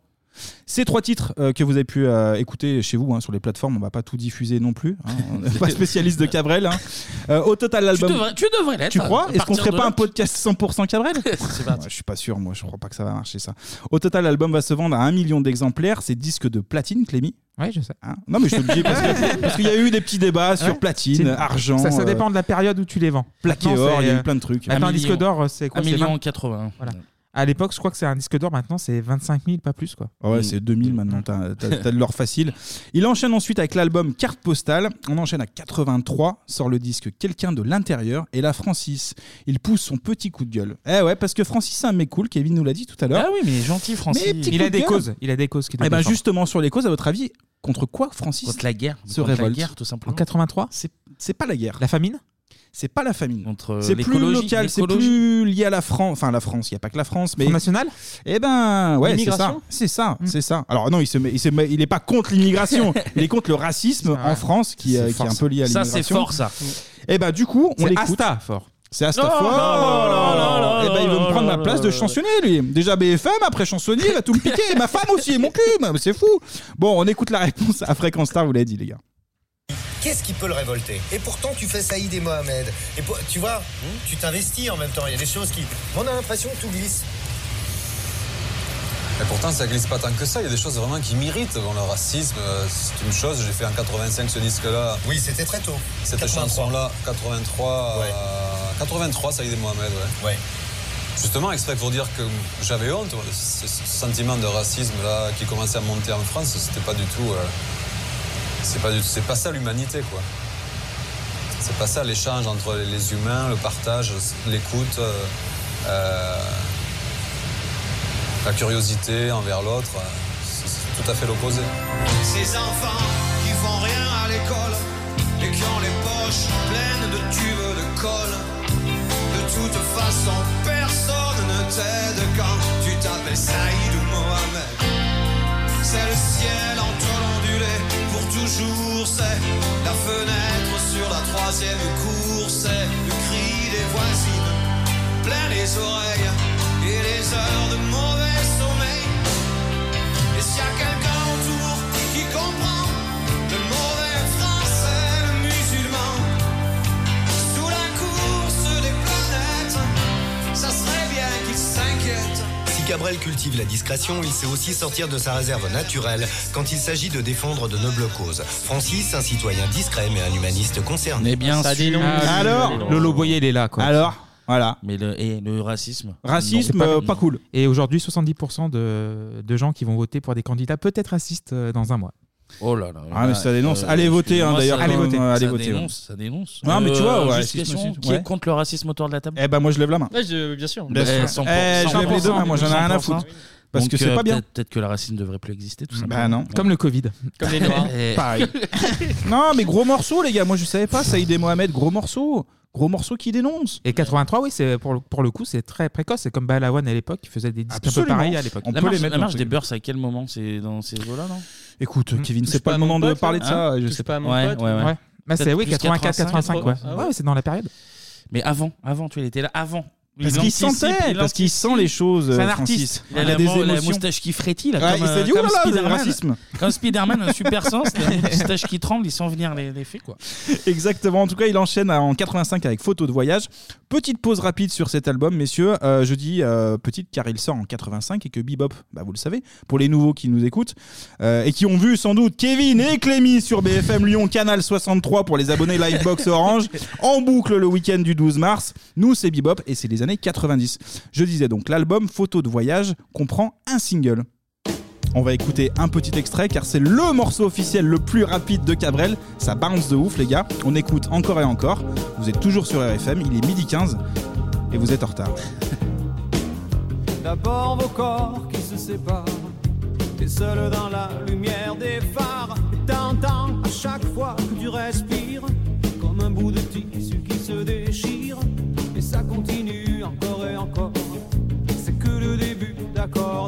S6: Ces trois titres euh, que vous avez pu euh, écouter chez vous hein, sur les plateformes, on va pas tout diffuser non plus. hein. on n'est pas spécialiste de Cabrel. hein. Euh, au total, l'album.
S1: devrais- tu devrais l'être,
S6: Tu
S1: à
S6: crois Est-ce qu'on
S1: partir
S6: ferait
S1: de
S6: pas
S1: là.
S6: un podcast 100% Cabrel Ouais, Je suis pas sûr, moi, je crois pas que ça va marcher ça. Au total, l'album va se vendre à 1 million d'exemplaires. C'est disque de platine, Clémy.
S9: Ouais, je sais.
S6: Hein non, mais je te le dis parce que- parce qu'il y a eu des petits débats sur
S9: Ouais.
S6: platine,
S9: C'est-
S6: argent.
S9: Ça, ça
S6: euh,
S9: dépend de la période où tu les vends.
S6: Plaqué
S9: Maintenant,
S6: or,
S9: c'est,
S6: il y a eu
S9: euh,
S6: plein de trucs.
S9: Attends,
S6: Un
S9: un disque
S6: million-
S9: d'or, c'est quoi
S6: un
S9: c'est
S6: million
S9: 20
S1: 80.
S9: Voilà. À l'époque, je crois que c'est un disque d'or maintenant, c'est 25 000, pas plus quoi.
S6: Ah ouais, c'est 2000 maintenant, t'as t'as- t'as de l'or facile. Il enchaîne ensuite avec l'album Carte Postale. On enchaîne à 83, sort le disque Quelqu'un de l'intérieur. Et là, Francis, il pousse son petit coup de gueule. Eh ouais, parce que Francis, c'est un mec cool, Kevin nous l'a dit tout à l'heure.
S1: Ah oui, mais gentil, Francis.
S6: Mais petit
S1: Il
S6: coup
S1: a
S6: de
S1: des
S6: gueule.
S1: causes, il a des causes qu'il doit
S6: Eh ben
S1: défendre.
S6: justement, sur les causes, à votre avis, contre quoi Francis
S1: Contre la guerre,
S6: se
S1: contre la
S6: révolte
S1: guerre, tout simplement.
S6: En
S9: 83
S6: C'est pas la guerre.
S9: La famine
S6: c'est pas la famine. C'est plus
S1: l'écologie,
S6: local, c'est
S1: l'écologie.
S6: plus lié à la France. Enfin, la France, il n'y a pas que la France. Mais...
S1: Front National Hmm.
S6: Eh ben, ouais, c'est ça.
S1: L'immigration
S6: C'est ça, c'est ça. Alors non, il se met- il se met- il est pas contre l'immigration, il est contre le racisme en France qui, euh,
S1: C'est
S6: qui est
S1: fort,
S6: un peu lié à
S1: ça. Ça,
S6: l'immigration.
S1: c'est fort, ça.
S6: Eh ben, du coup, on
S1: C'est
S6: l'écoute.
S1: Asta,
S6: fort. C'est Asta
S1: Non,
S6: fort.
S1: non, non, non,
S6: Eh ben, il veut
S1: non,
S6: me prendre
S1: non,
S6: ma
S1: non,
S6: place de
S1: non.
S6: chansonnier, lui. Déjà BFM, après chansonnier, il va tout me piquer. Et ma femme aussi, et mon cul, mais c'est fou. Bon, on écoute la réponse à Fréquence Star, vous l'avez dit, les gars.
S14: Qu'est-ce qui peut le révolter Et pourtant, tu fais Saïd et Mohamed. Et pour- tu vois, hmm, tu t'investis en même temps. Il y a des choses qui. On a l'impression que tout glisse.
S15: Et pourtant, ça glisse pas tant que ça. Il y a des choses vraiment qui m'irritent. Bon, le racisme, euh, c'est une chose. J'ai fait en 85 ce disque-là.
S14: Oui, c'était très tôt.
S15: Cette
S14: 83.
S15: chanson-là, 83. euh, 83, ça y est, Mohamed, ouais. Justement, exprès pour dire que j'avais honte. Ce, ce sentiment de racisme-là qui commençait à monter en France, c'était pas du tout. euh, c'est pas, du- c'est pas ça l'humanité, quoi. C'est pas ça l'échange entre les- les humains, le partage, l'écoute. euh, euh, la curiosité envers l'autre, euh, c'est c'est tout à fait l'opposé.
S11: Ces enfants qui font rien à l'école et qui ont les poches pleines de tubes de colle. De toute façon, personne ne t'aide quand tu t'appelles Saïd ou Mohamed. C'est le ciel en toile ondulée pour toujours. C'est la fenêtre sur la troisième cour. C'est le cri des voisines plein les oreilles et les heures de mauvais sommeil. Et s'il y a quelqu'un autour qui comprend le mauvais français, le musulman, sous la course des planètes, ça serait bien qu'il s'inquiète.
S14: Si Cabrel cultive la discrétion, il sait aussi sortir de sa réserve naturelle quand il s'agit de défendre de nobles causes. Francis, un citoyen discret mais un humaniste concerné.
S1: Mais bien sûr.
S14: Alors,
S1: Lolo Boyer, il est là.
S6: Quoi. Alors, voilà.
S1: Mais le, et le racisme
S6: Racisme,
S1: Non.
S6: euh, pas cool.
S9: Et aujourd'hui, 70% de, de gens qui vont voter pour des candidats peut-être racistes euh, dans un mois.
S1: Oh là là.
S6: Ah, mais ça dénonce. Allez voter, hein,
S1: excusez-moi,
S6: d'ailleurs.
S1: ça-
S6: Allez voter.
S1: Ça
S6: Allez voter,
S1: dénonce,
S6: ouais.
S1: ça dénonce.
S6: Non, mais tu vois,
S1: Euh,
S6: ouais,
S1: juste
S6: racisme,
S1: question,
S6: racisme,
S1: qui
S6: ouais.
S1: est contre le racisme autour de la table Ben,
S6: Eh ben, moi, je lève la main.
S29: Ouais, je- bien sûr.
S6: Bien sûr. Eh, je lève les deux mains, moi, j'en ai rien à foutre. Parce que c'est pas bien.
S1: euh, Peut-être que le racisme ne devrait plus exister, tout simplement.
S6: Bah non.
S1: Eh.
S6: Pareil. non, mais gros morceau, les gars. Moi, je savais pas. Saïd et Mohamed, gros morceau. Gros morceau qui dénonce.
S9: Et 83, oui, c'est pour, le- pour le coup, c'est très précoce. C'est comme Balawan à l'époque, qui faisait des disques un peu
S1: Absolument.
S9: pareils à l'époque.
S1: La marche, la marche des beurs, c'est à quel moment C'est dans ces eaux-là, non
S6: Écoute, Kevin,
S1: Touche
S6: c'est pas,
S1: pas à
S6: le
S1: mon
S6: moment de
S1: pote,
S6: parler
S1: là.
S6: de ça.
S1: Hein
S6: je
S1: Touche
S6: sais
S1: pas à mon pote, ouais. Ouais.
S9: Bah, c'est oui,
S1: Peut-être plus
S9: 84-85, ouais.
S1: 85,
S9: Ouais, c'est dans la période.
S1: Mais avant, avant, tu vois, il était là, avant.
S6: Parce qu'il sentait, parce qu'il sent les choses.
S1: C'est un
S6: euh,
S1: artiste.
S6: Francis.
S1: Il a, la, mo- la moustache qui frétille, là,
S6: Ouais,
S1: comme,
S6: il s'est
S1: euh,
S6: dit,
S1: comme
S6: oulala, c'est le
S1: Spider-Man.
S6: racisme.
S1: Comme Spider-Man, un super sens, la moustache qui tremble, il sent venir les, les faits, quoi.
S6: Exactement. En tout cas, il enchaîne en 85 avec Photo de voyage. Petite pause rapide sur cet album, messieurs. Euh, je dis euh, petite car il sort en 85 et que Bebop, bah, vous le savez, pour les nouveaux qui nous écoutent euh, et qui ont vu sans doute Kevin et Clémy sur BFM Lyon, Canal 63 pour les abonnés Livebox Orange, en boucle le week-end du 12 mars. Nous, c'est Bebop et c'est les années 90. Je disais donc, l'album Photo de voyage comprend un single. On va écouter un petit extrait car c'est le morceau officiel le plus rapide de Cabrel. Ça bounce de ouf les gars. On écoute encore et encore. Vous êtes toujours sur RFM, il est midi 15 et vous êtes en retard.
S11: D'abord vos corps qui se séparent, t'es seul dans la lumière des phares, et t'entends à chaque fois que tu respires, comme un bout de tissu qui se déchire, et ça continue encore et encore, c'est que le début, d'accord,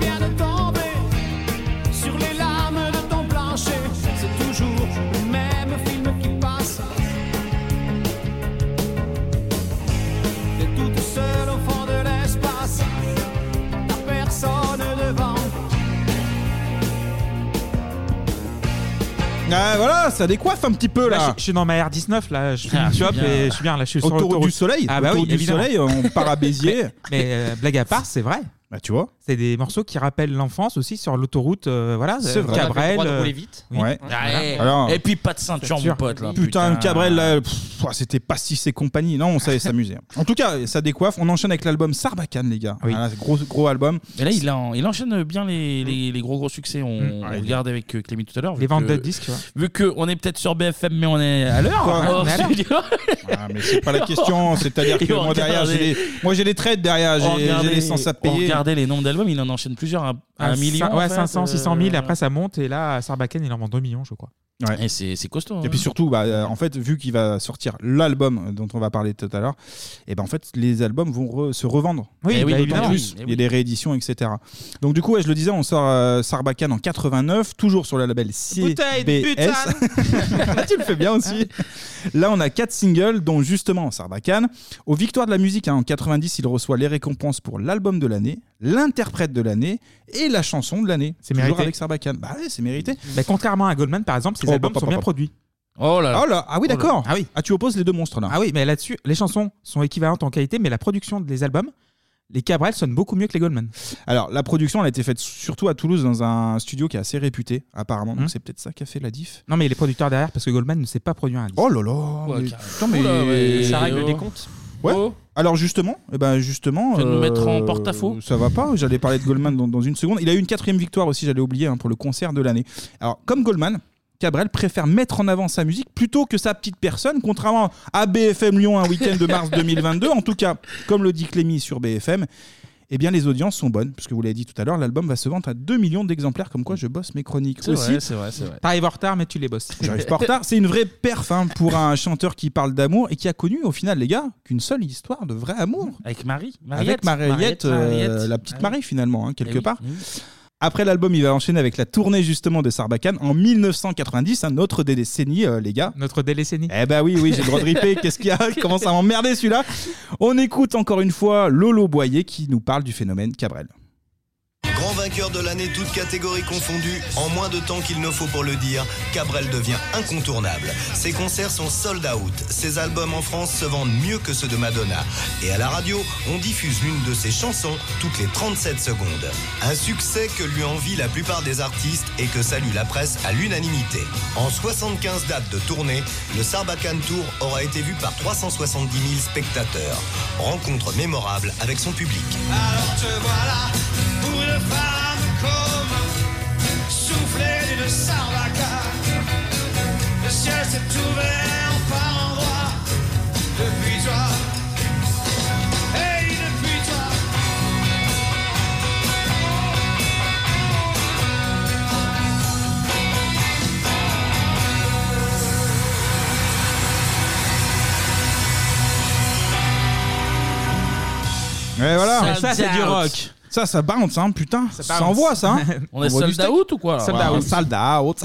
S11: vient de tomber sur les lames de ton plancher. C'est toujours le même film qui passe. T'es toute seule au fond de l'espace, t'as personne devant.
S6: Ah voilà, ça décoiffe un petit peu là.
S9: Bah, je, je suis dans ma R19 là, je suis
S6: Ah,
S9: tu vois,
S6: bien.
S9: et je suis bien là, je suis sur
S6: Autoroute
S9: l'autoroute.
S6: du Soleil,
S9: Ah bah oui,
S6: autoroute du
S9: évidemment.
S6: Soleil, on part à Béziers.
S9: mais mais, euh, blague à part, c'est vrai.
S6: Bah tu vois.
S9: C'est- C'est des morceaux qui rappellent l'enfance aussi sur l'autoroute, euh, voilà,
S6: C'est
S9: euh,
S6: vrai.
S9: Cabrel.
S6: On avait le droit de
S9: euh,
S6: rouler vite.
S9: oui.
S6: Ouais.
S9: Voilà.
S1: Ouais.
S6: Eh, Alors-
S1: Et puis pas de ceinture,
S6: Sûr.
S1: mon pote. Là,
S6: Putain, Cabrel, là, pff, ouah, c'était pas si ses compagnies. Non, on savait s'amuser. En tout cas, ça décoiffe. On enchaîne avec l'album Sarbacane, les gars. Voilà, gros, gros album.
S1: Et là, il, en- il enchaîne bien les, les- les gros gros succès. On,
S6: Mm.
S1: on regarde avec euh, Clémy tout à l'heure.
S9: Les
S1: vu
S9: ventes
S1: que-
S9: de disques, tu vois.
S1: Vu qu'on est peut-être sur BFM, mais on est à l'heure.
S6: Quoi
S1: Alors,
S6: On est à
S1: je veux dire-
S6: Ah, mais c'est pas la question. C'est-à-dire que
S1: Et on
S6: moi, derrière, j'ai
S1: regardait-
S6: les, moi, j'ai les trades derrière.
S1: on
S6: J'ai j'ai
S1: regardait-
S6: les sens à
S1: on
S6: payer.
S1: regardait les nombres d'albums, il en enchaîne plusieurs à, à
S9: Ah,
S1: un million.
S9: cin-
S1: en
S9: ouais,
S1: fait,
S9: 500,
S1: euh,
S9: 600 000. Après, ça monte. Et là, Sarbacane, il en vend 2 millions, je crois.
S6: Ouais.
S1: Et c'est c'est costaud.
S6: Et puis
S1: hein.
S6: surtout, bah, euh, en fait, vu qu'il va sortir l'album dont on va parler tout à l'heure, et ben en fait, les albums vont re- se revendre.
S9: Oui, Eh oui, bah,
S6: d'autant
S9: évidemment.
S6: plus.
S9: Oui, eh
S6: Il y a des rééditions, etc. Donc du coup, ouais, je le disais, on sort euh, Sarbacane en 89, toujours sur le label
S9: Bouteille de
S6: CBS. tu le fais bien aussi. Là, on a quatre singles, dont justement Sarbacane. Aux Victoires de la musique, hein, en 90, il reçoit les récompenses pour l'album de l'année, l'interprète de l'année et la chanson de l'année. C'est
S9: mérité.
S6: avec Sarbacane. Bah ouais, c'est mérité.
S9: Mais contrairement à Goldman, par exemple, ses
S6: Oh,
S9: albums
S6: bah,
S9: sont
S6: bah,
S9: bien
S6: bah.
S9: produits.
S1: Oh là
S6: là. Oh là, ah oui, d'accord.
S9: Ah oui.
S6: Ah, tu opposes les deux monstres là.
S9: Ah oui, mais là-dessus, les chansons sont équivalentes en qualité, mais la production des albums, les Cabrel sonnent beaucoup mieux que les Goldman.
S6: Alors, la production, elle a été faite surtout à Toulouse dans un studio qui est assez réputé, apparemment. Donc, c'est peut-être ça qui a fait la diff.
S9: Hum. Non, mais les producteurs derrière, parce que Goldman ne sait pas produire un disque.
S6: Oh là là
S9: Ouais,
S6: mais-
S9: carrément.
S6: putain, mais- euh,
S9: Oula, ouais. Ça règle des comptes Oh.
S6: Ouais. Alors justement, eh ben justement,
S1: Tu
S6: euh,
S1: vas nous mettre en porte-à-faux
S6: Ça va pas. J'allais parler de Goldman dans, dans une seconde. Il a eu une quatrième victoire aussi. J'allais oublier hein, pour le concert de l'année. Alors comme Goldman, Cabrel préfère mettre en avant sa musique plutôt que sa petite personne, contrairement à BFM Lyon un week-end de mars 2022. En tout cas, comme le dit Clémy sur BFM. Eh bien, les audiences sont bonnes, puisque vous l'avez dit tout à l'heure, l'album va se vendre à 2 millions d'exemplaires, comme quoi je bosse mes chroniques
S1: C'est
S6: aussi.
S1: vrai, c'est vrai, c'est vrai.
S9: T'arrives en retard, mais tu les bosses.
S6: J'arrive pas en retard. C'est une vraie perf hein, pour un chanteur qui parle d'amour et qui a connu, au final, les gars, qu'une seule histoire de vrai amour.
S1: Avec Marie.
S6: Avec Mariette, euh, la petite Marie, finalement,
S1: Eh
S6: hein, quelque part. Après l'album, il va enchaîner avec la tournée justement de Sarbacane en 1990, hein, notre décennie, euh, les gars.
S9: Notre décennie.
S6: Eh ben oui, oui, j'ai le droit de ripper. Qu'est-ce qu'il y a Il Commence à m'emmerder celui-là. On écoute encore une fois Lolo Boyer qui nous parle du phénomène Cabrel.
S14: Grand vainqueur de l'année, toutes catégories confondues, en moins de temps qu'il ne faut pour le dire, Cabrel devient incontournable. Ses concerts sont sold out, ses albums en France se vendent mieux que ceux de Madonna. Et à la radio, on diffuse l'une de ses chansons toutes les 37 secondes. Un succès que lui envie la plupart des artistes et que salue la presse à l'unanimité. En 75 dates de tournée, le Sarbacane Tour aura été vu par 370 000 spectateurs. Rencontre mémorable avec son public.
S8: Alors te voilà pour une femme comme soufflée d'une sarbacane. Le ciel s'est ouvert par endroits depuis toi. Hey, depuis toi.
S6: Ouais, Eh, voilà.
S9: Ça, Ça, c'est du out. rock.
S6: Ça, ça bounce, hein, putain. Ça,
S9: bounce.
S6: envoie, ça. hein.
S1: On est
S6: voit
S1: sold
S6: du steak.
S1: out ou quoi, là
S6: Sold
S1: Ouais.
S6: out. Sold out.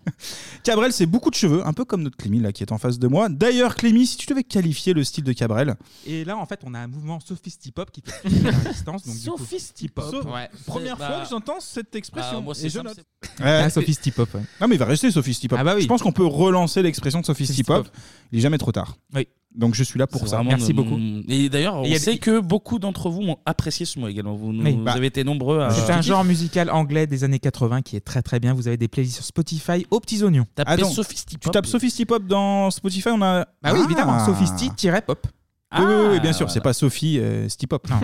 S6: Cabrel, c'est beaucoup de cheveux, un peu comme notre Clémy, là, qui est en face de moi. D'ailleurs, Clémy, si tu devais qualifier le style de Cabrel,
S9: Et là, en fait, on a un mouvement sophisti-pop qui fait la résistance. donc, du coup-
S6: Sophisti-pop.
S9: So-
S6: Ouais.
S9: Première
S6: C'est-
S9: fois
S6: bah-
S9: que j'entends cette
S6: bah,
S9: expression.
S6: moi, c'est
S9: et je
S6: simple,
S9: note.
S6: Ouais.
S9: Ah, sophistipop, ouais.
S6: euh, Non, mais il va rester sophistipop.
S9: Ah bah oui.
S6: Je pense qu'on peut relancer l'expression de sophistipop. Il est jamais trop tard.
S9: Oui.
S6: Donc je suis là pour
S1: C'est
S6: ça.
S1: vraiment nos- Et d'ailleurs, on
S6: Et il y a
S1: sait
S6: des-
S1: que beaucoup d'entre vous ont apprécié ce mot également. Vous, nous-
S9: Oui.
S1: vous
S9: Bah,
S1: avez été nombreux
S6: Ah.
S1: à.
S9: C'est un genre musical anglais des années 80 qui est très très bien. Vous avez des playlists sur Spotify aux petits oignons.
S1: Tapez
S6: Attends,
S1: sophistipop.
S6: Ah, Tu tapes sophistipop dans Spotify, on a. Ah.
S9: Bah oui, évidemment, sophisti-pop.
S6: Oui, oui, oui, bien sûr,
S1: Ah,
S6: c'est pas Sophie euh, Stipop. Non,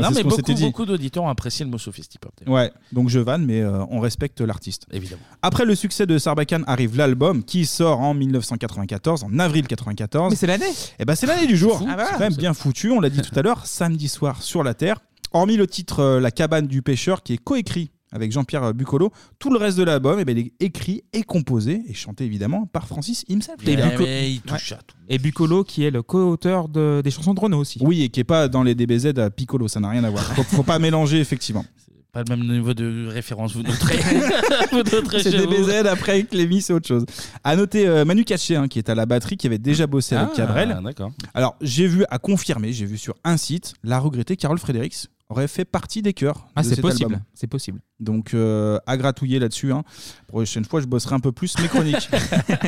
S1: non, mais beaucoup,
S6: dit.
S1: beaucoup d'auditeurs ont apprécié le mot sophistipop.
S6: Ouais, donc je vanne, mais euh, on respecte l'artiste.
S1: Évidemment.
S6: Après le succès de Sarbacane arrive l'album qui sort en 1994, en avril 94.
S9: Mais c'est l'année
S6: Eh ben c'est l'année du jour.
S9: C'est fou. Ah bah
S6: c'est
S9: voilà.
S6: quand même bien foutu, on l'a dit tout à l'heure, samedi soir sur la Terre. Hormis le titre euh, La cabane du pêcheur qui est coécrit avec Jean-Pierre Bucolo, tout le reste de l'album eh ben, il est écrit et composé et chanté évidemment par Francis himself.
S1: Eh
S9: Et Buco- Ouais. Et Bucolo qui est le co-auteur de- des chansons de Renault aussi.
S6: Oui, et qui est pas dans les DBZ à Piccolo, ça n'a rien à voir. Faut, faut pas mélanger effectivement.
S1: Pas le même niveau de référence, vous noterez. vous noterez
S6: C'est
S1: chez vous.
S6: DBZ après avec Clémy, c'est autre chose. À noter euh, Manu Katché, hein, qui est à la batterie, qui avait déjà bossé avec
S1: Ah,
S6: Cabrel.
S1: d'accord.
S6: Alors, j'ai vu à confirmer, j'ai vu sur un site, la regrettée Carole Fredericks aurait fait partie des chœurs.
S9: Ah,
S6: de
S9: c'est
S6: cet
S9: possible,
S6: album.
S9: c'est possible.
S6: Donc, euh, à gratouiller là-dessus. Hein. Prochaine fois, je bosserai un peu plus mes chroniques.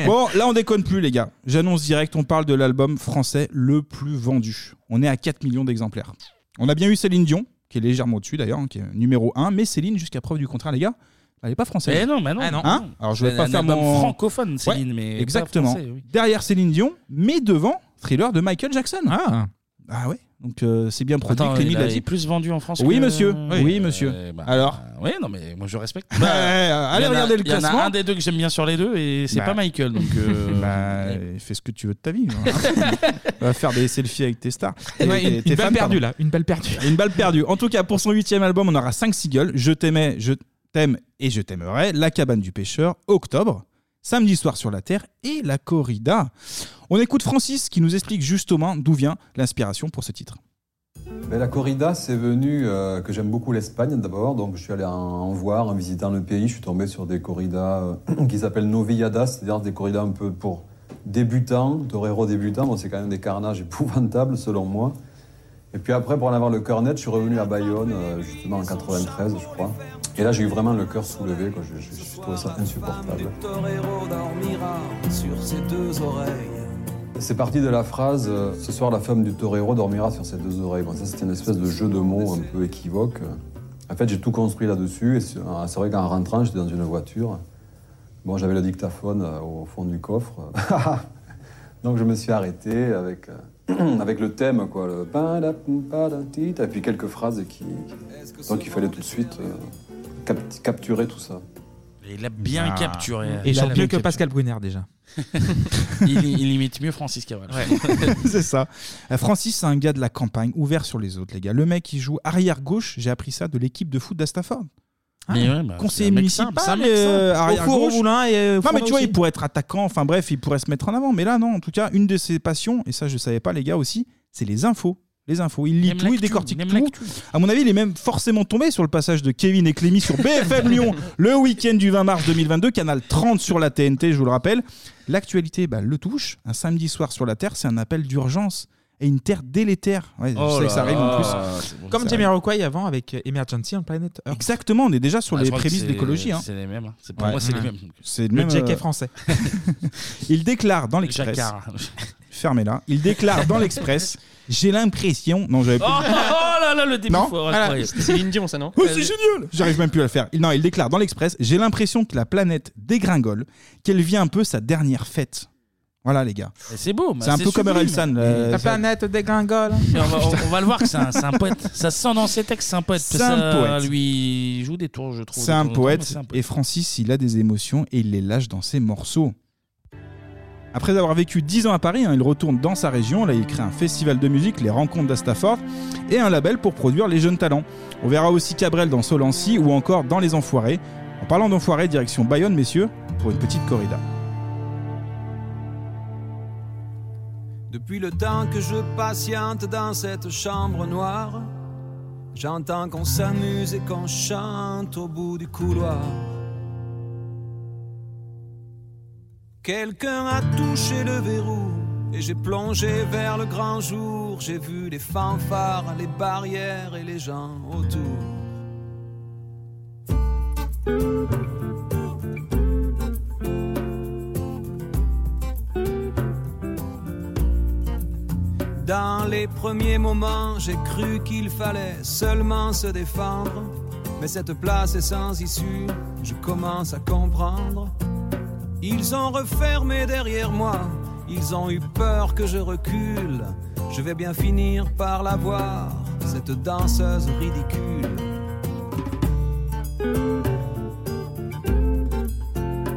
S6: bon, là, on déconne plus, les gars. J'annonce direct, on parle de l'album français le plus vendu. On est à 4 millions d'exemplaires. On a bien eu Céline Dion, qui est légèrement au-dessus d'ailleurs, hein, qui est numéro 1. Mais Céline, jusqu'à preuve du contraire, les gars, elle n'est pas française.
S1: Eh non, bah non. Ah non.
S6: Hein Alors je vais
S1: C'est
S6: pas
S1: un
S6: faire
S1: album
S6: mon.
S1: francophone, Céline, mais pas
S6: Exactement.
S1: français, oui.
S6: Derrière Céline Dion, mais devant Thriller de Michael Jackson. Ah, ouais. Donc euh, c'est bien produit.
S1: Attends,
S6: Clémy
S1: il
S6: l'a
S1: a-
S6: dit.
S1: est plus vendu en France
S6: Oui,
S1: que-
S6: monsieur. Oui,
S1: Euh,
S6: monsieur.
S1: bah,
S6: Alors
S1: Oui, non, mais moi je respecte.
S6: Bah, euh,
S1: il
S6: allez
S1: y en a-
S6: regarder le
S1: Il y en
S6: classement.
S1: a un des deux que j'aime bien sur les deux et c'est
S6: Bah.
S1: pas Michael. Donc, euh,
S6: Bah, fais ce que tu veux de ta vie. hein. Va faire des selfies avec tes stars.
S9: Ouais,
S6: Et
S9: une-
S6: tes-
S9: une
S6: tes
S9: balle
S6: fans,
S9: perdue,
S6: pardon.
S9: là, une balle perdue.
S6: Une balle perdue. En tout cas, pour son huitième album, on aura cinq singles Je t'aimais, je t'aime et je t'aimerai, La cabane du pêcheur, Octobre, Samedi soir sur la terre et La corrida. On écoute Francis qui nous explique justement d'où vient l'inspiration pour ce titre.
S15: Mais la corrida, c'est venu euh, que j'aime beaucoup l'Espagne d'abord, donc je suis allé en, en voir, en visitant le pays, je suis tombé sur des corridas euh, qui s'appellent novilladas, c'est-à-dire des corridas un peu pour débutants, toreros débutants, bon, c'est quand même des carnages épouvantables selon moi. Et puis après, pour en avoir le cœur net, je suis revenu à Bayonne, euh, justement en 93, je crois. Et là, j'ai eu vraiment le cœur soulevé, quoi. Je, je- je trouvais ça insupportable.
S11: Torero dormira sur ses deux oreilles.
S15: C'est parti de la phrase euh, Ce soir, la femme du torero dormira sur ses deux oreilles. Bon, ça, c'était une espèce de jeu de mots un peu équivoque. En fait, j'ai tout construit là-dessus. Et c'est ah, c'est vrai qu'en rentrant, j'étais dans une voiture. Bon, j'avais le dictaphone euh, au fond du coffre. Donc, je me suis arrêté avec, euh, avec le thème, quoi. Le pa-da-pum-pa-da-tit, et puis quelques phrases qui. qui- Donc, il fallait tout de suite euh, cap- capturer tout ça.
S1: il l'a bien
S9: Ah.
S1: capturé.
S9: Et
S1: Il
S9: chante
S1: l'a
S9: mieux
S1: bien
S9: que
S1: capturé.
S9: Pascal Brunner déjà.
S1: il, il imite mieux Francis Cabrel.
S6: c'est ça. Euh, Francis, c'est un gars de la campagne, ouvert sur les autres, les gars. Le mec, il joue arrière gauche. J'ai appris ça de l'équipe de foot d'Astaford. Ah,
S1: Mais ouais, bah, c'est un
S6: conseiller
S1: mec simple,
S6: municipal,
S1: c'est un mec
S6: euh,
S1: simple. Au
S6: arrière
S1: four, au
S6: gauche.
S1: moulin et, euh, au
S6: non mais
S1: fourneau
S6: tu vois,
S1: aussi.
S6: il pourrait être attaquant. Enfin bref, il pourrait se mettre en avant. Mais là, non. En tout cas, une de ses passions, et ça, je savais pas, les gars aussi, c'est les infos. Les infos, il lit tout, il décortique tout. À mon avis, il est même forcément tombé sur le passage de Kevin et Clémy sur BFM Lyon le week-end du 20 mars 2022, canal 30 sur la TNT, je vous le rappelle. L'actualité bah, le touche. Un samedi soir sur la Terre, c'est un appel d'urgence et une terre délétère. Ouais,
S9: Oh
S6: je sais que ça arrive en plus.
S9: Comme
S6: Ça arrive.
S9: Jamiroquai avant avec euh, Emergency on Planet Earth.
S6: Exactement, on est déjà sur
S9: Ah,
S6: les
S9: je crois que
S6: prémices
S9: c'est-
S6: d'écologie. hein.
S9: c'est les mêmes, hein. C'est-
S1: pour moi, c'est les mêmes.
S6: C'est le
S9: Le
S6: même. euh,
S9: Jack est français.
S6: il déclare dans l'Express.
S1: Jacquard.
S6: Fermez-la. Il déclare dans l'Express J'ai l'impression. Non, j'avais
S1: Oh, oh,
S6: pas.
S1: oh là là, le début.
S6: Non.
S1: faut-
S6: Voilà.
S1: incroyable.
S7: C'est l'Indion, ça, non
S6: Oh, c'est génial J'arrive même plus à le faire. Il- Non, il déclare dans l'Express J'ai l'impression que la planète dégringole, qu'elle vit un peu sa dernière fête. Voilà, les gars.
S1: Et C'est beau. mais
S6: C'est un peu comme
S1: sublime.
S6: Orelsan. euh,
S9: La
S6: ça-
S9: planète dégringole.
S1: Mais on, va, on- on va le voir que c'est un, c'est un poète. Ça se sent dans ses textes, c'est un poète.
S6: C'est
S1: Ça,
S6: un poète.
S1: Lui, il joue des tours, je trouve.
S6: C'est
S1: de
S6: un
S1: temps en temps, mais
S6: poète,
S1: c'est un
S6: et Francis, il a des émotions et il les lâche dans ses morceaux. Après avoir vécu 10 ans à Paris, hein, il retourne dans sa région. Là, il crée un festival de musique, les Rencontres d'Astafort, et un label pour produire les jeunes talents. On verra aussi Cabrel dans Solancy ou encore dans Les Enfoirés. En parlant d'Enfoirés, direction Bayonne, messieurs, pour une petite corrida.
S11: Depuis le temps que je patiente dans cette chambre noire, j'entends qu'on s'amuse et qu'on chante au bout du couloir. Quelqu'un a touché le verrou et j'ai plongé vers le grand jour. J'ai vu les fanfares, les barrières et les gens autour. Dans les premiers moments, j'ai cru qu'il fallait seulement se défendre. Mais cette place est sans issue, je commence à comprendre. Ils ont refermé derrière moi, ils ont eu peur que je recule. Je vais bien finir par la voir, cette danseuse ridicule.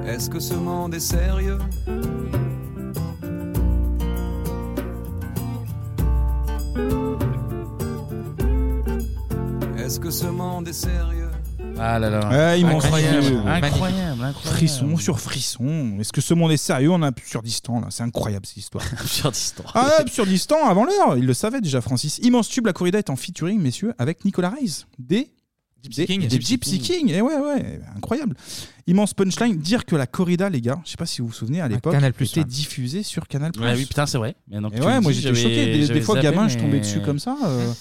S11: Est-ce que ce monde est sérieux Est-ce que ce monde est sérieux
S1: Ah là là.
S6: Ah, immense
S1: incroyable,
S6: frisson.
S1: incroyable, incroyable.
S6: Frisson sur frisson. Est-ce que ce monde est sérieux On a un absurdistan, là. C'est incroyable, cette histoire.
S1: absurdistan.
S6: Ah, absurdistan avant l'heure. Il le savait déjà, Francis. Immense tube, la corrida est en featuring, messieurs, avec Nicolas Reis. Des. Gypsy
S9: King.
S6: Gypsy King. Et ouais, ouais, incroyable. Immense punchline. Dire que la corrida, les gars, je sais pas si vous vous souvenez, à l'époque,
S9: Canal+,
S6: était
S9: ouais.
S6: diffusée sur Canal+.
S1: Ah oui, putain, c'est vrai. Maintenant que
S6: Et
S1: tu
S6: ouais,
S1: le
S6: moi
S1: dis,
S6: j'étais
S1: j'avais-
S6: choqué. Des, des
S1: j'avais
S6: fois,
S1: zappé,
S6: gamin, je
S1: mais-
S6: tombais dessus comme ça. euh,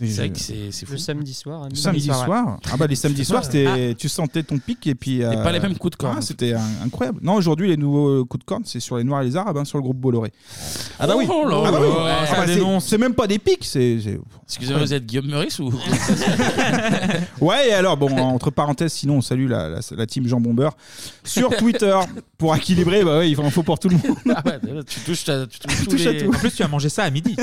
S6: Mais
S1: C'est vrai
S6: je-
S1: que c'est c'est fou.
S7: Le samedi soir. à
S1: hein.
S6: Le
S7: minuit.
S6: samedi soir Ah bah les samedis soirs, c'était tu sentais ton pic et puis... euh,
S1: pas les mêmes coups de corne.
S6: Ah, c'était euh, incroyable. Non, aujourd'hui, les nouveaux euh, coups de corne, c'est sur les Noirs et les Arabes, hein, sur le groupe Bolloré. Ah bah oui
S1: Oh là
S6: Ah bah oui.
S1: là,
S6: Ah
S1: ça
S6: bah c'est-
S1: dénonce.
S6: C'est même pas des pics, c'est... c'est-
S1: Excusez-moi, vous êtes Guillaume Meurice ou
S6: Ouais, et alors, bon, entre parenthèses, sinon on salue la, la, la team Jean Bomber sur Twitter pour équilibrer. Bah ouais, il en faut pour tout le monde.
S1: Ah ouais, tu touches, ta- tu touches tous
S6: touches à
S1: les-
S6: tout.
S1: En plus,
S6: tu as mangé ça à midi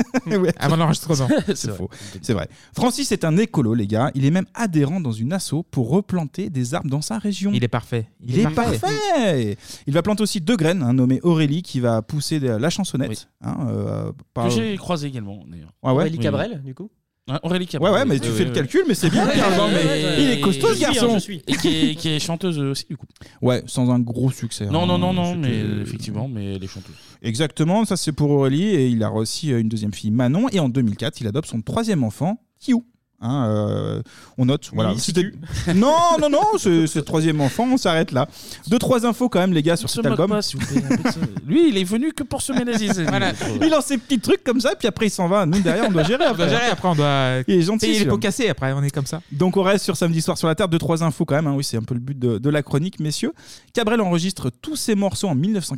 S6: avant l'enregistrement.
S1: C'est
S6: C'est
S1: vrai.
S6: faux. C'est vrai. Francis est un écolo, les gars. Il est même adhérent dans une asso pour replanter des arbres dans sa région. Il est parfait. Il, est, parfait. Il va planter aussi deux graines, hein, nommées Aurélie, qui va pousser de- la chansonnette. hein, euh, par- Ah
S1: Que j'ai croisé également, d'ailleurs.
S6: Ouais, ouais.
S7: Aurélie Cabrel, du coup
S1: Ouais, Aurélie
S6: Ouais,
S1: Cabrel.
S6: ouais, mais tu fais le calcul, mais c'est bien, Pierre Jean, mais il est costaud, ce
S1: Je suis, hein,
S6: garçon.
S1: je suis. Et qui est, qui est chanteuse aussi, du coup.
S6: Ouais, sans un gros succès.
S1: Non,
S6: hein.
S1: non, non, non, mais
S6: C'était-
S1: effectivement, mais elle est chanteuse.
S6: Exactement, ça c'est pour Aurélie et il a aussi euh, une deuxième fille Manon et en 2004 il adopte son troisième enfant Kiou. Hein, euh, on note, voilà.
S1: Oui,
S6: C'était- Non, non, non, ce, ce troisième enfant, on s'arrête là. Deux, trois infos quand même, les gars, sur
S1: se
S6: cet
S1: moque
S6: album.
S1: pas, s'il vous plaît, un peu de ça. Lui, il est venu que pour se ménager. c'est-
S6: Voilà. Il lance ses petits trucs comme ça, puis après il s'en va. Nous derrière, on doit gérer.
S1: On
S6: Après. hein.
S1: doit gérer, après, on
S6: doit. Il est gentil.
S1: payer les pots
S6: cassés après. On est comme ça. Donc on reste sur samedi soir sur la terre. Deux trois infos quand même. hein. Oui, c'est un peu le but de, de la chronique, messieurs. Cabrel enregistre tous ses morceaux en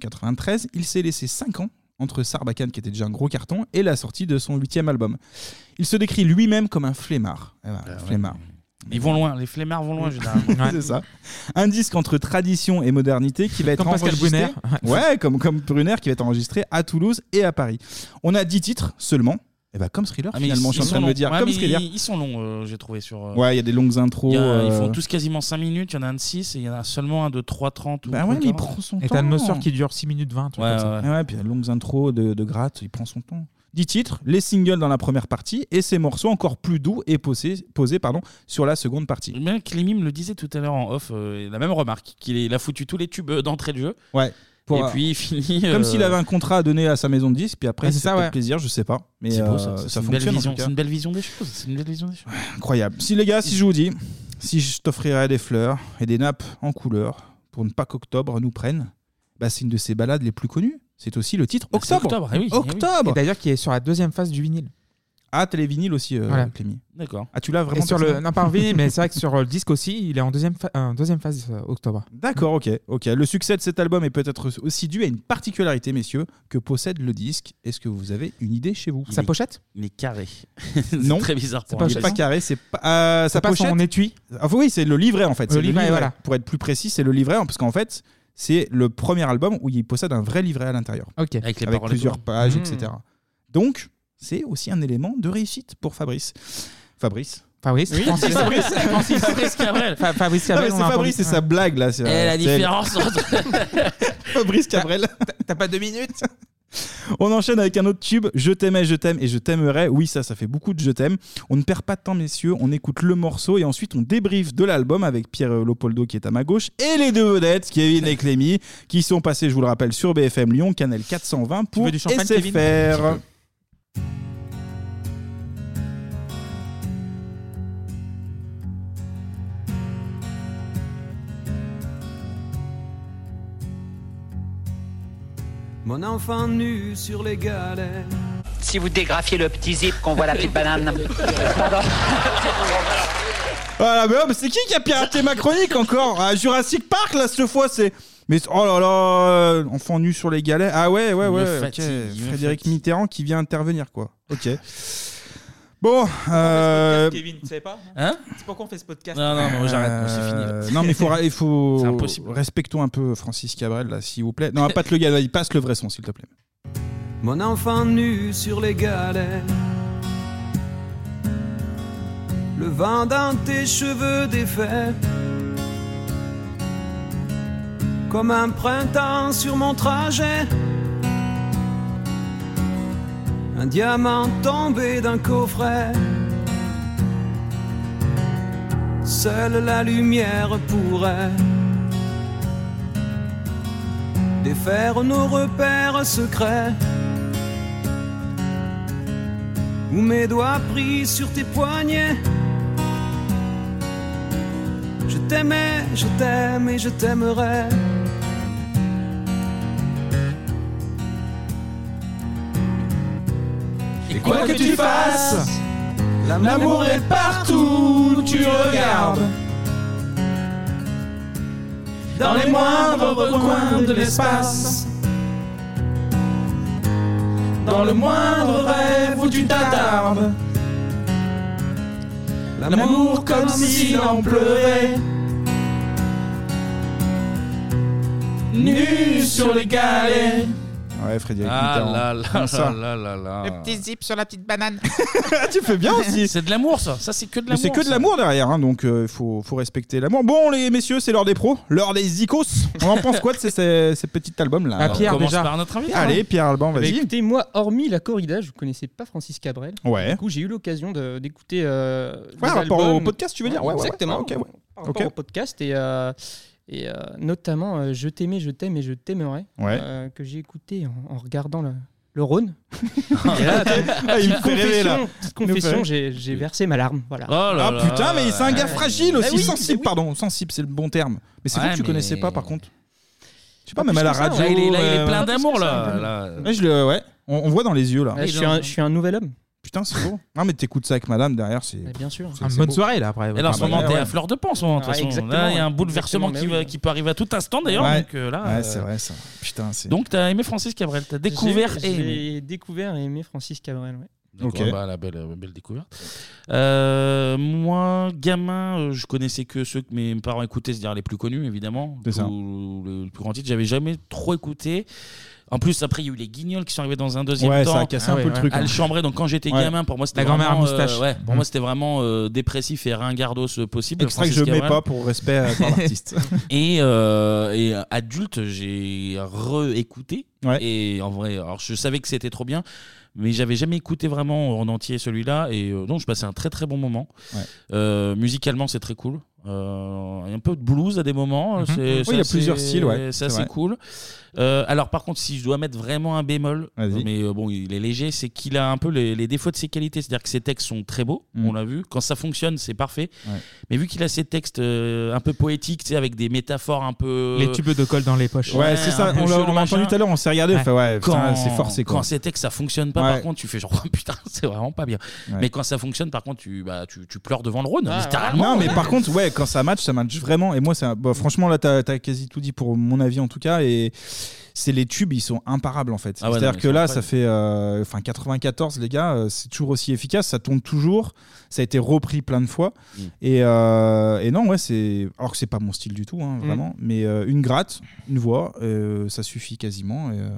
S6: 1993. Il s'est laissé 5 ans entre Sarbacane, qui était déjà un gros carton, et la sortie de son huitième album. Il se décrit lui-même comme un flemmard. Eh ben, un flemmard.
S1: Ils vont loin, les flemmards vont Ah loin, généralement.
S6: c'est ça. Un disque entre tradition et modernité qui va être
S1: Comme Pascal
S6: enregistré.
S1: Brunner.
S6: Ouais, comme, comme Brunner qui va être enregistré à Toulouse et à Paris. On a 10 titres seulement. Et bah, comme Thriller,
S1: Ah, mais
S6: finalement,
S1: ils-
S6: je suis en
S1: ils
S6: train de
S1: sont
S6: me dire.
S1: longs. Ouais,
S6: comme
S1: mais
S6: Thriller.
S1: Ils, ils sont longs, euh, j'ai trouvé sur. euh,
S6: Ouais, il y a des longues intros.
S1: il y a- Ils font
S6: euh,
S1: tous quasiment 5 minutes, il y en a un de 6 et il y en a seulement un de 3,30. ou
S6: Bah ouais, mais il
S1: 3,40.
S6: prend son
S1: Et
S6: temps.
S1: t'as Atmosphere
S6: sœur
S1: qui
S6: dure 6 minutes 20,
S1: truc comme ça.
S6: Ouais, ouais, puis il y a de longues intros de, de gratte, il prend son temps. 10 titres, les singles dans la première partie et ses morceaux encore plus doux et posés, posés pardon, sur la seconde partie.
S1: Bien, Clémy me le disait tout à l'heure en off, euh, la même remarque, qu'il est- il a foutu tous les tubes euh, d'entrée de jeu.
S6: Ouais.
S1: et
S6: Pour-
S1: puis il finit.
S6: Comme
S1: euh,
S6: s'il avait un contrat à donner à sa maison de disques, puis après,
S1: Ah, c'est
S6: c'est
S1: ça,
S6: ça,
S1: ouais.
S6: plaisir, je sais pas. Mais
S1: C'est beau,
S6: euh,
S1: ça. C'est
S6: ça
S1: une belle
S6: fonctionne. en
S1: vision-
S6: tout cas.
S1: C'est une belle vision des choses. C'est une belle vision des choses.
S6: Incroyable. Si les gars, si je vous dis, si je t'offrirais des fleurs et des nappes en couleur pour ne pas qu'octobre nous prenne, bah, c'est une de ses balades les plus connues. C'est aussi le titre
S1: c'est
S6: Octobre.
S1: Octobre, eh oui, eh oui.
S6: Octobre.
S1: Et
S6: d'ailleurs, qui est sur la deuxième phase du vinyle. Ah, t'as les vinyles aussi, euh,
S1: Voilà.
S6: Clémy.
S1: D'accord.
S6: Ah, tu l'as vraiment
S1: Et sur le-
S6: personnel
S1: non,
S12: Pas en vinyle, mais c'est vrai que sur euh, le disque aussi, il est en deuxième, fa- en deuxième phase euh, octobre.
S6: D'accord, ok, ok. Le succès de cet album est peut-être aussi dû à une particularité, messieurs, que possède le disque. Est-ce que vous avez une idée chez vous
S1: Sa est-
S6: pochette
S1: Il est carré.
S6: Non.
S1: C'est très bizarre pour un
S6: C'est pas carré, c'est pas. euh,
S1: C'est
S6: sa
S1: pas son
S6: pochette
S1: étui
S6: Ah, Oui, c'est le livret en fait.
S1: Le
S6: c'est
S1: livret, voilà.
S6: Pour être plus précis, c'est le livret, hein, parce qu'en fait, c'est le premier album où il possède un vrai livret à l'intérieur.
S1: Ok. Avec les paroles et
S6: plusieurs
S1: tout.
S6: pages,
S1: Mmh.
S6: etc. Donc, c'est aussi un élément de réussite pour Fabrice. Fabrice. Fabrice.
S12: Oui, Francis.
S6: Fabrice.
S12: Francis.
S1: Fabrice Cabrel.
S12: Fa- Fabrice Cabrel,
S6: Non,
S12: on
S6: mais
S12: l'a
S6: c'est Fabrice, c'est
S12: entendu.
S6: sa
S12: Eh,
S6: blague là. c'est- euh,
S1: Et la
S6: c'est-
S1: différence entre.
S6: Fabrice Cabrel.
S12: T'as pas deux minutes
S6: On enchaîne avec un autre tube, Je t'aimais, je t'aime et je t'aimerais. Oui, ça, ça fait beaucoup de je t'aime. On ne perd pas de temps, messieurs. On écoute le morceau et ensuite on débriefe de l'album avec Pierre Lopoldo qui est à ma gauche et les deux vedettes, Kevin et Clémy, qui sont passés, je vous le rappelle, sur BFM Lyon, Canal 420 pour
S12: veux du champagne,
S6: SFR.
S12: Kevin Un petit
S11: Mon enfant nu sur les galets.
S2: Si vous dégrafiez le petit zip qu'on voit la petite banane. Pardon.
S6: Voilà, mais, oh, mais c'est qui qui a piraté ma chronique encore Ah, Jurassic Park, là, cette fois, c'est. Mais oh là là, euh, enfant nu sur les galets. Ah ouais, ouais,
S1: Il me
S6: ouais. ok.
S1: fatigue, il me
S6: Frédéric Mitterrand qui vient intervenir, quoi. Ok. Bon. Euh...
S12: Kevin, tu savais pas
S1: Hein
S12: C'est pourquoi on fait ce podcast
S1: Non, non, moi, j'arrête, moi, c'est fini, là.
S6: Euh, Non, mais il faut, ra- il faut
S1: C'est impossible.
S6: respectons un peu Francis Cabrel là, s'il vous plaît. Non, pas le gars, il passe le vrai son, s'il te plaît.
S11: Mon enfant nu sur les galets. Le vent dans tes cheveux défaits. Comme un printemps sur mon trajet. Un diamant tombé d'un coffret. Seule la lumière pourrait défaire nos repères secrets. Ou mes doigts pris sur tes poignets. Je t'aimais, je t'aime et je t'aimerai.
S6: Et quoi que tu fasses,
S8: L'amour est partout où tu regardes. Dans les moindres recoins de l'espace. Dans le moindre rêve où tu t'attardes. L'amour comme s'il en pleurait. Nu sur les galets.
S6: Ouais, Freddy. avec
S1: Ah
S6: Mitterrand.
S1: là là
S6: Comme ça.
S1: là là là.
S9: Le petit zip sur la petite banane.
S6: Ah, tu fais bien aussi.
S1: C'est de l'amour, ça. Ça, c'est que de
S6: Mais
S1: l'amour.
S6: c'est que de
S1: ça.
S6: l'amour derrière, hein, donc il faut, faut respecter l'amour. Bon, les messieurs, c'est l'heure des pros, l'heure des zikos. On en pense quoi de ces, ces, ces petits albums là
S7: Ah, Pierre, On commence déjà. par notre invité,
S6: Allez,
S7: hein.
S6: Pierre Alban,
S7: Bah,
S6: vas-y.
S7: écoutez, moi, hormis la corrida, je ne connaissais pas Francis Cabrel.
S6: Ouais.
S7: Du coup, j'ai eu l'occasion de- d'écouter. euh, des
S6: Ouais, rapport
S7: albums.
S6: au podcast, tu veux dire Ouais, ouais, ouais.
S7: Exactement.
S6: Ah, ok, ouais.
S7: Par rapport
S6: Ok.
S7: au podcast et. euh, et euh, notamment euh, Je t'aimais, je t'aime et je t'aimerai,
S6: Ouais.
S7: euh, que j'ai écouté en, en regardant le, le Rhône. et là,
S6: Ah, il me
S7: petite
S6: fait rêver, là. Il nous
S7: confession, petite
S6: fait
S7: confession,
S6: rêver.
S7: j'ai j'ai versé ma larme.
S1: Oh
S7: Voilà.
S6: ah putain, mais c'est un gars
S1: Bah
S6: fragile aussi,
S7: Ah oui,
S6: sensible, pardon, sensible, c'est le bon terme. Mais c'est
S1: Ouais,
S6: vrai que tu
S1: mais-
S6: connaissais pas par contre. Je sais pas,
S1: Pas
S6: même
S1: plus
S6: à la
S1: que ça,
S6: radio.
S1: ouais. Là, il est- là, il est
S6: euh,
S1: plein d'amour, là,
S6: ouais,
S1: là.
S6: Ouais, je le, ouais. On, on voit dans les yeux là.
S7: Ouais, je suis un- je suis un nouvel homme.
S6: Putain, c'est beau. Non, mais t'écoutes ça avec madame derrière, c'est.
S7: Bien sûr.
S6: c'est- c'est beau.
S1: Et là, en
S6: Ah,
S1: ce
S6: bah,
S1: moment,
S6: ouais,
S1: t'es
S6: ouais.
S1: à fleur de pan, en ce moment, de toute
S6: Ouais,
S1: façon.
S6: exactement,
S1: Là, il y a un
S6: ouais.
S1: bouleversement qui,
S6: Exactement,
S1: va- qui peut arriver à tout instant, d'ailleurs.
S6: Ouais.
S1: Donc, euh, là,
S6: Ouais,
S1: euh,
S6: c'est vrai ça. Putain, c'est.
S1: Donc, t'as aimé Francis Cabrel. T'as découvert
S7: J'ai-
S1: et aimé.
S7: J'ai découvert et aimé Francis Cabrel. ouais.
S1: Ok. Bah, la belle, belle découverte. Euh, moi, gamin, euh, je connaissais que ceux que mes parents écoutaient, c'est-à-dire les plus connus, évidemment.
S6: C'est ça.
S1: Ou le, le plus grand titre, j'avais jamais trop écouté. En plus, après, il y a eu les guignols qui sont arrivés dans un deuxième
S6: Ouais, ça
S1: temps.
S6: a cassé un Ah peu ouais, le ouais. truc,
S1: À
S6: hein.
S1: le chambrer. Donc, quand j'étais
S6: Ouais.
S1: gamin, pour moi, c'était
S6: La grand-mère à
S1: vraiment, euh,
S6: moustache.
S1: ouais, pour
S6: Mm.
S1: moi, c'était vraiment euh, dépressif et ringardos euh, possible.
S6: Extrait que
S1: Francis
S6: je mets
S1: Cabrel.
S6: pas pour respect euh, pour l'artiste.
S1: et, euh, et adulte, j'ai réécouté. Et en vrai, alors je savais que c'était trop bien, mais j'avais jamais écouté vraiment en entier celui-là. Et euh, non, je passais un très très bon moment.
S6: Ouais.
S1: Euh, musicalement, c'est très cool. Euh, Il y a un peu de blues à des moments. hein.
S6: Mhm.
S1: c'est-
S6: Oui,
S1: c'est
S6: il y a
S1: assez-
S6: plusieurs styles, ouais.
S1: C'est
S6: C'est
S1: assez
S6: vrai.
S1: cool. Euh, alors par contre, si je dois mettre vraiment un bémol, mais euh, bon, il est léger, c'est qu'il a un peu les, les défauts de ses qualités. C'est-à-dire que ses textes sont très beaux,
S6: Mm.
S1: on l'a vu. Quand ça fonctionne, c'est parfait.
S6: Ouais.
S1: Mais vu qu'il a ses textes euh, un peu poétiques, tu sais, avec des métaphores un peu.
S9: Les tubes de colle dans les poches.
S6: Ouais, c'est ça,
S1: un peu
S6: on l'a-
S1: violent,
S6: on l'a entendu
S1: machin.
S6: tout à l'heure, on s'est regardé, on fait, ouais, putain,
S1: Quand-
S6: c'est forcé, quoi.
S1: Quand c'est texte, ça fonctionne pas,
S6: Ouais.
S1: par contre, tu fais genre, oh, putain, c'est vraiment pas bien.
S6: Ouais.
S1: Mais quand ça fonctionne, par contre, tu, bah, tu, tu pleures devant le Rhône,
S6: Ah,
S1: littéralement.
S6: Non, mais par contre, ouais, quand ça match, ça match vraiment. Et moi, ça, bah, franchement, là, t'as as quasi tout dit pour mon avis en tout cas. Et c'est les tubes, ils sont imparables en fait.
S1: Ah ouais, non,
S6: C'est-à-dire
S1: mais
S6: que
S1: ils
S6: là,
S1: sont
S6: ça fait, euh, enfin, 94, les gars, euh, c'est toujours aussi efficace, ça tourne toujours. Ça a été repris plein de fois.
S1: Mm.
S6: Et, euh, et non, ouais, c'est. Alors que c'est pas mon style du tout, hein,
S1: Mm.
S6: vraiment. Mais euh, une gratte, une voix, euh, ça suffit quasiment. Et, euh,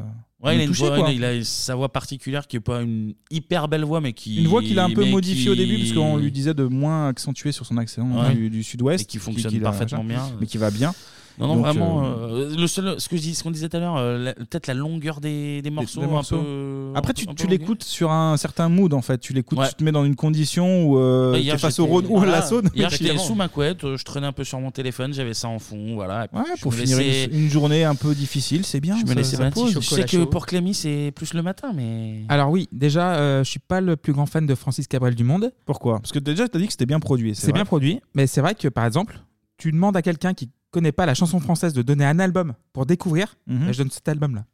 S6: on
S1: Ouais, il
S6: est
S1: a, une
S6: touché,
S1: voix,
S6: quoi.
S1: il a sa voix particulière qui est pas une hyper belle voix, mais qui.
S6: Une voix qu'il a un peu
S1: mais
S6: modifiée
S1: qui-
S6: au début, parce qu'on lui disait de moins accentuer sur son accent
S1: Ouais.
S6: du, du sud-ouest.
S1: Et qui fonctionne
S6: qu'il a-
S1: parfaitement bien.
S6: Mais qui va bien.
S1: Non, non,
S6: Donc,
S1: vraiment.
S6: euh,
S1: euh, le seul, ce que je dis- ce qu'on disait tout à l'heure, euh, la- peut-être la longueur des, des morceaux,
S6: des morceaux. Euh,
S1: un peu.
S6: Après,
S1: euh, un peu-
S6: tu,
S1: un
S6: tu
S1: peu longue.
S6: l'écoutes sur un certain mood en fait. Tu l'écoutes,
S1: Ouais.
S6: tu te mets dans une condition où euh,
S1: Ouais,
S6: tu
S1: hier,
S6: es face au
S1: j'étais-
S6: Rhône ou à la
S1: voilà.
S6: Saône.
S1: Hier, j'étais
S6: Effectivement.
S1: sous ma couette, euh, je traînais un peu sur mon téléphone, j'avais ça en fond, voilà. et puis
S6: Ouais,
S1: je
S6: pour
S1: me
S6: finir
S1: laissais-
S6: une, une journée un peu difficile, c'est bien.
S1: Je me
S6: ça-
S1: laissais
S6: ça
S1: ma
S6: pose.
S1: Je sais que pour Clémy, c'est plus le matin, mais.
S9: Alors oui, déjà, euh, je suis pas le plus grand fan de Francis Cabrel du monde.
S6: Pourquoi Parce que déjà, tu as dit que c'était bien produit.
S9: C'est bien produit, mais c'est vrai que par exemple, tu demandes à quelqu'un qui connaît pas la chanson française de donner un album pour découvrir,
S6: Mhm.
S9: bah, je donne cet album-là.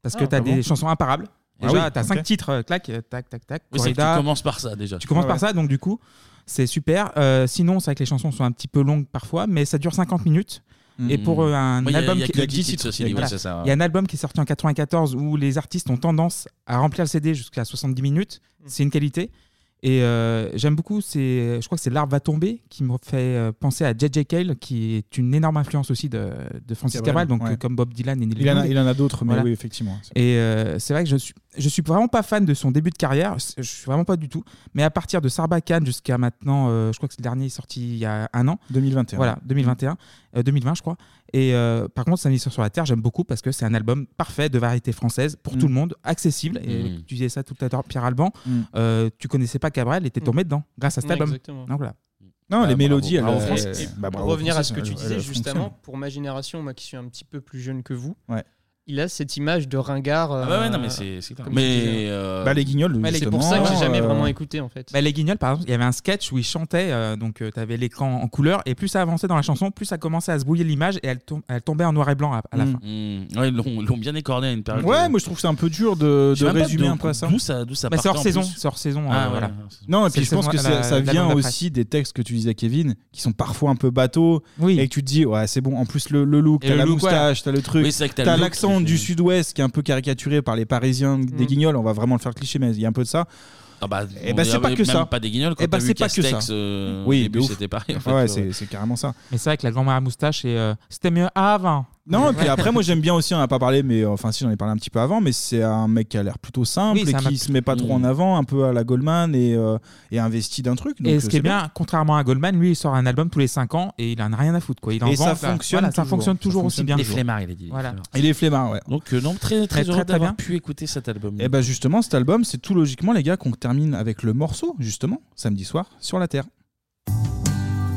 S9: Parce que
S1: Ah,
S9: tu as
S1: ah
S9: des
S1: bon
S9: chansons imparables.
S1: Ah
S9: Déjà,
S1: oui,
S9: tu as
S1: ok.
S9: 5 titres, euh, clac, euh, tac, tac, tac.
S1: Oui, c'est que
S9: Corrida.
S1: tu commences par ça, déjà.
S9: Tu commences
S1: Ah
S9: par
S1: ouais.
S9: ça, donc du coup, c'est super. Euh, sinon, c'est vrai que les chansons sont un petit peu longues parfois, mais ça dure 50 minutes. Et
S1: Mhm.
S9: pour euh, un
S1: Oui, il y a-
S9: album
S1: il y a
S9: qui
S1: que 10 titres, ceci dit,
S9: Voilà.
S1: oui, c'est ça, ouais.
S9: Il y a un album qui est sorti en 94 où les artistes ont tendance à remplir le CD jusqu'à 70 minutes.
S6: Hmm.
S9: C'est une qualité. Et euh, j'aime beaucoup, c'est, je crois que c'est L'Arbre va tomber qui me fait euh, penser à J.J. Cale, qui est une énorme influence aussi de, de Francis Cabrel,
S6: Cabrel,
S9: donc
S6: ouais.
S9: euh, comme Bob Dylan et Neil
S6: Il en a-
S9: Young.
S6: il en a d'autres, mais oui, effectivement.
S9: Et euh, c'est vrai que je suis, je suis vraiment pas fan de son début de carrière, je je suis vraiment pas du tout. Mais à partir de Sarbacane jusqu'à maintenant, euh, je crois que c'est le dernier sorti il y a un an.
S6: 2021.
S9: Voilà, 2021, euh, 2020 je crois. Et euh, par contre, Samedi soir sur la terre, j'aime beaucoup parce que c'est un album parfait de variété française pour tout le monde, accessible. Et
S1: Mm.
S9: tu disais ça tout à l'heure, Pierre Alban.
S6: Mm.
S9: euh, tu connaissais pas Cabrel et t'es tombé dedans grâce à cet
S7: Ouais,
S9: album.
S7: exactement.
S9: Donc voilà.
S6: Non, les mélodies, elles-
S9: en France,
S6: elles-
S9: c'est-
S6: bah,
S7: pour
S6: bravo,
S7: revenir à ce
S6: Francis,
S7: que tu
S6: elles-
S7: disais
S6: elles
S7: justement,
S6: fonctionnent.
S7: pour ma génération, moi qui suis un petit peu plus jeune que vous,
S6: Ouais.
S7: il a cette image de ringard. euh,
S1: Ah bah ouais, non, mais c'est- c'est clair. Mais, euh, Bah, les
S6: guignols, euh,
S7: Ouais, C'est pour ça que j'ai jamais vraiment écouté en fait.
S9: Bah, les guignols, par exemple, il y avait un sketch où ils chantaient, euh, donc tu avais l'écran en couleur, et plus ça avançait dans la chanson, plus ça commençait à se brouiller l'image, et elle, tom- elle tombait en noir et blanc à, à la fin.
S1: Mm. Ouais, ils l'ont ils l'ont bien écorné à une période.
S6: Ouais, moi je trouve que c'est un peu dur de,
S1: Je sais
S6: de
S1: même pas
S6: résumer
S1: d'où-
S6: un peu à ça.
S1: d'où ça- d'où ça Bah, c'est partait hors en saison, plus. c'est hors saison, Ah, euh, ouais, voilà. hors saison.
S6: Non, et
S1: C'est
S6: puis je
S1: la
S6: pense que
S1: saison-
S6: ça,
S1: la-
S6: ça
S1: la
S6: vient
S1: longue
S6: aussi des textes que tu disais, Kevin, qui sont parfois un peu bateaux. Et que tu te dis, ouais, c'est bon. En plus, le, le look,
S1: Et
S6: t'as
S1: le
S6: la
S1: look,
S6: moustache,
S1: ouais.
S6: t'as le truc.
S1: Oui, c'est vrai que t'as le
S6: t'as
S1: look
S6: l'accent
S1: qui
S6: du
S1: fait-
S6: sud-ouest qui est un peu caricaturé par les parisiens
S9: Mm.
S6: des guignols. On va vraiment le faire cliché, mais il y a un peu de ça.
S1: Ah bah,
S6: et
S1: on
S6: ben c'est
S1: avait
S6: pas que
S1: même
S6: ça.
S1: pas des guignols quand
S6: Eh ben,
S1: t'as vu
S6: c'est pas que ça.
S1: Castex, euh, au
S6: oui,
S1: début,
S6: de ouf.
S1: c'était pareil, en fait,
S6: ouais,
S1: ouais.
S6: c'est c'est carrément ça.
S9: Mais c'est vrai que la grand-mère à moustache, et, euh, c'était mieux avant.
S6: Non, et
S9: Ouais.
S6: puis après, moi j'aime bien aussi, on en a pas parlé, mais euh, enfin si j'en ai parlé un petit peu avant, mais c'est un mec qui a l'air plutôt simple
S9: Oui, c'est
S6: et
S9: un
S6: qui
S9: mec-
S6: se met pas trop
S1: Mm.
S6: en avant, un peu à la Goldman et, euh, et investi d'un truc. donc,
S9: Et
S6: euh,
S9: ce qui est
S6: c'est
S9: bien, contrairement à Goldman, lui, il sort un album tous les 5 ans et il en a rien à foutre. Quoi. Il en
S6: Et
S9: vend,
S6: ça
S9: voilà.
S6: fonctionne,
S9: Voilà, ça
S6: toujours.
S9: fonctionne toujours
S6: Ça
S9: aussi
S6: fonctionne
S9: bien.
S6: toujours.
S9: Voilà.
S6: Et les flemmards, ouais.
S1: Donc, euh, non, très, très
S9: Très,
S1: heureux
S9: très, très
S1: d'avoir
S9: bien.
S1: pu écouter cet album.
S6: Et bah justement, cet album, c'est tout logiquement, les gars, qu'on termine avec le morceau, justement, samedi soir, sur la Terre.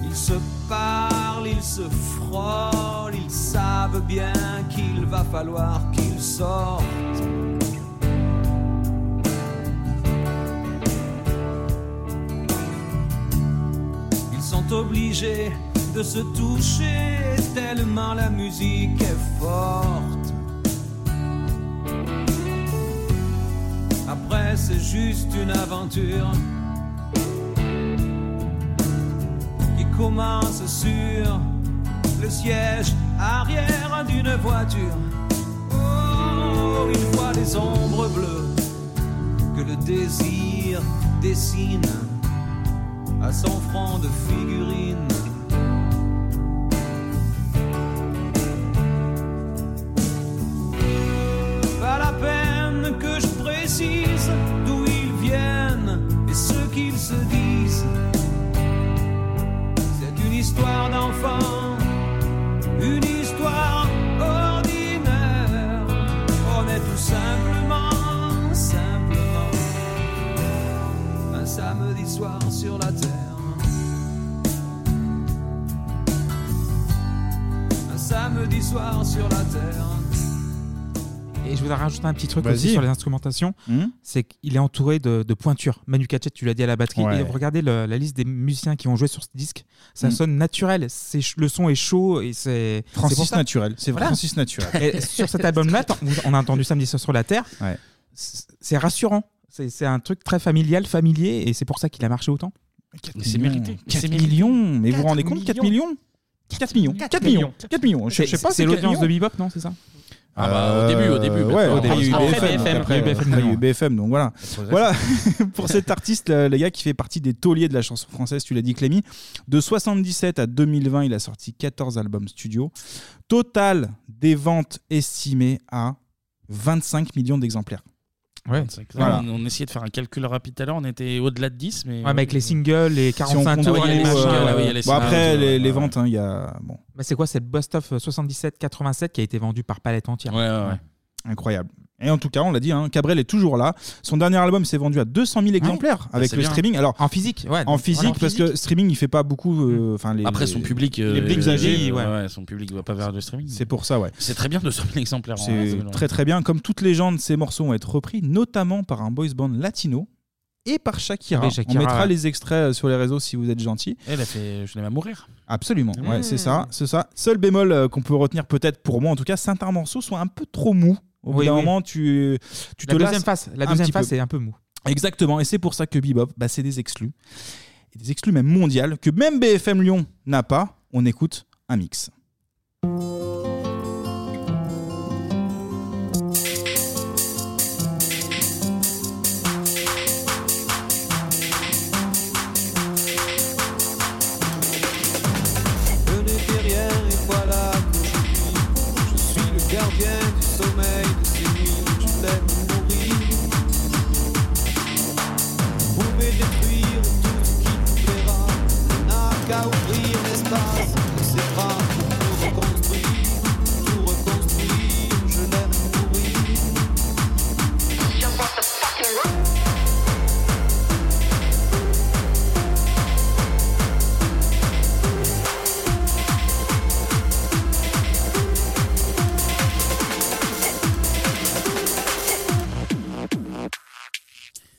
S11: Ils se parlent, ils se frôlent, ils savent bien qu'il va falloir qu'ils sortent. Ils sont obligés de se toucher tellement la musique est forte. Après, c'est juste une aventure. qui commence sur le siège arrière d'une voiture. Oh, il voit les ombres bleues que le désir dessine à son front de figurine. Pas la peine que je précise d'où ils viennent et ce qu'ils se disent. C'est une histoire d'enfant, une histoire ordinaire. On est tout simplement, simplement, un samedi soir sur la terre. Un samedi soir sur la terre.
S9: Et je voudrais rajouter un petit truc
S11: Vas-y.
S9: aussi sur les instrumentations.
S6: Hmm
S11: Mhm.
S9: C'est qu'il est entouré de, de pointures. Manu Katchet, tu l'as dit à la batterie.
S11: Ouais.
S9: Et regardez le- la liste des musiciens qui ont joué sur ce disque. Ça
S6: Mhm.
S9: sonne naturel. C'est ch- Le son est chaud et c'est. c'est
S6: Francis
S9: pour ça.
S6: Naturel. C'est Francis Naturel.
S9: Et sur cet album-là, t'en- on a entendu Samedi soir sur la Terre.
S6: Ouais.
S9: C'est c'est rassurant. C'est c'est un truc très familial, familier. Et c'est pour ça qu'il a marché autant.
S1: C'est mérité.
S6: 4 millions, mais vous vous rendez compte 4 millions 4 millions 4 millions 4 millions Je je sais pas,
S9: c'est
S6: quatre
S9: l'audience de
S6: millions.
S9: Bebop, non C'est ça
S1: Ah bah, au début, au début,
S6: Euh, Ouais,
S1: maintenant.
S6: après, il y a eu
S1: Après,
S6: BFM.
S1: BFM, il y a eu
S6: après,
S1: BFM,
S6: euh, après, il y a eu
S1: maintenant.
S6: BFM, donc voilà.
S1: progresse.
S6: Voilà, pour cet artiste, le- les gars, qui fait partie des tauliers de la chanson française, tu l'as dit, Clémy. De 77 à 2020, il a sorti 14 albums studio. Total des ventes estimées à 25 millions d'exemplaires. Voilà.
S1: On, on essayait de faire un calcul rapide tout à l'heure, on était au-delà de 10, mais.
S9: Ouais, mais avec les singles, les
S1: Si on
S9: 45
S1: compte-
S9: tours,
S1: Ah oui, il y a
S9: les
S1: les
S9: machins, euh,
S1: singles,
S9: là,
S1: ah oui, il y a
S9: ouais.
S1: les
S6: euh, Bon, après,
S1: singles,
S6: les,
S1: ouais.
S6: les ventes, hein, il y a. Bon.
S9: Bah, c'est quoi cette Best of 77-87 qui a été vendue par palette entière
S6: Incroyable. Et en tout cas, on l'a dit, hein, Cabrel est toujours là. Son dernier album s'est vendu à 200 000 exemplaires
S9: Ouais,
S6: avec
S9: c'est
S6: le
S9: bien.
S6: streaming. Alors,
S9: en physique, ouais,
S6: Bah, en
S9: donc,
S6: physique,
S9: voilà, en
S6: parce que streaming, il fait pas beaucoup. euh, Enfin, les,
S1: Après, son
S6: les-
S1: public. euh,
S6: les publics
S1: euh,
S6: âgés, ouais.
S1: ouais, son public va pas vers le streaming.
S6: C'est pour ça, ouais.
S1: C'est très bien de 100 000 exemplaires. en
S6: C'est
S1: vrai.
S6: très très bien. Comme toutes les légendes, ces morceaux vont être repris, notamment par un boys band latino et par Shakira.
S1: Ah oui, Shakira,
S6: On mettra
S1: ouais.
S6: les extraits euh, sur les réseaux si vous êtes gentil.
S1: Elle a fait Je n'aime à mourir.
S6: Absolument,
S9: Ah
S6: ouais,
S1: Mmh.
S6: c'est ça, c'est ça. Seul bémol euh, qu'on peut retenir peut-être pour moi en tout cas, certains morceaux sont un peu trop mous. Au bout
S9: Oui,
S6: d'un
S9: oui.
S6: moment, tu, tu
S9: La
S6: te
S9: deuxième
S6: lasses
S9: face- la
S6: un
S9: deuxième
S6: petit
S9: face est un peu mou.
S6: Exactement, et c'est pour ça que Bebop, bah, c'est des exclus. Et des exclus même mondiales, que même BFM Lyon n'a pas. On écoute un mix.
S11: Venez derrière et voilà que je vis. Je suis le gardien du sommeil de ces nuits. Je l'aime mourir. Vous pouvez détruire tout ce qui vous plaira. N'a qu'à ouvrir l'espace de ses bras pour tout reconstruire. Tout reconstruire. Je l'aime mourir.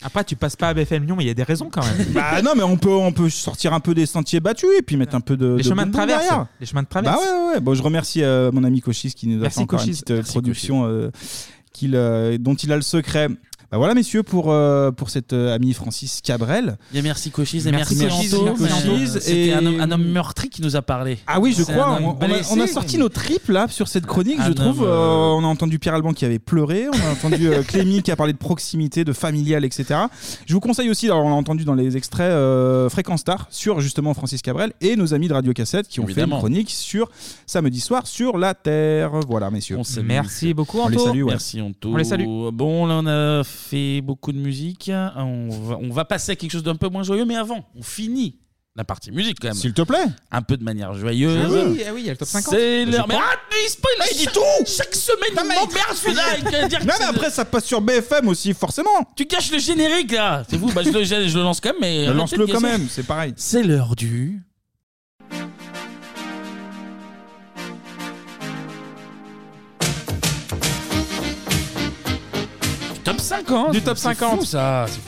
S12: Après, tu passes pas à BFM Lyon, mais il y a des raisons quand même.
S6: Bah non, mais on peut, on peut sortir un peu des sentiers battus et puis mettre un peu de.
S12: Les chemins de
S6: bonbons
S12: traverse.
S6: derrière.
S12: Les chemins de traverse.
S6: Bah ouais, ouais, ouais. Bon, je remercie euh, mon ami Cochise qui nous a
S12: Merci,
S6: fait encore une
S12: Cochise.
S6: petite euh, production euh, qu'il, euh, dont il a le secret. Bah voilà, messieurs, pour, euh, pour cette euh, amie Francis Cabrel.
S1: Et merci Cochise et
S6: Merci,
S1: merci,
S6: Cochise,
S1: Anto.
S6: merci, Cochise,
S1: Euh, C'était
S6: et-
S1: un, homme, un homme meurtri qui nous a parlé.
S6: Ah oui, je
S1: C'est
S6: crois.
S1: un
S6: On,
S1: homme
S6: on a,
S1: blessé.
S6: on a sorti nos tripes là sur cette chronique,
S1: Un
S6: je trouve.
S1: homme, euh,
S6: Euh, on a entendu Pierre Alban qui avait pleuré, on a entendu euh, Clémy qui a parlé de proximité, de familial, etc. Je vous conseille aussi, alors on l'a entendu dans les extraits euh, Fréquence Star sur justement Francis Cabrel et nos amis de Radio Cassette qui ont
S1: Évidemment.
S6: fait une chronique sur samedi soir sur la Terre. Voilà, messieurs.
S1: salue,
S12: Merci
S1: messieurs.
S12: beaucoup,
S1: On les
S12: Anto.
S1: salue, ouais.
S12: Merci,
S1: Merci,
S12: Anto.
S1: Anto.
S12: On les salue.
S1: Bon, là, on a fait beaucoup de musique. On va, on va passer à quelque chose d'un peu moins joyeux, mais avant, on finit la partie musique quand même.
S6: S'il te plaît.
S1: Un peu de manière joyeuse.
S12: Ah oui, ah oui, il y a le top 50.
S1: C'est
S12: Je
S1: l'heure. Mais
S12: crois.
S1: ah, il spoil, il dit tout Chaque semaine, il m'emmerde celui-là Ah, il va dire que
S6: Non,
S1: c'est-
S6: mais après, ça passe sur BFM aussi, forcément.
S1: Tu caches le générique là C'est vous, bah, je, le, je le lance quand même, mais. arrêtez
S6: Lance-le
S1: de
S6: quand
S1: casser.
S6: même, c'est pareil.
S1: C'est l'heure du. Du top 50
S6: Du top
S1: C'est
S6: 50.
S1: fou, ça C'est fou.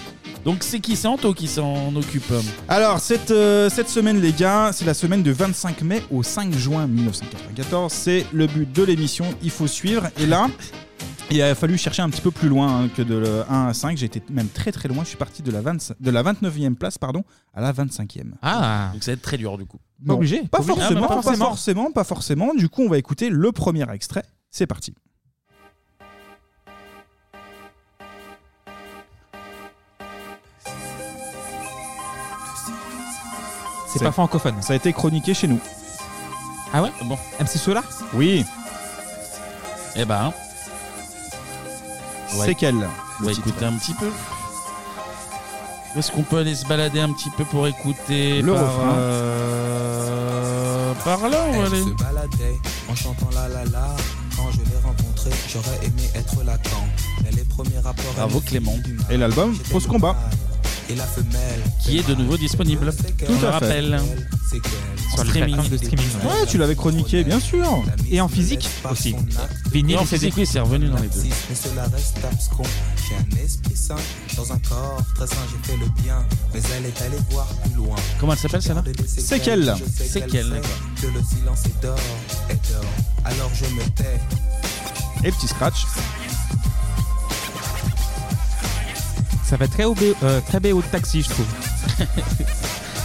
S1: Donc c'est qui C'est Anto qui s'en occupe.
S6: Alors, cette, euh, cette semaine, les gars, c'est la semaine du 25 mai au 5 juin 1994. C'est le but de l'émission, il faut suivre. Et là, il a fallu chercher un petit peu plus loin hein, que de le 1 à 5. J'étais même très très loin. Je suis parti de la, 25 de la 29e place pardon, à la 25e.
S1: Ah Donc ça va être très dur du coup. Ah,
S6: Non, Pas forcément, pas forcément, pas forcément, pas forcément. Du coup, on va écouter le premier extrait. C'est parti.
S12: C'est pas francophone.
S6: Ça a été chroniqué chez nous.
S12: Ah ouais
S1: Bon.
S12: MC Solar
S6: Oui.
S1: Eh ben.
S6: C'est quel, le
S1: On va écouter un petit peu. Où est-ce qu'on peut aller se balader un petit peu pour écouter
S6: Le
S1: par,
S6: refrain.
S1: euh, par là, on va
S5: Elle
S1: aller.
S5: se baladait en chantant la la la. Quand je l'ai rencontrée, j'aurais aimé être là quand. Mais les premiers rapports.
S1: Bravo Clément.
S6: Et l'album Pose Combat.
S5: Et la femelle.
S1: Qui est de nouveau disponible.
S6: Tout
S1: on le
S6: à fait.
S1: rappelle.
S5: C'est qu'elle.
S1: En streaming.
S6: Ouais, tu l'avais chroniqué, bien sûr.
S12: Et en physique aussi.
S1: Et
S12: Vinyle
S1: en
S12: et CD.
S1: physique, oui, c'est revenu dans les deux.
S5: Mais cela reste abscon. J'ai un esprit sain dans un corps très sain. J'ai fait le bien, mais elle est allée voir plus loin.
S1: Comment elle s'appelle celle-là
S5: C'est
S1: qu'elle.
S5: qu'elle.
S1: C'est qu'elle, d'accord.
S5: Que le silence est d'or, est d'or. Alors je me tais.
S6: Et petit scratch.
S12: Ça va très, obé- euh, très BO de taxi, je trouve.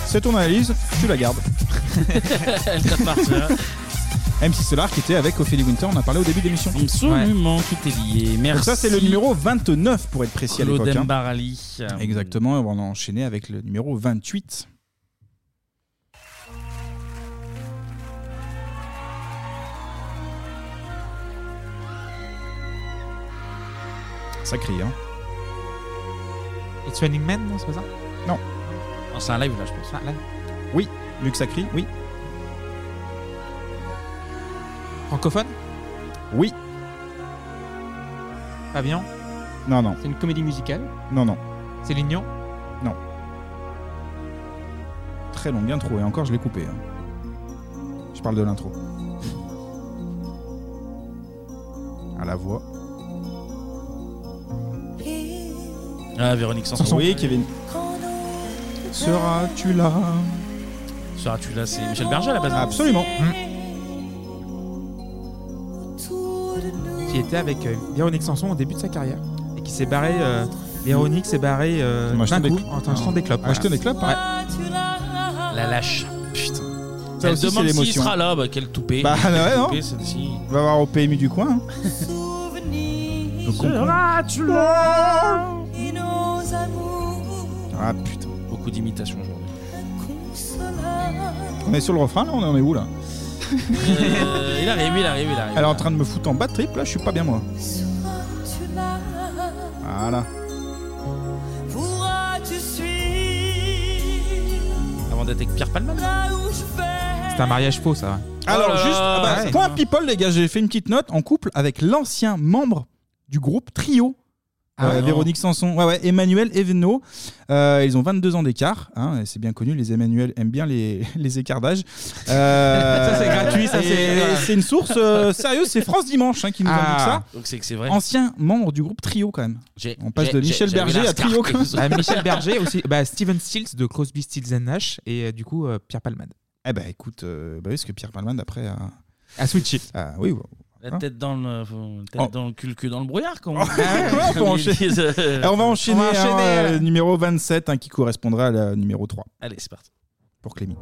S6: C'est ton analyse, tu la gardes.
S1: Elle t'appartient.
S6: MC Solar qui était avec Ophélie Winter, on en a parlé au début de l'émission.
S1: Absolument, tout est lié. Merci.
S6: Donc ça c'est le numéro 29 pour être précis à
S1: Claude
S6: l'époque. hein.
S1: Mbarali.
S6: Exactement, et on va en enchaîner avec le numéro 28. Ça crie, hein.
S12: It's Running Man, non, c'est pas ça
S6: Non.
S1: Non, C'est un live là, je pense.
S6: Oui, vu que ça crie, oui.
S12: Francophone
S6: Oui.
S12: Fabien
S6: Non, non.
S12: C'est une comédie musicale
S6: Non, non.
S12: C'est Lignon
S6: Très long, bien trop, et encore je l'ai coupé. hein. Je parle de l'intro. À la voix.
S1: Ah, Véronique Sanson.
S6: Oui, Kevin. Seras-tu là
S1: Seras-tu là C'est Michel Berger à la base.
S6: Absolument.
S9: Hmm.
S12: qui était avec euh, Véronique Sanson au début de sa carrière et qui s'est barré. euh, Véronique s'est barrée euh,
S6: En achetant
S12: d'un
S6: des
S12: coup
S6: cl-
S12: en achetant des clopes.
S6: En achetant des clopes, hein.
S12: Ouais.
S1: La lâche. Putain.
S6: Ça
S1: Elle
S6: aussi,
S1: demande
S6: c'est
S1: s'il
S6: l'émotion.
S1: sera là, bah quel toupé.
S6: Bah,
S1: Quel
S6: ouais, non
S1: toupé, celle-ci.
S6: On va voir au PMU du coin. hein. Je comprends.
S8: Seras-tu là Et nos amours
S6: Ah putain.
S1: Beaucoup d'imitations aujourd'hui.
S6: On est sur le refrain là, on en est où là
S1: Euh, il arrive, il arrive, il arrive.
S6: Elle est en train de me foutre en bas de trip là, je suis pas bien moi.
S8: Seras-tu là
S6: Voilà.
S8: Pourras-tu suivre
S1: Avant d'être avec Pierre Palman.
S8: là où je vais
S12: C'est un mariage faux, ça.
S6: Alors
S1: là là,
S6: juste, ah bah,
S1: ouais.
S6: point people les gars, j'ai fait une petite note en couple avec l'ancien membre du groupe Trio. Euh,
S30: ouais, non.
S6: Véronique Sanson, ouais, ouais, Emmanuel Eveno. Euh, ils ont 22 ans d'écart. hein, et c'est bien connu, les Emmanuel aiment bien les, les écarts d'âge. Euh,
S30: Ça, c'est gratuit, ça,
S6: et-
S30: c'est- voilà.
S6: et C'est une source euh, sérieuse, c'est France Dimanche hein, qui nous
S30: Ah.
S6: indique ça.
S1: Donc c'est que c'est vrai.
S6: Ancien membre du groupe Trio, quand même. On passe de Michel Berger à Trio. quand même.
S9: Bah, Michel Berger aussi. Bah, Steven Stills de Crosby, Stills and Nash et euh, du coup euh, Pierre Palmade.
S6: Eh ben écoute, euh, bah oui, parce que Pierre Palman d'après a,
S9: a switché.
S6: Ah oui. bon.
S1: La tête dans le, faut- tête
S6: Oh.
S1: dans le cul, le cul dans le brouillard, comme
S6: Ouais, on, peut
S1: comme ils
S6: enchaîner.
S1: disent, euh,
S6: Alors, on va enchaîner,
S1: on va
S6: hein,
S1: enchaîner,
S6: euh,
S1: euh.
S6: numéro 27 hein, qui correspondra à la numéro 3
S1: Allez, c'est parti.
S6: pour Clémy.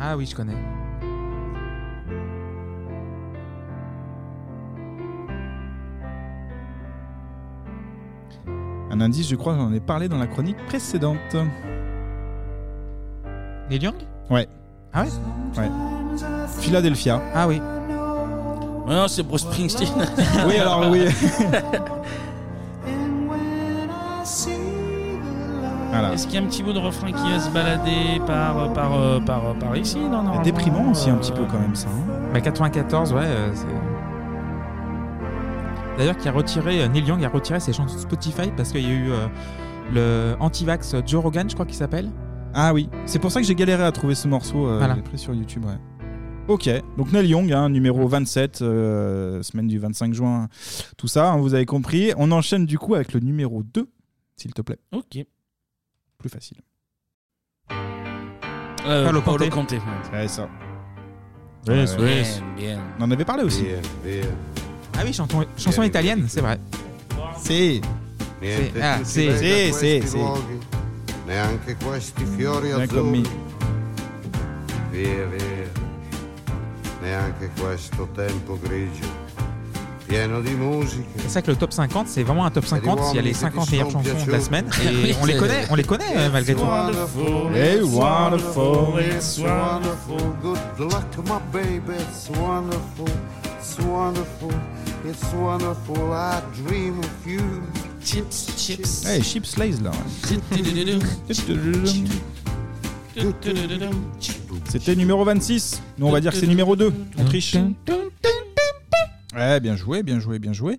S9: Ah oui, je connais.
S6: Un indice, je crois, j'en ai parlé dans la chronique précédente.
S9: Neil Young
S6: Ouais.
S9: Ah ouais
S6: Ouais. Philadelphia.
S9: Ah oui.
S1: Ouais, non, c'est Bruce Springsteen.
S6: Oui, alors oui. Voilà.
S1: Est-ce qu'il y a un petit bout de refrain qui va se balader par, euh, par, euh, par, euh, par ici Non, euh, non.
S6: Déprimant aussi un petit peu quand même ça. hein.
S9: Bah 94, ouais. euh, c'est- D'ailleurs, qui a retiré euh, Neil Young a retiré ses chansons de Spotify parce qu'il y a eu euh, le anti-vax Joe Rogan, je crois qu'il s'appelle.
S6: Ah oui, c'est pour ça que j'ai galéré à trouver ce morceau. euh,
S9: Voilà.
S6: j'ai pris sur YouTube, ouais. Ok, donc Neil Young, hein, numéro 27, euh, semaine du 25 juin, tout ça, hein, vous avez compris. On enchaîne du coup avec le numéro 2, s'il te plaît.
S1: Ok.
S6: Plus facile.
S1: Euh,
S6: Paolo
S1: Paolo
S6: Conte.
S1: Conte.
S6: Ouais, ça.
S1: Yes,
S6: Ouais, ouais.
S1: yes. Bien, bien.
S6: On en avait parlé aussi.
S9: Ah oui, chanson, chanson italienne, c'est vrai.
S6: C'est.
S9: C'est- ah,
S6: sì, sì, sì, sì.
S31: Neanche questi fiori
S6: Neanche a
S31: azzurri. Via, via. Neanche questo tempo grigio. Pieno di musica.
S9: C'est ça que le top 50, c'est vraiment un top 50. Il y a les 50 meilleures chansons de la semaine.
S31: Oui,
S9: Et on les
S31: c'est-
S9: connaît, on les connaît euh, malgré tout.
S31: Hey, wonderful, it's wonderful. Good luck, my baby, it's wonderful, it's wonderful, it's wonderful. I dream of you. Chips, chips.
S6: Eh, Chip Slays là. C'était numéro 26. Nous on va dire que c'est numéro 2. On triche. Ouais, bien joué, bien joué, bien joué.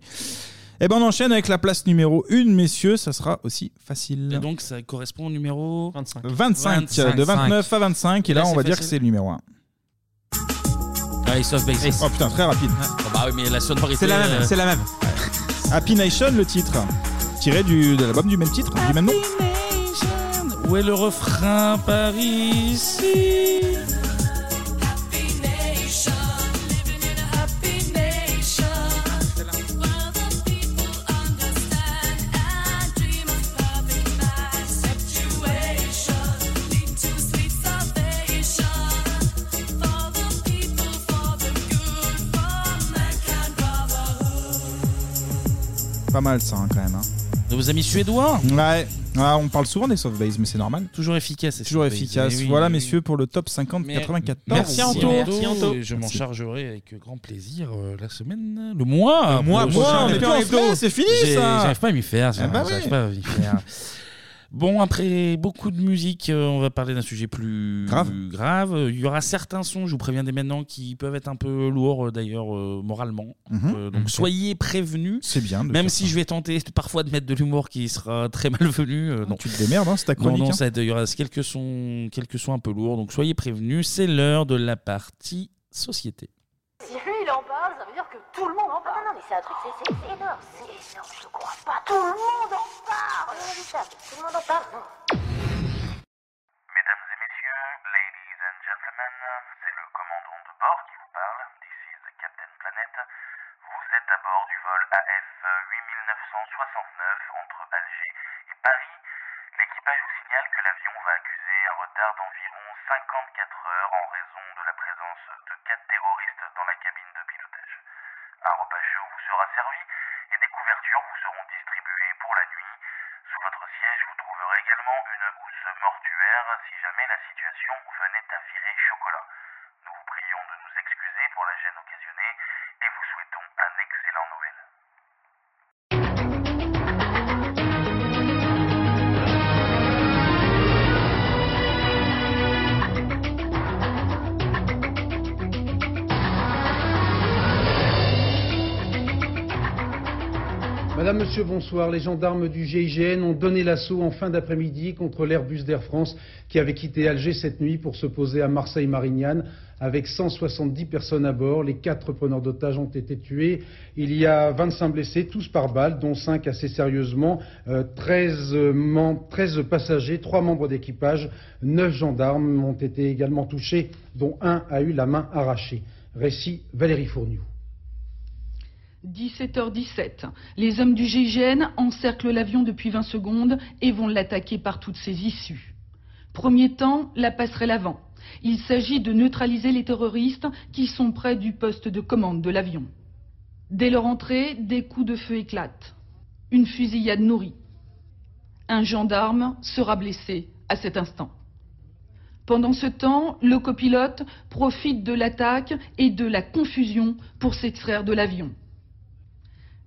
S6: Et ben on enchaîne avec la place numéro 1, messieurs, ça sera aussi facile.
S1: Et donc ça correspond au numéro 25.
S6: 25, de 29 à 25, et là, on va dire que c'est
S1: facile.
S6: le numéro 1.
S1: Ah, Ace of Base.
S6: Oh putain, très rapide.
S1: Ah bah oui, mais la sonorité.
S6: C'est la même, c'est la
S9: même.
S6: Happy Nation, le titre, tiré du, de l'album du même titre, du même nom.
S1: Où est le refrain par ici
S6: Pas mal ça, hein, quand même.
S1: De vos amis suédois
S6: Ouais. Ah, on parle souvent des soft bass, mais c'est normal.
S1: Toujours efficace.
S6: Toujours
S1: soft bass.
S6: efficace.
S1: Mais oui,
S6: voilà,
S1: mais oui.
S6: messieurs, pour le top 50 94.
S1: Merci Anto.
S6: Merci, Anto.
S1: Je m'en
S6: Merci.
S1: chargerai avec grand plaisir euh, la semaine, le mois.
S6: Le mois
S1: prochain.
S6: prochain, on est plus en
S1: J'ai-
S6: hebdo, c'est fini,
S1: j'ai-
S6: ça.
S1: J'arrive pas à m'y faire.
S6: Eh bah
S1: j'arrive- J'arrive
S6: oui.
S1: pas à m'y faire. Bon, après beaucoup de musique, euh, on va parler d'un sujet plus
S6: Grave.
S1: grave. Il y aura certains sons, je vous préviens dès maintenant, qui peuvent être un peu lourds euh, d'ailleurs euh, moralement.
S6: Mhm.
S1: Euh, donc
S6: Ok.
S1: soyez prévenus.
S6: C'est bien. de hein.
S1: Même
S6: faire
S1: si je vais tenter parfois de mettre de l'humour qui sera très malvenu. euh, non. Tu
S6: te démerdes, hein, c'est ta chronique,
S1: Non, non,
S6: hein.
S1: ça va être- il y aura quelques sons, quelques sons un peu lourds. Donc soyez prévenus, c'est l'heure de la partie société.
S23: Si lui il en parle, ça veut dire que tout le monde en parle. Non, non, mais c'est un truc, c'est c'est- c'est énorme. C'est énorme, je te crois pas. Tout le monde en parle. Inevitable, Tout le monde en parle. Non.
S8: Mesdames et messieurs, ladies and gentlemen, c'est le commandant de bord qui vous parle. This is Captain Planet. Vous êtes à bord du vol AF 8969 entre Alger et Paris. L'équipage vous signale que l'avion va accuser un retard d'environ 54 heures en raison de la présence de quatre terroristes dans la cabine de pilotage. Un repas chaud vous sera servi et des couvertures vous seront distribuées pour la nuit. Sous votre siège, vous trouverez également une housse mortuaire si jamais la situation venait à virer chocolat. Nous vous prions de nous excuser pour la gêne occasionnée et vous souhaitons un excellent Noël.
S3: Madame, Monsieur, bonsoir. Les gendarmes du GIGN ont donné l'assaut en fin d'après-midi contre l'Airbus d'Air France qui avait quitté Alger cette nuit pour se poser à Marseille-Marignane avec 170 personnes à bord. Les quatre preneurs d'otages ont été tués. Il y a 25 blessés, tous par balle, dont 5 assez sérieusement, euh, 13, euh, mem- 13 passagers, 3 membres d'équipage, 9 gendarmes ont été également touchés, dont un a eu la main arrachée. Récit Valérie Fourniou.
S18: 17h17. Les hommes du GIGN encerclent l'avion depuis 20 secondes et vont l'attaquer par toutes ses issues. Premier temps, la passerelle avant. Il s'agit de neutraliser les terroristes qui sont près du poste de commande de l'avion. Dès leur entrée, des coups de feu éclatent. Une fusillade nourrit. Un gendarme sera blessé à cet instant. Pendant ce temps, le copilote profite de l'attaque et de la confusion pour s'extraire de l'avion.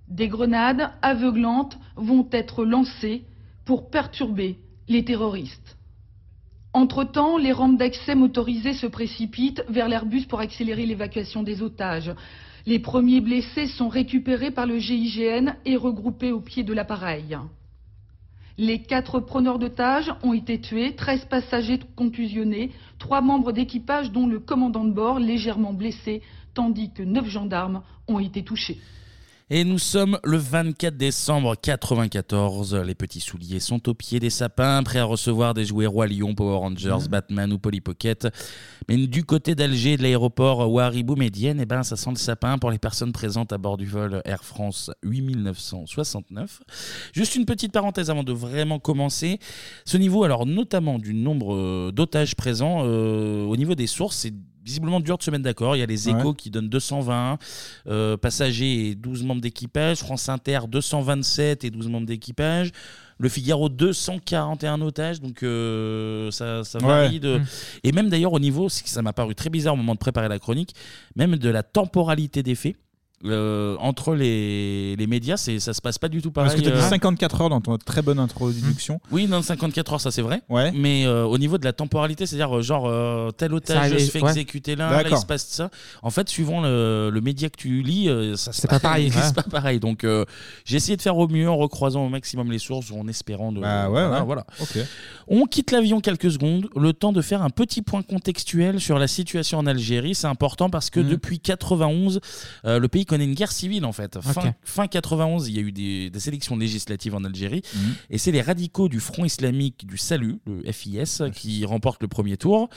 S18: Des grenades aveuglantes vont être lancées pour perturber les terroristes. Entre-temps, les rampes d'accès motorisées se précipitent vers l'Airbus pour accélérer l'évacuation des otages. Les premiers blessés sont récupérés par le GIGN et regroupés au pied de l'appareil. Les quatre preneurs d'otages ont été tués, 13 passagers contusionnés, trois membres d'équipage dont le commandant de bord légèrement blessé, tandis que neuf gendarmes ont été touchés.
S1: Et nous sommes le 24 décembre 94. Les petits souliers sont au pied des sapins, prêts à recevoir des jouets Roi Lion, Power Rangers,
S6: Mhm.
S1: Batman ou Polly Pocket. Mais du côté d'Alger, de l'aéroport Ouaribou Médienne, eh ben, ça sent le sapin pour les personnes présentes à bord du vol Air France 8969. Juste une petite parenthèse avant de vraiment commencer. Ce niveau, alors notamment du nombre euh, d'otages présents, euh, au niveau des sources, c'est visiblement dur de se mettre d'accord. Il y a les
S6: Ouais.
S1: échos qui donnent 220 euh, passagers et 12 membres d'équipage. France Inter, 227 et 12 membres d'équipage. Le Figaro, 241 otages. Donc euh, ça, ça
S6: Ouais.
S1: varie de-
S6: Mm.
S1: Et même d'ailleurs au niveau, ce qui- ça m'a paru très bizarre au moment de préparer la chronique, même de la temporalité des faits. euh, entre les, les médias, c'est- ça se passe pas du tout pareil.
S6: Parce que tu as dit
S1: euh,
S6: 54 heures dans ton très bonne introduction.
S1: oui, dans le 54 heures, ça c'est vrai. Mais euh, au niveau de la temporalité, c'est-à-dire euh, genre euh, tel
S6: Ça
S1: otage
S6: arrive,
S1: se fait
S6: ouais.
S1: exécuter là, là il
S6: D'accord.
S1: se passe ça. En fait, suivant le, le média que tu lis, euh, ça se
S6: C'est pas
S1: passe-
S6: pareil,
S1: C'est
S6: ouais.
S1: pas pareil. Donc euh, j'ai essayé de faire au mieux en recroisant au maximum les sources, en espérant de.
S6: Bah ouais,
S1: voilà,
S6: ouais.
S1: Ah, voilà.
S6: Ok.
S1: On quitte l'avion quelques secondes, le temps de faire un petit point contextuel sur la situation en Algérie. C'est important parce
S6: Mmh.
S1: que depuis 91, euh, le pays connaît une guerre civile en fait. Fin,
S6: Ok.
S1: fin 91, il y a eu des, des élections législatives en Algérie et c'est les radicaux du Front islamique du Salut, le FIS, qui remportent le premier tour.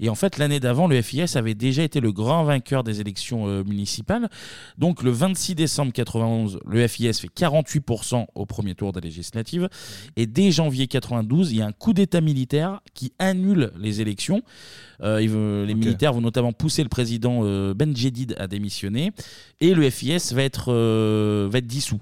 S1: Et en fait, l'année d'avant, le FIS avait déjà été le grand vainqueur des élections euh, municipales. Donc le 26 décembre 91, le FIS fait 48% au premier tour des législatives. Et dès janvier 92, il y a un coup d'État militaire qui annule les élections. Euh, il veut- les militaires vont notamment pousser le président euh, Ben Jedid à démissionner. Et le FIS va être, euh, va être dissous.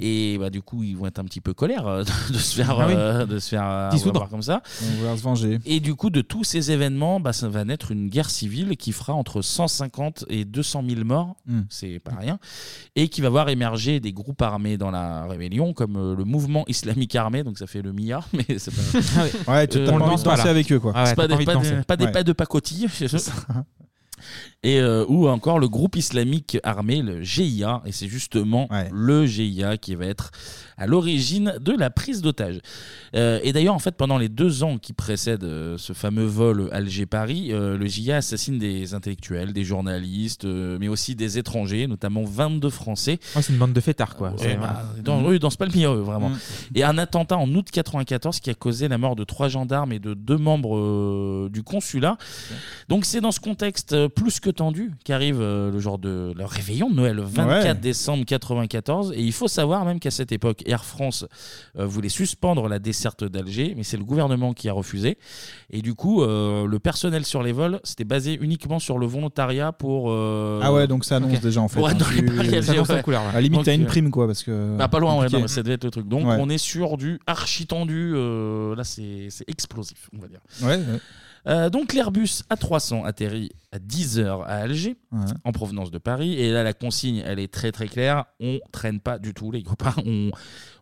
S1: Et bah, du coup, ils vont être un petit peu colère euh, de se faire,
S6: Ah oui.
S1: euh, de se faire euh,
S6: Dissoudre.
S1: avoir comme ça.
S6: On va vouloir se venger.
S1: Et du coup, de tous ces événements, bah, ça va naître une guerre civile qui fera entre 150 et 200 000 morts,
S6: Mm.
S1: c'est pas rien, et qui va voir émerger des groupes armés dans la rébellion, comme euh, le mouvement islamique armé, donc ça fait le milliard, mais c'est pas. Euh,
S6: Ouais, tu- t'as pas envie de danser avec eux, quoi. Ah ouais,
S1: C'est pas des,
S6: t'as pas envie de
S1: pas des-
S6: danser.
S1: pas des
S6: Ouais.
S1: pas de pacotille. Et euh, ou encore le groupe islamique armé, le GIA, et c'est justement le GIA qui va être à l'origine de la prise d'otage. Euh, et d'ailleurs, en fait, pendant les deux ans qui précèdent euh, ce fameux vol Alger-Paris, euh, le GIA assassine des intellectuels, des journalistes, euh, mais aussi des étrangers, notamment 22 Français.
S12: Ouais, Ah, c'est une bande de fêtards, quoi.
S1: Euh,
S12: C'est-
S1: bah,
S12: voilà.
S1: dans,
S12: Mm.
S1: eux, ils dansent pas le milieu, eux, vraiment.
S12: Mm.
S1: Et un attentat en août 94 qui a causé la mort de trois gendarmes et de deux membres euh, du consulat. Donc c'est dans ce contexte euh, plus que tendu qu'arrive euh, le jour de le réveillon de Noël, le 24
S6: Ouais.
S1: décembre 94. Et il faut savoir même qu'à cette époque, Air France euh, voulait suspendre la desserte d'Alger, mais c'est le gouvernement qui a refusé. Et du coup, euh, le personnel sur les vols, c'était basé uniquement sur le volontariat pour. euh,
S6: Ah ouais, donc ça annonce
S1: Ok.
S6: déjà en fait.
S1: Pour être
S6: hein,
S1: dans les
S6: tu-
S1: paris
S6: ça annonce
S1: Alger,
S6: en
S1: ouais.
S6: couleur, ouais. À la limite, t'as
S1: Donc,
S6: une
S1: euh,
S6: prime, quoi, parce que-
S1: Bah, pas loin, ouais,
S6: compliqué.
S1: non, mais ça devait être le truc. Donc
S6: Ouais.
S1: on est sur du archi tendu. euh, là, c'est c'est explosif, on va dire.
S6: Ouais, ouais.
S1: Euh, donc l'Airbus A300 atterrit à 10h à Alger, en provenance de Paris. Et là, la consigne, elle est très très claire. On traîne pas du tout, les copains. On,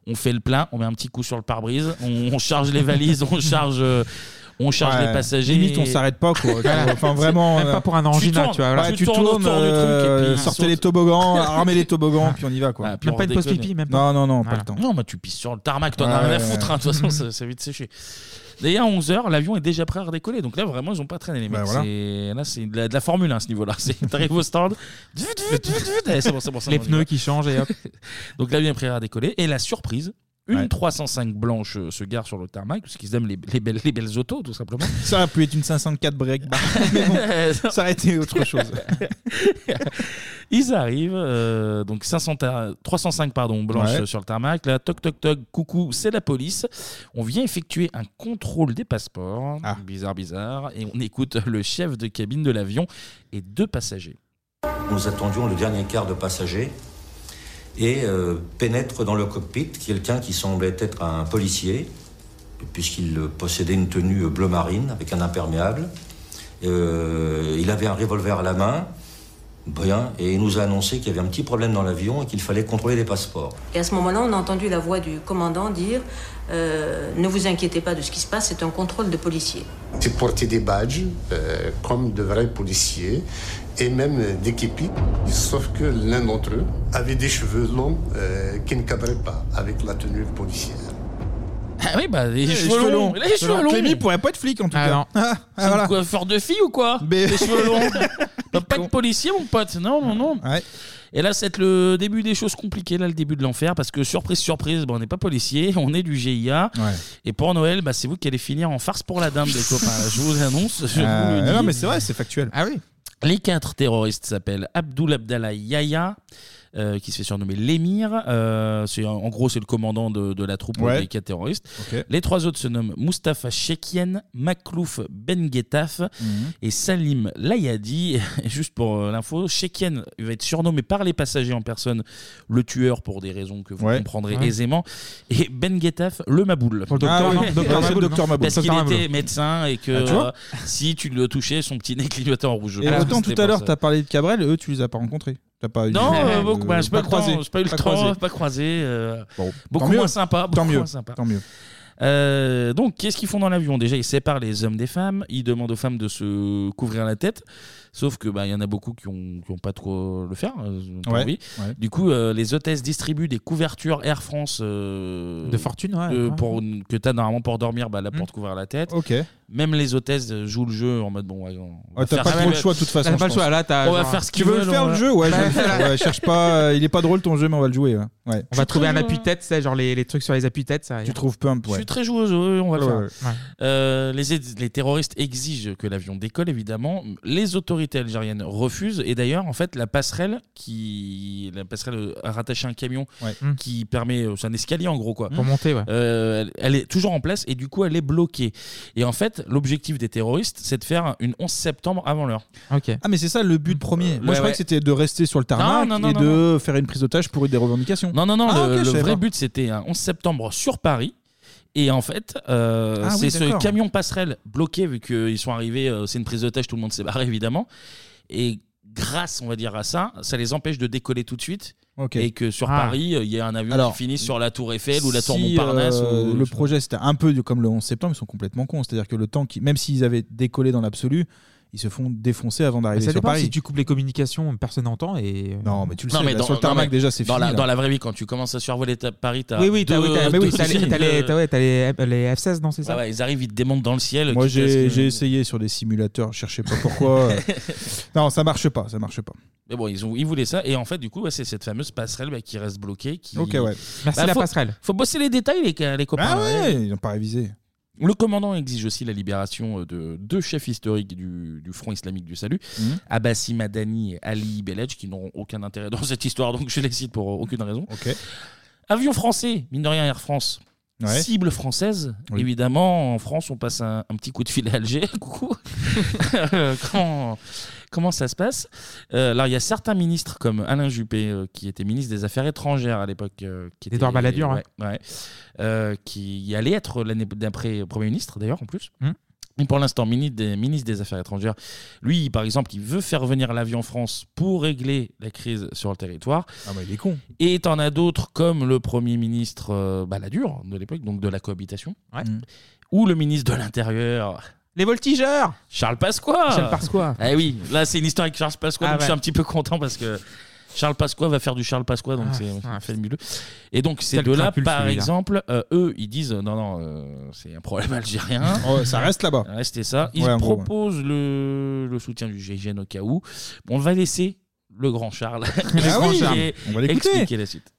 S1: on fait le plein, on met un petit coup sur le pare-brise, on, on charge les valises, on charge... euh, on charge
S6: Ouais.
S1: les passagers.
S6: Limite, on s'arrête pas, quoi. Enfin, vraiment,
S1: Même
S6: euh,
S1: pas pour un angina, tu vois.
S6: Ouais,
S1: Tu
S6: tu
S1: tournes autour
S6: tournes,
S1: du truc et
S6: euh,
S1: puis- Ah,
S6: sortez les toboggans, armez les toboggans, puis on y va, quoi.
S1: puis Même on pas une pause déconne. pipi, même pas.
S6: Non, non, non,
S1: Voilà.
S6: pas le temps.
S1: Non, mais tu pisses sur le tarmac, t'en as
S6: Hein. Ouais,
S1: rien à
S6: ouais,
S1: foutre,
S6: ouais.
S1: hein, de toute façon, ça, ça va vite sécher. D'ailleurs, à 11h, l'avion est déjà prêt à redécoller. Donc là, vraiment, ils ont pas traîné, les mecs.
S6: Bah, voilà.
S1: C'est- Là, c'est de la, de la Formule 1 à ce niveau-là. C'est- T'arrives au stand, dut, dut, dut, dut, eh, c'est bon, c'est bon, c'est
S12: Les
S1: bon, on y
S12: pneus
S1: va.
S12: qui changent et hop.
S1: Donc l'avion est prêt à décoller. Et la surprise, une 305 blanche euh, se gare sur le tarmac, parce qu'ils aiment les, les belles, les belles autos, tout simplement.
S6: Ça a pu être une 504 break, bah, mais bon, ça aurait été autre chose.
S1: Ils arrivent, euh, donc 500 ta- 305 pardon, blanches
S6: Ouais.
S1: euh, sur le tarmac. Là, toc toc toc, coucou, c'est la police. On vient effectuer un contrôle des passeports. Bizarre, bizarre. Et on écoute le chef de cabine de l'avion et deux passagers.
S4: Nous attendions le dernier quart de passagers et euh, pénètre dans le cockpit quelqu'un qui semblait être un policier, puisqu'il possédait une tenue bleu marine avec un imperméable. Euh, il avait un revolver à la main, bien, et il nous a annoncé qu'il y avait un petit problème dans l'avion et qu'il fallait contrôler les passeports.
S19: Et à ce moment-là, on a entendu la voix du commandant dire euh, Ne vous inquiétez pas de ce qui se passe, c'est un contrôle de policier.
S28: J'ai porté des badges euh, comme de vrais policiers et même euh, des képis. Sauf que l'un d'entre eux avait des cheveux longs euh, qui ne cadraient pas avec la tenue policière.
S1: Ah oui, bah, les,
S6: Les
S1: cheveux,
S6: cheveux
S1: longs.
S6: longs.
S1: Les cheveux longs.
S6: Clémy pourrait pas être flic, en tout
S1: Ah
S6: cas.
S1: non.
S6: Ah,
S1: C'est une coiffure de fille ou quoi Les cheveux longs. T'as pas de policier, mon pote. Non, non, non. Et là, c'est le début des choses compliquées, là, le début de l'enfer, parce que surprise, surprise, bah, on n'est pas policier, on est du GIA. Et pour Noël, bah, c'est vous qui allez finir en farce pour la dame, les copains. Je vous annonce. Je
S6: Euh,
S1: vous le
S6: non,
S1: dis.
S6: mais c'est vrai, c'est factuel.
S1: Ah oui. Les quatre terroristes s'appellent Abdul Abdallah Yahya, euh, qui se fait surnommer l'émir. Euh, c'est- en gros, c'est le commandant de, de la troupe
S6: Ouais.
S1: des quatre terroristes.
S6: Ok.
S1: Les trois autres se nomment Mustapha Shekien, Maklouf Ben Ghetaf
S6: Mhm.
S1: et Salim Layadi. Et juste pour euh, l'info, Shekien va être surnommé par les passagers en personne le tueur pour des raisons que vous
S6: Ouais.
S1: comprendrez
S6: Ouais.
S1: aisément. Et Ben Ghetaf, le Maboul.
S6: Pour le docteur, Ah oui. non, docteur
S1: Ouais, c'est le
S6: Maboul,
S1: docteur
S6: non
S1: Maboul. Parce
S6: Docteur
S1: qu'il
S6: Maboul.
S1: était médecin et que
S6: Ah, tu vois
S1: euh, si tu le touchais, son petit nez clignotait en rouge.
S6: Et
S1: Ah,
S6: autant
S1: c'était
S6: tout à
S1: pour
S6: l'heure,
S1: ça.
S6: t'as parlé de Cabrel, eux, tu les as pas rencontrés. T'as pas eu-
S1: Non,
S6: euh,
S1: euh, beaucoup, bah, j'ai pas, eu le temps,
S6: croisé.
S1: j'ai pas eu le temps,
S6: croisé.
S1: pas croisé. euh,
S6: Bon,
S1: beaucoup
S6: tant mieux.
S1: moins sympa. beaucoup
S6: Tant mieux,
S1: moins sympa.
S6: tant mieux.
S1: Euh, donc, qu'est-ce qu'ils font dans l'avion Déjà, ils séparent les hommes des femmes. Ils demandent aux femmes de se couvrir la tête. Sauf que bah, il y en a beaucoup qui ont, qui ont pas trop le faire. euh, ils ont pas
S6: Ouais,
S1: envie.
S6: ouais.
S1: Du coup, euh, les hôtesses distribuent des couvertures Air France euh,
S6: De fortune, ouais,
S1: de-
S6: ouais.
S1: pour une- que t'as normalement pour dormir, bah, là pour te couvrir la tête.
S6: Hmm. Ok.
S1: Même les hôtesses euh, jouent le jeu en mode bon, ouais, on va
S6: Ouais, t'as
S1: faire
S6: pas
S1: ce
S6: trop
S1: qu'ils
S6: le
S1: veulent.
S6: choix de toute façon.
S1: T'as pas
S6: je
S1: le choix,
S6: pense.
S1: là, t'as-
S6: on va
S1: genre,
S6: faire ce
S1: tu
S6: qu'ils
S1: veux
S6: veulent.
S1: le
S6: Tu veux
S1: faire,
S6: faire le
S1: ouais.
S6: jeu Ouais, je vais le faire.
S1: Ouais.
S6: Ouais, cherche pas. euh, Il est pas drôle ton jeu, mais on va le jouer. ouais. Ouais.
S12: On va trouver un appui-tête, tu sais, genre les, les trucs sur les appuis-têtes. Ça, tu
S6: trouves peu un peu.
S1: Je suis très joué aux jeux, on va
S12: Ouais,
S1: le faire.
S12: ouais, ouais.
S1: Euh, les, les terroristes exigent que l'avion décolle, évidemment. Les autorités algériennes refusent. Et d'ailleurs, en fait, la passerelle qui la passerelle a rattaché un camion
S12: Mm.
S1: qui permet, euh, c'est un escalier en gros quoi.
S12: Pour monter, ouais.
S1: Euh, elle, elle est toujours en place et du coup, elle est bloquée. Et en fait, l'objectif des terroristes, c'est de faire une 11 septembre avant l'heure. Euh,
S6: Ah, mais c'est ça le but premier. Moi,
S1: Ouais,
S6: je croyais
S1: ouais.
S6: que c'était de rester sur le
S1: Non,
S6: tarmac
S1: non, non,
S6: et
S1: non,
S6: de faire une prise d'otage pour des revendications.
S1: Non, non, non, le,
S6: Ah,
S1: le
S6: ok, je savais
S1: vrai
S6: pas.
S1: but c'était un 11 septembre sur Paris. Et en fait, euh,
S6: Ah oui,
S1: c'est ce
S6: d'accord.
S1: camion passerelle bloqué, vu qu'ils sont arrivés, euh, c'est une prise d'otage, tout le monde s'est barré évidemment. Et grâce, on va dire, à ça, ça les empêche de décoller tout de suite.
S6: Ok.
S1: Et que sur
S6: Ah.
S1: Paris, euh, il y a un avion
S6: Alors,
S1: qui finit sur la Tour Eiffel ou la Tour
S6: Si,
S1: Montparnasse.
S6: euh,
S1: ou-
S6: le projet, c'était un peu de- comme le 11 septembre, ils sont complètement cons. C'est-à-dire que le temps, qui, même s'ils avaient décollé dans l'absolu, ils se font défoncer avant
S12: Mais
S6: d'arriver
S12: ça
S6: sur
S12: dépend
S6: Paris.
S12: si tu coupes les communications, personne n'entend et. euh,
S6: Non, mais tu le
S1: Non,
S6: sais,
S1: mais
S6: là,
S1: dans-
S6: sur le
S1: non,
S6: tarmac
S1: mais
S6: déjà, c'est
S1: dans
S6: fini.
S1: La,
S6: là.
S1: dans la vraie vie, quand tu commences à survoler ta- Paris, t'as.
S12: Oui, oui, t'as
S1: deux-
S12: oui, t'as- bah oui,
S1: deux
S12: t'as les,
S1: fusils
S12: t'as les-
S1: de-
S12: t'as- ouais, t'as les, les F-16, non, c'est
S1: Ah Ouais,
S12: ça
S1: ouais, ils arrivent, ils te démontent dans le euh, ciel.
S6: Moi,
S1: quitte à ce
S6: j'ai
S1: que-
S6: j'ai essayé sur des simulateurs, je cherchais pas pourquoi. euh. non, ça marche pas, ça marche pas.
S1: Mais bon, ils, ont, ils voulaient ça. Et en fait, du coup, ouais, c'est cette fameuse passerelle bah, qui reste bloquée. Qui...
S6: Ok, ouais. Merci
S1: Bah,
S6: la
S1: faut-
S6: passerelle.
S1: Faut bosser les détails, les, les copains.
S6: Ah ouais,
S1: ouais.
S6: ils n'ont pas révisé.
S1: Le commandant exige aussi la libération euh, de deux chefs historiques du, du Front islamique du salut,
S6: Mhm.
S1: Abbasi Madani et Ali Beledj, qui n'auront aucun intérêt dans cette histoire, donc je les cite pour euh, aucune raison. Avion français, mine de rien Air France.
S6: Ouais.
S1: Cible française,
S6: Oui.
S1: évidemment, en France, on passe un, un petit coup de fil à Alger. Coucou. Euh, comment, comment ça se passe Euh, Alors, il y a certains ministres comme Alain Juppé, euh, qui était ministre des Affaires étrangères à l'époque, euh, qui était
S12: Édouard Balladur, hein.
S6: Mm.
S1: ouais, ouais. Euh, qui allait être l'année d'après Premier ministre d'ailleurs en plus. Et pour l'instant, ministre des, ministre des Affaires étrangères, lui, par exemple, il veut faire venir l'avion France pour régler la crise sur le territoire.
S6: Ah bah, il est con.
S1: Et t'en as d'autres comme le Premier ministre euh, Balladur de l'époque, donc de la cohabitation,
S9: Mm.
S1: ou le ministre de l'Intérieur.
S9: Les voltigeurs
S1: Charles Pasqua
S9: Charles Pasqua.
S1: Eh oui, là c'est une histoire avec Charles Pasqua,
S9: Ah
S1: donc je suis
S9: ouais.
S1: un petit peu content parce que Charles Pasqua va faire du Charles Pasqua, donc
S9: Ah,
S1: c'est
S9: putain.
S1: c'est fabuleux. Et donc ces
S9: Quel
S1: deux-là,
S9: crapule,
S1: par
S9: celui-là.
S1: exemple, euh, eux, ils disent euh, non, non, euh, c'est un problème algérien.
S6: Ouais, ça reste là-bas.
S1: Restez ça. Ils
S6: Ouais, en gros, ouais.
S1: proposent le, le soutien du GIGN au cas où. Bon, on va laisser le grand Charles
S10: Ah oui,
S1: expliquer-
S10: on va l'écouter.
S1: expliquer la suite.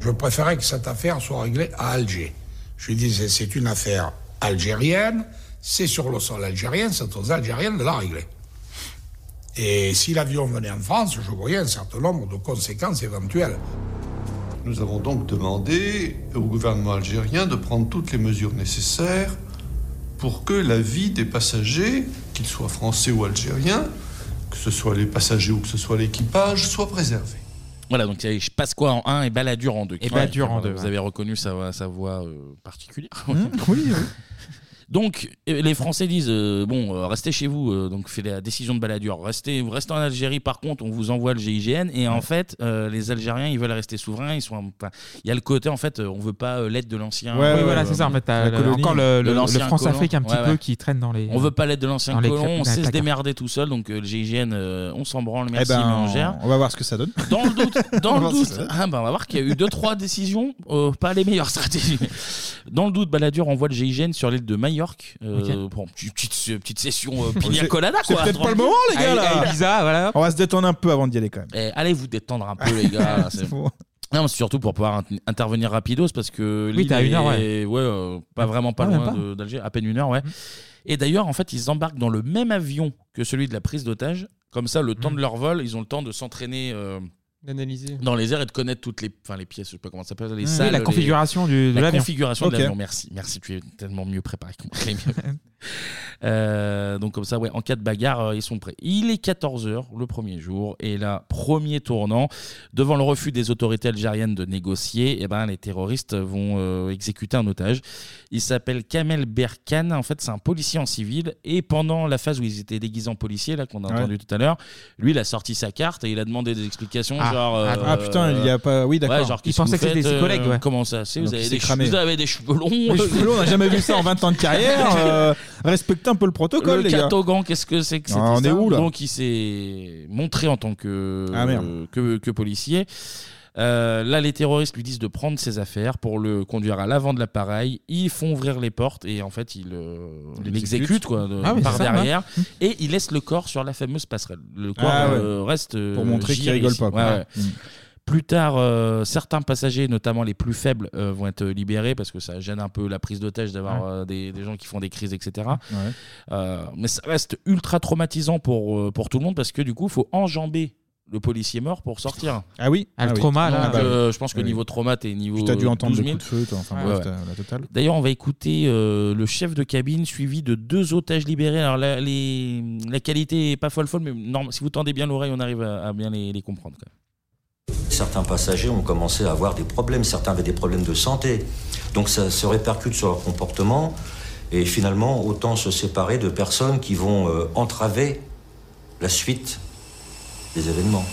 S10: Je préférais que cette affaire soit réglée à Alger. Je lui disais, c'est une affaire algérienne, c'est sur le sol algérien, c'est aux Algériens de la régler. Et si l'avion venait en France, je voyais un certain nombre de conséquences éventuelles.
S25: Nous avons donc demandé au gouvernement algérien de prendre toutes les mesures nécessaires pour que la vie des passagers, qu'ils soient français ou algériens, que ce soit les passagers ou que ce soit l'équipage, soit préservée.
S1: Voilà, donc il y a Pasqua en 1 et Balladur en 2.
S25: Et Balladur en deux,
S1: Vous
S25: ouais.
S1: avez reconnu sa, sa voix euh, particulière.
S6: Mmh, oui,
S1: Donc euh, les Français disent euh, bon euh, restez chez vous euh, donc fait la décision de Balladur restez vous restez en Algérie par contre on vous envoie le GIGN et en fait euh, les Algériens ils veulent rester souverains ils sont enfin, il y a le côté en fait euh, on veut pas euh, l'aide de l'ancien
S9: Ouais, ouais, voilà, c'est ça, en fait, t'as le- encore le-
S1: de
S9: le-
S1: l'ancien
S9: le France-Afrique
S1: colon.
S9: un petit peu qui traîne dans les-
S1: on veut pas l'aide de l'ancien
S9: dans les
S1: colon on
S9: placards.
S1: sait se démerder tout seul donc euh, le GIGN euh, on s'en branle merci
S6: eh
S1: mais
S6: ben,
S1: on gère
S6: on va voir ce que ça donne.
S1: dans le doute, dans
S6: On
S1: le
S6: va voir
S1: doute,
S6: ça.
S1: ah bah, on va voir qu'il y a eu deux trois décisions, euh, pas les meilleures stratégies. Dans le doute, Balladur envoie le GIGN sur l'île de Majorque euh, pour une petite, petite- petite session euh, pina colada.
S6: C'est
S1: quoi. Ah,
S6: peut-être pas le moment, les gars,
S1: Allez,
S6: là.
S1: allez, bizarre.
S6: On va se détendre un peu avant d'y aller quand même.
S1: Eh, allez vous détendre un peu les gars. là, c'est-
S6: C'est bon.
S1: Non, mais c'est surtout pour pouvoir int- intervenir rapidos parce que
S6: Oui,
S1: l'île
S6: t'as une heure,
S1: est- ouais, euh, pas vraiment pas
S6: Ah, même
S1: loin
S6: pas.
S1: de- d'Alger, à peine une heure, ouais. Et d'ailleurs, en fait, ils embarquent dans le même avion que celui de la prise d'otage. Comme ça, le temps de leur vol, ils ont le temps de s'entraîner. euh,
S7: D'analyser.
S1: dans les airs et de connaître toutes les, enfin, les pièces, je sais pas comment ça s'appelle, les
S9: Mmh.
S1: salles,
S9: Oui, la
S1: les-
S9: configuration du- de
S1: la
S9: l'avion.
S1: configuration
S9: Ok.
S1: de l'avion. Merci, merci, tu es tellement mieux préparé que moi, Rémi. Euh, donc comme ça, ouais, en cas de bagarre, euh, ils sont prêts. Il est 14h le premier jour et là, premier tournant, devant le refus des autorités algériennes de négocier, eh ben, les terroristes vont euh, exécuter un otage. Il s'appelle Kamel Berkane, en fait c'est un policier en civil et pendant la phase où ils étaient déguisés en policiers, là qu'on a
S6: Ouais.
S1: entendu tout à l'heure, lui il a sorti sa carte et il a demandé des explications
S6: Ah.
S1: genre euh,
S6: Ah, putain, il y a pas- oui, d'accord.
S1: ouais, genre,
S6: Il
S1: qu'est-ce que
S6: pensait
S1: vous
S6: que c'était
S1: faites,
S6: ses collègues,
S1: euh,
S6: ouais.
S1: comment ça c'est vous,
S6: Donc, il
S1: avez
S6: s'est
S1: des che-
S6: cramé.
S1: vous avez des cheveux longs
S6: Les cheveux longs, on n'a jamais vu ça en 20 ans de carrière. euh, respectez un peu le protocole,
S1: le
S6: les gars.
S1: Katogan, qu'est-ce que c'est que
S6: Ah,
S1: c'était
S6: on est
S1: ça
S6: où, là
S1: Donc il s'est montré en tant que,
S6: Ah, merde.
S1: euh, que, que policier. Euh, là, les terroristes lui disent de prendre ses affaires pour le conduire à l'avant de l'appareil. Ils font ouvrir les portes et en fait, ils euh, l'exécutent quoi, de-
S6: Ah oui,
S1: par
S6: c'est ça,
S1: derrière. Et ils laissent le corps sur la fameuse passerelle. Le corps
S6: Ah, ouais.
S1: euh, reste euh,
S6: Pour montrer qu'il
S1: gire
S6: rigole
S1: ici.
S6: pas, quoi.
S1: Ouais,
S6: Ouais. Hum.
S1: ouais. Plus tard, euh, certains passagers, notamment les plus faibles, euh, vont être libérés parce que ça gêne un peu la prise d'otage d'avoir
S6: Ouais.
S1: euh, des, des gens qui font des crises, etc.
S6: Ouais.
S1: Euh, mais ça reste ultra traumatisant pour, euh, pour tout le monde parce que du coup, il faut enjamber le policier mort pour sortir.
S6: Ah oui, Ah, le ah oui. trauma, là.
S1: Donc,
S6: Ah bah
S1: euh,
S6: oui.
S1: je pense que
S6: Oui, oui.
S1: niveau trauma, t'es niveau.
S6: Puis t'as dû
S1: euh,
S6: entendre
S1: 12
S6: des
S1: 000.
S6: coups de feu, toi, enfin, bref, t'as la totale.
S1: D'ailleurs, on va écouter euh, le chef de cabine suivi de deux otages libérés. Alors, la, les- la qualité est pas folle, folle, mais norm- si vous tendez bien l'oreille, on arrive à, à bien les, les comprendre. quand même.
S4: Certains passagers ont commencé à avoir des problèmes, certains avaient des problèmes de santé. Donc ça se répercute sur leur comportement. Et finalement, autant se séparer de personnes qui vont euh, entraver la suite des événements.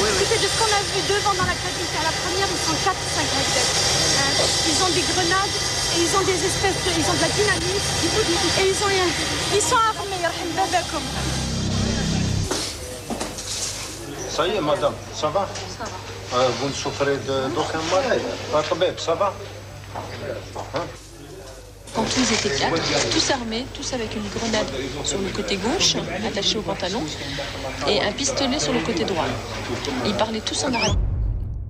S20: Oui, oui, c'est de ce qu'on a vu devant dans la cabine. À la première, ils sont 4 ou 5 vedettes. Euh, Ils ont des grenades et ils ont des espèces de... Ils ont de la dynamite du bout du- et ils, ont, ils sont armés. hein, yarham babakoum.
S22: Ça y est, madame, ça va Euh, Vous ne souffrez de- d'aucun mal Pas de problème, ça va
S23: Quand ils étaient quatre, tous armés, tous avec une grenade sur le côté gauche, attachée au pantalon, et un pistolet sur le côté droit. Ils parlaient tous en arabe.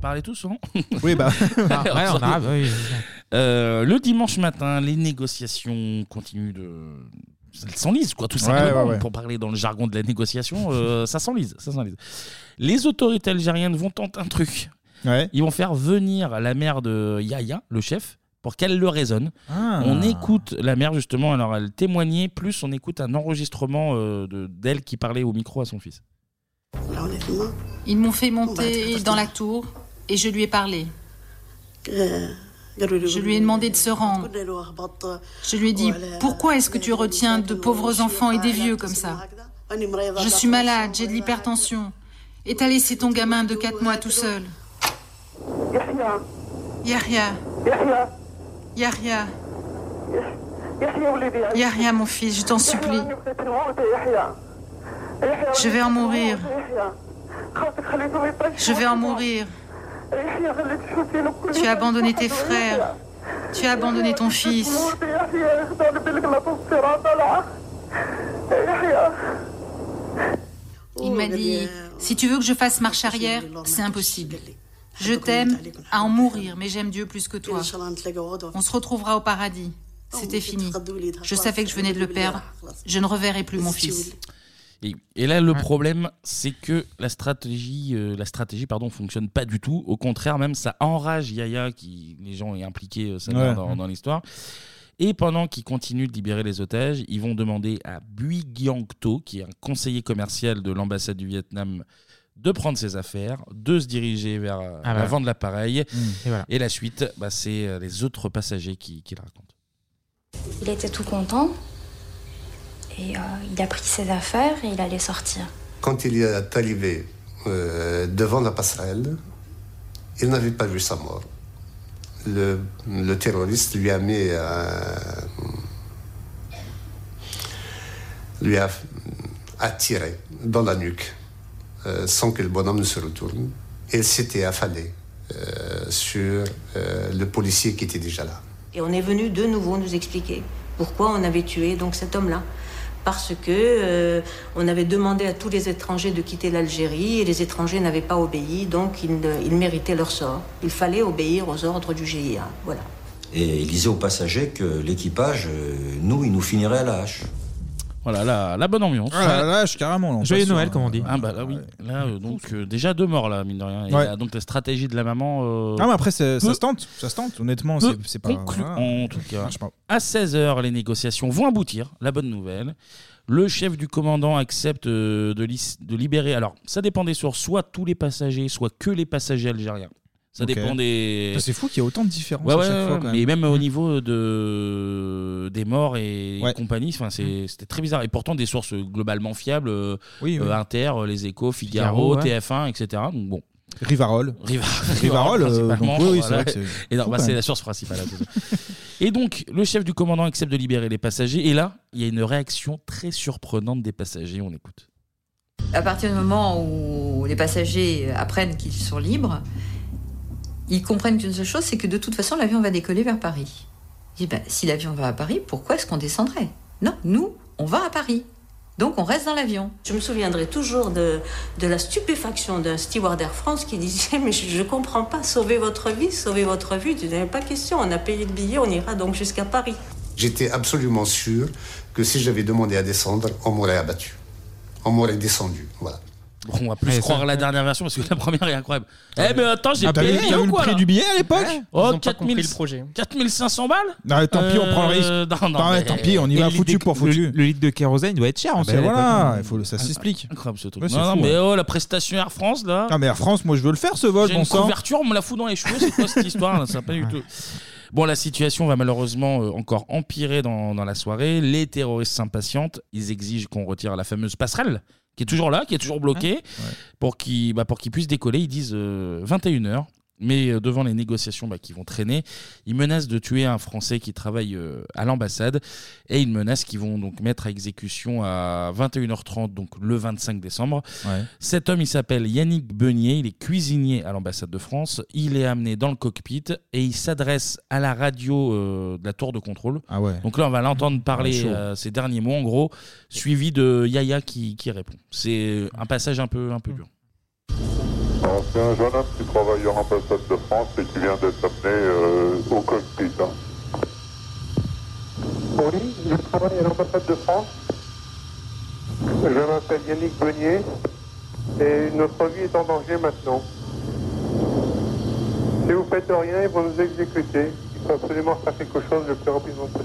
S1: Parlez tous, hein. non
S6: Oui, bah.
S1: Alors,
S6: ouais, en
S1: ça-
S6: arabe, oui.
S1: Euh, le dimanche matin, les négociations continuent de. Elles s'enlisent, quoi, tout
S6: Ouais,
S1: simplement.
S6: ouais, ouais.
S1: Pour parler dans le jargon de la négociation, euh, ça s'enlise. ça s'enlise. Les autorités algériennes vont tenter un truc. Ils vont faire venir la mère de Yahya, le chef, pour qu'elle le raisonne.
S6: Ah.
S1: On écoute la mère, justement, alors elle témoignait, plus on écoute un enregistrement euh, de- d'elle qui parlait au micro à son fils.
S23: Ils m'ont fait monter dans la tour et je lui ai parlé.
S32: Je lui ai demandé de se rendre. Je lui ai dit, pourquoi est-ce que tu retiens de pauvres enfants et des vieux comme ça Je suis malade, j'ai de l'hypertension. Et t'as laissé ton gamin de 4 mois tout seul. Yahya. Yahya. Yahya, mon fils, je t'en supplie. Je vais en mourir. Je vais en mourir. Tu as abandonné tes frères. Tu as abandonné ton fils. Il m'a dit, si tu veux que je fasse marche arrière, c'est impossible. Je t'aime à en mourir, mais j'aime Dieu plus que toi. On se retrouvera au paradis. C'était fini. Je savais que je venais de le perdre. Je ne reverrai plus mon fils.
S1: Et, et là, le problème, c'est que la stratégie, euh, la stratégie, pardon, fonctionne pas du tout. Au contraire, même ça enrage Yaya, qui les gens est impliqués euh, sa mère,
S6: Ouais.
S1: dans, dans l'histoire. Et pendant qu'ils continuent de libérer les otages, ils vont demander à Bui Giang To, qui est un conseiller commercial de l'ambassade du Vietnam, de prendre ses affaires, de se diriger vers euh,
S6: Ah bah.
S1: la vente de l'appareil.
S6: Et voilà.
S1: Et la suite, bah, c'est euh, les autres passagers qui, qui la racontent.
S23: Il était tout content et euh, il a pris ses affaires et il allait sortir.
S28: Quand il est arrivé euh, devant la passerelle, il n'avait pas vu sa mort. Le, le terroriste lui a mis euh, un- lui a attiré dans la nuque euh, sans que le bonhomme ne se retourne. Et il s'était affalé euh, sur euh, le policier qui était déjà là.
S33: Et on est venu de nouveau nous expliquer pourquoi on avait tué donc cet homme-là. Parce que euh, on avait demandé à tous les étrangers de quitter l'Algérie et les étrangers n'avaient pas obéi, donc ils, ne- ils méritaient leur sort. Il fallait obéir aux ordres du GIA. Voilà.
S34: Et il disait aux passagers que l'équipage, euh, nous, il nous finirait à la hache.
S1: Voilà, Oh la, la bonne ambiance.
S6: Ah, la lâche, carrément. là, on passe sur un-
S1: Ah bah là oui. Là euh, donc euh, déjà deux morts là mine de rien. Et
S6: Ouais.
S1: là, donc la stratégie de la maman. euh,
S6: Ah, mais après, c'est- ça
S1: peut-
S6: se tente. Ça se tente, honnêtement.
S1: peut
S6: C'est c'est pas.
S1: conclure,
S6: voilà.
S1: en tout cas.
S6: Marche pas.
S1: À 16h, les négociations vont aboutir. La bonne nouvelle. Le chef du commandant accepte euh, de, lis- de libérer. Alors, ça dépend des sources, soit tous les passagers, soit que les passagers algériens. Ça
S6: Ok.
S1: dépend des.
S6: Bah, C'est fou qu'il y ait autant de différences
S1: Ouais,
S6: à
S1: ouais,
S6: chaque fois.
S1: ouais,
S6: quand
S1: mais même au niveau de des morts et compagnie, enfin c'est- c'était très bizarre. Et pourtant des sources globalement fiables, euh,
S6: Mm. Oui, oui.
S1: euh, Inter, euh, Les Échos, Figaro,
S6: Figaro, ouais.
S1: TF1, etc. Donc bon.
S6: Rivarol.
S1: Riva-
S6: Rivarol, euh,
S1: principalement,
S6: donc oui, oui, c'est
S1: voilà.
S6: vrai que c'est
S1: Et non,
S6: fou,
S1: bah,
S6: quand
S1: c'est
S6: même.
S1: la source principale. hein, tout ça. et donc, le chef du commandant accepte de libérer les passagers. Et là, il y a une réaction très surprenante des passagers. On écoute.
S35: À partir du moment où les passagers apprennent qu'ils sont libres, ils comprennent qu'une seule chose, c'est que de toute façon, l'avion va décoller vers Paris. Ils disent, Ben, si l'avion va à Paris, pourquoi est-ce qu'on descendrait Non, nous, on va à Paris. Donc on reste dans l'avion.
S33: Je me souviendrai toujours de, de la stupéfaction d'un steward Air France qui disait Mais je ne comprends pas, sauvez votre vie, sauvez votre vie, tu n'avais pas question, on a payé le billet, on ira donc jusqu'à Paris.
S28: J'étais absolument sûr que si j'avais demandé à descendre, on m'aurait abattu. On m'aurait descendu. Voilà.
S1: Bon, on va plus
S28: Ouais,
S1: croire
S28: ça-
S1: à la dernière version parce que la première est incroyable. Eh, mais attends, j'ai
S6: Ah, t'as
S1: payé
S6: vu- t'as
S1: ou
S6: vu le
S1: quoi
S6: prix
S1: là
S6: du billet à l'époque
S1: Oh,
S6: Ils ont pas
S1: 4000
S6: compris le projet.
S1: 4500 balles
S6: Ah, tant pis, on prend le risque.
S1: Euh, non, non,
S6: Ah ouais,
S1: mais-
S6: tant pis, on y va foutu pour foutu.
S9: Le litre de kérosène doit être cher,
S6: Ah
S9: on
S6: bah
S9: sait. Ah,
S6: voilà, il faut le- ça s'explique.
S1: Incroyable ce truc.
S6: Ouais, c'est
S1: non, non,
S6: fou,
S1: mais
S6: ouais.
S1: oh, la prestation Air France là.
S6: Ah, mais Air France, moi je veux le faire ce vol,
S1: J'ai
S6: bon
S1: une
S6: sang.
S1: couverture, on me la fout dans les cheveux, c'est quoi cette histoire là, ça pas du tout. Bon, la situation va malheureusement euh, encore empirer dans, dans la soirée. Les terroristes s'impatientent, ils exigent qu'on retire la fameuse passerelle qui est toujours là, qui est toujours bloquée, pour qu'ils bah, pour qu'ils puissent décoller. Ils disent euh, 21h. Mais euh, devant les négociations bah, qui vont traîner, ils menacent de tuer un Français qui travaille euh, à l'ambassade et ils menacent qu'ils vont donc mettre à exécution à 21h30, donc le 25 décembre.
S6: Ouais.
S1: Cet homme, il s'appelle Yannick Beunier, il est cuisinier à l'ambassade de France, il est amené dans le cockpit et il s'adresse à la radio euh, de la tour de contrôle.
S6: Ah ouais.
S1: Donc là, on va l'entendre
S6: Ah,
S1: parler
S6: chaud.
S1: euh, ces derniers mots, en gros, suivi de Yaya qui, qui répond. C'est un passage un peu, un peu dur.
S36: Alors, C'est un jeune homme qui travaille à l'ambassade de France et qui vient d'être amené euh, au cockpit. hein. Oui, je travaille à l'ambassade de France. Je m'appelle Yannick Beunier et notre vie est en danger maintenant. Si vous faites rien, ils vont nous exécuter. Il faut absolument faire quelque chose le plus rapidement possible.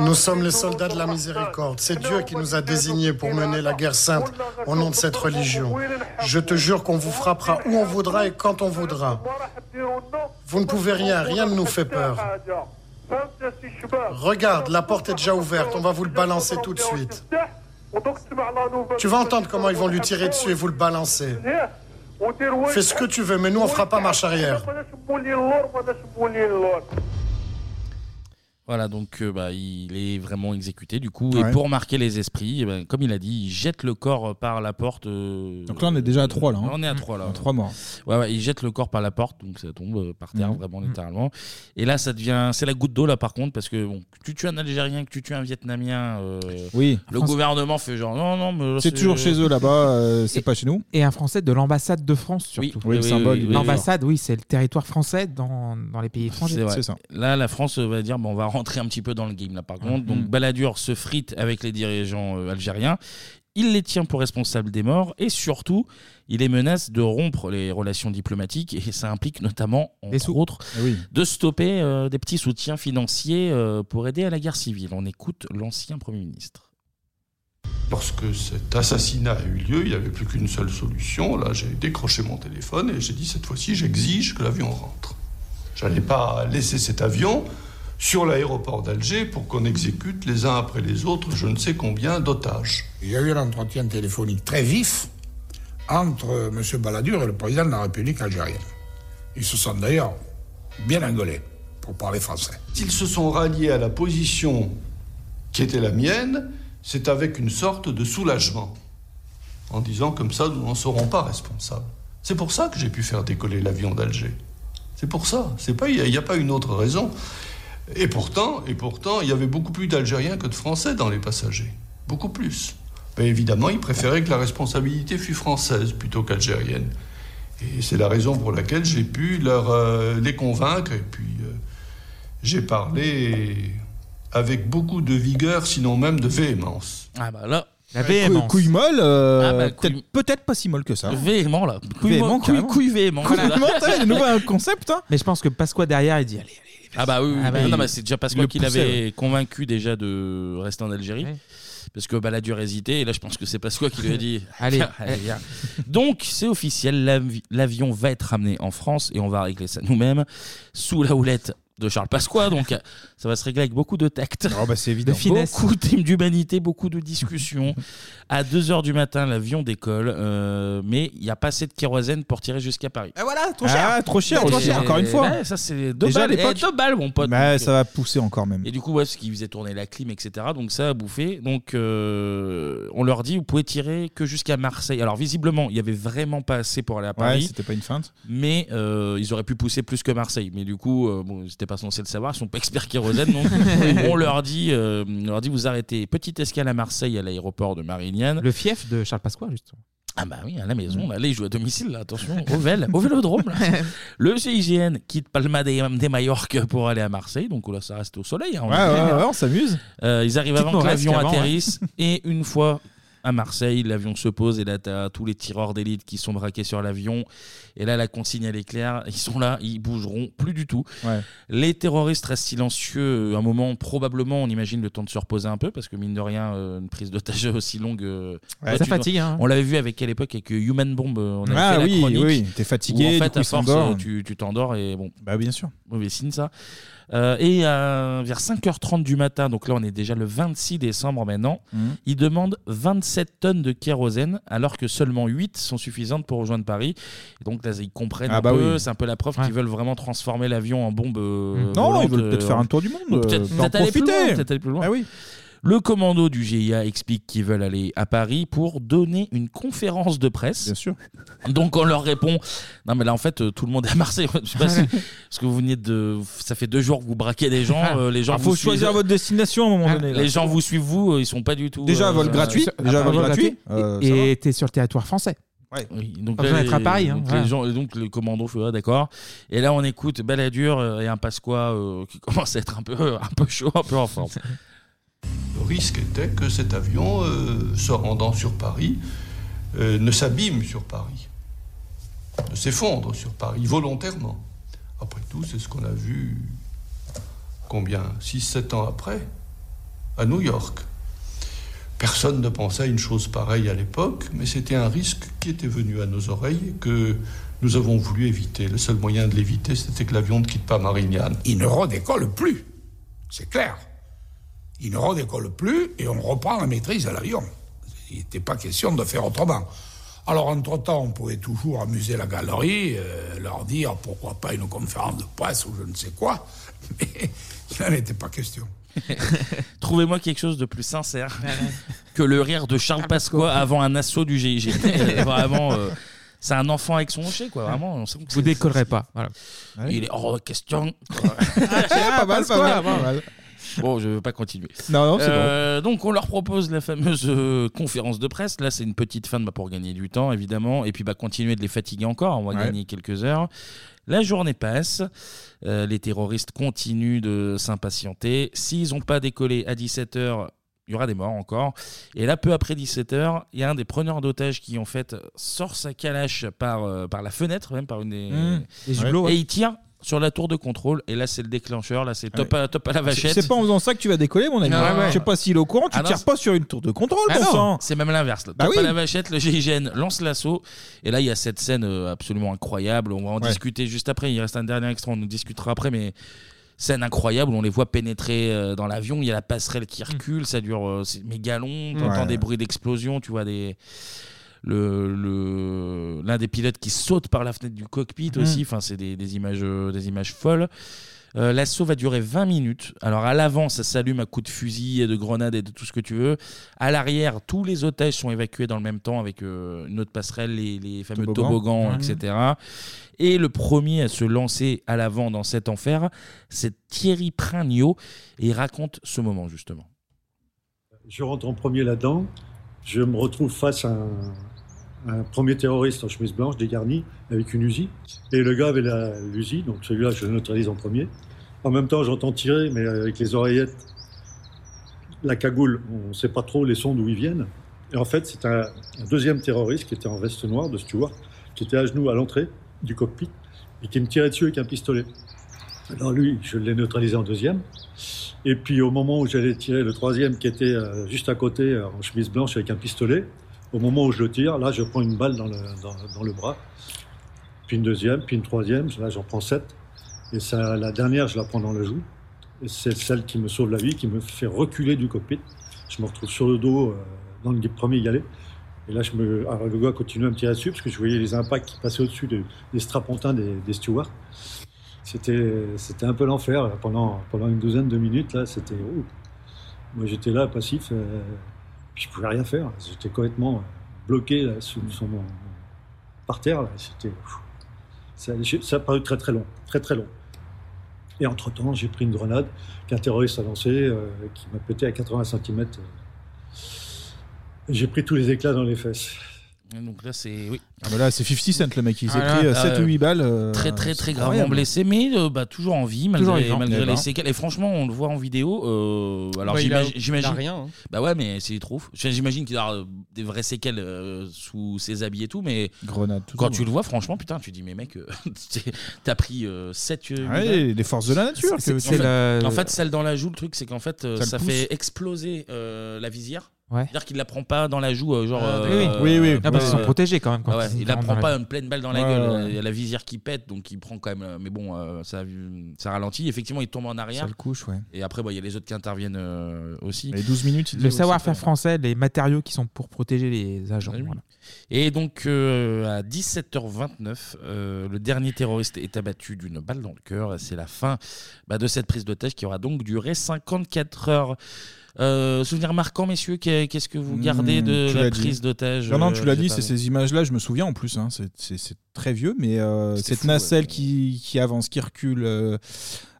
S5: Nous sommes les soldats de la miséricorde. C'est Dieu qui nous a désignés pour mener la guerre sainte au nom de cette religion. Je te jure qu'on vous frappera où on voudra et quand on voudra. Vous ne pouvez rien, rien ne nous fait peur. Regarde, la porte est déjà ouverte, on va vous le balancer tout de suite. Tu vas entendre comment ils vont lui tirer dessus et vous le balancer. Fais ce que tu veux, mais nous on fera pas marche arrière.
S1: Voilà, donc euh, bah, il est vraiment exécuté du coup.
S6: Ouais.
S1: Et pour marquer les esprits, eh ben, comme il a dit, il jette le corps par la porte. euh,
S6: Donc là, on est déjà à trois, là, hein.
S1: On est à 3 là.
S6: À trois morts.
S1: Ouais, ouais, il jette le corps par la porte, donc ça tombe euh, par terre
S6: Mhm.
S1: vraiment
S6: Mhm.
S1: littéralement. Et là, ça devient. C'est la goutte d'eau là par contre, parce que bon, que tu tues un Algérien, que tu tues un Vietnamien, euh,
S6: Oui.
S1: le
S6: France-
S1: gouvernement fait genre non, non,
S9: euh,
S1: mais
S6: C'est toujours chez eux là-bas, euh, c'est pas chez nous.
S12: Et un Français de l'ambassade de France, surtout.
S6: Oui, le oui, symbole, oui, oui,
S12: L'ambassade, oui, c'est le territoire français dans, dans les pays étrangers.
S1: C'est vrai. Là, la France euh, va dire bon, on va rentrer un petit peu dans le game là par contre.
S12: Mhm.
S1: Donc Balladur se frite avec les dirigeants euh, algériens. Il les tient pour responsables des morts et surtout, il les menace de rompre les relations diplomatiques et ça implique notamment, entre autres, de stopper euh, des petits soutiens financiers euh, pour aider à la guerre civile. On écoute l'ancien Premier ministre.
S25: Lorsque cet assassinat a eu lieu, il n'y avait plus qu'une seule solution. Là, j'ai décroché mon téléphone et j'ai dit cette fois-ci, j'exige que l'avion rentre. J'allais pas laisser cet avion sur l'aéroport d'Alger pour qu'on exécute les uns après les autres je ne sais combien d'otages.
S10: Il y a eu un entretien téléphonique très vif entre M. Balladur et le président de la République algérienne. Ils se sont d'ailleurs bien engueulés, pour parler français.
S25: S'ils se sont ralliés à la position qui était la mienne, c'est avec une sorte de soulagement, en disant comme ça, nous n'en serons pas responsables. C'est pour ça que j'ai pu faire décoller l'avion d'Alger. C'est pour ça. C'est pas, il n'y a, pas une autre raison. Et pourtant, et pourtant, il y avait beaucoup plus d'Algériens que de Français dans les passagers, beaucoup plus. Mais évidemment, ils préféraient que la responsabilité fût française plutôt qu'algérienne. Et c'est la raison pour laquelle j'ai pu leur, euh, les convaincre et puis euh, j'ai parlé avec beaucoup de vigueur, sinon même de véhémence.
S1: Ah bah là.
S6: La véhémence. Couille molle, euh,
S1: Ah, bah,
S6: peut-être-
S12: pas si molle que
S6: Ah.
S12: ça.
S1: Véhément, là. Couille
S12: Véhément,
S1: molle, couille-
S12: carrément.
S1: couille véhément. Couille Voilà. véhément, t'as vu, de nouveau un
S12: concept.
S6: hein.
S12: Mais je pense que Pasqua derrière, il dit allez,
S1: Ah bah oui, oui,
S12: Ah bah
S1: oui.
S12: il-
S1: non, mais c'est déjà parce
S12: il le
S1: qu'il
S12: poussait,
S1: avait convaincu déjà de rester en Algérie. Parce que bah, la dure hésité, et là je pense que c'est Pasqua qui lui a dit
S12: Allez,
S1: Viens,
S12: allez.
S1: viens. Donc c'est officiel, l'avi- l'avion va être ramené en France et on va régler ça nous-mêmes sous la houlette de Charles Pasqua. Donc ça va se régler avec beaucoup de tact,
S6: Oh, bah, c'est évident.
S1: De finesse. beaucoup d'hymnes d'humanité, beaucoup de discussions. à 2h du matin, l'avion décolle, euh, mais il n'y a pas assez de kérosène pour tirer jusqu'à Paris.
S12: Ah voilà,
S6: trop cher. Ah, trop cher
S1: Et-
S6: aussi, encore une fois.
S1: Ouais, ça c'est deux
S6: Déjà, à
S1: balles.
S6: l'époque-
S1: Eh, deux balles, mon pote.
S6: Bah,
S1: Donc,
S6: ça va pousser encore même.
S1: et du coup, ouais, parce qu'ils faisaient tourner la clim, etc. Donc ça a bouffé. Donc euh, on leur dit, vous pouvez tirer que jusqu'à Marseille. Alors visiblement, il n'y avait vraiment pas assez pour aller à Paris.
S6: c'était pas une feinte.
S1: Mais euh, ils auraient pu pousser plus que Marseille. Mais du coup, euh, bon, ils n'étaient pas censés le savoir. Ils sont pas experts kérosène. Donc on leur dit, euh, on leur dit, vous arrêtez. Petite escale à Marseille, à l'aéroport de Marignane.
S12: Le fief de Charles Pasqua, justement.
S1: Ah bah oui, à la maison, là, là il joue à domicile, là, attention, au, vel, au vélodrome. là. Le CIGN quitte Palma de, de Mallorca pour aller à Marseille, donc là ça reste au soleil. hein, on
S6: Ouais,
S1: est
S6: ouais,
S1: clair.
S6: ouais, on s'amuse.
S1: Euh, ils arrivent
S6: Petite
S1: avant que
S6: moresque
S1: l'avion
S6: avant, ouais.
S1: atterrisse, et une fois à Marseille, l'avion se pose, et là t'as tous les tireurs d'élite qui sont braqués sur l'avion, et là la consigne elle est claire, ils sont là, ils bougeront plus du tout.
S6: Ouais.
S1: Les terroristes restent silencieux euh, un moment, probablement on imagine le temps de se reposer un peu, parce que mine de rien, euh, une prise d'otage aussi longue... euh,
S6: Ouais,
S1: toi,
S6: ça
S1: tu-
S6: fatigue, hein.
S1: On l'avait vu avec quelle époque, avec euh, Human Bomb, euh, on avait
S6: Ah
S1: fait
S6: oui,
S1: la chronique.
S6: oui, t'es fatigué,
S1: où
S6: du
S1: en fait,
S6: coup,
S1: à
S6: il
S1: force,
S6: s'endort.
S1: euh, tu tu t'endors et bon.
S6: Bah bien sûr.
S1: Mauvais signe ça. Euh, et euh, vers 5h30 du matin, donc là on est déjà le 26 décembre maintenant,
S6: Mhm.
S1: ils demandent 27 tonnes de kérosène alors que seulement 8 sont suffisantes pour rejoindre Paris. Et donc là ils comprennent
S6: Ah
S1: un
S6: bah
S1: peu,
S6: oui.
S1: c'est un peu la preuve qu'ils veulent vraiment transformer l'avion en bombe. euh,
S6: Non,
S1: volante,
S6: ils veulent peut-être
S1: euh,
S6: faire un tour du monde,
S1: ou Peut-être
S6: euh,
S1: peut-être
S6: en
S1: aller plus
S6: profiter.
S1: loin, peut-être aller plus loin. Le commando du GIA explique qu'ils veulent aller à Paris pour donner une conférence de presse. Bien
S6: sûr.
S1: Donc on leur répond non mais là en fait euh, tout le monde est à Marseille. Je sais pas si- parce que vous venez de ça fait deux jours que vous braquez des gens. euh, les gens
S6: Ah,
S1: vous
S6: faut
S1: suivent.
S6: choisir votre destination à un moment donné. là.
S1: Ah, Les gens vous suivent vous, euh, ils sont pas du tout.
S6: Déjà, vol gratuit. Déjà, vol gratuit. Euh, ça
S12: Et t'es sur le territoire français.
S1: Oui, donc
S12: Pas
S1: là,
S12: besoin d'être à
S1: les-
S12: Paris, hein,
S1: donc,
S12: voilà.
S1: les gens, et donc le commando fait ah, d'accord. Et là on écoute Balladur euh, et un Pasqua euh, qui commence à être un peu un peu chaud, un peu en forme.
S25: Le risque était que cet avion, euh, se rendant sur Paris, euh, ne s'abîme sur Paris, ne s'effondre sur Paris volontairement. Après tout, c'est ce qu'on a vu combien 6-7 ans après, à New York. Personne ne pensait à une chose pareille à l'époque, mais c'était un risque qui était venu à nos oreilles et que nous avons voulu éviter. Le seul moyen de l'éviter, c'était que l'avion ne quitte pas Marignane.
S10: Il ne redécolle plus, c'est clair. Il ne redécolle plus et on reprend la maîtrise à l'avion. Il n'était pas question de faire autrement. Alors, entre-temps, on pouvait toujours amuser la galerie, euh, leur dire pourquoi pas une conférence de presse ou je ne sais quoi, mais ça n'était pas question.
S1: Trouvez-moi quelque chose de plus sincère que le rire de Charles Pasqua avant un assaut du GIG. Vraiment, euh, c'est un enfant avec son hocher, quoi. Vraiment, on sent que
S9: Vous
S1: c'est-
S9: décollerez pas. Voilà.
S1: Il est hors de question.
S9: Ah,
S1: Ah,
S9: pas mal, pas mal, pas mal.
S1: Bon, je veux pas continuer.
S9: Non, non, c'est
S1: Euh, Donc, on leur propose la fameuse euh, conférence de presse. Là, c'est une petite fin de- bah, pour gagner du temps, évidemment. Et puis, bah, continuer de les fatiguer encore. On va
S9: Ouais.
S1: gagner quelques heures. La journée passe. Euh, les terroristes continuent de s'impatienter. S'ils n'ont pas décollé à 17h, il y aura des morts encore. Et là, peu après 17h, il y a un des preneurs d'otages qui, en fait, sort sa calache par, euh, par la fenêtre, même par une des.
S9: Mmh, les hublots,
S1: Et
S9: ouais.
S1: il tire sur la tour de contrôle. Et là, c'est le déclencheur. Là, c'est top, à, top à la vachette.
S6: C'est pas en faisant ça que tu vas décoller, mon ami.
S1: Non, ouais, ouais.
S6: Je sais pas s'il est au courant, tu
S1: Ah non,
S6: tires
S1: c'est-
S6: pas sur une tour de contrôle,
S1: Ah
S6: bon
S1: non,
S6: sang.
S1: C'est même l'inverse. là.
S6: Bah
S1: Top
S6: oui.
S1: à la vachette, le GIGN lance l'assaut. Et là, il y a cette scène euh, absolument incroyable. On va en
S6: Ouais.
S1: discuter juste après. Il reste un dernier extrait, on en discutera après. Mais scène incroyable. On les voit pénétrer euh, dans l'avion. Il y a la passerelle qui recule. Ça dure euh, c'est méga long.
S9: Mm.
S1: T'entends
S9: Ouais.
S1: des bruits d'explosion. Tu vois des. Le, le- l'un des pilotes qui saute par la fenêtre du cockpit
S6: Mhm.
S9: Mm.
S1: aussi. Enfin, c'est des, des images, euh, des images folles. Euh, L'assaut va durer 20 minutes. Alors à l'avant, ça s'allume à coups de fusil et de grenades et de tout ce que tu veux. À l'arrière, tous les otages sont évacués dans le même temps avec euh, une autre passerelle, les, les fameux toboggans,
S6: Mhm.
S9: Toboggan.
S1: etc. Et le premier à se lancer à l'avant dans cet enfer, c'est Thierry Prignot. Et il raconte ce moment justement.
S21: Je rentre en premier là-dedans. Je me retrouve face à un, un premier terroriste en chemise blanche, dégarni, avec une Uzi. Et le gars avait la- l'Uzi, donc celui-là, je le neutralise en premier. En même temps, j'entends tirer, mais avec les oreillettes, la cagoule, on ne sait pas trop les sons d'où ils viennent. Et en fait, c'est un, un deuxième terroriste qui était en veste noire de Stewart, qui était à genoux à l'entrée du cockpit et qui me tirait dessus avec un pistolet. Alors lui, je l'ai neutralisé en deuxième. Et puis au moment où j'allais tirer le troisième qui était euh, juste à côté euh, en chemise blanche avec un pistolet, au moment où je le tire, là je prends une balle dans le, dans- dans le bras, puis une deuxième, puis une troisième, là j'en prends sept. Et ça, la dernière, je la prends dans le joue. Et c'est celle qui me sauve la vie, qui me fait reculer du cockpit. Je me retrouve sur le dos euh, dans le premier galet. Et là, je me... Alors, le gars continuait à me tirer dessus parce que je voyais les impacts qui passaient au-dessus des, des strapontins des, des stewards. C'était, c'était un peu l'enfer là, pendant, pendant une douzaine de minutes. Là, c'était. ouh. Moi, j'étais là, passif, euh, puis je pouvais rien faire. J'étais complètement euh, bloqué là, sous, sous mon- par terre. Là. C'était, ouf. ça, j'ai- ça a paru très très long, très très long. Et entre-temps, j'ai pris une grenade qu'un terroriste a lancée, euh, qui m'a pété à 80 cm. J'ai pris tous les éclats dans les fesses.
S1: Et donc là, c'est. Oui.
S6: Ah bah là, c'est 50 Cent, le mec. Il s'est
S1: Ah là,
S6: pris euh,
S1: ah,
S6: 7 ou 8 balles. euh,
S1: Très, très,
S6: c'est
S1: très gravement
S6: incroyable.
S1: blessé, mais euh, bah, toujours en vie, malgré,
S6: Toujours vivant.
S1: malgré
S6: Eh ben.
S1: les séquelles. Et franchement, on le voit en vidéo. euh, alors,
S7: Ouais, Bah, il a-
S1: j'imagine-
S7: il a
S1: j'imagine.
S7: rien, hein.
S1: Bah ouais, mais c'est trop. J'imagine qu'il aura euh, des vraies séquelles euh, sous ses habits et tout, mais.
S6: Grenade, tout
S1: Quand
S6: ça,
S1: tu
S6: ouais.
S1: le vois, franchement, putain, tu dis, mais mec, euh, t'es- t'as pris euh, 7.
S6: Ah Ouais, les forces de la nature que tu-
S1: en, fait,
S6: la-
S1: en fait, celle dans la joue, le truc, c'est qu'en fait, euh,
S6: Ça
S1: ça,
S6: le pousse.
S1: fait exploser euh, la visière.
S9: Ouais.
S1: C'est-à-dire qu'il la prend pas dans la joue, euh, genre.
S9: Ah,
S1: euh,
S9: oui, oui. Oui, oui. Ah, parce qu'ils sont
S1: euh,
S9: protégés quand même quand
S1: ah ouais,
S9: ils sont
S1: Il la
S9: dans
S1: prend
S9: la-
S1: pas une pleine balle dans la
S9: Ouais,
S1: gueule.
S9: ouais,
S1: euh,
S9: ouais.
S1: Il y a la visière qui pète, donc il prend quand même. euh, Mais bon, euh, ça, ça ralentit. Effectivement, il tombe en arrière.
S9: Ça le couche, ouais.
S1: Et après, bah, il y a les autres qui interviennent euh, aussi.
S9: Le savoir-faire français, les matériaux qui sont pour protéger les agents. voilà.
S1: Et donc, euh, à 17h29, euh, le dernier terroriste est abattu d'une balle dans le cœur. Et C'est la fin bah, de cette prise d'otage qui aura donc duré 54 heures. Euh, souvenir marquant, messieurs, qu'est- qu'est-ce que vous gardez
S6: Mmh,
S1: de
S6: tu
S1: la
S6: l'as dit.
S1: prise d'otage
S6: Non, non,
S1: euh,
S6: tu l'as
S1: qui
S6: dit,
S1: est
S6: c'est
S1: arrivée
S6: ces images-là, je me souviens en plus. hein, c'est- c'est c'est très vieux, mais euh,
S1: C'était
S6: cette
S1: fou,
S6: nacelle qui, qui avance, qui recule. euh,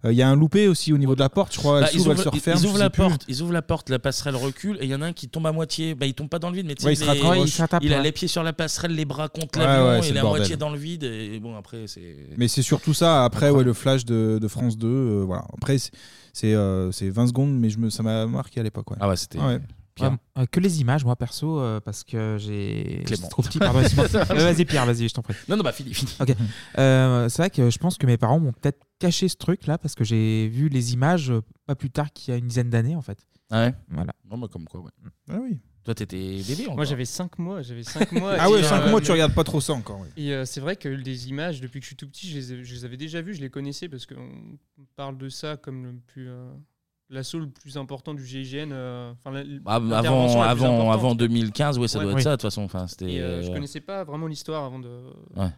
S6: euh, Il y a un loupé aussi au niveau de la porte, je crois.
S1: Bah,
S6: elle s'ouvre, elle se
S1: ils-
S6: referme.
S1: ils
S6: je
S1: ouvrent
S6: sais
S1: la
S6: plus.
S1: porte, ils ouvrent la porte, la passerelle recule et il y en a un qui tombe à moitié. Bah, il tombe pas dans le vide, mais tu sais,
S6: Ouais, il se
S1: les-
S6: rattrape, ouais, il se rattrape,
S1: il a
S6: ouais.
S1: les pieds sur la passerelle, les bras contre
S6: Ouais,
S1: l'avion,
S6: ouais,
S1: il
S6: c'est
S1: est
S6: le
S1: à
S6: bordel.
S1: moitié dans le vide. Et bon, après, c'est.
S6: Mais c'est surtout ça, après, ouais, le flash de, de France 2. euh, voilà. Après, c'est- c'est euh, c'est 20 secondes, mais je me, ça m'a marqué à l'époque.
S1: Ah ouais, c'était. Pierre.
S12: Ouais, euh, que les images, moi perso, euh, parce que j'ai.
S1: Clément.
S12: C'est trop petit, pardon. excuse-moi. Euh, vas-y, Pierre, vas-y, je t'en prie.
S1: Non, non, bah fini, fini.
S12: Ok. Euh, c'est vrai que je pense que mes parents m'ont peut-être caché ce truc-là, parce que j'ai vu les images euh, pas plus tard qu'il y a une dizaine d'années, en fait.
S1: Ah ouais
S12: Voilà.
S1: Non, mais comme quoi, ouais.
S12: Ah oui.
S1: Toi, t'étais bébé encore.
S7: Moi j'avais 5 mois, j'avais 5 mois.
S6: Ah ouais,
S7: et, euh,
S6: cinq mois, tu regardes pas trop ça encore, oui.
S7: Et euh, c'est vrai que les images, depuis que je suis tout petit, je les, ai- je les avais déjà vues, je les connaissais parce qu'on parle de ça comme le plus euh, l'assaut le plus important du GIGN. euh, enfin, la-
S1: Ah,
S7: l'intervention
S1: avant,
S7: la plus
S1: avant,
S7: importante.
S1: avant 2015, ouais, ça
S7: Ouais.
S1: doit
S7: Oui.
S1: être ça, de toute façon. Enfin, c'était.
S7: Et, euh, je
S1: euh,
S7: connaissais pas vraiment l'histoire avant de,
S1: Ouais.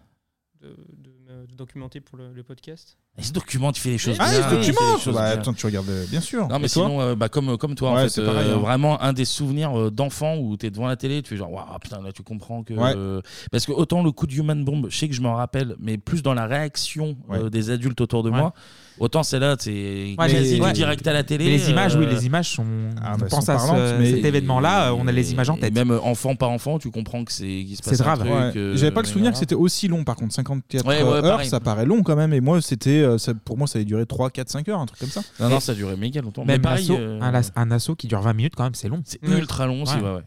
S7: de, de me documenter pour le, le podcast.
S1: Il se documente, il fait les choses
S6: Ah, il
S1: bien.
S6: se documente.
S1: fait les choses
S6: Bah,
S1: bien.
S6: attends, tu regardes, euh, bien sûr.
S1: Non, mais
S6: Et toi
S1: sinon, euh, bah, comme, comme toi,
S6: Ouais,
S1: en fait,
S6: c'est pareil,
S1: euh,
S6: hein.
S1: vraiment un des souvenirs euh, d'enfant où t'es devant la télé, tu fais genre, waouh, putain, là tu comprends que.
S6: Ouais.
S1: euh, parce que autant le coup de Human Bomb, je sais que je m'en rappelle, mais plus dans la réaction euh,
S12: Ouais.
S1: des adultes autour de moi, autant celle-là, c'est
S12: Ouais,
S1: quasi
S12: les-
S1: du
S12: ouais.
S1: direct à la télé.
S12: Mais les images, oui,
S1: euh,
S12: les images sont.
S1: Ah,
S12: on
S1: bah,
S12: pense
S1: sont
S12: à ce-
S1: parlantes, mais-
S12: cet événement-là, euh, on a les images en
S1: et
S12: tête.
S1: Même euh, enfant par enfant, tu comprends que c'est qu'il se passe un truc,
S6: Ouais.
S1: euh,
S6: J'avais pas le
S1: mais
S6: souvenir
S1: voilà.
S6: que c'était aussi long, par contre. 54
S1: Ouais, ouais,
S6: heures,
S1: pareil.
S6: ça paraît long quand même. Et moi, c'était, euh, ça- pour moi, ça avait duré 3, 4, 5 heures, un truc comme ça.
S1: Non, non, ça durait méga longtemps.
S12: Même hein,
S1: mais pareil,
S12: l'assaut,
S1: euh,
S12: un, las- un assaut qui dure 20 minutes, quand même, Ah, c'est long.
S1: C'est ultra long, c'est- ouais, ouais.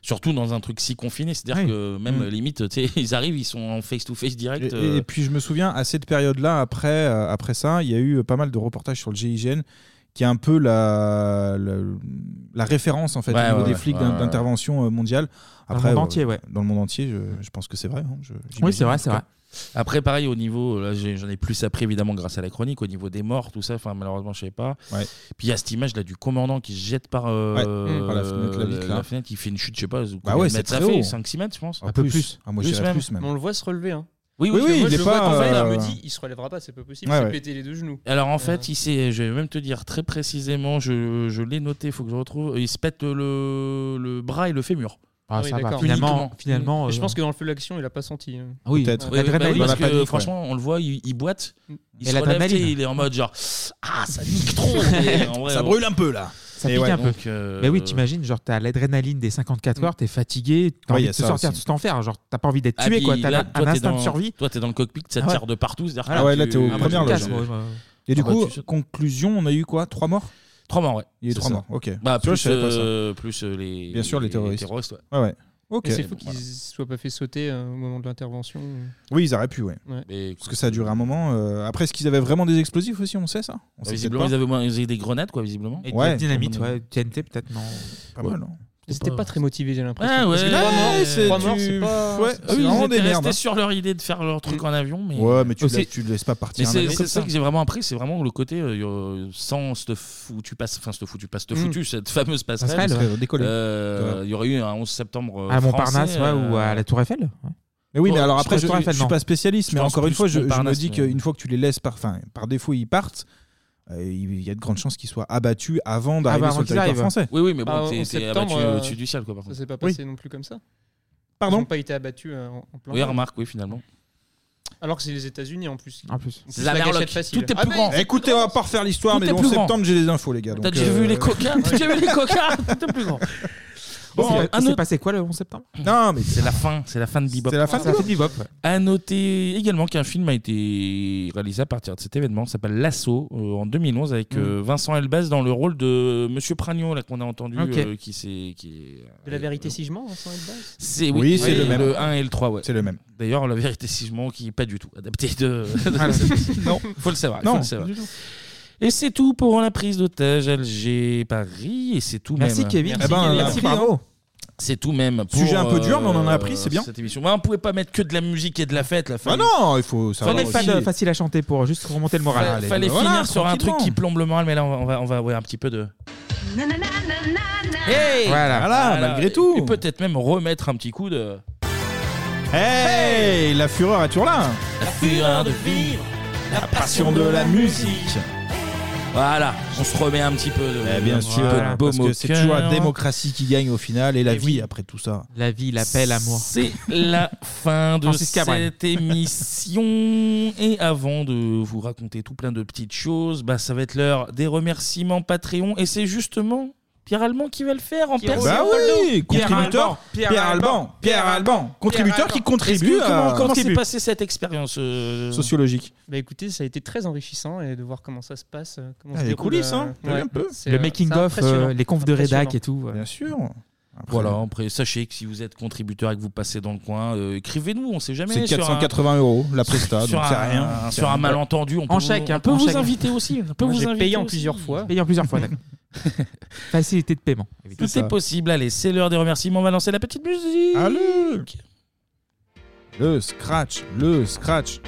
S1: Surtout dans un truc si confiné, c'est-à-dire que même
S6: Mm.
S1: euh, limite, tu sais, ils arrivent, ils sont en face-to-face direct.
S6: Et-
S1: euh,
S6: Et, puis je me souviens, à cette période-là, après, euh, après ça, il y a eu pas mal de reportages sur le GIGN qui est un peu la, la, la référence en fait
S1: Ouais,
S6: au niveau
S1: ouais,
S6: des
S1: ouais,
S6: flics
S1: ouais,
S6: d'in-
S1: ouais.
S6: d'intervention euh, mondiale
S1: Dans le
S6: Après,
S1: monde
S6: euh,
S1: entier, ouais.
S6: dans le monde entier je, je pense que c'est vrai hein, je-
S1: j'imagine,
S6: j'imagine,
S1: en
S6: en
S1: tout
S6: tout cas.
S1: cas. Après, pareil, au niveau, là, j'ai- j'en ai plus appris évidemment grâce à la chronique, au niveau des morts, tout ça, enfin, malheureusement, je savais pas.
S6: Ouais.
S1: Puis il y a cette image là du commandant qui se jette par, euh,
S6: Ouais, mm. par la fenêtre, la
S1: euh,
S6: vitre, là.
S1: fenêtre, il fait une chute, je sais pas,
S6: Bah
S1: combien
S6: ouais,
S1: de
S6: c'est
S1: mètres ça
S6: très
S1: fait,
S6: haut.
S1: 5-6 mètres, je pense.
S6: Un peu plus. Ah, moi, je dirais plus, même.
S7: Mais on le voit se relever. Hein.
S1: Oui, oui,
S7: Parce que
S1: oui,
S7: moi,
S1: il
S7: je
S1: est
S7: le vois
S1: pas,
S7: tomber, là,
S1: euh,
S7: je me dis, il se relèvera pas, c'est pas possible,
S1: Ouais,
S7: il s'est
S1: ouais.
S7: pété les deux genoux.
S1: Alors en fait, il s'est, je vais même te dire très précisément, je, je l'ai noté, faut que je retrouve. Il se pète le, le bras et le fémur.
S12: Ah, ça va.
S1: Uniquement.
S12: Finalement- finalement,
S7: Mais Je
S12: euh,
S7: pense que dans le feu de l'action, il a pas senti. hein.
S12: Ah oui, Peut-être.
S1: Oui, oui, bah
S12: L'adrénaline,
S1: oui, parce
S12: la
S1: que
S12: panique, ouais.
S1: franchement, on le voit, il, il boite. Il
S12: Et
S1: se relève,
S12: l'adrénaline.
S1: tu sais, il est en mode genre Ah, ça nique trop mais en vrai,
S6: Ça
S1: on-
S6: brûle un peu, là.
S12: Ça
S1: Et
S12: pique
S1: ouais,
S12: un peu.
S1: donc, euh,
S12: Mais oui, t'imagines, genre, t'as l'adrénaline des 54 heures, t'es fatigué, t'as
S1: Ouais,
S12: envie
S1: y a
S12: de te
S1: ça
S12: sortir
S1: aussi.
S12: de cet enfer. hein, Genre, t'as pas envie d'être
S1: Ah,
S12: tué,
S1: puis
S12: quoi. T'as
S1: là,
S12: un
S1: toi, t'es
S12: instinct de
S1: dans-
S12: survie.
S1: Toi, t'es dans le cockpit, ça te
S12: Ah ouais.
S1: tire de partout. c'est-à-dire
S12: Ah
S1: que
S12: ouais, là,
S1: tu-
S12: t'es aux
S1: Ah, moi, je
S6: premières
S1: me
S6: loges.
S1: casse,
S6: Ouais,
S1: moi,
S6: ouais.
S1: je-
S6: et du
S1: Ah bah,
S6: coup
S1: tu sautes.
S6: conclusion on a eu quoi trois morts
S1: trois morts ouais
S6: il y a eu
S1: C'est
S6: trois
S1: ça.
S6: morts ok
S1: Bah,
S6: Tu vois,
S1: plus,
S6: je savais pas ça.
S1: euh, plus, euh, les
S6: bien sûr les terroristes,
S1: ouais.
S6: ouais ouais ok
S7: Et c'est fou qu'ils soient pas fait sauter euh, au moment de l'intervention.
S6: oui ils auraient pu ouais,
S7: Ouais.
S6: parce que ça a duré un moment euh, après est-ce qu'ils avaient vraiment des explosifs aussi on sait ça on
S1: Bah,
S6: sait
S1: visiblement, ils
S6: peut-être pas.
S1: avaient, moins- ils avaient des grenades, quoi, visiblement.
S12: Et de la dynamite, ouais. TNT, peut-être, non. hein.
S6: Pas mal, non.
S7: Ils étaient pas très motivés, j'ai l'impression.
S1: Ah ouais,
S7: Parce que trois morts,
S1: c'est
S7: trois morts,
S1: du-
S7: c'est pas.
S1: Ouais,
S6: Ah
S7: c'est
S1: eux, ils
S7: vraiment
S1: étaient
S7: des
S1: restés
S7: merdes, hein.
S1: sur leur idée de faire leur truc en avion, mais.
S6: Ouais, mais tu
S1: Aussi-
S6: le- tu le laisses pas partir
S1: Mais
S6: en
S1: c'est-
S6: avion
S1: c'est
S6: comme
S1: ça
S6: ça.
S1: que j'ai vraiment appris, c'est vraiment le côté euh, euh, sans cette foutu passe, enfin cette foutu passe, cette foutue,
S12: Mm.
S1: cette fameuse passerelle.
S12: Passerelle, ouais, décollée.
S1: Euh, Il y aurait eu un 11 septembre. euh,
S12: À Montparnasse,
S1: français,
S12: ouais,
S1: euh,
S12: ou à la Tour Eiffel. ouais.
S6: Mais oui, mais
S1: Oh,
S6: alors
S1: je
S6: après,
S1: pense
S6: je,
S1: que-
S6: je suis pas spécialiste,
S1: je
S6: mais
S1: pense
S6: encore une
S1: plus
S6: fois, je, je me
S1: Montparnasse,
S6: dis
S1: mais-
S6: qu'une fois que tu les laisses, par, enfin, par défaut, ils partent, euh, il il y a de grandes chances qu'ils soient abattus avant d'arriver
S12: bah, avant
S6: sur le
S12: qu'ils
S6: territoire
S12: arrivent.
S6: français.
S1: Oui, oui, mais bon,
S7: Bah, en
S1: t'es- t'es
S7: septembre,
S1: abattu
S7: euh,
S1: au-dessus du ciel, quoi, par contre.
S7: Ça s'est pas passé non plus comme ça.
S6: Pardon
S7: Ils n'ont pas été abattus euh, en en plein.
S1: Oui,
S7: vol.
S1: remarque, oui, finalement.
S7: Alors que c'est les États-Unis en plus.
S12: En plus.
S7: C'est la,
S1: merloc.
S7: gâchette facile.
S1: Tout est
S7: Ah,
S1: plus
S7: mais
S1: grand.
S6: Écoutez, on va pas refaire l'histoire,
S1: Tout
S6: mais
S1: est
S6: en
S1: plus grand.
S6: septembre, j'ai les infos, les gars.
S1: T'as
S6: donc,
S1: déjà vu
S6: euh,
S1: les coquins T'as déjà vu les coquins Tout est plus grand. Bon,
S12: Il s'est-
S1: un
S12: il s'est
S1: autre-
S12: passé quoi le 11 septembre
S6: Non, mais
S1: c'est la fin, c'est la fin de Bebop.
S12: C'est la fin de C'est la fin de Bebop. Bebop, ouais.
S1: À noter également qu'un film a été réalisé à partir de cet événement, ça s'appelle L'Assaut euh, en 2011
S12: Mm.
S1: avec euh, Vincent Elbaz dans le rôle de Monsieur Pragnon là qu'on a entendu
S7: Ok.
S1: euh, qui c'est qui est
S7: De la vérité si je mens, hein, Vincent Elbaz
S1: c'est oui,
S6: Oui, c'est le même.
S1: le 1 et le 3 ouais.
S6: C'est le même.
S1: D'ailleurs, la vérité si je mens qui est pas du tout adapté de
S6: Ah, Non.
S1: Faut le savoir,
S6: Non,
S1: faut le savoir.
S6: du tout.
S1: Et c'est tout pour la prise d'otage Alger Paris et c'est tout
S12: Merci,
S1: même.
S12: Kevin. Merci, Eh ben, Kevin. merci, bravo.
S1: C'est tout même pour
S6: Sujet un peu
S1: euh,
S6: dur, mais on en a appris, c'est bien.
S1: Cette émission. Ouais, on pouvait pas mettre que de la musique et de la fête, la
S6: Ah non, il faut savoir.
S12: Fallait
S6: aussi-
S12: pas de facile à chanter pour juste remonter le moral.
S1: Fallait, fallait
S12: Voilà,
S1: finir sur un truc qui
S12: tranquillement.
S1: plombe le moral, mais là on va, on va, on va ouais, un petit peu de. Hey
S12: Voilà.
S6: malgré tout.
S1: Et peut-être même remettre un petit coup de.
S6: Hey, la fureur à Turlin
S1: La fureur de vivre, la
S6: passion de la musique.
S1: Voilà, on se remet un petit peu de.
S6: Eh bien
S1: un petit
S6: sûr,
S1: peu de
S6: parce
S1: baume
S6: que
S1: au
S6: c'est
S1: cœur.
S6: toujours la démocratie qui gagne au final et la vie après tout ça.
S12: La vie, la paix, l'amour.
S1: C'est la fin de
S12: Francis Cabrel.
S1: cette émission. Et avant de vous raconter tout plein de petites choses, bah, ça va être l'heure des remerciements Patreon. Et c'est justement Pierre Allemand qui va le faire en perso.
S6: Bah oui, contributeur. Pierre Alban. Pierre Alban. Contributeur qui contribue.
S1: Est-ce que-
S6: à-
S1: Comment, comment s'est passée cette expérience euh,
S6: Sociologique.
S7: Bah écoutez, ça a été très enrichissant et de voir comment ça se passe, euh, comment
S6: Ah,
S7: se
S6: les
S7: déroule,
S6: coulisses, hein,
S7: euh,
S6: t'as vu
S7: ouais,
S6: un peu
S7: c'est,
S6: Le
S7: euh,
S6: making
S7: c'est
S6: of, euh,
S7: impressionnant.
S6: les confs de rédac
S7: Impressionnant.
S6: et tout, ouais. Bien sûr. Après-
S1: voilà, après, sachez que si vous êtes contributeur et que vous passez dans le coin, euh, écrivez-nous, on sait jamais.
S6: C'est
S1: sur un-
S6: 480 euros la presta,
S1: sur
S6: donc c'est
S1: un-
S6: rien.
S1: Sur un malentendu, on peut
S6: En
S1: vous-
S6: chèque,
S1: on
S6: hein,
S1: peut
S6: en
S1: vous
S6: chèque.
S1: inviter aussi. On peut
S6: Moi,
S1: vous
S6: j'ai
S1: inviter
S6: payé en
S1: aussi.
S6: plusieurs fois.
S9: Payé en plusieurs fois, d'accord. Facilité de paiement.
S1: Tout est possible. Allez, c'est l'heure des remerciements. On va lancer la petite musique.
S6: Allez Le scratch, le scratch.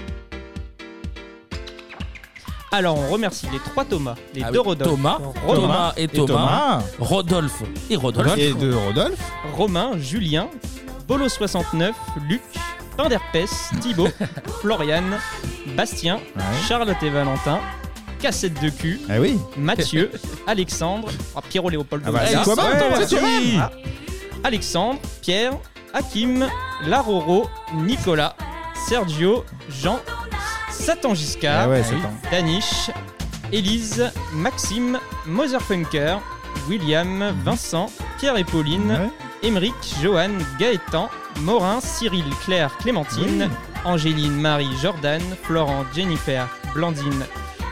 S7: Alors, on remercie les trois Thomas, les
S1: Ah
S7: deux
S1: oui,
S7: Rodolphe.
S1: Thomas,
S7: Romain
S1: Thomas et Thomas, Rodolphe et Rodolphe.
S6: Et de Rodolphe.
S7: Romain, Julien, Bolo69, Luc, Pinderpès, Thibaut, Florian, Bastien, Charlotte et Valentin, Cassette de cul,
S6: Ah oui.
S7: Mathieu, Alexandre, ah, Pierrot Léopold.
S6: Ah bah, c'est
S7: Douglas,
S6: toi-même,
S7: Thomas,
S6: c'est toi-même.
S7: Ah. Alexandre, Pierre, Hakim, Laroro, Nicolas, Sergio, Jean, Satan Giscard,
S6: Ah ouais, Satan.
S7: Danish, Élise, Maxime, Motherfunker, William, Vincent, Pierre et Pauline, Émeric, Johan, Gaëtan, Morin, Cyril, Claire, Clémentine, Angéline, Marie, Jordan, Florent, Jennifer, Blandine,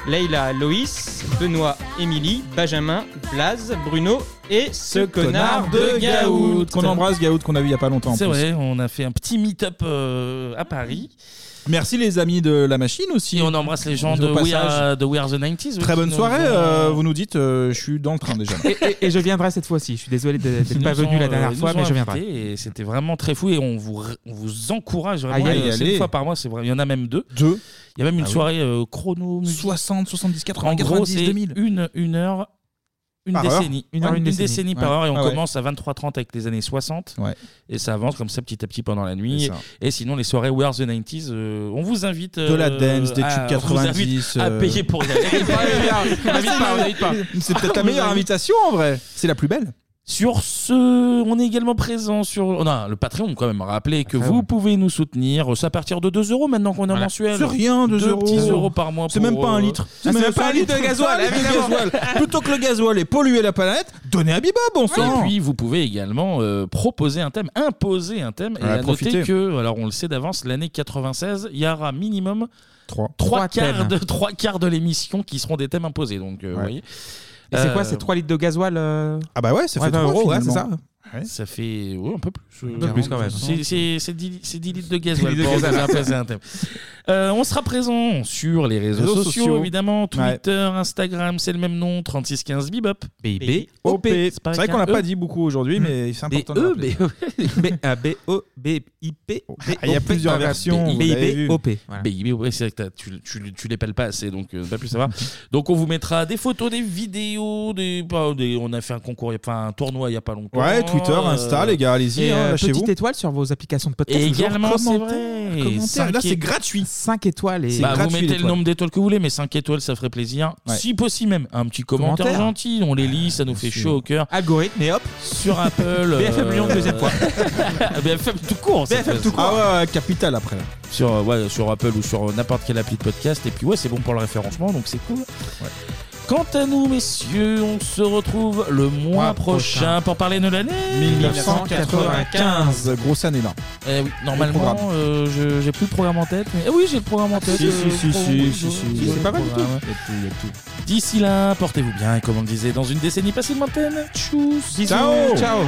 S7: Leïla, Loïs, Benoît, Émilie, Benjamin, Blaze, Bruno et ce connard de Gaout.
S6: Qu'on embrasse Gaout qu'on a vu il y a pas longtemps. en
S1: C'est
S6: plus.
S1: vrai, on a fait un petit meet-up euh, à Paris.
S6: Merci les amis de la machine aussi.
S1: Et on embrasse les gens
S6: Au
S1: de We,
S6: passage.
S1: Are, de We Are the 90s.
S6: Très
S1: oui,
S6: bonne
S1: qui nous
S6: soirée.
S1: ont-
S6: euh, vous nous dites, euh, je suis dans le train déjà.
S9: Et, et- et je viendrai cette fois-ci. Je suis désolé de- d'être pas
S1: nous
S9: venu
S1: ont,
S9: la
S1: euh,
S9: dernière
S1: ils
S9: fois,
S1: nous
S9: mais
S1: ont
S9: je viendrai.
S1: invités et C'était vraiment très fou et on vous, on vous encourage vraiment.
S6: À y
S1: euh, c'est
S6: aller.
S1: une fois par mois, c'est vrai. Il y en a même deux.
S6: Deux.
S1: Il y a même une
S6: Ah oui.
S1: soirée euh, chrono.
S6: 60, 70, 80,
S1: En gros,
S6: 90,
S1: c'est
S6: 2000.
S1: une, une heure. Une
S6: Par heure. Ah,
S1: décennie.
S6: Une heure, une décennie.
S1: décennie par
S6: Ouais.
S1: heure et on
S6: Ah ouais.
S1: commence à 23h30 avec les années 60.
S6: Ouais.
S1: Et ça avance comme ça petit à petit pendant la
S6: C'est
S1: nuit.
S6: ça.
S1: Et sinon, les soirées We Are the 90s, euh, on vous invite.
S6: De la
S1: euh,
S6: dance, des
S1: à-
S6: tubes
S1: on vous invite
S6: 90,
S1: À
S6: euh,
S1: payer pour y aller.
S6: C'est peut-être la meilleure invitation en vrai. C'est la plus belle.
S1: Sur ce, on est également présent sur oh non, le Patreon quand même. Rappelez que vous pouvez nous soutenir. C'est à partir de 2 euros maintenant qu'on est mensuel.
S6: C'est rien, 2 euros.
S1: petits euros par mois.
S6: C'est
S1: pour,
S6: même pas un
S1: euh,
S6: litre.
S1: c'est même pas un litre.
S6: de gasoil. Plutôt que le gasoil ait pollué la planète, donnez à Biba, bon sang.
S1: Et puis vous pouvez également euh, proposer un thème, imposer un thème. Et
S6: Ouais,
S1: à
S6: profitez.
S1: noter que, alors on le sait d'avance, l'année 96, il y aura minimum
S6: trois,
S9: Trois
S1: quarts,
S9: thèmes.
S1: de, trois quarts de l'émission qui seront des thèmes imposés. Donc, euh, vous voyez.
S9: Et c'est quoi
S1: Euh,
S9: C'est 3 litres de gasoil euh,
S6: Ah bah ouais, ça
S9: 20
S6: fait trois,
S9: euros, ouais, c'est ça
S6: finalement.
S1: Ça fait ouais, un peu plus. euh,
S9: Un peu plus, quand même.
S1: C'est- C'est c'est 10, c'est 10 litres de
S9: litres
S1: gasoil.
S9: de
S1: pour
S9: gasoil.
S1: organiser un thème. Euh, on sera présent sur les réseaux,
S6: Réseaux
S1: sociaux,
S6: sociaux.
S1: évidemment.
S6: Ouais.
S1: Twitter, Instagram, c'est le même nom. 3615 Bibop.
S9: B, O,
S6: OP.
S9: P. E
S6: C'est vrai qu'on l'a pas dit beaucoup aujourd'hui,
S1: Hmm.
S6: mais c'est important. de le rappeler. Ah,
S9: B, O, B, I, P.
S6: Il y a plusieurs versions. vous l'avez vu.
S9: BIBOP.
S1: BIB, ouais, c'est vrai que t'as- tu, tu, tu l'épelles pas assez, donc euh, pas plus savoir. donc on vous mettra des photos, des vidéos, des, bah, des- on a fait un concours, enfin un tournoi il y a pas longtemps.
S6: Ouais, Twitter, Insta, les gars, allez-y,
S1: euh, et,
S6: hein,
S1: euh,
S6: lâchez-vous.
S9: Petite étoile sur vos applications de podcast.
S1: Et
S9: toujours.
S1: également, c'est
S9: Commentez,
S1: vrai.
S9: commentez.
S1: Cinq
S9: Là,
S1: é-
S9: c'est gratuit. 5 étoiles et
S1: Bah, vous mettez le nombre d'étoiles que vous voulez, mais 5 étoiles, ça ferait plaisir.
S9: Ouais.
S1: Si possible, même un petit commentaire,
S9: Commentaire.
S1: gentil. On les lit, ça nous fait chaud au cœur.
S9: Algorithme, et hop.
S1: Sur Apple. euh,
S9: BFM Lyon, deuxième fois.
S1: BFM tout court. cette
S6: BFM
S1: fois-ci.
S6: tout court. Ah ouais, capital après.
S1: Sur, euh, ouais, sur Apple ou sur euh, n'importe quelle appli de podcast. Et puis, ouais, c'est bon pour le référencement, donc c'est cool. Quant à nous, messieurs, on se retrouve le mois prochain, pour parler de l'année
S6: 1995, grosse année là.
S1: Eh oui,
S6: Le
S1: normalement,
S6: programme.
S1: euh, je- j'ai plus le programme en tête. Mais... eh oui, j'ai le programme en tête.
S6: Si,
S1: euh,
S6: si, si,
S1: pour-
S6: si, si, si.
S1: C'est pas mal du tout. D'ici là, portez-vous bien et comme on le disait, dans une décennie, passez une vingtaine. Tchuss
S6: Ciao. Ciao.